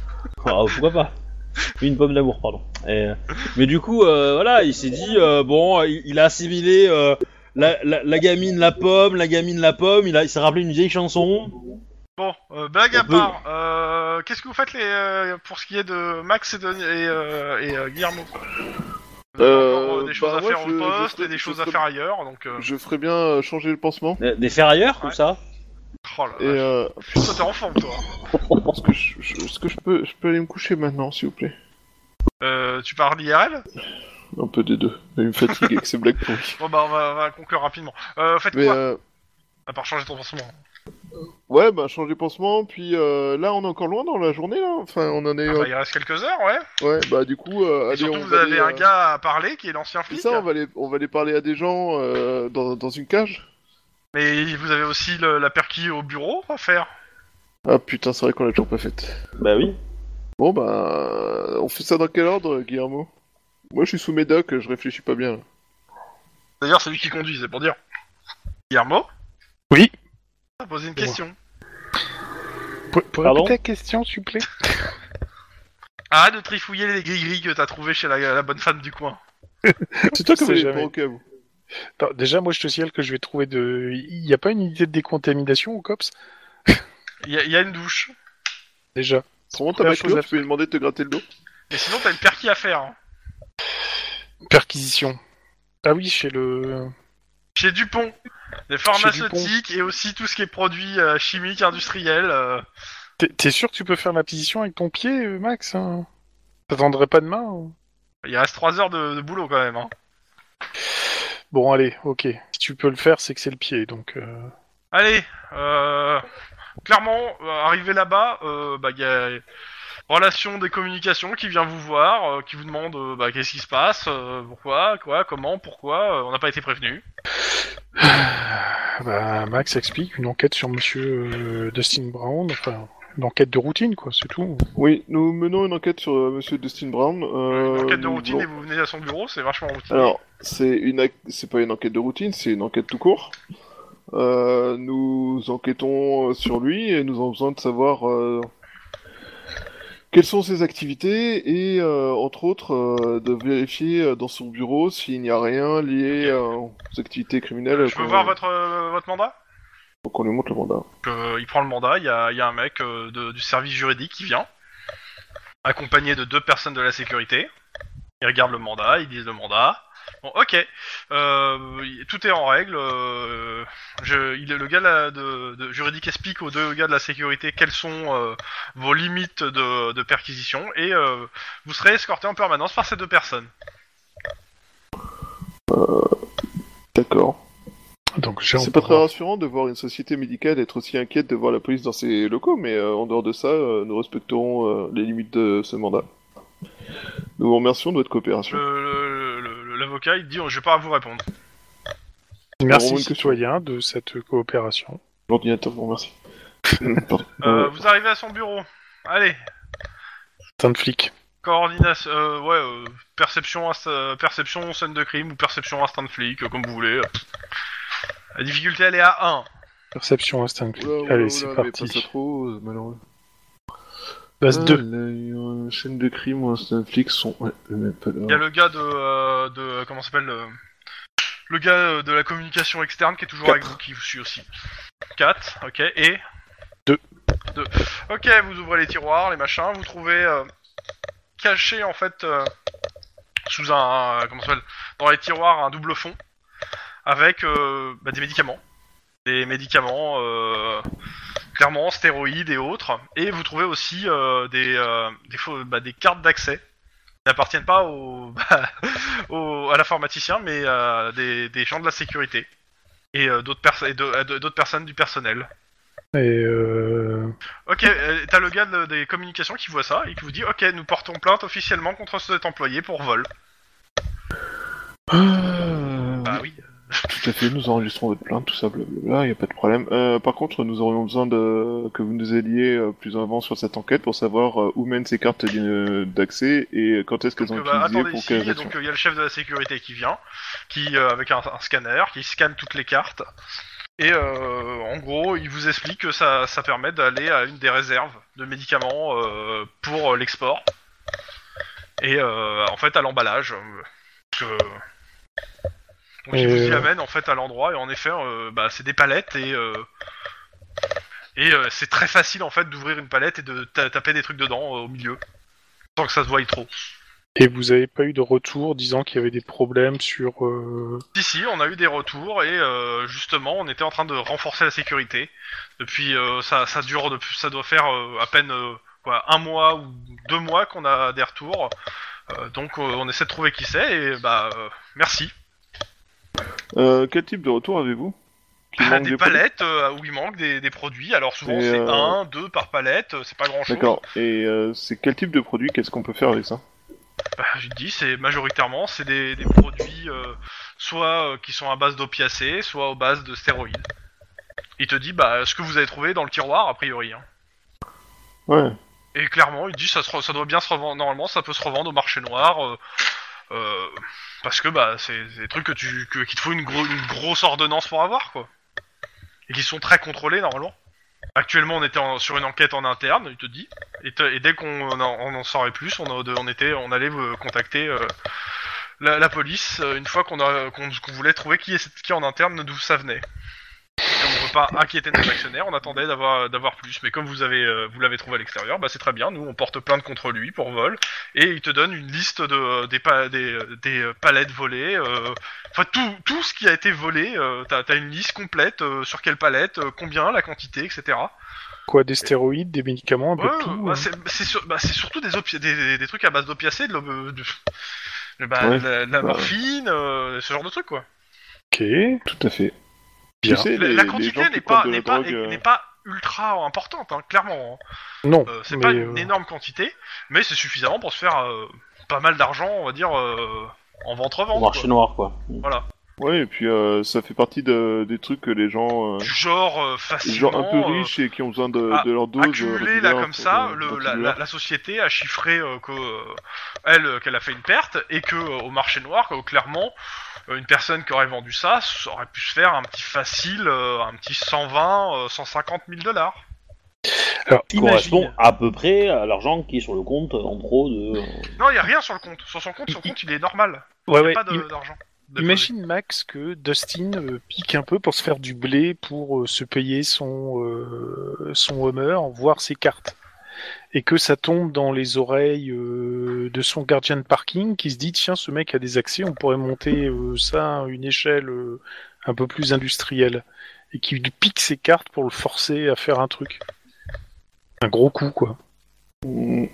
B: Ah, pourquoi pas Oui, Une pomme d'amour, pardon. Et, euh, mais du coup, euh, voilà, il s'est dit, euh, bon, il, il a assimilé euh, la, la, la gamine, la pomme, la gamine, la pomme, il, a- il s'est rappelé une vieille chanson.
A: Bon, euh, blague à
B: On peut-
A: part, euh, qu'est-ce que vous faites les, euh, pour ce qui est de Max et, de, et, euh, et, euh, Guillermo Vous avez
D: Euh,
A: encore, des choses
D: bah
A: à faire
D: ouais, je-
A: au poste
D: je-
A: et des
D: je-
A: choses
D: je-
A: à faire ailleurs, donc... euh,
D: Je ferais bien euh, changer le pansement.
B: Euh, Des ferrailleurs, comme
A: Ouais.
B: ça
A: Oh la
D: Et
A: vache.
D: euh,
A: Putain, t'es en forme, toi
D: est-ce que, je, je- est-ce que je, peux, je peux aller me coucher maintenant, s'il vous plaît
A: Euh, tu parles d'IRL
D: Un peu des deux. Il me fatigue avec ces blagues pourries.
A: Bon bah, on va, on va conclure rapidement. Euh, faites
D: Mais
A: quoi
D: euh,
A: À part changer ton pansement.
D: ouais, bah changer le pansement. Puis euh, là, on est encore loin dans la journée. Là. Enfin, on en est.
A: Ah
D: euh,
A: bah, il reste quelques heures, ouais.
D: ouais, bah du coup,
A: Et
D: euh, allez,
A: surtout,
D: on
A: vous
D: va
A: avez
D: aller,
A: un
D: euh,
A: gars à parler qui est l'ancien
D: C'est
A: flic.
D: ça, on va aller, on va aller parler à des gens euh, dans, dans une cage.
A: Mais vous avez aussi le- la perquis au bureau à faire.
D: Ah putain, c'est vrai qu'on l'a toujours pas faite.
B: Bah oui.
D: Bon bah, on fait ça dans quel ordre, Guillermo Moi, je suis sous médoc, je réfléchis pas bien.
A: D'ailleurs, c'est lui qui conduit, c'est pour dire. Guillermo
C: Oui.
A: T'as posé une question.
C: Pour, pour
B: Pardon
C: répéter la question, s'il te plaît
A: Arrête de trifouiller les gris-gris que t'as trouvé chez la, la bonne femme du coin.
D: C'est toi qui
C: On sait
D: voulais
C: jamais.
D: pas au cas où.
C: Attends, Déjà, moi, je te signale que je vais trouver de. Il n'y a pas une idée de décontamination au COPS
A: Il y, a- il y a une douche.
C: Déjà.
D: Autrement, t'as
C: Première
D: ma
C: chose à
D: tu peux lui demander de te gratter le dos.
A: Et sinon, t'as une perquis à faire. hein.
C: Perquisition. Ah oui, chez le.
A: Chez Dupont. Les pharmaceutiques et aussi tout ce qui est produits euh, chimiques, industriels. euh.
C: T'es- T'es sûr que tu peux faire l'acquisition avec ton pied, euh, Max hein T'attendrais pas demain hein
A: Il reste 3 heures de, de boulot quand même. Hein.
C: Bon, allez, ok. Si tu peux le faire, c'est que c'est le pied, donc. euh,
A: Allez, euh, clairement, euh, arrivé là-bas, euh, bah, il y a relation des communications qui vient vous voir, euh, qui vous demande euh, bah, qu'est-ce qui se passe, euh, pourquoi, quoi, comment, pourquoi, euh, on n'a pas été prévenu.
C: Ah Bah, Max explique une enquête sur Monsieur euh, Dustin Brown, enfin une enquête de routine quoi, c'est tout.
D: Oui, nous menons une enquête sur euh, Monsieur Dustin Brown. euh,
A: une enquête de
D: nous
A: routine
D: voulons-
A: et vous venez à son bureau, c'est vachement routine.
D: Alors, c'est une, ac- c'est pas une enquête de routine, c'est une enquête tout court. Euh, nous enquêtons euh, sur lui et nous avons besoin de savoir euh, quelles sont ses activités et euh, entre autres euh, de vérifier euh, dans son bureau s'il n'y a rien lié euh, aux activités criminelles.
A: Je peux
D: qu'on-
A: voir votre, euh, votre mandat
D: Qu'on lui montre le mandat.
A: Donc, euh, il prend le mandat, il y a, il y a un mec euh, de- du service juridique qui vient, accompagné de deux personnes de la sécurité. Ils regardent le mandat, ils disent le mandat. Bon, ok, Euh, il- tout est en règle. euh, je- il- le gars là, de, de- juridique explique aux deux gars de la sécurité quelles sont euh, vos limites de, de perquisition et euh, vous serez escorté en permanence par ces deux personnes.
D: D'accord.
C: Donc j'ai
D: C'est pas très rassurant de voir une société médicale être aussi inquiète de voir la police dans ses locaux, mais euh, en dehors de ça, euh, nous respecterons euh, les limites de ce mandat. Nous vous remercions de votre coopération.
A: Le- le- le- le- L'avocat il dit oh, je vais pas vous répondre.
C: merci
D: Vraiment une question.
C: citoyen de cette coopération.
D: L'ordinateur vous remercie. Pardon.
A: Euh,
D: Euh,
A: vous arrivez à son bureau. Allez,
C: Teint de flic.
A: Coordination, euh, ouais, euh, perception, inst- euh, perception scène de crime ou perception instinct de flic, euh, comme vous voulez. La difficulté elle est à 1.
C: Perception instinct. de flic.
D: oula, oula,
C: Allez, c'est
D: oula, oh mais
C: parti.
D: pas ça trop, euh, malheureux.
C: Base
D: Ah,
C: 2.
D: la euh, chaîne de crime ou un flic sont. Ouais, mais pas là.
A: Il y a le gars de, euh, de comment ça s'appelle euh, Le gars euh, de la communication externe qui est toujours avec vous, qui vous suit aussi. 4, ok, et
C: Deux.
A: 2. Ok, vous ouvrez les tiroirs, les machins, vous trouvez euh, caché en fait euh, sous un. euh, comment ça s'appelle Dans les tiroirs, un double fond avec euh, bah, des médicaments. Des médicaments, euh, clairement, stéroïdes et autres. Et vous trouvez aussi euh, des, euh, des, faux- bah, des cartes d'accès n'appartiennent pas au, bah, au- à l'informaticien, mais euh, des, des gens de la sécurité et euh, d'autres perso- et de- euh, de- d'autres personnes du personnel.
C: Et euh,
A: Ok, euh, t'as le gars de- des communications qui voit ça et qui vous dit Ok, nous portons plainte officiellement contre cet employé pour vol.
D: Ah.
A: Bah oui.
D: Tout à fait, nous enregistrons votre plainte, tout ça, blablabla, il n'y a pas de problème. Euh, par contre, nous aurions besoin de... que vous nous alliez euh, plus en avant sur cette enquête pour savoir euh, où mènent ces cartes d'in- d'accès et quand est-ce qu'elles
A: Donc,
D: ont
A: euh,
D: été
A: bah,
D: utilisées
A: attendez
D: pour
A: ici,
D: quelles
A: et
D: actions.
A: donc il y a le chef de la sécurité qui vient, qui euh, avec un, un scanner, qui scanne toutes les cartes. Et euh, en gros, il vous explique que ça, ça permet d'aller à une des réserves de médicaments euh, pour euh, l'export. Et euh, en fait, à l'emballage. euh, parce que- Donc il vous y
C: Euh.
A: amène en fait à l'endroit, et en effet, euh, bah, c'est des palettes, et, euh, et euh, c'est très facile en fait d'ouvrir une palette et de ta- taper des trucs dedans euh, au milieu, sans que ça se voie trop.
C: Et vous avez pas eu de retour disant qu'il y avait des problèmes sur. euh,
A: Si, si, on a eu des retours et euh, justement, on était en train de renforcer la sécurité. Depuis, euh, ça, ça dure, depuis, ça doit faire euh, à peine euh, quoi, un mois ou deux mois qu'on a des retours. Euh, donc, euh, on essaie de trouver qui c'est et bah, euh, merci.
D: Euh, quel type de retour avez-vous Qui
A: Bah,
D: manque
A: des
D: des
A: palettes euh, où il manque des, des produits. Alors, souvent,
D: Et,
A: c'est
D: euh,
A: un, deux par palette, euh, c'est pas grand chose.
D: D'accord, et euh, c'est quel type de produit Qu'est-ce qu'on peut faire avec ça
A: Bah, je te dis, c'est majoritairement, c'est des, des produits euh, soit euh, qui sont à base d'opiacés, soit aux bases de stéroïdes. Il te dit, bah, ce que vous avez trouvé dans le tiroir, a priori. hein.
D: Ouais,
A: Et clairement, il dit ça, se re- ça doit bien se revendre. Normalement, ça peut se revendre au marché noir. euh, euh, parce que bah, c'est c'est des trucs que tu, que, qu'il te faut une, gro- une grosse ordonnance pour avoir, quoi. Et qui sont très contrôlés, normalement. Actuellement, on était en- sur une enquête en interne, il te dit. Et, te- et dès qu'on en, on en saurait plus, on, a- on, était, on allait euh, contacter euh, la, la police euh, une fois qu'on a- qu'on qu'on voulait trouver qui, est, cette- qui en interne, d'où ça venait. Comme on veut pas inquiéter nos actionnaires, on attendait d'avoir euh, d'avoir plus. Mais comme vous avez euh, vous l'avez trouvé à l'extérieur, bah c'est très bien. Nous on porte plainte contre lui pour vol et il te donne une liste de euh, des pa- des, euh, des, euh, palettes volées. euh, Enfin tout tout ce qui a été volé, euh, t'as t'as une liste complète euh, sur quelle palette, euh, combien, la quantité, etc.
C: Quoi, des stéroïdes, des médicaments, un peu
A: Ouais,
C: tout
A: bah,
C: hein.
A: c'est c'est sur- bah, c'est surtout des, opi- des, des- des trucs à base d'opiacés, de, l'op- de- de- bah,
D: Ouais,
A: de la, de la
D: bah.
A: morphine, euh, ce genre de trucs quoi.
C: Ok.
D: tout à fait.
C: Bien.
D: Tu sais,
A: La,
D: les,
A: la
D: les
A: quantité
D: gens qui
A: n'est pas
D: prennent de la
A: n'est pas
D: drogue, euh,
A: n'est pas ultra importante hein, clairement. hein.
C: Non.
A: Euh, c'est
C: mais,
A: pas une
C: euh,
A: énorme quantité, mais c'est suffisamment pour se faire euh, pas mal d'argent, on va dire, euh, en
B: Au
A: vente-revente.
B: marché
A: quoi.
B: noir, quoi.
D: Ouais, et puis euh, ça fait partie de- des trucs que les gens, euh,
A: Du genre euh,
D: les
A: facilement
D: gens un peu
A: euh,
D: riches et qui ont besoin de,
A: à-
D: de leur dose. euh,
A: accumulé là
D: régulière
A: comme
D: pour,
A: ça,
D: euh,
A: le-
D: pour
A: la,
D: qu'ils
A: la- la société a chiffré euh, que euh, elle euh, qu'elle a fait une perte et que euh, au marché noir que, clairement euh, une personne qui aurait vendu ça ça aurait pu se faire un petit facile, euh, un petit 120, euh, 150 000 dollars.
C: alors,
B: Qui
A: hein.
B: correspond à peu près à l'argent qui est sur le compte, en gros, de... euh,
A: Non, il y a rien sur le compte. Sur son compte, son compte, il est normal.
C: Ouais,
A: Il y
C: ouais,
A: a pas de-
C: im-
A: d'argent.
C: Imagine Max que Dustin euh, pique un peu pour se faire du blé, pour euh, se payer son, euh, son Homer, voire ses cartes. Et que ça tombe dans les oreilles euh, de son gardien de parking qui se dit tiens, ce mec a des accès, on pourrait monter euh, ça à une échelle euh, un peu plus industrielle. Et qui lui pique ses cartes pour le forcer à faire un truc. Un gros coup, quoi.
D: Mm,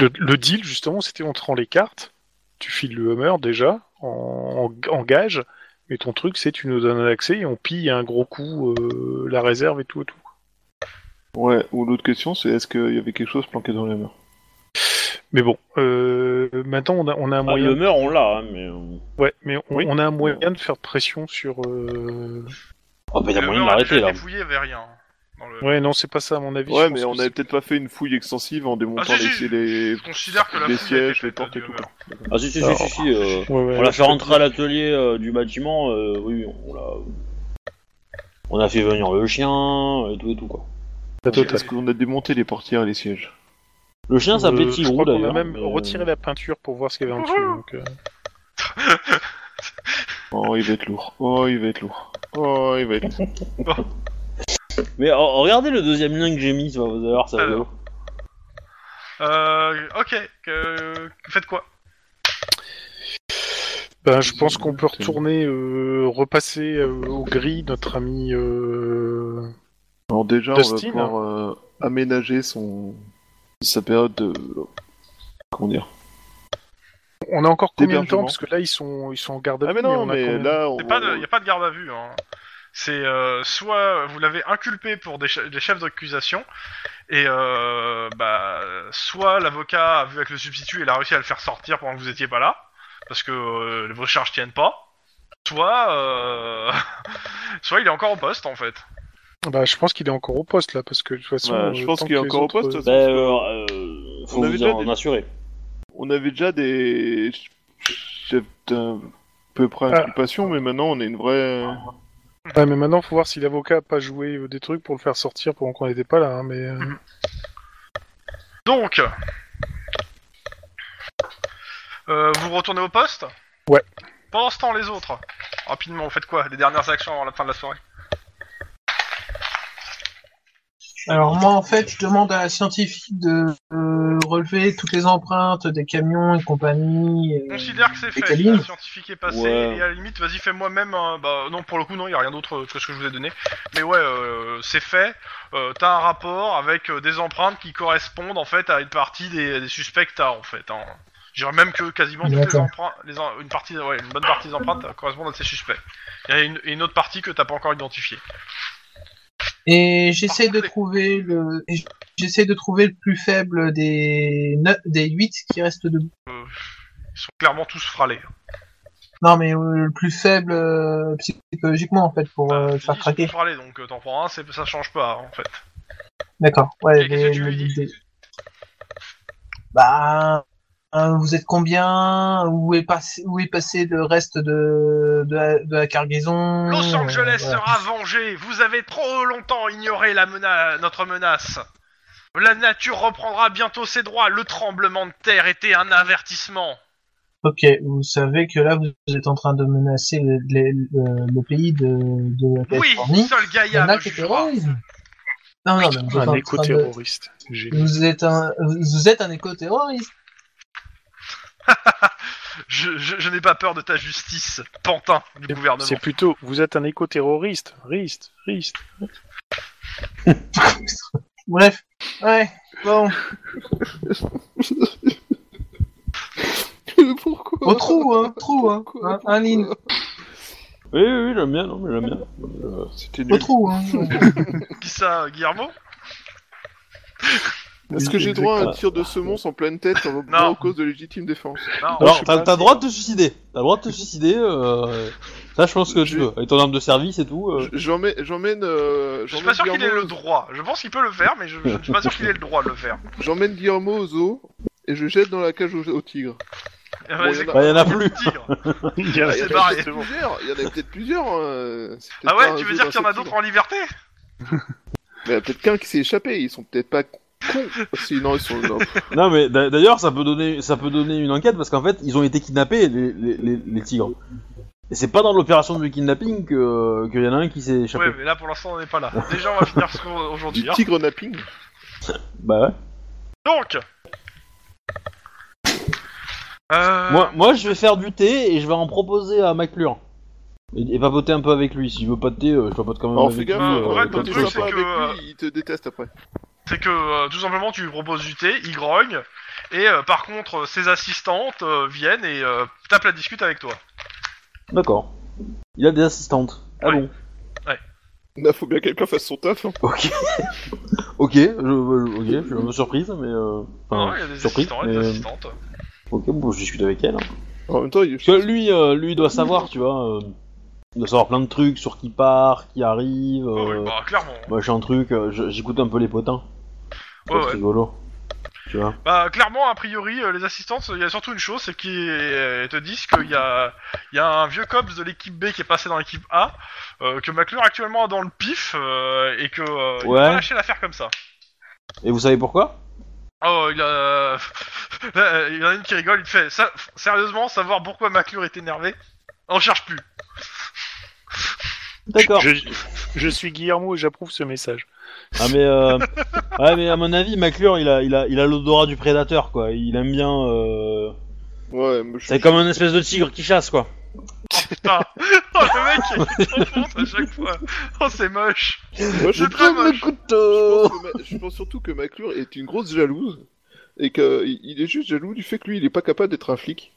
C: Le, le deal, justement, c'était on te rend les cartes, tu files le Hummer déjà, en, en- en gage, mais ton truc, c'est tu nous donnes un accès et on pille à un gros coup euh, la réserve et tout. et tout.
D: Ouais, ou l'autre question, c'est est-ce qu'il y avait quelque chose planqué dans les murs
C: Mais bon, euh, maintenant, on a, on a un
B: Ah,
C: moyen.
B: le meurt, on l'a, hein, mais... euh,
C: ouais, mais on,
D: Oui.
C: on a un moyen de faire pression sur. euh,
B: Ah bah, il y a
A: Le
B: moyen de
A: meurtre a
B: l'arrêter,
A: déjà
B: là.
A: été fouillé, il y avait rien. Dans le...
C: Ouais, non, c'est pas ça, à mon avis. je
D: Ouais,
C: pense
D: mais
C: que
D: on
C: c'est-
D: n'avait peut-être pas fait une fouille extensive en démontant
A: Ah, si, si,
D: les, les,
A: Je considère que la
D: les
A: fouille a été
D: sièges, les
A: faite,
D: portes et
A: euh,
D: tout.
A: alors.
B: Ah si, si, si,
C: Alors-
B: si, si, euh,
C: Ouais, ouais,
B: On l'a fait
C: je-
B: rentrer à l'atelier euh, du bâtiment, euh, oui, on l'a... On a fait venir le chien, et tout et tout, quoi.
C: Ah,
D: quoi.
C: total.
D: Parce qu'on a démonté les portières et les sièges.
B: Le chien s'appelait
C: Euh, je
B: Tirou,
C: crois qu'on a
B: d'ailleurs.
C: même
B: mais, euh,
C: retiré la peinture pour voir ce qu'il y avait en dessous. donc, euh,
D: Oh, il va être lourd. Oh, il va être lourd. Oh, il va être lourd.
B: Mais oh, oh, regardez le deuxième lien que j'ai mis, ça va vous allez
C: Ah,
B: voir, ça va...
A: Alors. Euh, ok, que... faites quoi
C: Ben, je pense qu'on peut retourner, euh, repasser euh, au gris notre ami. euh,
D: Alors déjà,
C: Dustin, hein.
D: on va pouvoir euh, aménager son sa période de... Comment dire
C: On a encore combien de
D: D'hébergement.
C: temps Parce que là, ils sont, ils sont en garde à
D: Ah mais
C: vue,
D: non,
C: on a
D: mais
C: combien
D: là, on... Bah,
A: Il n'y a, pas de garde à vue. Hein. C'est euh, soit vous l'avez inculpé pour des, che- des chefs d'accusation, et euh, bah, soit l'avocat a vu avec le substitut et il a réussi à le faire sortir pendant que vous étiez pas là, parce que euh, vos charges tiennent pas, soit, euh, soit il est encore au poste en fait.
C: Bah, je pense qu'il est encore au poste là, parce que de toute façon.
D: Bah, je
C: euh,
D: pense
C: tant
D: qu'il est
C: que les
D: encore au
C: autres,
D: poste,
C: euh,
D: ça.
B: Bah, euh, euh, faut
D: On avait
B: vous
D: déjà
B: en
D: des-
B: assurer.
A: Bah.
D: On avait déjà des chefs d'un peu près
C: Ah.
D: inculpation, mais maintenant on est une vraie.
C: Ouais, mais maintenant, faut voir si l'avocat a pas joué euh, des trucs pour le faire sortir pendant qu'on n'était pas là. hein, mais euh,
A: Donc, euh, vous retournez au poste
C: Ouais.
A: Pendant ce temps, les autres, rapidement, vous faites quoi Les dernières actions avant la fin de la soirée
F: Alors moi en fait je demande à la scientifique de euh, relever toutes les empreintes des camions et compagnie. euh,
A: Considère que c'est
F: des
A: fait,
F: cabines.
A: le scientifique est passé,
B: Ouais.
A: et à la limite, vas-y, fais-moi même un. Bah, non, pour le coup, non, il a rien d'autre euh, que ce que je vous ai donné. Mais ouais, euh, c'est fait. Euh, t'as un rapport avec euh, des empreintes qui correspondent en fait à une partie des, des suspects que t'as en fait. Hein. Je dirais même que quasiment toutes les
F: D'accord.
A: empreintes, les em- une, partie, ouais, une bonne partie des empreintes euh, correspondent à ces suspects. Il y a une, une autre partie que t'as pas encore identifiée.
F: Et j'essaie de
A: Parfait.
F: trouver le et j'essaie de trouver le plus faible des neuf- des 8 qui restent debout.
A: Ils sont clairement tous fralés.
F: Non mais euh, le plus faible euh, psychologiquement en fait pour euh, le
A: Bah, je te
F: faire
A: dis, ils sont
F: craquer.
A: tous fralés, donc euh, t'en prends un, c'est- ça change pas en fait.
F: D'accord. Ouais,
A: Et qu'est-ce
F: les-
A: que tu lui
F: les-
A: dis
F: les- Bah, hein, vous êtes combien Où est passé où est passé le reste de de la, de la cargaison Euh,
A: Los Angeles
F: Voilà.
A: sera vengé. Vous avez trop longtemps ignoré la mena- notre menace. La nature reprendra bientôt ses droits. Le tremblement de terre était un avertissement.
F: Ok, vous savez que là vous êtes en train de menacer le, le- le- le pays de, de la
A: Oui,
F: Californie.
A: seul
F: Il y en
A: Gaïa
F: a
A: me
F: qui
A: jugera.
F: terrorisent. Non, non, mais vous êtes
C: ah, un
F: en train de- Mm.
C: éco-terroriste. Génial.
F: vous êtes un vous êtes un éco-terroriste.
A: Je, je- je n'ai pas peur de ta justice, pantin du gouvernement.
C: C'est plutôt, vous êtes un éco-terroriste. Riste, riste.
F: Bref, ouais, bon,
D: Pourquoi
F: au trou, hein, trou, hein, hein, un ligne,
B: Oui, oui, oui, j'aime bien, non, mais j'aime bien. Euh,
D: C'était
F: au
D: nul.
F: trou, hein.
A: Qui ça, Guillermo
D: Est-ce que j'ai droit à un
B: Exactement.
D: tir de semonce en pleine tête en
A: Non.
D: en cause de légitime défense
A: Non.
C: Moi, je
B: Alors,
C: suis
B: t'as
C: pas-
B: t'as le droit de te suicider. T'as le droit de te suicider. Euh... Ça, je pense que tu
D: Je-
B: peux. Avec ton arme de service et tout. euh,
D: J- J'emmène. J'emmène euh,
A: Je suis
D: j'emmène
A: pas sûr qu'il ait
D: Guillermo-
A: le droit. Je pense qu'il peut le faire, mais je, je ne suis pas sûr qu'il ait le droit de le faire.
D: J'emmène Guillermo au zoo et je jette dans la cage au, au tigre.
A: Euh,
D: Bon,
A: c'est
D: y en a-
A: quoi,
B: bah, y en a
A: le
B: plus.
A: tigre
C: Il y a-
A: c'est
D: il y en a
A: barré.
D: peut-être plusieurs. Il y en a peut-être plusieurs. euh, c'est peut-être
A: Ah
D: pas
A: ouais,
D: un
A: tu veux
D: zoo
A: dire qu'il y en a
D: d'insectes
A: d'autres
D: tigres.
A: en liberté
D: Mais Il y en a peut-être qu'un qui s'est échappé. Ils sont peut-être pas cons. Sinon ils sont. non.
B: Non, mais d'a- d'ailleurs, ça peut donner, ça peut donner une enquête parce qu'en fait, ils ont été kidnappés, les, les, les, les tigres. Et c'est pas dans l'opération du kidnapping que qu'il y en a un qui s'est échappé.
A: Ouais, mais là pour l'instant on n'est pas là. Déjà on va finir ce qu'on-
D: Du
A: aujourd'hui. hein.
D: tigre napping.
B: Bah ouais.
A: Donc. Euh,
B: Moi, moi, je vais faire du thé et je vais en proposer à McClure. Et, et papoter un peu avec lui. S'il veut pas de thé, euh, je papote quand même
D: Alors fais
B: avec
D: gaffe. hein,
A: euh,
B: lui.
A: ouais,
D: quand
A: le
D: t'es
A: truc,
D: sympa
A: c'est
D: avec
A: que, euh,
D: lui, il te déteste après.
A: C'est que euh, tout simplement tu lui proposes du thé, il grogne, et euh, par contre euh, ses assistantes euh, viennent et euh, tapent la discute avec toi.
B: D'accord. Il a des assistantes. Ah
A: Ouais.
B: bon
D: Là, faut bien que quelqu'un fasse son taf. hein.
B: Ok. ok, je, je- ok, je suis un peu surprise, mais. Euh,
A: Non,
B: enfin,
D: Ah
A: il y a des
B: surprise,
A: assistants et
B: mais,
A: des
B: euh,
A: assistantes.
B: Ok, bon, je discute avec elle. hein.
D: En même temps, il...
B: Parce que lui, euh, lui il doit savoir, tu vois. euh, il doit savoir plein de trucs sur qui part, qui
D: Ah
B: arrive.
A: Oh,
B: Euh,
A: oui, bah clairement.
B: Machin truc, euh, je- j'écoute un peu les potins. C'est
A: Ouais, ouais.
B: rigolo. Tu vois
A: Bah clairement a priori euh, les assistantes, il y a surtout une chose, c'est qu'ils euh, te disent qu'il y a, il y a un vieux cops de l'équipe B qui est passé dans l'équipe A, euh, que McClure actuellement a dans le pif, euh, et que euh, il
B: Ouais.
A: va pas lâcher l'affaire comme ça.
B: Et vous savez pourquoi
A: Oh, il a. Là, il y en a une qui rigole, il te fait. Ça, sérieusement, savoir pourquoi McClure est énervé, on cherche plus.
B: D'accord.
C: Je, je suis Guillermo et j'approuve ce message.
B: Ah mais euh... ouais mais à mon avis McClure il a il a il a l'odorat du prédateur quoi. Il aime bien. euh,
D: Ouais, mais je-
B: C'est comme un espèce de tigre qui chasse quoi.
A: Putain. Oh, le mec, il t'enfonce à chaque fois. Oh, c'est moche.
D: Moi, je,
A: C'est très moche.
D: je pense que Ma- je pense surtout que McClure est une grosse jalouse et qu'il est juste jaloux du fait que lui, il est pas capable d'être un flic.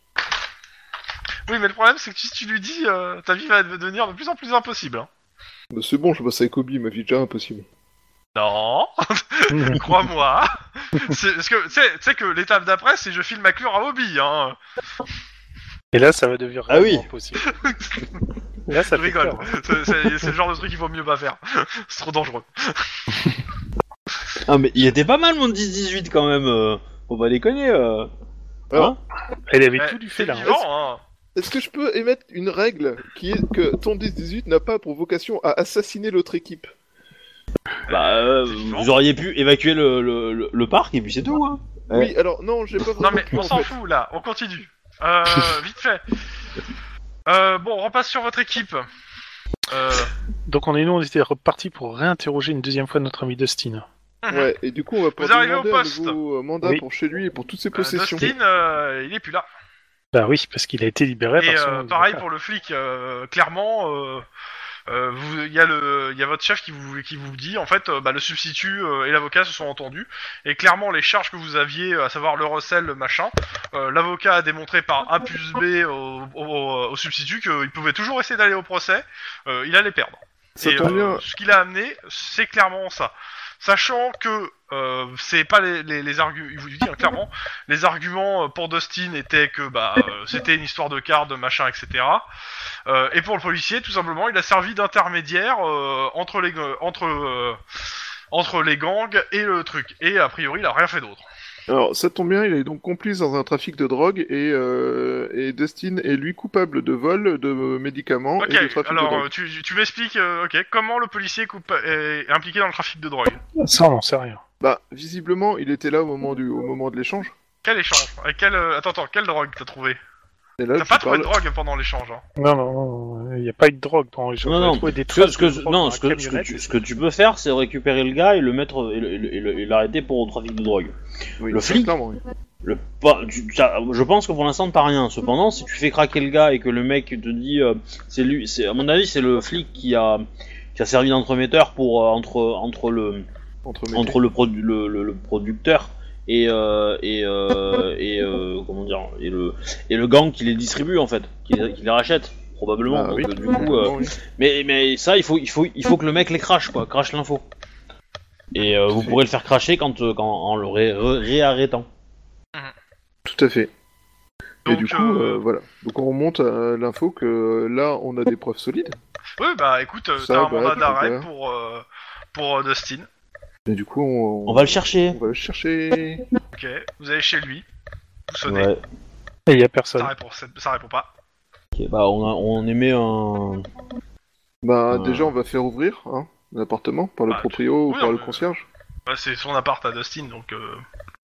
A: Oui, mais le problème, c'est que si tu lui dis, euh, ta vie va devenir de plus en plus impossible. hein.
D: Mais Bah, c'est bon, je bosse avec Kobe, ma vie est déjà impossible.
A: Non, crois-moi. C'est- Parce que tu sais- tu sais que l'étape d'après, c'est je file McClure à Hobby. Hein.
C: Et là, ça va devenir
B: Ah oui.
C: réellement impossible. là, ça
A: je
C: fait
A: rigole.
C: peur.
A: C'est- C'est c'est le genre de truc qu'il vaut mieux pas faire. C'est trop dangereux.
B: Ah, mais il était pas mal mon 10-18 quand même. euh. Faut pas déconner. euh.
D: Alors,
C: Elle avait
A: Eh,
C: tout du
A: C'est
C: fait là.
A: vivant, hein.
D: Est-ce que je peux émettre une règle qui est que ton 10-18 n'a pas pour vocation à assassiner l'autre équipe
B: Bah, euh,
A: C'est vivant.
B: vous auriez pu évacuer le, le- le- le parc et puis c'est tout. Hein. Ouais.
D: Oui, alors non, j'ai pas
A: Non
D: vraiment
A: mais
D: cru,
A: on
D: en
A: s'en
D: fait.
A: fout là, on continue. Euh, vite fait. Euh, bon, on repasse sur votre équipe. Euh,
C: Donc on est nous, on était reparti pour réinterroger une deuxième fois notre ami Dustin.
D: Ouais, et du coup, on va pouvoir
A: arrivez au
D: demander un
A: poste.
D: nouveau euh, mandat
C: Oui.
D: pour chez lui et pour toutes ses
A: euh,
D: possessions.
A: Dustin, euh, il est plus là.
C: Bah oui, parce qu'il a été libéré
A: Et
C: par son...
A: euh, pareil pour le flic. euh, clairement, euh, euh, vous- il y a le, il y a votre chef qui vous, qui vous dit en fait, euh, bah, le substitut euh, et l'avocat se sont entendus. Et clairement, les charges que vous aviez, à savoir le recel, le machin, euh, l'avocat a démontré par A plus B au, au- au substitut qu'il pouvait toujours essayer d'aller au procès. euh, il allait perdre.
D: Ça
A: Et,
D: tombe
A: euh,
D: bien.
A: ce qu'il a amené, c'est clairement ça. Sachant que euh, c'est pas les, les, les arguments, il vous dit hein, clairement, les arguments euh, pour Dustin étaient que bah euh, c'était une histoire de carte, de machin, etc. Euh, et pour le policier, tout simplement, il a servi d'intermédiaire euh, entre les ga- entre euh, entre les gangs et le truc. Et a priori, il a rien fait d'autre.
D: Alors, ça tombe bien, il est donc complice dans un trafic de drogue et, euh, et Dustin est lui coupable de vol de médicaments
A: Ok,
D: et de trafic de
A: alors
D: drogue.
A: euh, tu, tu m'expliques, euh, ok, comment le policier coupa- est impliqué dans le trafic de drogue
C: Ah, Ça, on n'en sait rien.
D: Bah, visiblement, il était là au moment du, au moment de l'échange.
A: Quel échange Avec quel, euh, Attends, attends, quelle drogue t'as trouvé
D: Et là,
A: T'as
D: je
A: pas trouvé
D: parle...
A: de drogue pendant l'échange. Hein.
C: Non, non, non, non, il n'y a pas eu de drogue pendant les jours.
B: Non,
C: On a
B: non,
C: trouvé des
B: Ce que,
C: traces
B: ce que-
C: de drogue dans
B: non,
C: la
B: ce que, ce que
C: camionnette.
B: tu, ce que tu peux faire, c'est récupérer le gars et le mettre et le- et le- et le- et l'arrêter pour trafic de drogue.
D: Oui,
B: Le flic.
D: clairement, oui.
B: Le, pas- tu- ça- je pense que pour l'instant t'as rien. Cependant, si tu fais craquer le gars et que le mec te dit, euh, c'est lui, c'est à mon avis c'est le flic qui a qui a servi d'entremetteur pour euh, entre entre le
D: Entre mes-
B: entre le, produ- le, le- le producteur et euh, et, euh, et euh, comment dire et le et le gang qui les distribue en fait, qui les, qui les rachète probablement.
D: Ah,
B: Donc,
D: oui.
B: euh, du coup, euh,
D: Non, oui.
B: mais, mais ça, il faut, il, faut, il faut que le mec les crache, quoi. Crache l'info. Et euh, vous pourrez le faire cracher quand, euh, quand, en le ré- ré- réarrêtant.
D: Tout à fait. et
A: Donc,
D: du coup,
A: euh,
D: euh, voilà. Donc on remonte à l'info que euh, là, on a des preuves solides.
A: Oui, bah écoute, euh,
D: Ça,
A: t'as un
D: bah,
A: mandat
D: tu
A: d'arrêt
D: peux.
A: pour, euh, pour euh, Dustin.
D: Et du coup, on,
B: On va le chercher.
D: on va le chercher.
A: Ok, vous allez chez lui, vous sonnez,
B: Ouais.
C: Et il n'y a
A: ça,
C: personne.
A: répond, ça, ça répond pas.
B: Ok, bah, on, a- on émet un.
D: Bah,
B: Ouais.
D: déjà, on va faire ouvrir hein, l'appartement par le
A: Bah,
D: proprio
A: tu-
D: ou
A: oui,
D: par
A: on
D: le
A: peut-
D: concierge.
A: Bah, c'est son appart à Dustin, donc. Euh,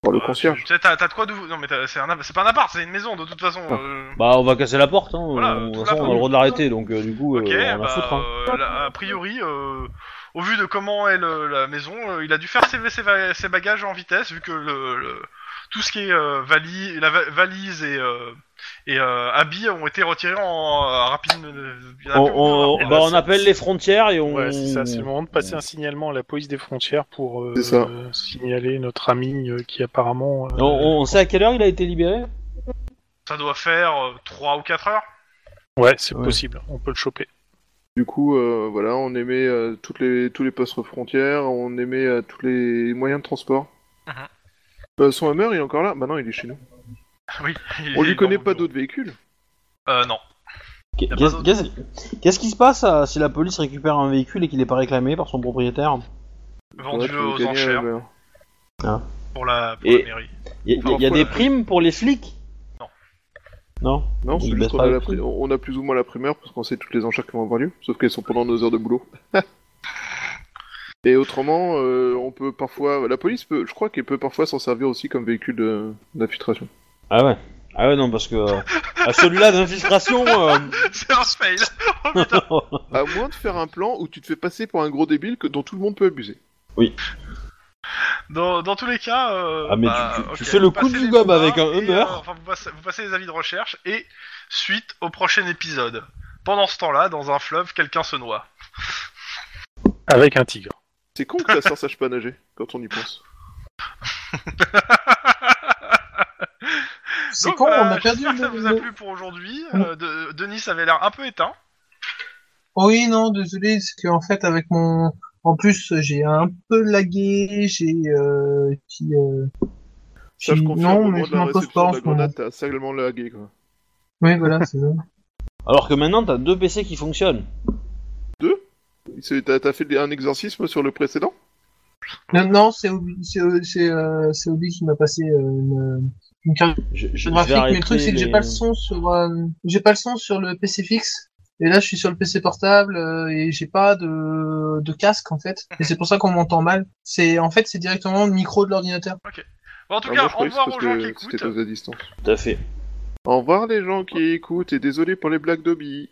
D: Par le
A: euh,
D: concierge.
A: Tu sais, t'as t'as de quoi d'où. Non, mais t'as- c'est un app- c'est pas un appart, c'est une maison de toute façon.
D: Ah.
A: euh,
B: Bah, on va casser la porte, hein.
A: Voilà,
B: on, de
A: tout
B: toute façon,
A: la
B: on a
A: porte.
B: le droit de l'arrêter, donc euh, du coup, euh,
A: Ok,
B: on a
A: bah,
B: foutre, hein.
A: euh, là, a priori, euh, au vu de comment est le- la maison, euh, il a dû faire ses, ses va- ses bagages en vitesse, vu que le, le- tout ce qui est euh, vali- la va- valise et, euh, et euh, habits ont été retirés en euh, rapide. il y en a
B: On,
A: plus beaucoup,
B: on-
A: hein.
B: bah, on
C: c'est-
B: appelle les frontières et on.
C: Ouais, c'est ça. C'est le moment de passer un signalement à la police des frontières pour euh,
D: C'est ça.
C: signaler notre ami euh, qui apparemment. euh,
B: on, on- on sait à quelle heure il a été libéré
A: Ça doit faire 3 ou 4 heures.
C: Ouais, c'est
B: Ouais.
C: possible. On peut le choper.
D: Du coup, euh, voilà, on émet euh, toutes les, tous les postes frontières, on émet euh, tous les moyens de transport.
A: Mhm.
D: Euh, son Hammer, il est encore là Bah non, il est chez nous.
A: Oui. il
D: On
A: est
D: lui connaît
A: dans-
D: pas d'autres véhicules
A: Euh, non.
B: Qu'est-
A: pas
B: Qu'est-ce
A: d'autre
B: qu'est-ce qui se passe euh, si la police récupère un véhicule et qu'il n'est pas réclamé par son propriétaire
A: Vendu
D: Ouais,
A: aux
D: gagner,
A: enchères
D: euh,
A: pour la, pour
B: Et-
A: la mairie.
B: Il y, a- y a des primes pour les flics
A: Non.
B: Non
D: Non,
B: Il
D: c'est
B: baisse
D: juste on
B: pas
D: a,
B: le
D: la
B: prix.
D: pri- on a plus ou moins la primeur parce qu'on sait toutes les enchères qui vont avoir lieu, sauf qu'elles sont pendant nos heures de boulot. Et autrement, euh, on peut parfois, la police peut, je crois qu'elle peut parfois s'en servir aussi comme véhicule de- d'infiltration.
B: Ah ouais. Ah ouais, non, parce que. euh, à celui-là d'infiltration. euh,
A: C'est un fail.
D: À moins de faire un plan où tu te fais passer pour un gros débile que, dont tout le monde peut abuser.
A: Dans, dans tous les cas. euh,
B: Ah, mais
A: bah,
B: tu- tu- tu
A: ok,
B: fais le
A: vous
B: coup
A: passez
B: du
A: les
B: gobe
A: mandats
B: avec un
A: et,
B: Hummer.
A: euh, enfin, vous, passez, vous passez les avis de recherche et suite au prochain épisode. Pendant ce temps-là, dans un fleuve, quelqu'un se noie.
C: Avec un tigre.
D: C'est con que la sœur sache pas nager quand on y pense.
F: C'est
A: Donc,
F: con,
A: voilà,
F: on a perdu
A: J'espère que
F: le-
A: ça
F: Mm.
A: vous a
F: le-
A: plu pour aujourd'hui. Euh, de- Denis avait l'air un peu éteint.
F: Oui, non, désolé, c'est qu'en fait, avec mon... En plus, j'ai un peu lagué, j'ai... Euh, qui, euh,
D: Ça, je
F: qui-
D: confirme, au
F: non,
D: moment
F: mais
D: de
F: je
D: la
F: m'impose pas
D: réception
F: en
D: de la
F: ce moment.
D: grenade, t'as saglement lagué, quoi.
E: Oui, voilà, c'est ça.
B: Alors que maintenant, t'as deux PC qui fonctionnent.
D: Il s'est- T'as t'as fait un exorcisme sur le précédent
E: Non, non, c'est Obi, c'est, euh, c'est, euh, c'est Obi qui m'a passé euh, une, une carte
B: Je, je- je vais
E: graphique, mais
B: arrêter
E: le truc c'est que j'ai
B: les-
E: pas le son sur, euh, j'ai pas le son sur le PC fixe. Et là, je suis sur le PC portable euh, et j'ai pas de, de casque en fait. Et c'est pour ça qu'on m'entend mal. C'est en fait, c'est directement le micro de l'ordinateur.
A: Bon, en tout
D: Ah,
A: cas,
D: moi, je
A: au
D: croyais que
A: revoir
D: c'était
A: aux gens
D: parce
A: qui
D: que c'était
A: écoutent.
D: aux à distance.
B: Tout à fait.
D: Au revoir les gens qui écoutent et désolé pour les blagues d'Obi.